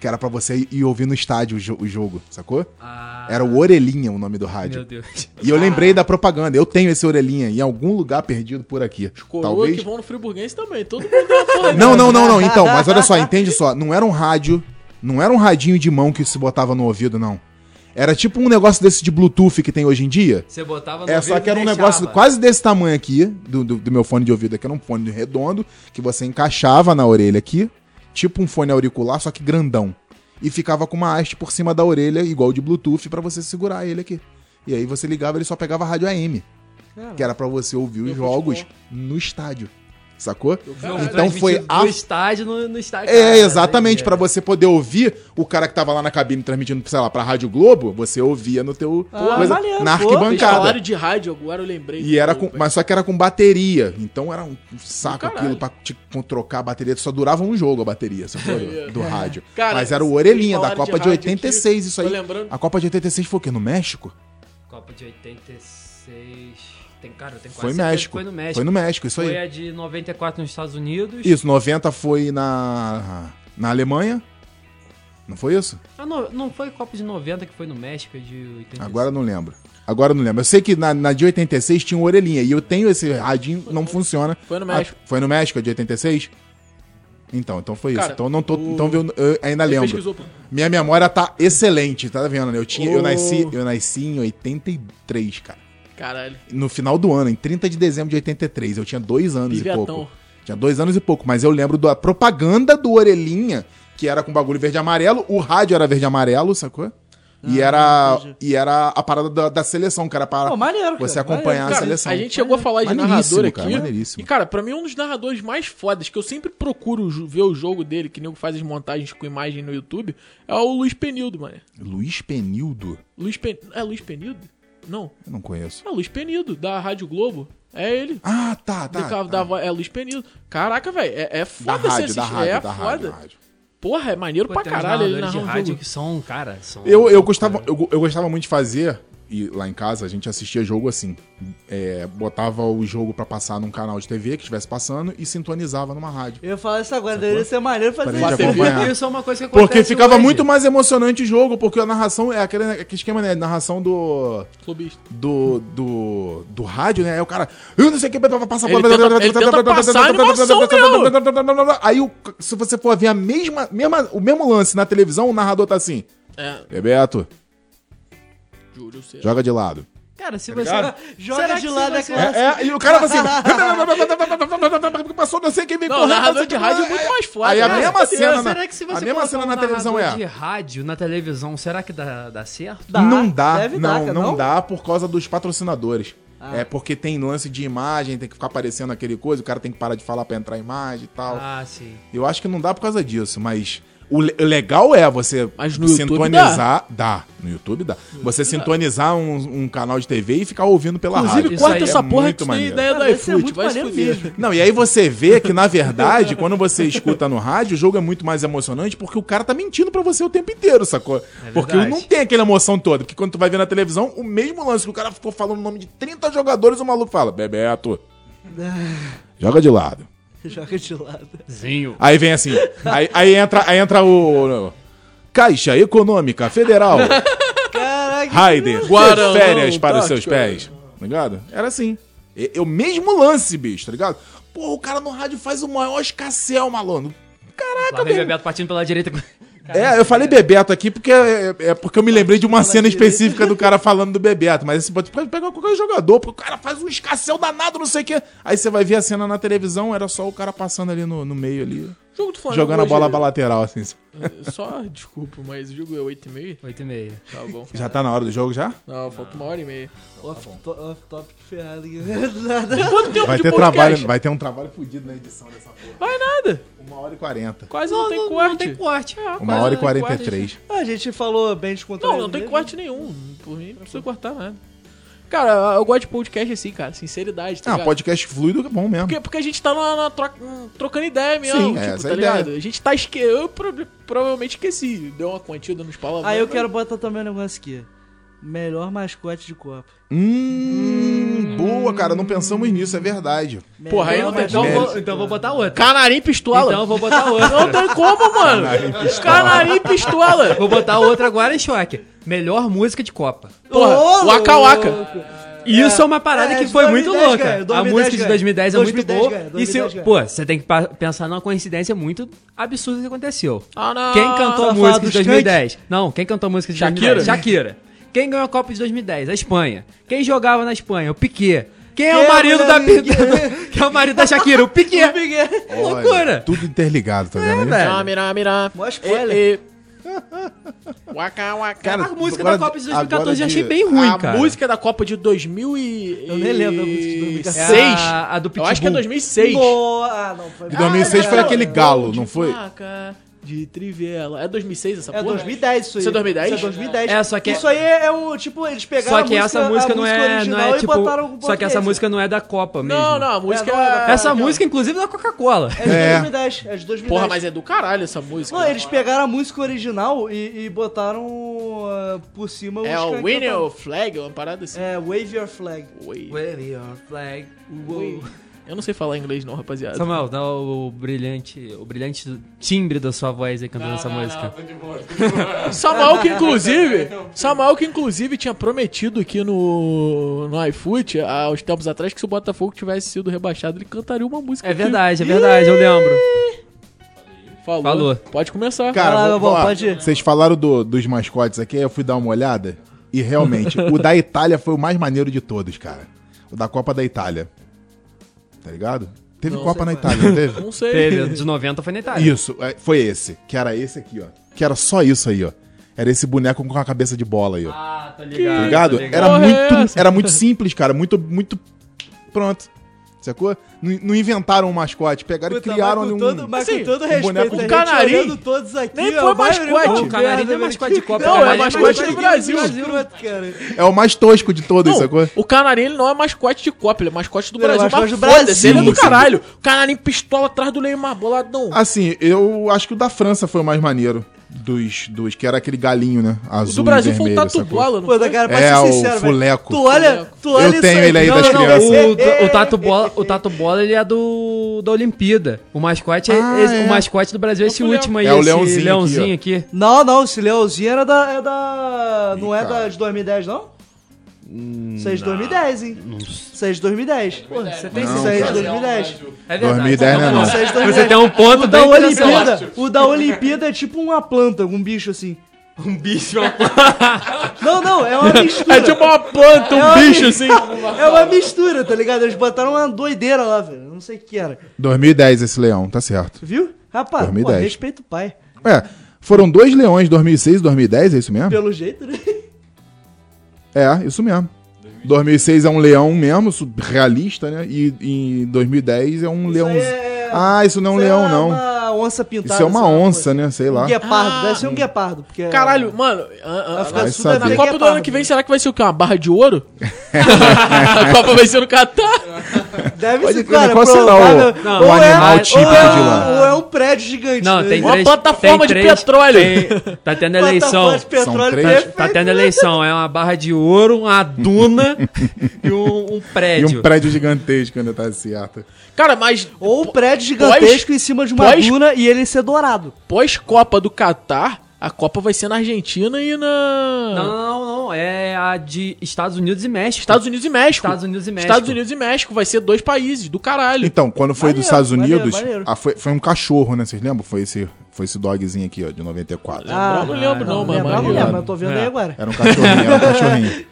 Speaker 4: que era pra você ir ouvir no estádio o, jo- o jogo, sacou? Era o Orelhinha o nome do rádio.
Speaker 1: Ah. Meu Deus.
Speaker 4: E eu lembrei da propaganda. Eu tenho esse Orelhinha em algum lugar perdido por aqui.
Speaker 2: Coroa
Speaker 4: Talvez.
Speaker 2: que vão no Friburguense também. Todo mundo deu uma porra.
Speaker 4: Não, não, não, não. Então, mas olha só, entende só. Não era um rádio, não era um radinho de mão que se botava no ouvido, não. Era tipo um negócio desse de Bluetooth que tem hoje em dia.
Speaker 1: Você botava no
Speaker 4: É, só
Speaker 1: ouvido
Speaker 4: que era
Speaker 1: e
Speaker 4: um
Speaker 1: deixava.
Speaker 4: negócio quase desse tamanho aqui, do, do, do meu fone de ouvido, que era um fone redondo, que você encaixava na orelha aqui, tipo um fone auricular, só que grandão. E ficava com uma haste por cima da orelha, igual de Bluetooth, pra você segurar ele aqui. E aí você ligava, ele só pegava a rádio AM, que era pra você ouvir os jogos no estádio. Sacou?
Speaker 1: Jogo
Speaker 4: Então foi
Speaker 1: transmitido
Speaker 4: a
Speaker 1: do estádio no, no estádio.
Speaker 4: é,
Speaker 1: Cara,
Speaker 4: exatamente,
Speaker 1: é.
Speaker 4: pra você poder ouvir o cara que tava lá na cabine transmitindo, sei lá, pra Rádio Globo, você ouvia no teu
Speaker 1: Ah,
Speaker 4: coisa,
Speaker 3: maneiro,
Speaker 4: na
Speaker 3: pô,
Speaker 2: Vocês
Speaker 4: arquibancada.
Speaker 2: falaram de rádio agora, eu lembrei.
Speaker 4: E era com, mas só que era com bateria, então era um saco
Speaker 2: Caralho.
Speaker 4: aquilo pra te- com- trocar a bateria, só durava um jogo a bateria, sacou? Do- do rádio.
Speaker 2: É. Cara,
Speaker 4: mas era o
Speaker 2: vocês
Speaker 4: orelhinha da
Speaker 2: falaram
Speaker 4: Copa
Speaker 2: de
Speaker 4: de,
Speaker 2: rádio
Speaker 4: 86 isso
Speaker 2: tô
Speaker 4: aí.
Speaker 2: lembrando-
Speaker 4: A Copa de 86 foi o quê? No México?
Speaker 1: Copa de 86. Tem, cara, tem
Speaker 2: assim,
Speaker 4: Foi México.
Speaker 1: Foi no México.
Speaker 4: Foi no México, isso
Speaker 1: Foi,
Speaker 4: aí.
Speaker 1: a de 94 nos Estados Unidos.
Speaker 4: Isso, 90 foi na na Alemanha. Não foi isso?
Speaker 1: Ah, não, não foi Copa de 90 que foi no México, é de 86.
Speaker 4: Agora eu não lembro. Agora eu não lembro. Eu sei que na, na de 86 tinha um orelhinha. E eu tenho esse radinho, não funciona.
Speaker 2: Foi no México.
Speaker 4: Ah, foi no México, a de 86? Então, então foi isso.
Speaker 2: Cara,
Speaker 4: então não tô.
Speaker 2: o-
Speaker 4: Então eu, eu ainda
Speaker 2: Ele
Speaker 4: lembro.
Speaker 2: pesquisou, pô.
Speaker 4: Minha memória tá excelente, tá vendo? né? Eu, tinha,
Speaker 2: O-
Speaker 4: eu, nasci, eu nasci em 83, cara.
Speaker 2: Caralho.
Speaker 4: No final do ano, em 30 de dezembro de 83. Eu tinha dois anos
Speaker 2: Pivotão.
Speaker 4: e pouco. Tinha dois anos e pouco, mas eu lembro da propaganda do Orelhinha, que era com bagulho verde e amarelo, o rádio era verde e amarelo, sacou?
Speaker 2: Ah,
Speaker 4: E, era, e era a parada da, da seleção, cara. Para
Speaker 3: Pô, maneiro, cara,
Speaker 4: você acompanhar
Speaker 2: Cara,
Speaker 4: a seleção.
Speaker 2: a gente chegou a falar de
Speaker 4: Maneiríssimo,
Speaker 2: narrador aqui.
Speaker 4: cara, maneiríssimo.
Speaker 2: E, cara, pra mim é um dos narradores mais fodas, que eu sempre procuro ju- ver o jogo dele, que nego faz as montagens com imagem no YouTube, é o Luiz Penildo, mano.
Speaker 4: Luiz Penildo?
Speaker 2: Luiz Pen... É Luiz Penildo? Não.
Speaker 4: Eu não conheço.
Speaker 2: É Luiz Penildo, da Rádio Globo. É ele.
Speaker 4: Ah, tá, tá.
Speaker 2: Do carro
Speaker 4: tá.
Speaker 2: da vo- É Luiz Penildo. Caraca, velho. É, é
Speaker 4: Da
Speaker 2: foda
Speaker 4: rádio,
Speaker 2: você
Speaker 4: da
Speaker 2: assistir.
Speaker 4: rádio,
Speaker 2: é
Speaker 4: da
Speaker 2: foda.
Speaker 4: rádio, da rádio.
Speaker 2: Porra, é maneiro
Speaker 1: Pô,
Speaker 2: pra
Speaker 1: tem uns
Speaker 2: caralho ele
Speaker 1: narradores
Speaker 2: narrar
Speaker 1: de
Speaker 2: um
Speaker 1: rádio
Speaker 2: jogo.
Speaker 1: que são, cara, são...
Speaker 4: Eu, eu, gostava, eu, eu gostava muito de fazer, e lá em casa a gente assistia jogo assim. É, botava o jogo pra passar num canal de TV que estivesse passando e sintonizava numa rádio.
Speaker 3: Eu ia falar isso agora, deveria ser maneiro fazer
Speaker 4: Pra gente
Speaker 3: isso.
Speaker 4: acompanhar.
Speaker 1: Isso é uma coisa que acontece
Speaker 4: Porque ficava
Speaker 1: hoje.
Speaker 4: muito mais emocionante o jogo, porque a narração é aquele, aquele esquema, né? Narração do.
Speaker 2: Clubista.
Speaker 4: Do, do, do rádio, né? Aí o cara. Eu não sei o que passa passa
Speaker 2: Ele tenta- ele tenta passar a animação,
Speaker 4: Aí, o- se você for ver a mesma, mesma, o mesmo lance na televisão, o narrador tá assim:
Speaker 2: É,
Speaker 4: Bebeto,
Speaker 2: juro, sei.
Speaker 4: joga de lado.
Speaker 1: Cara, se você...
Speaker 4: ligado?
Speaker 3: Joga
Speaker 1: Será
Speaker 3: de
Speaker 1: que
Speaker 3: lado
Speaker 1: se
Speaker 3: é
Speaker 1: você-
Speaker 3: classe.
Speaker 4: É, é, e o cara assim. passou, não sei quem me
Speaker 2: Não, narrador de rádio é muito mais foda.
Speaker 4: Aí a
Speaker 2: né?
Speaker 4: mesma cena.
Speaker 1: Será que se
Speaker 4: na-
Speaker 1: você
Speaker 4: A mesma
Speaker 1: colocar
Speaker 4: cena
Speaker 1: um
Speaker 4: na televisão
Speaker 1: narrador de
Speaker 4: é.
Speaker 1: rádio na televisão, será que dá, dá certo?
Speaker 4: Não dá,
Speaker 3: deve dar,
Speaker 4: não,
Speaker 3: cara,
Speaker 4: não
Speaker 3: não?
Speaker 4: dá por causa dos patrocinadores.
Speaker 1: Ah.
Speaker 4: É porque tem lance de imagem, tem que ficar aparecendo aquele coisa, o cara tem que parar de falar pra entrar a imagem e tal.
Speaker 1: Ah, sim.
Speaker 4: Eu acho que não dá por causa disso, mas o le- o legal é você
Speaker 2: Mas no YouTube
Speaker 4: sintonizar. dá. No YouTube dá. você sintonizar um, um canal de TV e ficar ouvindo pela rádio.
Speaker 2: Inclusive,
Speaker 1: Isso aí
Speaker 2: corta
Speaker 1: é
Speaker 2: essa porra
Speaker 4: muito
Speaker 2: que isso tem
Speaker 4: maneiro.
Speaker 2: ideia do
Speaker 3: Cara, isso é
Speaker 2: iFood.
Speaker 3: muito
Speaker 2: Vai se
Speaker 3: maneiro
Speaker 2: fuder.
Speaker 3: mesmo.
Speaker 4: Não, e aí você vê que, na verdade, quando você escuta no rádio, o jogo é muito mais emocionante porque o cara tá mentindo pra você o tempo inteiro, sacou? porque
Speaker 1: verdade.
Speaker 4: não tem aquela emoção toda. Porque quando tu vai ver na televisão, o mesmo lance que o cara ficou falando o nome de 30 jogadores, o maluco fala, Bebeto, joga de lado.
Speaker 3: Joga de lado.
Speaker 1: Zinho.
Speaker 4: Aí vem assim, aí, aí entra, aí entra o... Caixa Econômica Federal,
Speaker 3: Caraca,
Speaker 4: Raider,
Speaker 2: Guarão,
Speaker 4: férias para os
Speaker 2: tática.
Speaker 4: seus pés. Tá ligado? Era assim. E- Eu mesmo lance, bicho, tá ligado? Pô, o cara no rádio faz o maior escassel, malandro.
Speaker 1: Lá
Speaker 4: Caraca,
Speaker 1: vem o
Speaker 4: velho.
Speaker 1: Bebeto partindo pela direita.
Speaker 4: É, eu falei Bebeto aqui porque é, é porque eu me lembrei de uma cena específica do cara falando do Bebeto. Mas assim, pode pode pegar qualquer jogador, porque o cara faz um escassel danado, não sei o quê. Aí você vai ver a cena na televisão, era só o cara passando ali no, no meio ali,
Speaker 2: Jogo do Flamengo
Speaker 4: jogando a
Speaker 2: hoje-
Speaker 4: bola pra lateral, assim.
Speaker 2: Só, desculpa, mas o jogo é 8 e meia?
Speaker 1: 8 e meia.
Speaker 2: Tá bom.
Speaker 4: Já tá na hora do jogo já?
Speaker 2: Não, falta uma hora e meia.
Speaker 3: Off, to- off topic ferrado. aqui. Nada.
Speaker 2: Quanto tempo
Speaker 4: Vai
Speaker 2: de
Speaker 4: ter
Speaker 2: podcast?
Speaker 4: trabalho, vai ter um trabalho fudido na edição dessa porra.
Speaker 2: Vai nada.
Speaker 4: Uma hora e quarenta.
Speaker 2: Quase não, tem corte. Não,
Speaker 1: tem corte.
Speaker 4: Uma hora e
Speaker 2: não tem
Speaker 4: quarenta e três.
Speaker 3: A gente falou bem de controle.
Speaker 2: não, não tem
Speaker 3: dele.
Speaker 2: corte nenhum. Por mim, não precisa cortar nada. Cara, eu gosto de podcast assim, cara. Sinceridade, tá
Speaker 4: Ah,
Speaker 2: ligado?
Speaker 4: podcast fluido é bom mesmo.
Speaker 2: Porque, porque a gente tá na, na troca- hum, trocando ideia mesmo,
Speaker 4: Sim,
Speaker 2: tipo,
Speaker 4: essa é
Speaker 2: tá
Speaker 4: a ideia.
Speaker 2: ligado? A gente tá esque... Eu pro- provavelmente esqueci. Deu uma contida nos palavrões.
Speaker 3: Aí eu
Speaker 2: mas-
Speaker 3: quero botar também um negócio aqui. Melhor mascote de Copa.
Speaker 4: Hum, Boa, cara, não pensamos nisso, é verdade.
Speaker 2: Porra, aí não
Speaker 1: Então,
Speaker 2: tem
Speaker 1: então,
Speaker 2: como.
Speaker 1: vou, então vou botar outra.
Speaker 2: Canarim pistola.
Speaker 1: Então vou botar
Speaker 2: Não
Speaker 1: outra.
Speaker 2: tem como, mano. Canarim pistola.
Speaker 1: Vou botar outra agora em choque. Melhor música de Copa.
Speaker 2: Porra,
Speaker 3: Ô,
Speaker 2: Waka Waka.
Speaker 1: E Isso é uma parada
Speaker 3: É,
Speaker 1: que
Speaker 3: de
Speaker 1: foi muito
Speaker 3: 2010
Speaker 1: louca.
Speaker 3: ganha,
Speaker 1: a
Speaker 3: 2010
Speaker 1: música de
Speaker 3: ganha.
Speaker 1: 2010 é
Speaker 3: 2010
Speaker 1: muito
Speaker 3: ganha,
Speaker 1: boa.
Speaker 3: 2010
Speaker 1: e se,
Speaker 3: ganha.
Speaker 1: pô, você tem que pa- pensar numa coincidência muito absurda que aconteceu.
Speaker 2: Ah, não.
Speaker 1: Quem cantou a
Speaker 3: safado
Speaker 1: música de
Speaker 3: dos
Speaker 1: 2010? Não, quem cantou a música de
Speaker 2: Shakira?
Speaker 1: 2010? Shakira. Quem ganhou a Copa de 2010? A Espanha. Quem jogava na Espanha? O Piquet. Quem é o
Speaker 3: Quem
Speaker 1: marido
Speaker 3: é o
Speaker 1: da
Speaker 3: marido?
Speaker 1: Quem é o marido da Shakira? O Piquet.
Speaker 4: Olha,
Speaker 1: Loucura.
Speaker 4: Tudo interligado, tá vendo? aí?
Speaker 1: velho.
Speaker 2: Mira, mira, mira.
Speaker 3: Mó spoiler.
Speaker 2: E, e. Waka, waka.
Speaker 4: Cara,
Speaker 1: A música
Speaker 4: agora-
Speaker 1: da Copa de
Speaker 4: agora
Speaker 1: 2014 eu achei
Speaker 4: de-
Speaker 1: bem ruim,
Speaker 2: a
Speaker 1: cara.
Speaker 2: música da Copa de 2000 e...
Speaker 3: Eu nem lembro a música de 2006.
Speaker 1: É
Speaker 2: Seis.
Speaker 1: a, a do
Speaker 2: Eu
Speaker 1: Pitbull.
Speaker 2: acho que é 2006.
Speaker 3: No- Ah, não, foi.
Speaker 4: De 2006 foi aquele galo, não foi?
Speaker 2: Faca Ah, de trivela. É 2006 essa
Speaker 3: É
Speaker 2: porra?
Speaker 3: 2010 isso aí.
Speaker 2: Isso é 2010?
Speaker 3: Isso é 2010.
Speaker 1: É, só que-
Speaker 3: Isso aí é um, tipo, eles pegaram
Speaker 1: Só que essa música não é, não é tipo. Só que essa música não é da Copa mesmo.
Speaker 2: Não, não, a música
Speaker 3: É, não, é da
Speaker 2: é...
Speaker 3: Copa.
Speaker 1: Essa
Speaker 3: Ah, não.
Speaker 1: música, inclusive, é da Coca-Cola.
Speaker 3: É de
Speaker 4: É.
Speaker 3: 2010, é de 2010.
Speaker 2: Porra, mas é do caralho essa música. É
Speaker 3: Não, eles pegaram a música original e, e botaram ah, por cima
Speaker 2: É
Speaker 3: os
Speaker 2: o
Speaker 3: caras
Speaker 2: Winner
Speaker 3: cantando.
Speaker 2: Your Flag, uma parada assim.
Speaker 3: tá É, Wave Your Flag.
Speaker 2: Wave.
Speaker 1: Uou.
Speaker 2: Eu não sei falar inglês não, rapaziada.
Speaker 1: Samuel, dá o, o brilhante, o brilhante timbre da sua voz aí cantando essa música.
Speaker 5: Não, tô de boa, tô de boa.
Speaker 2: Samuel que inclusive, Samuel que inclusive tinha prometido aqui no no iFoot há uns tempos atrás que se o Botafogo tivesse sido rebaixado, ele cantaria uma música.
Speaker 1: É
Speaker 2: aqui.
Speaker 1: verdade, é verdade, eu lembro.
Speaker 2: Falou.
Speaker 1: Falou.
Speaker 2: Pode começar.
Speaker 3: Vai
Speaker 4: Cara,
Speaker 3: lá,
Speaker 4: vou
Speaker 3: meu bom,
Speaker 4: falar.
Speaker 3: pode ir.
Speaker 4: vocês falaram do- dos mascotes aqui, eu fui dar uma olhada. E realmente, o da Itália foi o mais maneiro de todos, cara. O da Copa da Itália. Tá ligado? Teve
Speaker 2: Não
Speaker 4: Copa
Speaker 2: sei
Speaker 4: na
Speaker 2: qual é.
Speaker 4: Itália, não teve?
Speaker 2: Não sei.
Speaker 1: Teve, de 90 foi na Itália.
Speaker 4: Isso, é, foi esse. Que era esse aqui, ó. Que era só isso aí, ó. Era esse boneco com a cabeça de bola aí, ó.
Speaker 1: Ah, tá
Speaker 4: Tá
Speaker 1: ligado.
Speaker 4: ligado?
Speaker 1: tá ligado.
Speaker 4: Era
Speaker 2: Porra, é
Speaker 4: muito,
Speaker 2: essa?
Speaker 4: era muito simples, cara. Muito, muito. Pronto. Sacou? Não, não inventaram um mascote. Pegaram e
Speaker 3: Puta,
Speaker 4: criaram
Speaker 3: mas
Speaker 4: ali
Speaker 3: com
Speaker 4: um.
Speaker 3: todo, mas
Speaker 2: assim,
Speaker 3: com todo
Speaker 4: um
Speaker 3: respeito,
Speaker 4: boneco-
Speaker 3: a gente
Speaker 2: O Canarim
Speaker 3: olhando todos aqui,
Speaker 2: nem
Speaker 3: ó,
Speaker 2: foi
Speaker 3: vai,
Speaker 2: mascote.
Speaker 3: vai,
Speaker 1: Pô, o Canarim não é
Speaker 3: merda,
Speaker 1: mascote de Copa,
Speaker 2: Não,
Speaker 1: o
Speaker 2: é
Speaker 1: Canarim
Speaker 2: mascote do Brasil.
Speaker 3: Escroto, cara.
Speaker 4: É o mais tosco de todos,
Speaker 2: Não,
Speaker 4: sacou?
Speaker 2: o Canarim ele não é mascote de Copa, ele é mascote do
Speaker 3: Ele é
Speaker 2: Brasil.
Speaker 3: mascote
Speaker 2: Mas
Speaker 3: do
Speaker 2: foda-se,
Speaker 3: Brasil,
Speaker 2: ele é do
Speaker 4: sim.
Speaker 2: caralho. O Canarim pistola atrás do Neymar, boladão.
Speaker 4: Assim, eu acho que o da França foi o mais maneiro. Dos, dos que era aquele galinho, né?
Speaker 2: O
Speaker 4: Azul.
Speaker 2: do Brasil
Speaker 4: e
Speaker 2: foi um
Speaker 4: vermelho,
Speaker 2: tatu
Speaker 4: sacou?
Speaker 2: bola, não
Speaker 3: Pô,
Speaker 2: foi?
Speaker 3: cara, pra
Speaker 4: É,
Speaker 3: ser
Speaker 4: o
Speaker 3: sincero, velho.
Speaker 4: fuleco.
Speaker 3: Tu olha, tu olha
Speaker 4: Eu
Speaker 3: isso
Speaker 4: tenho ele aí
Speaker 1: Não,
Speaker 4: das
Speaker 1: não, não,
Speaker 4: crianças.
Speaker 1: o, ta- o Tato Bola, o Tato Bola ele é do da Olimpíada. O mascote é,
Speaker 4: Ah,
Speaker 1: esse-
Speaker 4: é.
Speaker 1: o mascote do Brasil é esse
Speaker 2: Leão.
Speaker 1: último aí,
Speaker 4: É o
Speaker 1: esse
Speaker 4: leãozinho aqui,
Speaker 1: leãozinho aqui.
Speaker 3: Não, não, esse Leozinho era da. É da
Speaker 4: Ih,
Speaker 3: não é
Speaker 4: cara. Hum,
Speaker 3: da de 2010, não? Isso é de 2010, hein? Isso é de 2010. Pô, você
Speaker 2: é
Speaker 3: tem
Speaker 4: Não,
Speaker 2: um
Speaker 3: isso aí de
Speaker 4: cara.
Speaker 3: 2010.
Speaker 1: É
Speaker 2: né?
Speaker 4: 2010 não é não.
Speaker 3: Isso aí de 2010.
Speaker 1: Você tem um ponto
Speaker 3: o da
Speaker 1: bem cancelado.
Speaker 3: Olimpíada. O da Olimpíada é tipo uma planta, um bicho assim.
Speaker 1: Um bicho.
Speaker 3: Não, não, é uma mistura.
Speaker 2: É tipo uma planta,
Speaker 3: É uma
Speaker 2: um bicho
Speaker 3: mi-
Speaker 2: assim.
Speaker 3: É uma mistura, tá ligado? Eles botaram uma doideira lá, velho. Não sei o que era.
Speaker 4: 2010 esse leão, tá certo.
Speaker 3: Viu? Rapaz, pô,
Speaker 4: 2010.
Speaker 3: respeita o pai.
Speaker 4: É, foram dois leões 2006 e 2010, é isso mesmo?
Speaker 3: Pelo jeito, né?
Speaker 4: É, isso mesmo. 2006 é um leão mesmo, su- realista, né? E e em 2010 é um leão.
Speaker 3: é-
Speaker 4: Ah, isso não é um
Speaker 3: Isso
Speaker 4: leão,
Speaker 3: é
Speaker 4: não.
Speaker 3: Uma onça pintada.
Speaker 4: Isso é uma
Speaker 3: sei lá,
Speaker 4: onça,
Speaker 3: pô.
Speaker 4: né? Sei
Speaker 3: Um
Speaker 4: lá.
Speaker 3: guepardo,
Speaker 2: Ah.
Speaker 3: deve ser um guepardo. Porque
Speaker 2: Caralho, mano, a- a-
Speaker 3: Vai
Speaker 4: Vai
Speaker 3: ficar
Speaker 4: saber.
Speaker 2: na
Speaker 4: Tem
Speaker 2: Copa do ano que vem será que vai ser o quê? Uma barra de ouro? a Copa vai ser no Catar?
Speaker 3: Deve
Speaker 4: Pode
Speaker 3: ser,
Speaker 4: crer,
Speaker 3: cara,
Speaker 4: qual será o-
Speaker 3: provável.
Speaker 1: Não,
Speaker 3: Ou
Speaker 1: o animal
Speaker 3: ou
Speaker 4: típico
Speaker 3: é
Speaker 4: de
Speaker 3: um-
Speaker 4: lá?
Speaker 3: Ou é um prédio gigante.
Speaker 1: Não,
Speaker 3: né?
Speaker 1: tem
Speaker 2: Uma
Speaker 1: três.
Speaker 2: plataforma
Speaker 1: tem
Speaker 2: de
Speaker 1: três-
Speaker 2: petróleo.
Speaker 1: tem- tá tendo
Speaker 3: Plataforma
Speaker 1: eleição.
Speaker 3: de petróleo
Speaker 4: três?
Speaker 3: perfeito.
Speaker 1: Tá tendo eleição. É uma barra de ouro, uma duna e um, um
Speaker 4: E
Speaker 1: prédio.
Speaker 4: um prédio gigantesco, né? Tá certo.
Speaker 2: Cara, mas
Speaker 3: Ou um prédio gigantesco em cima de uma
Speaker 2: pós-
Speaker 3: duna e ele ser dourado.
Speaker 2: pós-Copa do Catar, a Copa vai ser na Argentina e na...
Speaker 1: Não, não, não. É a de Estados Unidos e México.
Speaker 2: Estados Unidos e México.
Speaker 1: Estados Unidos e México.
Speaker 2: Estados Unidos e México vai ser dois países do caralho.
Speaker 4: Então, quando foi dos
Speaker 3: Maneiro,
Speaker 4: Estados Unidos,
Speaker 3: maneiro, maneiro.
Speaker 4: ah, foi, foi um cachorro, né? Vocês lembram? Foi esse, foi esse dogzinho aqui, ó, de 94.
Speaker 2: Ah, não lembro não, mano.
Speaker 3: Lembrar, não
Speaker 2: Maneiro.
Speaker 3: lembro, mas eu tô vendo
Speaker 1: É.
Speaker 3: aí agora.
Speaker 4: Era um cachorrinho, era um cachorrinho.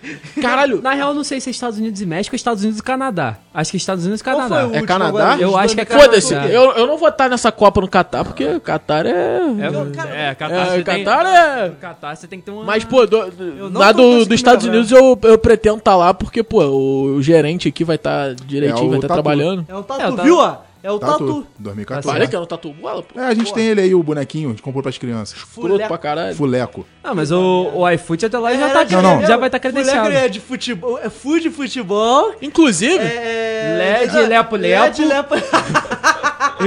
Speaker 2: Caralho,
Speaker 1: Na real, eu não sei se é Estados Unidos e México ou Estados Unidos e Canadá. Acho que é Estados Unidos e
Speaker 3: Qual foi o
Speaker 1: Canadá.
Speaker 3: último
Speaker 4: Canadá?
Speaker 3: agora?
Speaker 1: Eu acho que é
Speaker 3: Dois mil e quatorze.
Speaker 2: foda-se.
Speaker 1: Canadá.
Speaker 2: Eu, eu não vou estar nessa Copa no Catar, porque Catar é...
Speaker 3: cara,
Speaker 1: É, Catar,
Speaker 2: É,
Speaker 1: você tem- um
Speaker 2: Catar é...
Speaker 1: Catar, você tem que ter uma.
Speaker 2: Mas, pô, do,
Speaker 3: não
Speaker 2: lá
Speaker 3: tô
Speaker 2: do- dos
Speaker 3: conseguindo
Speaker 2: Estados
Speaker 3: lembrar.
Speaker 1: né?
Speaker 2: Unidos eu, eu pretendo estar lá, porque, pô, o, o gerente aqui vai estar direitinho,
Speaker 4: É, o
Speaker 2: vai estar
Speaker 4: Tatu. Tá
Speaker 2: trabalhando.
Speaker 3: É um
Speaker 1: É, o
Speaker 3: tatu,
Speaker 1: tatu.
Speaker 3: viu, ó? É o
Speaker 4: Tatu,
Speaker 3: tatu.
Speaker 4: 2014.
Speaker 2: Olha que eu não tatu bola, pô.
Speaker 4: É, a gente tem ele aí, o bonequinho, a gente comprou pras crianças.
Speaker 2: Escroto
Speaker 1: né?
Speaker 2: pra caralho.
Speaker 4: Fuleco.
Speaker 1: Ah, mas o, o iFood até
Speaker 2: É,
Speaker 1: lá já
Speaker 3: Era
Speaker 1: tá
Speaker 3: aquele-
Speaker 4: Não, não.
Speaker 1: já vai estar
Speaker 3: Moleque
Speaker 1: credenciado.
Speaker 3: é de futebol, é food futebol.
Speaker 2: Inclusive,
Speaker 3: É...
Speaker 1: LED, lepo, lepo.
Speaker 3: LED, lepo.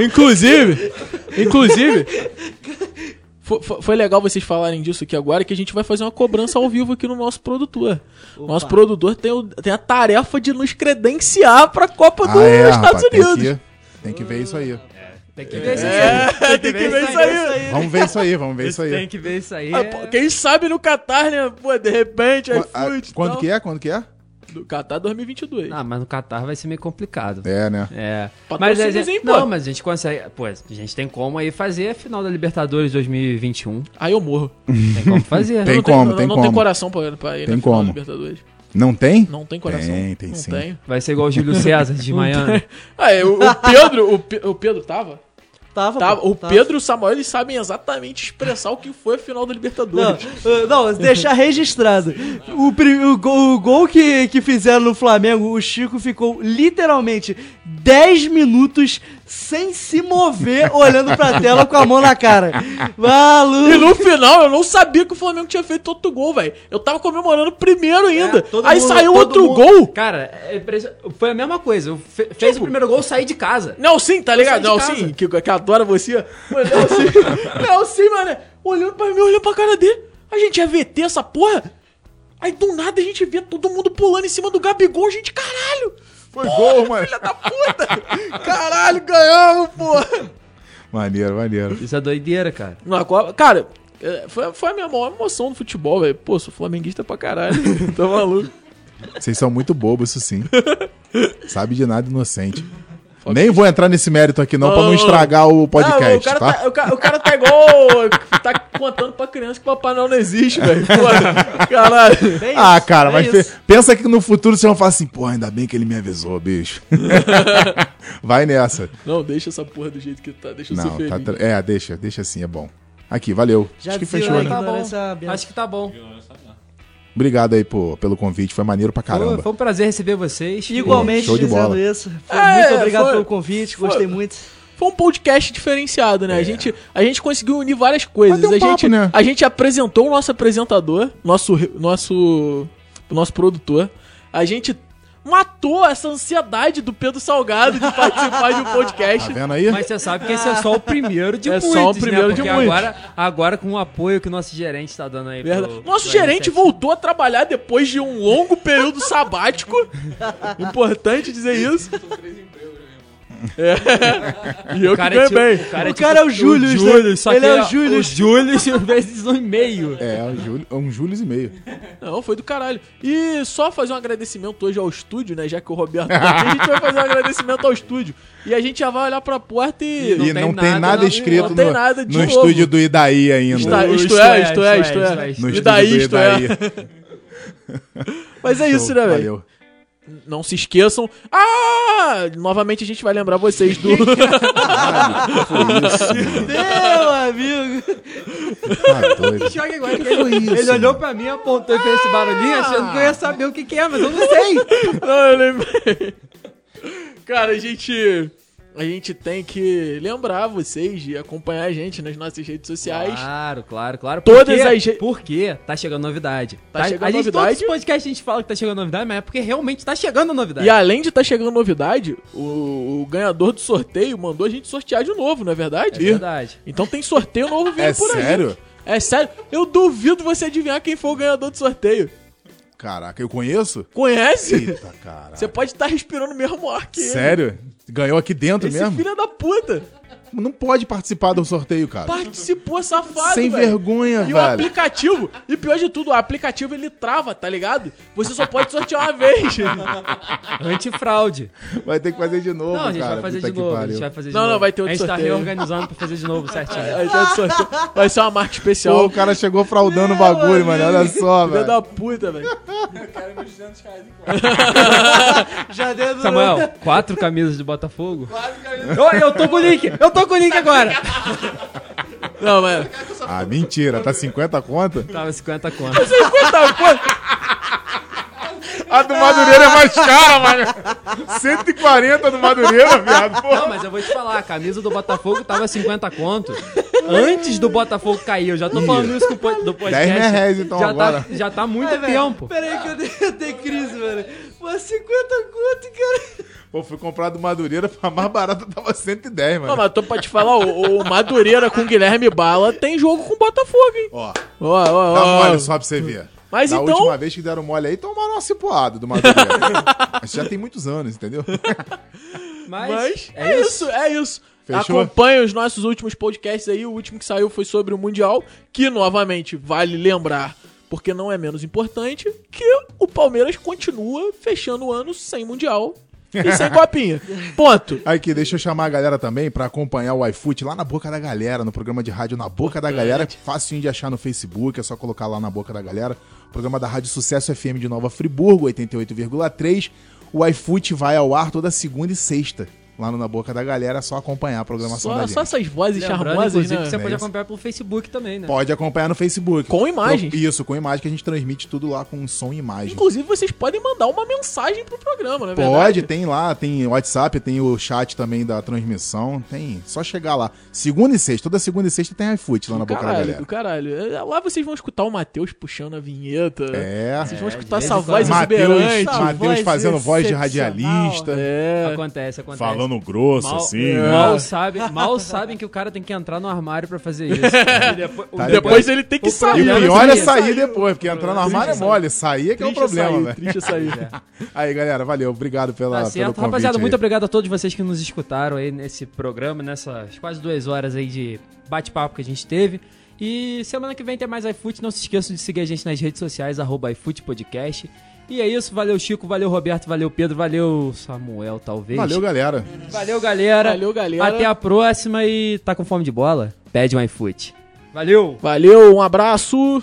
Speaker 2: inclusive, inclusive, Foi, foi- foi legal vocês falarem disso aqui agora, que a gente vai fazer uma cobrança ao vivo aqui no nosso produtor. Nosso produtor tem, o- tem a tarefa de nos credenciar pra Copa dos Estados
Speaker 4: Ah, é, rapaz, tem
Speaker 2: Unidos.
Speaker 4: que- Tem que ver isso aí.
Speaker 1: Tem que ver isso
Speaker 2: É, tem que ver isso aí.
Speaker 4: Vamos ver isso aí, vamos ver isso
Speaker 1: Tem
Speaker 4: aí.
Speaker 1: que ver isso aí.
Speaker 2: Ah, pô, Quem sabe no Qatar, né? Pô, de repente,
Speaker 4: Qu- a-
Speaker 2: iFood. e
Speaker 4: Quando
Speaker 2: tal.
Speaker 4: que é? Quando que é?
Speaker 2: Do Qatar 2022.
Speaker 1: Ah, mas no Catar vai ser meio complicado.
Speaker 4: É, né?
Speaker 1: É. Mas a
Speaker 2: Patrocínios, hein,
Speaker 1: gente,
Speaker 2: pô?
Speaker 1: não, mas a gente consegue. Pô, a gente tem como aí fazer a final da Libertadores 2021.
Speaker 2: Aí eu morro.
Speaker 1: Tem como fazer. né?
Speaker 4: Tem
Speaker 2: Eu não
Speaker 4: como,
Speaker 2: tenho,
Speaker 4: tem
Speaker 2: não
Speaker 4: como.
Speaker 2: tenho coração pra, pra ir
Speaker 4: Tem
Speaker 2: na final
Speaker 4: como.
Speaker 2: da Libertadores.
Speaker 4: Não tem?
Speaker 2: Não tem coração.
Speaker 4: Tem, tem
Speaker 2: não
Speaker 4: sim.
Speaker 2: Tenho.
Speaker 1: Vai ser igual o Júlio César de né? Miami.
Speaker 2: Aí, o, o Pedro, o, Pe- o Pedro tava?
Speaker 3: Tava,
Speaker 2: Tava. Tá,
Speaker 3: pô,
Speaker 2: O
Speaker 3: tava.
Speaker 2: Pedro e o Samuel, eles sabem exatamente expressar o que foi a final da
Speaker 3: Não,
Speaker 2: Libertadores.
Speaker 3: uh, não, deixar registrado. O, pri- o gol, o gol que, que fizeram no Flamengo, o Chico ficou literalmente 10 minutos sem se mover, olhando pra tela com a mão na cara.
Speaker 2: E
Speaker 3: Maluco!
Speaker 2: no final, eu não sabia que o Flamengo tinha feito outro gol, velho. Eu tava comemorando o primeiro ainda.
Speaker 3: É, todo
Speaker 2: Aí
Speaker 3: mundo-
Speaker 2: saiu
Speaker 3: todo
Speaker 2: outro
Speaker 3: mundo-
Speaker 2: gol. Tipo-
Speaker 1: Cara, é impressio- foi a mesma coisa. Eu fe- Fez o primeiro gol, eu saí de casa.
Speaker 2: Não, sim, tá ligado?
Speaker 1: saí
Speaker 2: Não,
Speaker 1: de
Speaker 2: sim, que, que adora você. Mano, não, sim. não, sim, mano. Olhando pra mim, olhando pra cara dele. A gente ia VT essa porra. Aí do nada a gente vê todo mundo pulando em cima do Gabigol, gente, caralho.
Speaker 4: Foi gol, mano.
Speaker 2: Filha da puta! Caralho, ganhamos, porra!
Speaker 4: Maneiro, maneiro.
Speaker 1: Isso é doideira, cara.
Speaker 2: Na Copa, cara, é, foi, foi a minha maior emoção do futebol, velho. Pô, sou flamenguista pra caralho. Tá maluco?
Speaker 4: Vocês são muito bobos, isso sim. Sabe de nada inocente. Nem vou entrar nesse mérito aqui não, pra não
Speaker 2: Não.
Speaker 4: estragar o
Speaker 2: Ah, o,
Speaker 4: podcast,
Speaker 2: cara
Speaker 4: tá?
Speaker 2: tá, o, ca- o cara tá igual. tá contando pra criança que Papai Noel não existe, velho. Pô, Caralho.
Speaker 3: Bem
Speaker 4: Ah,
Speaker 3: isso,
Speaker 4: cara,
Speaker 3: bem
Speaker 4: mas
Speaker 3: isso.
Speaker 4: pe- pensa que no futuro vocês vão falar assim, pô, ainda bem que ele me avisou, bicho. Vai nessa.
Speaker 2: Não, deixa essa porra do jeito que tá. Deixa eu ser
Speaker 4: Não,
Speaker 2: feliz.
Speaker 4: tá tra- É, deixa, deixa assim, é bom. Aqui, valeu.
Speaker 3: Já
Speaker 4: Acho que
Speaker 3: dizia
Speaker 4: fechou,
Speaker 3: lá,
Speaker 4: né?
Speaker 3: então.
Speaker 1: Tá bom.
Speaker 3: Ignorância é uma benção.
Speaker 1: Acho que tá bom.
Speaker 4: Obrigado aí pô, pelo convite, foi maneiro pra
Speaker 1: Foi,
Speaker 4: caramba.
Speaker 1: foi um prazer receber vocês.
Speaker 3: Igualmente
Speaker 4: Show de
Speaker 3: dizendo
Speaker 4: bola.
Speaker 3: isso. Foi
Speaker 2: É,
Speaker 3: muito obrigado
Speaker 2: foi-
Speaker 3: pelo convite,
Speaker 2: foi-
Speaker 3: gostei muito.
Speaker 2: Foi um podcast diferenciado, né? A, gente, a gente conseguiu unir várias coisas.
Speaker 4: Mas deu
Speaker 2: a,
Speaker 4: É. papo,
Speaker 2: gente,
Speaker 4: né?
Speaker 2: a gente apresentou o nosso apresentador, nosso, re- nosso, o nosso produtor. A gente matou essa ansiedade do Pedro Salgado de participar de um
Speaker 4: Tá
Speaker 2: podcast.
Speaker 4: vendo aí?
Speaker 1: Mas você sabe que esse é só o primeiro de
Speaker 2: É
Speaker 1: muitos,
Speaker 2: só o primeiro
Speaker 1: né?
Speaker 2: de
Speaker 1: Porque
Speaker 2: muitos.
Speaker 1: agora, agora com o apoio que o nosso gerente tá dando aí.
Speaker 2: Verdade.
Speaker 1: pro-
Speaker 2: Nosso
Speaker 1: pro
Speaker 2: gerente
Speaker 1: RCS.
Speaker 2: voltou a trabalhar depois de um longo período sabático. Importante dizer isso. É. E
Speaker 1: O
Speaker 2: eu que
Speaker 1: cara,
Speaker 2: ganhei
Speaker 1: é tipo-
Speaker 2: bem.
Speaker 1: cara,
Speaker 3: O cara é o Július, né? Ele é o
Speaker 1: Júlio.
Speaker 3: Július.
Speaker 1: Júlio vezes um e meio.
Speaker 4: É, um Júlio, um Júlio e meio.
Speaker 2: Não, foi do caralho. E só fazer um agradecimento hoje ao estúdio, né? Já que o Roberto tá aqui, a gente vai fazer um agradecimento ao estúdio. E a gente já vai olhar pra porta e.
Speaker 4: e não tem nada,
Speaker 1: não-
Speaker 4: escrito
Speaker 2: não tem
Speaker 4: no,
Speaker 2: nada de
Speaker 4: no
Speaker 2: novo.
Speaker 4: estúdio do Idaí ainda.
Speaker 2: Está-
Speaker 1: Isto
Speaker 2: isto
Speaker 1: é,
Speaker 2: é, isto é, isto é.
Speaker 4: No
Speaker 2: E
Speaker 4: estúdio
Speaker 2: daí,
Speaker 4: do
Speaker 2: isto é.
Speaker 4: Idaí.
Speaker 2: Mas é isso, né, velho?
Speaker 4: Valeu.
Speaker 2: Não se esqueçam. Ah! Novamente a gente vai lembrar vocês do.
Speaker 3: Meu amigo!
Speaker 4: Tá doido.
Speaker 1: Joga igual que
Speaker 4: é
Speaker 1: ele, ele olhou pra mim, apontou e fez esse
Speaker 2: Ah.
Speaker 1: barulhinho, achando que eu ia saber o que, que é, mas eu não sei.
Speaker 2: Não, Ah, eu lembrei. Cara, a gente. A gente tem que lembrar vocês de acompanhar a gente nas nossas redes sociais.
Speaker 1: Claro, claro, claro.
Speaker 2: Todas
Speaker 1: porque,
Speaker 2: as ge-
Speaker 1: Porque tá chegando novidade.
Speaker 2: Tá chegando
Speaker 1: a gente,
Speaker 2: novidade.
Speaker 1: Todos os podcasts a gente fala que tá chegando novidade, mas é porque realmente tá chegando novidade.
Speaker 2: E além de estar chegando novidade, o, o ganhador do sorteio mandou a gente sortear de novo, não é
Speaker 1: É
Speaker 2: verdade?
Speaker 1: verdade.
Speaker 2: Então tem sorteio novo vindo
Speaker 4: É
Speaker 2: por aí.
Speaker 4: sério?
Speaker 2: É sério? Eu duvido você adivinhar quem foi o ganhador do sorteio.
Speaker 4: Caraca, eu conheço?
Speaker 2: Conhece?
Speaker 4: Eita, cara.
Speaker 2: Você pode estar respirando o mesmo ar que ele.
Speaker 4: Sério? Ganhou aqui dentro
Speaker 2: Esse
Speaker 4: mesmo?
Speaker 2: filho é da puta
Speaker 4: Não pode participar do sorteio, cara.
Speaker 2: participou safado,
Speaker 4: Sem
Speaker 2: velho.
Speaker 4: vergonha,
Speaker 2: E o
Speaker 4: velho.
Speaker 2: aplicativo, e pior de tudo, o aplicativo ele trava, tá ligado? Você só pode sortear uma vez.
Speaker 1: Antifraude.
Speaker 4: Vai ter que fazer de novo,
Speaker 1: Não, a gente
Speaker 4: cara.
Speaker 1: vai fazer
Speaker 4: Puta
Speaker 1: de
Speaker 4: que
Speaker 1: novo. A
Speaker 4: pariu.
Speaker 1: gente vai fazer de
Speaker 2: Não, não,
Speaker 1: novo.
Speaker 2: vai ter outro
Speaker 1: A gente tá
Speaker 2: sorteio.
Speaker 1: reorganizando pra fazer de novo certinho.
Speaker 2: Aí tá de sorteio. Vai ser uma marca
Speaker 4: Pô,
Speaker 2: especial.
Speaker 4: o cara chegou fraudando o bagulho, É, mano. Olha só,
Speaker 2: Filha
Speaker 4: velho.
Speaker 2: da puta, velho.
Speaker 3: Já deu do-
Speaker 1: Samuel, quatro camisas do Botafogo? Ó, Eu tô com o link! Eu tô com o link agora!
Speaker 2: Não, mano.
Speaker 4: Ah, mentira. Tá 50 conta?
Speaker 1: Tava 50 contas.
Speaker 2: 50 conto.
Speaker 4: A do Madureira é mais cara, mano. 140 do Madureira, viado.
Speaker 1: Não, mas eu vou te falar, a camisa do Botafogo tava 50 conto. Antes do Botafogo cair, eu já tô falando isso com o po- do podcast.
Speaker 4: 10 mil reais, então,
Speaker 1: já
Speaker 4: agora.
Speaker 1: Tá, já
Speaker 2: É,
Speaker 1: tá há muito
Speaker 3: Ai, velho,
Speaker 1: tempo.
Speaker 3: Pera aí que eu tenho, eu tenho crise, mano. Mas 50 conto, cara.
Speaker 4: Pô, fui comprar do Madureira, a mais barata tava 110, mano.
Speaker 2: Não, mas tô pra te falar, o, o Madureira com Guilherme Bala tem jogo com o Botafogo, hein?
Speaker 4: Ó,
Speaker 2: Ó, ó,
Speaker 4: dá
Speaker 2: ó.
Speaker 4: Tá mole só pra você ver.
Speaker 2: Mas
Speaker 4: da
Speaker 2: então-
Speaker 4: última vez que deram mole aí, tomaram uma cipoada do Madureira. Isso já tem muitos anos, entendeu?
Speaker 1: Mas,
Speaker 2: Mas
Speaker 1: é isso.
Speaker 2: é isso.
Speaker 4: Fechou?
Speaker 2: Acompanhe os nossos últimos podcasts aí. O último que saiu foi sobre o Mundial, que novamente vale lembrar, porque não é menos importante, que o Palmeiras continua fechando o ano sem Mundial e sem Copinha. Ponto.
Speaker 4: Aqui, deixa eu chamar a galera também pra acompanhar o iFoot lá na Boca da Galera, no programa de rádio Na Boca da Galera. Facinho de achar no Facebook, é só colocar lá na Boca da Galera. Programa da Rádio Sucesso FM de Nova Friburgo, 88,3. O iFoot vai ao ar toda segunda e sexta. Lá no Na Boca da Galera, é só acompanhar a programação
Speaker 2: Só,
Speaker 4: da
Speaker 2: só
Speaker 4: gente.
Speaker 2: essas vozes
Speaker 1: Lembrando,
Speaker 2: charmosas,
Speaker 1: inclusive,
Speaker 2: né?
Speaker 1: que você
Speaker 4: É
Speaker 1: pode
Speaker 4: isso.
Speaker 1: acompanhar pelo Facebook também, né?
Speaker 4: Pode acompanhar no Facebook.
Speaker 2: Com imagens.
Speaker 4: Isso, com imagem, que a gente transmite tudo lá com som e imagem.
Speaker 2: Inclusive, vocês podem mandar uma mensagem pro programa, né?
Speaker 4: Pode, tem lá, tem WhatsApp, tem o chat também da transmissão, tem. Só chegar lá. Segunda e sexta, toda segunda e sexta tem iFoot lá na boca da
Speaker 2: Caralho,
Speaker 4: galera.
Speaker 2: do caralho. É, Lá vocês vão escutar o Matheus puxando a vinheta.
Speaker 4: É. né?
Speaker 2: Vocês vão escutar
Speaker 1: de
Speaker 2: essa
Speaker 1: vez em
Speaker 2: voz
Speaker 1: quando.
Speaker 2: exuberante.
Speaker 4: Matheus, Matheus
Speaker 3: voz
Speaker 4: fazendo voz de
Speaker 3: excepcional.
Speaker 4: radialista,
Speaker 2: É.
Speaker 1: Acontece, acontece.
Speaker 4: falando grosso
Speaker 1: mal,
Speaker 4: assim.
Speaker 1: é.
Speaker 4: né?
Speaker 1: mal, sabem, mal sabem que o cara tem que entrar no armário pra fazer isso. E depois,
Speaker 4: Tá
Speaker 1: o-
Speaker 4: ligado?
Speaker 2: Depois ele tem que
Speaker 1: O
Speaker 4: E
Speaker 2: sair. né?
Speaker 4: o
Speaker 1: problema
Speaker 4: pior é
Speaker 1: Saiu,
Speaker 4: sair depois, porque entrar no armário é
Speaker 1: Triste
Speaker 4: mole, sair é que é o
Speaker 2: Triste
Speaker 4: problema,
Speaker 2: sair,
Speaker 4: velho.
Speaker 2: Triste sair.
Speaker 4: Aí, galera, valeu, obrigado pela,
Speaker 1: Tá
Speaker 4: pelo
Speaker 1: certo.
Speaker 4: convite.
Speaker 1: Rapaziada,
Speaker 4: aí.
Speaker 1: muito obrigado a todos vocês que nos escutaram aí nesse programa, nessas quase duas horas aí de bate-papo que a gente teve. E semana que vem tem mais iFoot. Não se esqueçam de seguir a gente nas redes sociais, arroba iFoot Podcast. E é isso. Valeu, Chico. Valeu, Roberto. Valeu, Pedro. Valeu, Samuel, talvez.
Speaker 4: Valeu, galera.
Speaker 1: Valeu, galera.
Speaker 2: Valeu, galera.
Speaker 1: Até a próxima e tá com fome de bola? Pede um iFoot. Valeu!
Speaker 2: Valeu, um abraço.